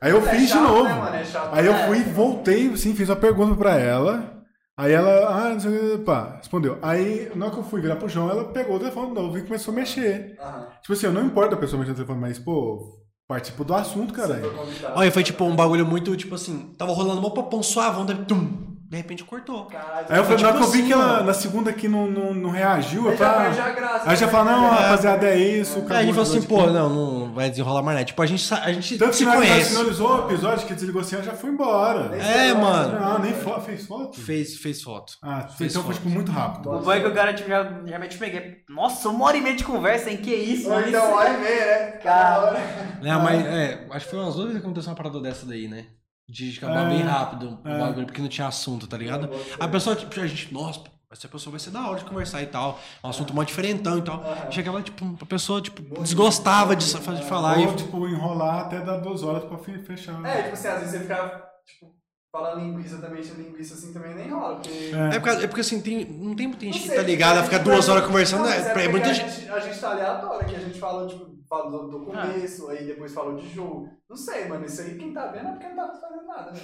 Aí eu
É
fiz
chato,
de novo.
né, mano? É chato.
aí eu
É.
fui, voltei, assim, fiz uma pergunta pra ela. Aí ela, ah, não sei o que, pá, respondeu. Aí, na hora que eu fui virar pro João, ela pegou o telefone de novo e começou a mexer.
Aham.
Tipo assim, eu não importa a pessoa mexer no telefone, mas, pô, participo do assunto, caralho.
Foi convidado.
Olha, foi tipo um bagulho muito, tipo assim, tava rolando um papão suavão, daí tum. De repente cortou.
Caralho.
Aí eu falei,
Tipo
na hora que eu vi
assim,
que ela,
mano.
na segunda que não, não, não reagiu,
Aí
eu
já
falei, ah,
perde a graça.
Aí já fala, não,
É.
rapaziada, é isso.
Aí a gente
acabou
falou assim,
o
pô,
episódio
não, não vai desenrolar mais nada. Tipo, a gente, sa- a gente
aqui. Tanto que tá
se
na hora que
conhece.
finalizou o episódio, que desligou assim, ela já foi embora.
É, mano.
Não, nem fo fez foto?
Fez, fez foto.
Ah,
Fez
então foi
foto.
tipo muito rápido.
O bom é que o cara tipo, já, já mete o Miguel. Nossa, uma hora e meia de conversa, hein? Que isso?
Ou
isso.
então, hora e meia, né?
Cara.
Hora.
Né, mas é, acho que foi umas duas vezes que aconteceu uma parada dessa daí, né? De acabar
É,
bem rápido o
é.
bagulho, porque não tinha assunto, tá ligado? A pessoa, tipo, a gente, nossa, essa pessoa vai ser da hora de conversar e tal. Um assunto mó diferentão e tal. Chegava, tipo, a pessoa, tipo, desgostava de, sa- de falar.
Ou,
e-
tipo, enrolar até dar duas horas pra fe- fechar.
É, tipo assim, às vezes você ficava, tipo, falando linguiça também, tinha linguiça assim também nem rola, porque...
É.
É, porque, é porque assim, tem, não tem muita
Não
gente que
sei, é
tá ligada a ficar duas horas conversando.
Não,
é,
mas
pra-
porque
é muita
a
gente.
gente. A gente tá aleatório, que a gente falou, tipo, falou do
Ah.
começo, aí depois falou de jogo. Não sei, mano, isso aí quem tá vendo é porque não tá fazendo nada, né?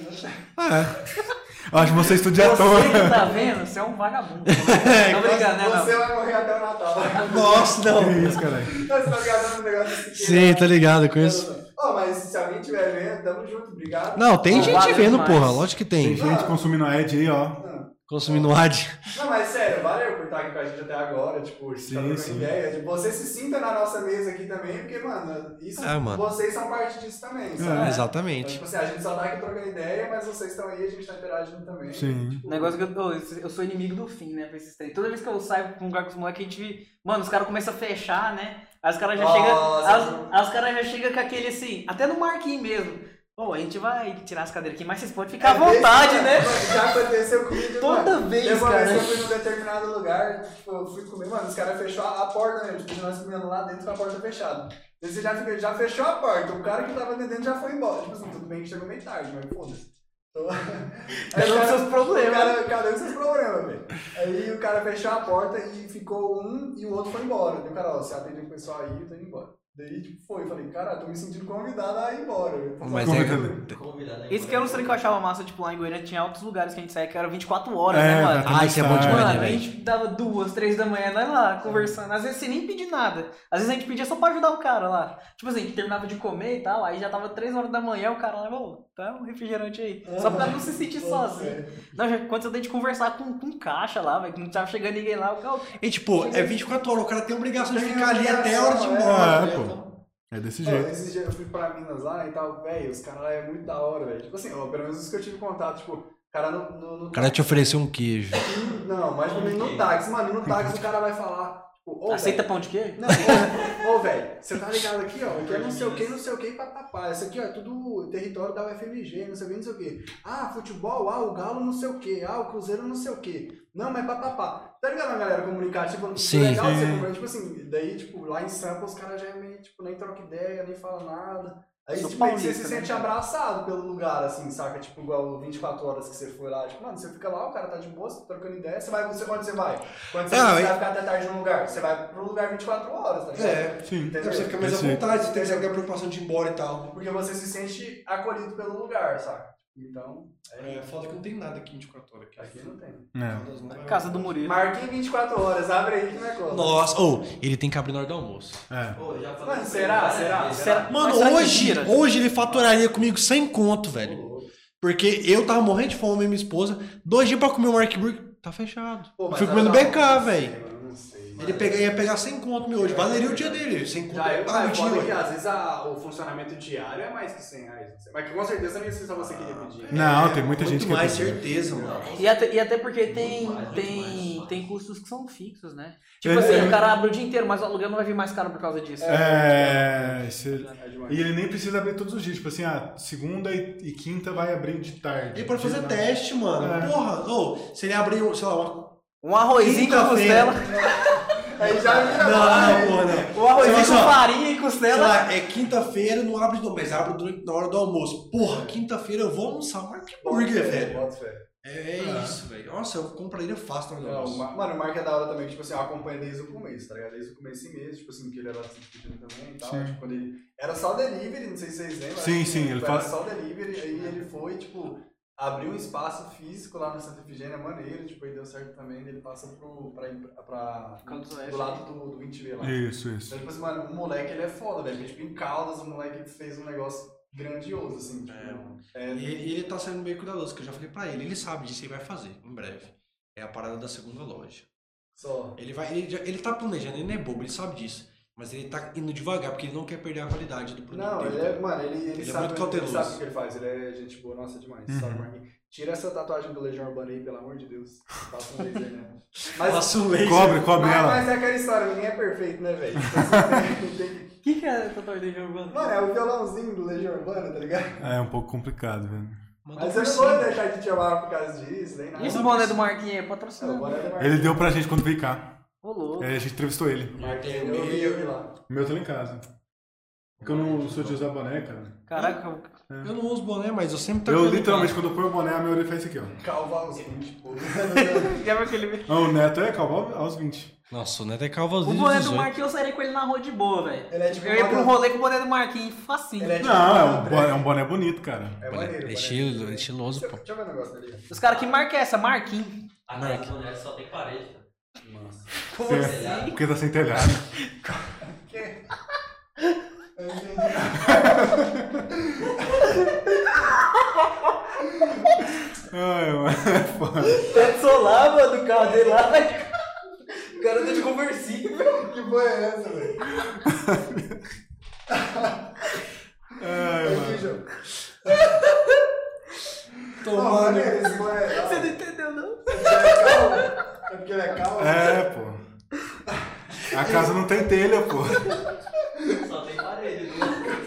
Ah,
Eu acho que você estudia à toa.
Você que tá vendo, você é um vagabundo. Tô brincando, né, não?
Você vai morrer até o Natal.
é. Nossa, não.
Que isso, caralho.
Não, você tá ligado no negócio assim. que-
Sim, tá ligado, eu conheço.
Ó, mas se alguém tiver vendo, tamo junto, obrigado.
Não, tem
Não,
gente
valeu
vendo,
demais.
porra, lógico que
Tem
tem.
gente consumindo a Ed aí, ó.
Consumindo ad.
Não, mas sério, valeu por estar aqui com a gente até agora, tipo, a gente
Sim,
tá trocando
sim.
ideia. Tipo, você se sinta na nossa mesa aqui também, porque, mano, isso,
É, mano.
vocês são parte disso também,
Ah,
sabe? Então,
Exatamente.
tipo assim, a gente só tá aqui trocando ideia, mas vocês estão aí, a gente tá interagindo também.
Sim.
O negócio que eu, eu, eu sou inimigo do fim, né? Pra esses três. Toda vez que eu saio com um lugar com os moleques, a gente. Mano, os caras começam a fechar, né? Aí os caras já
Nossa,
chegam.
mano.
As, as caras já chegam com aquele assim, até no marquinho mesmo. Pô, a gente vai tirar as cadeiras aqui, mas vocês podem ficar à
É desse-
vontade, né?
Mano, Já aconteceu comigo,
Toda
mano.
vez,
Teve uma
cara.
vez que eu fui num determinado lugar, tipo, eu fui comer, mano, os caras fecharam a porta, né? Tipo, nós comendo lá dentro com a porta fechada. Daí Você já, fica- já fechou a porta, o cara que tava atendendo já foi embora. Tipo assim, tudo bem que chegou meio tarde, mas foda-se. Então,
Cada um
aí o
com
cara-
seus
o
problemas.
cara- Cada um com seus problemas, velho. Aí o cara fechou a porta e ficou um e o outro foi embora. Daí o cara, ó, você atende o pessoal aí, eu tô indo embora. Daí, tipo, foi. Eu Falei, cara, tô me sentindo convidado a ir embora. velho.
Mas
Como
é.
é que-
Convidado aí.
Esse que era um trem que eu achava massa, tipo, lá em Goiânia tinha altos lugares que a gente saía que era 24 horas,
É,
né, mano?
vai
Ah, isso é bom
começar.
demais, né,
Mano, a
velho?
gente dava duas, três da manhã, nós lá conversando. Às vezes você nem pedia nada. Às vezes a gente pedia só pra ajudar o cara lá. Tipo assim, a gente terminava de comer e tal, aí já tava três horas da manhã, o cara lá, ô, tá um refrigerante aí. Só pra não se
é,
sentir sozinho. Não, já aconteceu da gente conversar com, com caixa lá, velho, que não tava chegando ninguém lá. O cara,
E tipo, é 24 horas, o cara tem obrigação de
Tem
ficar ali até a hora de ir
obrigação,
embora.
é, pô. É desse
é, Ó,
jeito.
esses dias eu fui pra Minas lá e tal, velho, os caras lá é muito da hora, velho. Tipo assim, ó, pelo menos os que eu tive contato, tipo, o cara no. no, no
O cara te ofereceu um queijo.
Não, mas também no táxi, mano, no táxi o cara vai falar, tipo, ô,
Aceita pão de queijo?
velho, Não, ô, ô, velho, você tá ligado aqui, ó, que é não sei o que, não sei o que, papapá. Isso aqui, ó, é tudo território da UFMG, não sei o que, não sei o que. Ah, futebol, ah, o Galo não sei o que, ah, o Cruzeiro não sei o que. Não, mas papapá. Tá ligado a galera comunicar, tipo,
Sim.
legal você
Sim.
conversar, tipo assim, daí, tipo, lá em Sampa os caras já é meio, tipo, nem troca ideia, nem fala nada. Aí,
Sou
tipo, meio que você
paulista,
se
né,
sente
cara?
abraçado pelo lugar, assim, saca? Tipo, igual o 24 horas que você foi lá. Tipo, mano, você fica lá, o cara tá de boa, você tá trocando ideia. Você vai, você, onde você vai? Quando você,
Ah,
você
e-
vai ficar até tarde num lugar, você vai pro lugar 24 horas, tá ligado?
É.
Sim.
Entendeu?
Você fica mais à
Esse-
vontade, você tem essa preocupação de ir embora e tal.
Porque você se sente acolhido pelo lugar, saca? Então,
É, foda que não tem nada aqui em 24 horas.
aqui não tem.
É.
Casa do Murilo.
Marquei 24 horas, abre aí que não é coisa.
Nossa, ou ele tem que abrir na hora do almoço.
É.
Ô, já falei
Mano,
isso
será?
várias
Será?
vezes.
Será?
Mano,
Mas será que
hoje,
tira?
hoje ele faturaria comigo sem conto, velho. Porque eu tava morrendo de fome, minha esposa. Dois dias pra comer um Mark Burger, tá fechado.
Pô, mas
eu fui
olha
comendo
lá,
BK,
não sei,
velho.
mano, Não sei.
Ele pega, ia pegar sem conto meu hoje. Valeria o dia dele. Sem conto.
Já eu
Ah,
ah,
o dia,
foda que
ué.
às vezes a- o funcionamento diário é mais que 100 reais. Não sei. Mas que com certeza não ia ser só você que ia pedir.
Não, tem muita
Muito
gente que
mais,
é possível.
certeza, mano. Tipo
E até, e até porque tem,
mais, muito
tem,
mais.
tem custos que são fixos, né?
É,
Tipo assim,
é.
o cara abre o dia inteiro, mas o aluguel não vai vir mais caro por causa disso.
É, esse-
É demais.
E ele nem precisa abrir todos os dias. Tipo assim, ah, segunda e, e quinta vai abrir de tarde.
Ele pode fazer
Tipo
Dia-
teste, mano.
É.
Porra, ou se ele abrir, um, sei lá, uma.
Um arrozinho com
Quinta-feira.
costela,
Aí já vira
Não,
lá,
não,
aí.
porra, não.
um arrozinho
Sei
com
lá,
farinha e
Sei
costela.
lá, é quinta-feira, não abre não, mas abre durante, na hora do almoço. Porra, quinta-feira eu vou almoçar um Mark Burger, velho.
Bota fé.
É, isso, velho. Nossa, eu compraria fácil na hora
Não,
do
o
almoço.
Mar- Mano, o Mark é da hora também, que, tipo assim, eu acompanho desde o começo, tá ligado? Desde o começo mesmo, tipo assim, que ele era se discutindo também e tal.
Sim.
Tipo, quando ele... Era só delivery, não sei se vocês lembram.
Sim,
né?
sim,
Tipo,
ele
era
fala-
só delivery, aí ele foi, tipo, abriu um espaço físico lá no Santa Efigênia, maneiro, tipo, aí deu certo também, ele passa pro, pra, pra,
Canto Oeste.
do lado do, do 20B lá.
Isso, isso.
Então, tipo assim, mano, o moleque, ele é foda, velho. porque, Tipo, em Caldas, o moleque fez um negócio grandioso, assim, tipo... É,
E ele, ele tá sendo meio cuidadoso, que eu já falei pra ele. Ele sabe disso e vai fazer, em breve. É a parada da segunda loja.
só...
Ele, vai, ele, já- ele tá planejando, ele não é bobo, ele sabe disso. Mas ele tá indo devagar, porque ele não quer perder a qualidade do produto
Não,
dele.
ele é, mano, ele, ele,
Ele é
sabe,
muito
ele
cauteloso.
sabe o que ele faz, ele é gente boa, nossa, demais,
Uhum.
sabe, Marquinhos? Tira essa tatuagem do Legião Urbana aí, pelo amor de Deus. Passa um laser, né? Mas,
Passa um laser.
Cobre, cobre
mas,
ela.
mas é aquela história, ninguém é perfeito, né, velho? Então, assim, tem-
O que, que é tatuagem de urbano?
mano, é o violãozinho do Legião Urbana, tá ligado?
É um pouco complicado, velho.
Mandou
Mas
por
eu não
cima.
vou deixar de te chamar por causa disso, nem nada.
E esse boné do Marquinhos é
É, o
patrocinado?
boné do Marquinhos.
Ele deu pra gente quando veio cá.
Ô, louco.
É, a gente entrevistou ele.
Marquinhos, eu vi, eu vi lá.
O meu tá lá em casa. Porque eu não sou de usar boné, cara.
Caraca, eu-
Eu não uso boné, mas eu sempre tá
Eu
com-
literalmente, quando eu ponho o boné, a minha orelha faz isso aqui, ó.
Calvalzinho, tipo...
já viu aquele...
Ah, o Neto é calvo aos 20.
Nossa, o Neto é calvozinho.
O
de
boné do
18.
Marquinhos eu sairia com ele na rua de boa, velho.
Ele é tipo
Eu ia pro
Madonna.
rolê com o boné do Marquinhos, facinho.
Ele é tipo...
Não, é um boné, é um boné bonito, cara.
É
Olha,
maneiro,
É
boné.
estilo, é estiloso,
Deixa
pô.
eu- deixa eu ver um negócio ali.
Os caras que marca essa, Marquinhos.
A casa do Neto só tem parede, cara.
Como
Sim.
assim?
Porque tá sem telhado.
Eu entendi.
Ai, mano.
Teto Tá solar, mano, do carro dele lá. O cara tá de conversível.
Que porra é essa, velho?
Ai,
Aqui,
mano.
João. Não,
Tomando.
olha, esse boné é da hora.
Você não entendeu, não?
É porque ele é calmo?
É, pô. A casa não tem telha, pô.
Só tem parede, né?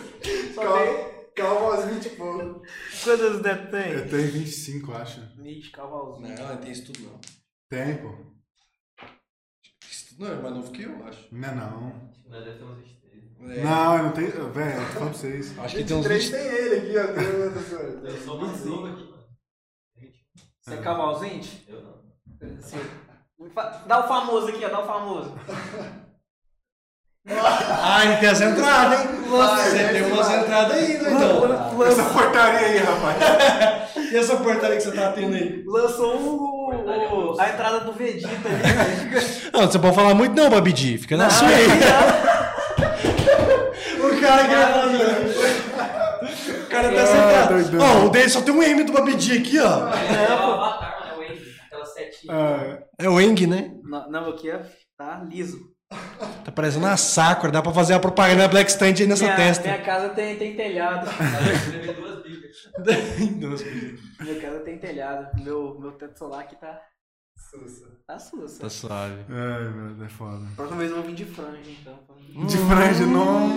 Calmo, calmo aos 20 e pouco.
Quantas Neto tem?
É.
Eu tenho 25, acho.
Ixi, cavalzinho.
Não, não tem isso tudo não.
Tem, pô.
Isso tudo não é mais novo que eu, acho.
Não é não.
O Neto deve ter uns 23.
É.
Não, eu não tenho. Velho, eu tô falando pra vocês.
Acho que tem uns
23
20...
tem ele aqui, ó. Tem outras coisas.
Eu sou mais novo aqui, mano.
Você é cavalzinho?
Eu não.
Fa- Dá o famoso aqui, ó, dá o famoso.
Ah, ele tem as entradas, hein? Você
esse
tem umas
vale.
entradas ainda, então.
Essa portaria aí, rapaz.
E essa portaria que você tá tendo aí?
Lançou um, o- o- a entrada do Vegeta ali.
Não, você pode falar muito não, Babidi. Fica na sua aí.
Ah,
O cara que é O cara tá sentado.
Ah, doidão.
Ó, o dele só tem um M do Babidi aqui, ó.
É o Avatar, né? O Andy, aquela setinha.
Ah,
É o Eng, né?
não, não, aqui é, tá liso.
Tá parecendo uma Sakura, dá pra fazer uma propaganda Black Stand aí nessa
É,
minha,
testa.
minha casa tem, tem telhado.
Aí eu escrevi duas bíblias.
Nossa, que-
minha casa tem telhado. Meu, meu teto solar aqui tá.
Sussa.
Tá sussa.
Tá suave.
Ai, meu Deus, é foda.
Próxima vez eu vou vir de franja, então. pra mim.
De franja, não.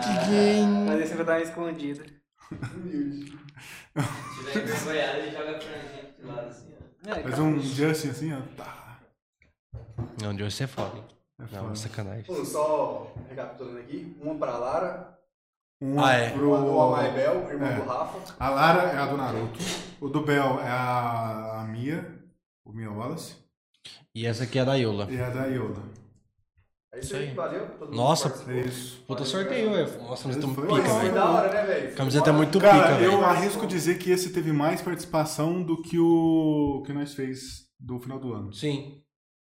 que game.
Mas esse vai dar uma escondida.
Tira envergonhada e joga a franjinha pro lado assim, ó.
É,
Faz
cara.
um Justin assim, ó. Tá.
Não, de hoje você é foda. hein?
É
Não,
foda.
sacanagem.
Um só recapitulando aqui, uma pra Lara,
Um
Ah, é.
pro...
uma do Amaibel, irmão
É.
do Rafa.
A Lara é a do Naruto. O do Bel é a, a Mia, o Mia Wallace.
E essa aqui é da Yola.
E a da Yoda.
É isso
Isso
aí,
aí.
valeu. todo mundo
Nossa,
É
participou.
isso.
Puta sorteio, velho. Nossa, nós estamos
Foi,
pica,
Foi
velho.
da hora, né, velho?
A camiseta é muito pica,
Cara,
velho.
eu arrisco dizer que esse teve mais participação do que o que nós fez do final do ano.
Sim.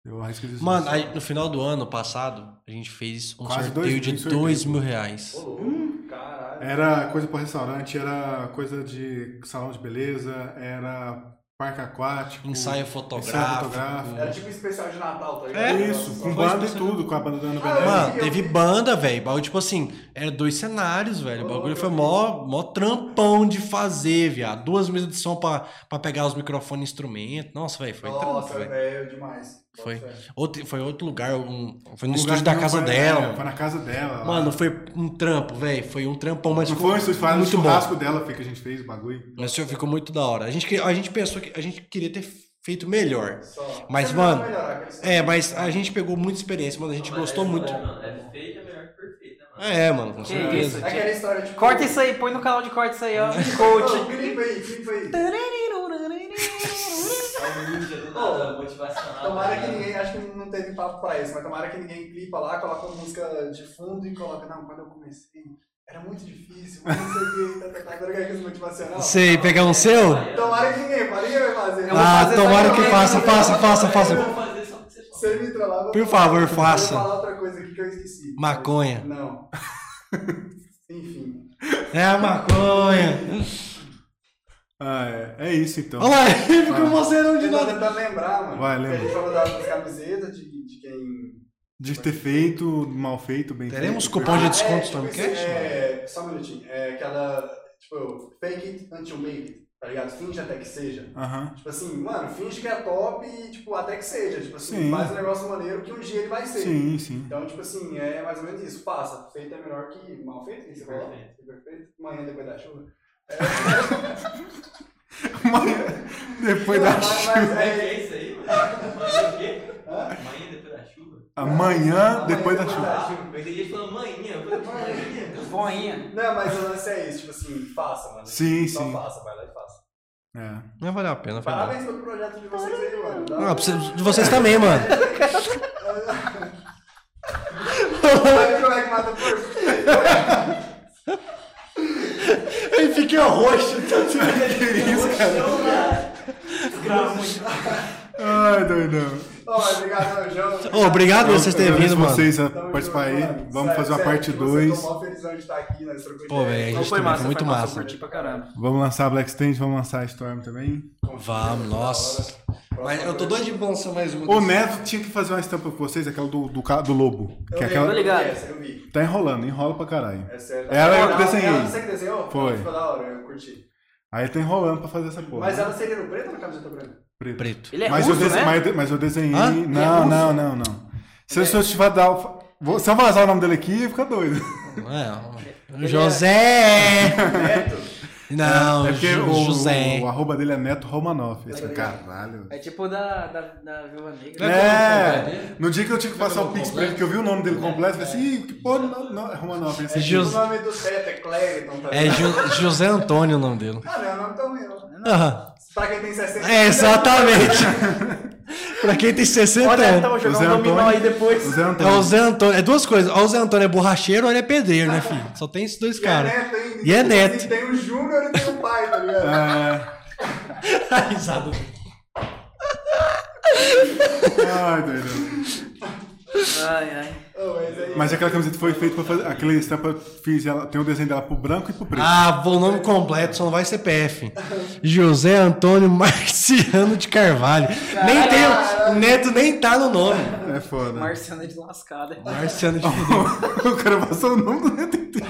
Eu arrisco dizer
Mano,
isso.
aí, no final do ano passado, a gente fez um
Quase
sorteio
dois
de
mil, sorteio.
2 mil reais.
Ô, louco,
Hum?
Caralho.
Era coisa pra restaurante, era coisa de salão de beleza, era parque aquático.
Ensaio
Ensaio
fotográfico.
fotográfico.
É.
Era tipo um especial de Natal, tá ligado?
É.
Isso, com
Foi
banda e
especial.
tudo, com a banda da Ana
Ah,
Beleza.
Mano, teve banda, velho. Bagulho, tipo assim, era dois cenários, velho. O bagulho foi mó, mó trampão de fazer, viado. Duas mesas de som pra, pra pegar os microfones e instrumento. Nossa, velho, foi trampo,
Nossa,
velho.
velho, demais.
Foi.
Nossa, velho.
Outro- Foi outro lugar, um- foi no
Um
estúdio
lugar
da
que
casa
não foi-
dela.
é, Foi na casa dela. lá.
Mano, foi um trampo, velho. Foi um trampão, mas
Não
ficou
foi um estúdio, foi no
muito
churrasco dela foi que a gente fez o bagulho.
bom. Mas senhor ficou muito da hora. A gente, que- a gente pensou que a gente queria ter feito melhor.
Só.
Mas,
Sempre dá pra
mano,
melhorar, cara.
É, mas a gente pegou muita experiência, mano. A gente
Não, mas
gostou
essa
muito.
daí, mano, É feio é melhor que perfeito, né, mano?
É, mano, com
Que
certeza.
isso.
Aquela história de.
Corta isso aí, põe no canal de corte isso aí, ó.
Ô,
Coach.
clipa aí, clipa aí.
É um ninja do nada, motivacional.
Tomara
tá
que
ligado?
ninguém, acho que não teve papo pra isso, mas tomara que ninguém clipa lá, coloca uma música de fundo e coloca, não, quando eu comecei, era muito difícil, mas não sei o que, tá, tá, tá, agora que é isso motivacional.
Sei, pegar um seu?
Tomara que ninguém, para ninguém vai fazer.
Ah,
Eu vou fazer
tomara
só
que
pra-
faça, faça, faça,
Eu
faça.
vou fazer só porque você
Você me trollar, vou-
Por favor,
eu vou
faça.
falar outra coisa aqui que eu esqueci.
Maconha.
Não. Enfim.
É a maconha.
Ah, é, é isso então.
Olha lá, ele ficou mostrando de
Eu tô
nada.
tentando é lembrar, mano.
Vai,
que
lembra.
A gente falou das das camisetas de, de quem.
De ter feito, mal feito, bem
Teremos
feito.
cupom de
Ah,
desconto
tipo
Stormcast,
esse- É, só um minutinho. É aquela. Tipo, fake it until make it, tá ligado? Finge até que seja.
Aham.
Tipo assim, mano, finge que é top e, tipo, até que seja. Tipo assim,
Sim.
faz um negócio maneiro que um dia ele vai ser.
Sim, sim.
Então, tipo assim, é mais ou menos isso. Faça. Feito é melhor que mal feito. Isso é perfeito. perfeito. Amanhã depois da chuva.
Mas depois da
Mas-
chuva.
mas
Como
é-
é que é isso aí, mano? Amanhã o quê? Amanhã depois da chuva?
Amanhã, depois da
depois
chuva.
da
Ah, eu entendi gente falando manhã. Eu falei, manhã.
Voinha.
Não, mas o lance é isso. Tipo assim, faça, mano.
Sim,
Só
sim.
faça, vai lá e faça.
É.
Não valeu a pena, foi não.
Parabéns pelo projeto de vocês aí, mano. Da-
Ah, precisa de vocês também, mano.
Sabe como é que mata o porco?
Ele fica roxo.
Ai, doidão.
Ó, mas obrigado, João.
Ô, obrigado por vocês terem
agradeço
vindo, mano.
vocês a
Tamo
participar
junto,
aí.
mano.
Vamos
Sério,
fazer a
sério,
parte
tipo, Eu
2.
tô mó felizão de estar aqui, nós trocamos
Pô,
ideia.
velho, a
Não
gente
foi
também
massa,
foi muito
foi massa.
massa.
Eu curti pra caramba.
Vamos lançar a Black Stand, vamos lançar a Storm também.
Vamos, nossa. Mas eu tô doido de lançar mais uma.
O Neto tinha que fazer uma estampa com vocês, aquela do, do, ca- do lobo.
Eu
Que é
vi,
aquela...
eu vi
Tô ligado.
essa, eu vi.
Tá enrolando, enrola pra caralho.
É sério.
Ela eu
Não,
desenhei.
ela- Você que desenhou?
Foi.
Ficou da hora, eu curti.
Aí tá enrolando pra fazer essa porra.
Mas ela seria no preto ou na camiseta preta?
Preto.
Preto.
é Ele é
mas, eu
russo,
des-
né?
mas, eu- mas eu desenhei.
Hã?
Ele é
Não,
russo?
não, não, não. Se eu só tiver dar. o- Vou... Se eu vazar o nome dele aqui, fica doido.
É, o José!
Neto?
Não,
é porque
Ju-
o,
José.
o arroba dele é Neto Romanoff.
Tá
Esse caralho.
É tipo da, da, da Viúva Negra.
É, no dia que eu tinha que passar o
pelo
Pix pra
completo?
ele, que eu vi o nome dele completo, eu falei assim, "Ih, que porra, não, não, é Romanoff. Esse
É
aqui."
O
José.
nome do Teto é Clériton, tá
É
ligado?
Ju- José Antônio o nome dele.
Ah, não, é o nome tão meu.
Aham.
Pra quem tem 60
É, exatamente. pra quem tem 60
Olha,
anos.
então vou
Zé
jogar um dominó
Antônio.
aí depois.
O Zé
É o
Antônio.
Zé Antônio. É duas coisas. Ou o Zé Antônio é borracheiro ou ele é pedreiro, né, filho? Só tem esses dois
E é
caras.
neto ainda.
E é
Então,
neto.
assim, Tem o Júnior e tem o pai, tá ligado?
É,
Risada.
Ai, doido.
Ai, ai.
É.
Ô, mas aí-
Mas aquela camiseta foi feita pra fazer. Aquela estampa eu fiz ela. Tem o desenho dela pro branco e pro preto.
Ah, vou o nome completo, só não vai CPF. José Antônio Marciano de Carvalho. Nem tem, o- o neto nem tá no nome.
É foda.
Marciana de lascada.
Marciano de Fidel.
o cara passou o nome do neto inteiro.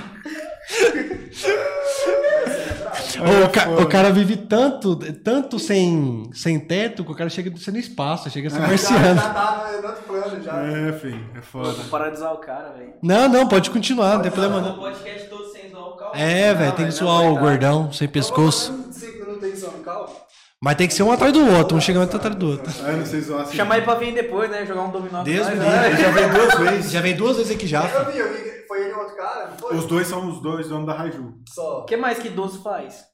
Ô, o, ca- o cara vive tanto, tanto sem, sem teto que o cara chega sendo espaço, chega a ser
Já,
marciano.
já tá no- no outro plano já.
É, filho, é foda.
Vou paralisar o cara, velho.
Não, não, pode continuar, não tem problema
O
não.
podcast todo sem zoar o calma.
É,
Não,
velho, tem que
velho,
zoar
não,
o
coitado.
gordão sem pescoço.
Não sei- Não tem som calmo?
Mas tem que ser um atrás do outro, um chega mais atrás do outro.
Ah, não sei zoar assim.
Chamar ele pra vir depois, né? Jogar um dominó.
Deus me
atrás,
livre,
né?
ele já veio duas vezes. Já veio duas vezes aqui já.
Eu vi, eu vi. que Foi ele e outro cara? Não foi?
Os dois são os dois donos da Raju.
Só.
O que mais que idoso faz?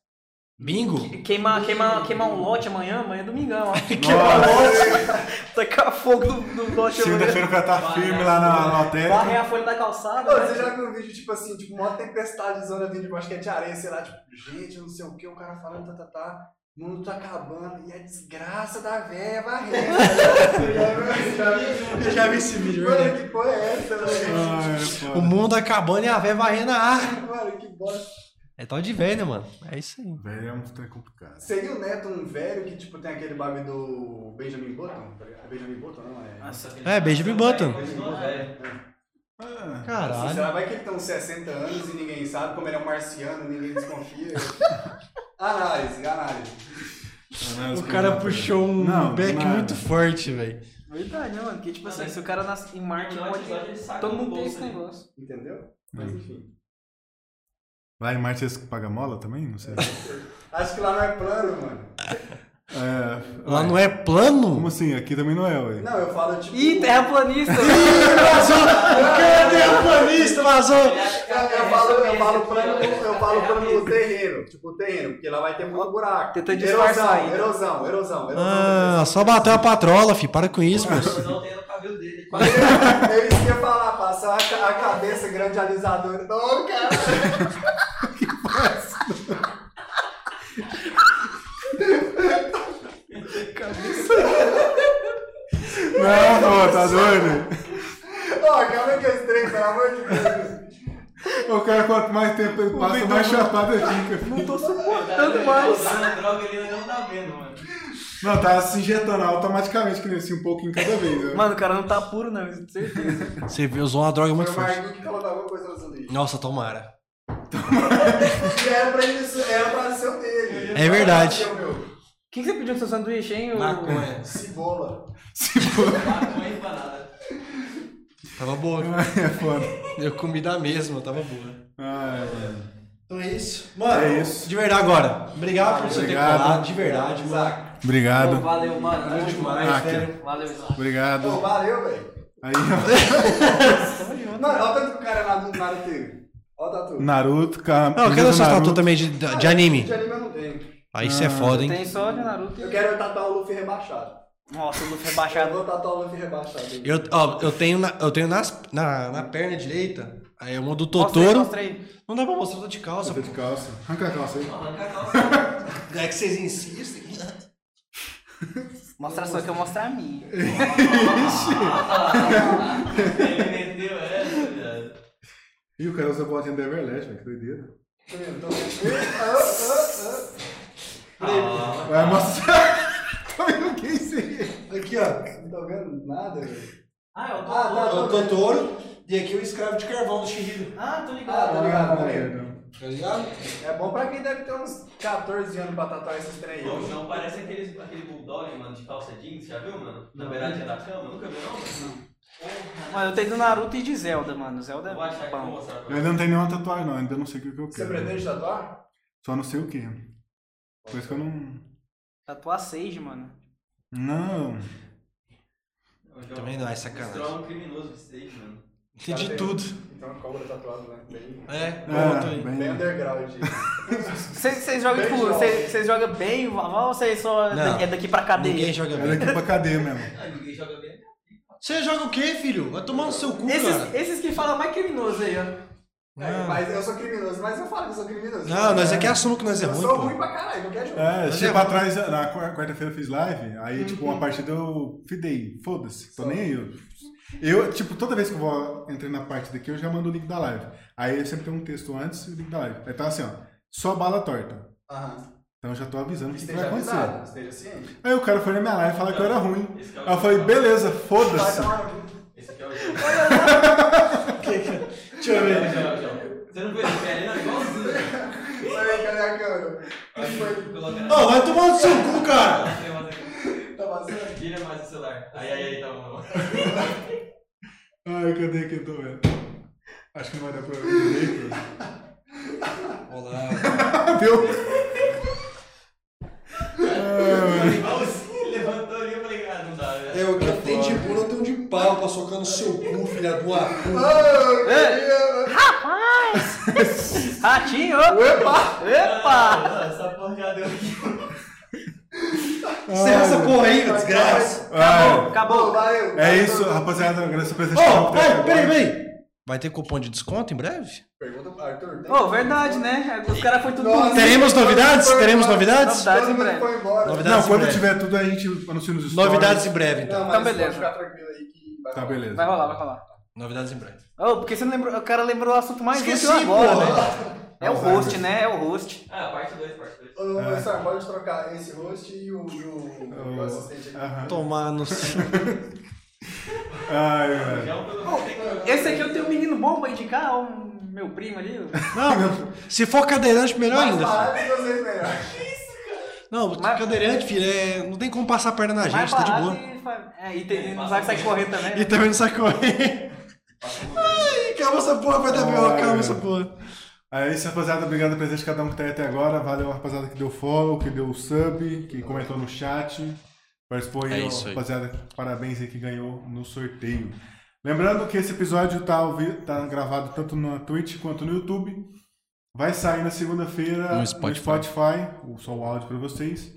Bingo?
Queimar, queimar, queimar um lote amanhã, amanhã é domingão, ó. Tacar fogo no, no lote amanhã.
Segunda-feira o cara tá
é.
firme lá na, na lotérica.
Varrer a folha da calçada.
Ô,
né?
você já viu um vídeo, tipo assim, tipo, uma tempestade zona vindo de basquete de areia, sei lá, tipo, gente, não sei o que, o cara falando, tá, tá, tá, o mundo tá acabando, e a desgraça da véia é varrendo.
Eu já vi esse vídeo,
Mano, que porra é essa, velho?
Ah, é foda.
O mundo acabando e a véia varrendo a ar.
Ah.
Mano, que bosta.
É tal de velho, né, mano. É isso aí.
Velho, é um trem complicado.
Seria o Neto um velho que, tipo, tem aquele bagulho do Benjamin Button? tá ligado? É Benjamin Button, não
Ah,
é?
É, Benjamin Button.
Continua, velho.
Ah,
Assim,
Caralho.
será vai que ele tem uns 60 anos e ninguém sabe como ele é um marciano, ninguém desconfia? análise, análise.
análise
O cara
completa.
puxou um
Não,
back
nada.
muito forte, velho.
Verdade, né, mano? Porque, tipo assim,
mas-
se o cara nasce em Marte,
Não,
pode...
ele sabe, ele saca
todo
no
mundo tem
bolso
esse
ali.
negócio.
Entendeu? Mas enfim.
Lá em Marte eles pagam mola também? Não sei.
Acho que lá não é plano, mano.
É,
Lá não é plano?
como assim? Aqui também não é, ué.
Não, eu falo tipo.
Ih, terraplanista! né?
Vazou! O cara deu um planista, vazou!
Eu, eu falo, eu
é
falo plano,
é
eu falo plano do terreno. Tipo, o terreno, porque lá vai ter muito buraco.
Tentando
erosão,
disfarçar ainda.
erosão, erosão, erosão.
Ah, só bateu a patrola, fi. Para com isso, moço.
Não tem no cabelo dele.
é Eu, eu ia falar, passar a, ca- a cabeça grande alisadora. Não, cara.
Não, pô, tá doido?
Ó, calma que eu estranho, pelo amor de Deus.
O cara, quanto mais tempo ele passa, mais chapado ele fica. Não,
Tanto mais.
Usando droga, ele ainda não tá vendo, mano.
tá se injetando automaticamente, que nem assim, um pouquinho cada vez. Né?
Mano, o cara não tá puro, não, com certeza.
Você viu, usou uma droga
Foi
muito
o
forte.
Marquinhos que colocou alguma coisa no sanduíche.
Nossa, tomara.
E era pra isso, era pra ser o dele.
É verdade.
Era pra ser o meu.
O que, que você pediu no seu sanduíche, hein? ô-
Maconha.
Cebola.
Maconha e empanada.
Tava boa.
É foda.
Eu comi da mesma, tava boa.
Ai, mano.
Então é isso. Mano,
É isso.
de verdade agora. Obrigado por você ter
Obrigado.
colado, de verdade, mano.
Pô,
Obrigado.
valeu, mano.
Valeu demais,
Ah,
sério.
Valeu, Isaac.
Obrigado.
Pô, valeu, velho.
Aí, ó.
Mano, olha o tanto que o cara na do Mario teve. Olha o tatu.
Naruto, cara.
Não, eu quero essa tatu também de, de anime.
De anime eu não tenho.
Aí você é foda, hein?
Tem só de Naruto.
Eu
e-
quero tatuar o Luffy rebaixado.
Nossa, o Luffy é
Eu
rebaixado.
vou tatuar o Luffy rebaixado.
Eu, ó, eu tenho, na, eu tenho nas, na, na perna direita, aí é uma do
Mostra aí,
Totoro.
mostra aí.
Não dá pra mostrar, eu tô de calça.
Tô Tá de calça. Arranca a calça aí.
Arranca a calça.
É que vocês insistem.
Mostra só que eu mostro a minha.
Ele meteu essa, viado.
Ih, o cara usa botinha da Everlast, velho. Que doideira. Vai mostrar. Tá vendo o que é isso aí?
Aqui, ó. Não tô vendo nada, velho.
Ah, eu tô.
Ah,
É
tá,
o
tô vendo.
Totoro e aqui o escravo de carvão do Shihiro.
Ah, tô
Ah,
ligado.
tá ligado, tá ligado.
Tá ligado?
É bom pra quem deve ter uns 14 anos pra tatuar esses trem aí.
Ô, João, parece aqueles, aquele bulldog, mano, de calça jeans, já viu, mano? Na beiradinha da cama, nunca viu, não? mano?
Mano, eu tenho do Naruto e de Zelda, mano. Zelda é
Vou achar que eu vou
bom.
mostrar pra
Eu
você.
ainda não tenho nenhuma tatuagem, não. Ainda não sei o que eu quero.
Você pretende tatuar?
Só não sei o que. Por isso que eu não.
Tatuar Sage, mano.
Não.
Ô, João,
Também não, é
Esse
sacanagem.
João é um criminoso de stage, mano.
Tem de tudo.
Então, cobra tatuado, né? Bem,
É,
Ah,
pronto aí.
bem
bem...
underground.
Vocês vocês jogam,
Bem
tipo,
jovem.
vocês vocês jogam bem o Vaval ou vocês só é
Não.
daqui- é daqui pra cadeia?
Ninguém joga
É
bem.
daqui pra cadeia mesmo.
Ah, ninguém joga bem.
Você joga o quê, filho? Vai tomar no seu cu,
Esses,
cara.
esses que falam mais criminoso aí, ó.
É, mas eu sou criminoso, mas eu falo que eu sou criminoso.
Não, nós aqui assumimos que nós é
Eu
ruim,
sou ruim
pô.
pra caralho, qualquer jogo.
assim, É,
Mas
cheguei
é
pra
bom.
trás, na qu- quarta-feira eu fiz live, aí tipo, uma partida eu fidei, foda-se, tô
Só.
nem aí. eu- Eu, tipo, toda vez que eu vou entrar na parte daqui, eu já mando o link da live. Aí eu sempre tem um texto antes e o link da live. Aí tá assim, ó. Só bala torta.
Aham.
Então eu já tô avisando o que, que vai
Esteja
acontecer.
é avisado, esteja ciente.
Aí o cara foi na minha live falar que eu era ruim.
Esse que é o
Aí eu falei, beleza,
Vai
foda-se.
tomar no cu.
Esse aqui é o João. Olha
Deixa eu ver.
João, é João. Você não vê esse velho, não? Igualzinho.
Peraí, cadê a câmera?
Aí
Foi-
coloca
Ô, vai tomar no seu cu, cara.
Tá vazando?
Vira mais o celular. Aí, aí, aí, tá bom.
Ai, cadê que eu tô vendo? Acho que não vai dar pra ver direito.
Olá. Ah,
Deu.
Igualzinho, ele levantou ali, eu falei, ah, não dá, velho.
É, o que eu tenho de bunda, eu tenho de pau pra socar no seu cu, filha do ar. Ah.
Ratinho! Epa! Epa!
Ah, Essa porra já deu aqui.
Encerra essa porra aí, meu desgraça. Ah,
Ai,
Acabou!
Valeu.
Ah, é isso, rapaziada. Agradeço a
Tá Ô,
presença.
vai, peraí, peraí. Vai ter cupom de desconto em breve?
Pergunta pro Arthur. tem?
Ô, verdade, né? Os caras foram tudo.
Nossa.
Teremos novidades? Teremos novidades?
Novidades em
Todo
breve.
mundo foi embora.
Novidades
Não,
em
quando
breve.
tiver tudo, a gente anuncia nos stories.
Novidades em breve, então.
Não, mas
Então,
pode
beleza.
ficar tranquilo aí que vai
Tá,
rolar.
beleza.
Vai rolar, vai rolar.
Novidades em breve.
Ô, porque você não lembrou. O cara lembrou o assunto mais
Esqueci,
útil agora,
porra.
né? É o host, né? É o host.
Ah, parte 2, parte 2.
Ô,
É.
Marcelo, pode trocar esse host e o, e o, o assistente aqui.
Aham.
Tomar no seu.
Ai, velho.
Já um pelo menos tem que.
Esse aqui eu tenho um menino bom pra indicar, um meu primo ali.
Não, se for cadeirante, melhor
Mais
ainda. filho.
barato que vocês melhor.
Não,
Mas-
cadeirante, filho, é... não tem como passar a perna na gente,
mais
tá de
barato
boa.
e faz- É, e tem, não vai sair correndo também.
E
né?
também não sai correndo. Ai, calma essa porra, vai dar pior,
Ai,
calma
meu.
essa porra.
É isso, rapaziada. Obrigado pelo presente de cada um que tá aí até agora. Valeu, rapaziada, que deu follow, que deu sub, que comentou no chat. Participou aí,
É
ó,
isso aí.
rapaziada. Parabéns aí que ganhou no sorteio. Lembrando que esse episódio tá, ao vi- tá gravado tanto na Twitch quanto no YouTube. Vai sair na segunda-feira
No
no Spotify,
Spotify.
o- só o áudio pra vocês.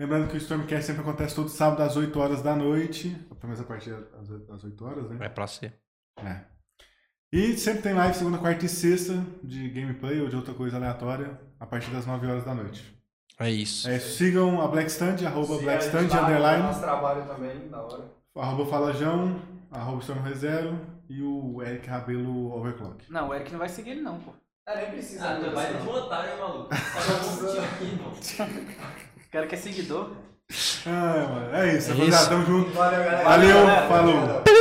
Lembrando que o Stormcast sempre acontece todo sábado às 8 horas da noite. Pelo menos a partir das 8 das 8 horas, né?
É pra ser.
É. E sempre tem live segunda, quarta e sexta de gameplay ou de outra coisa aleatória a partir das 9 horas da noite.
É isso.
É, sigam a Blackstand, arroba
Sim, a gente
Blackstand,
tá- tá
underline,
Nosso trabalho também, da hora.
arroba Falajão, arroba Storm Rezero e o Eric Rabelo Overclock.
Não, o Eric não vai seguir ele, não, pô.
Ah, nem precisa.
Ah,
né,
tu vai
é
pessoal?
de um otário, maluco. Tá bom, tio aqui, irmão.
O cara que é seguidor.
Ah, mano, é isso,
É
rapaziada,
isso.
tamo junto.
Valeu, galera.
Valeu,
Obrigado.
falou.
Obrigado.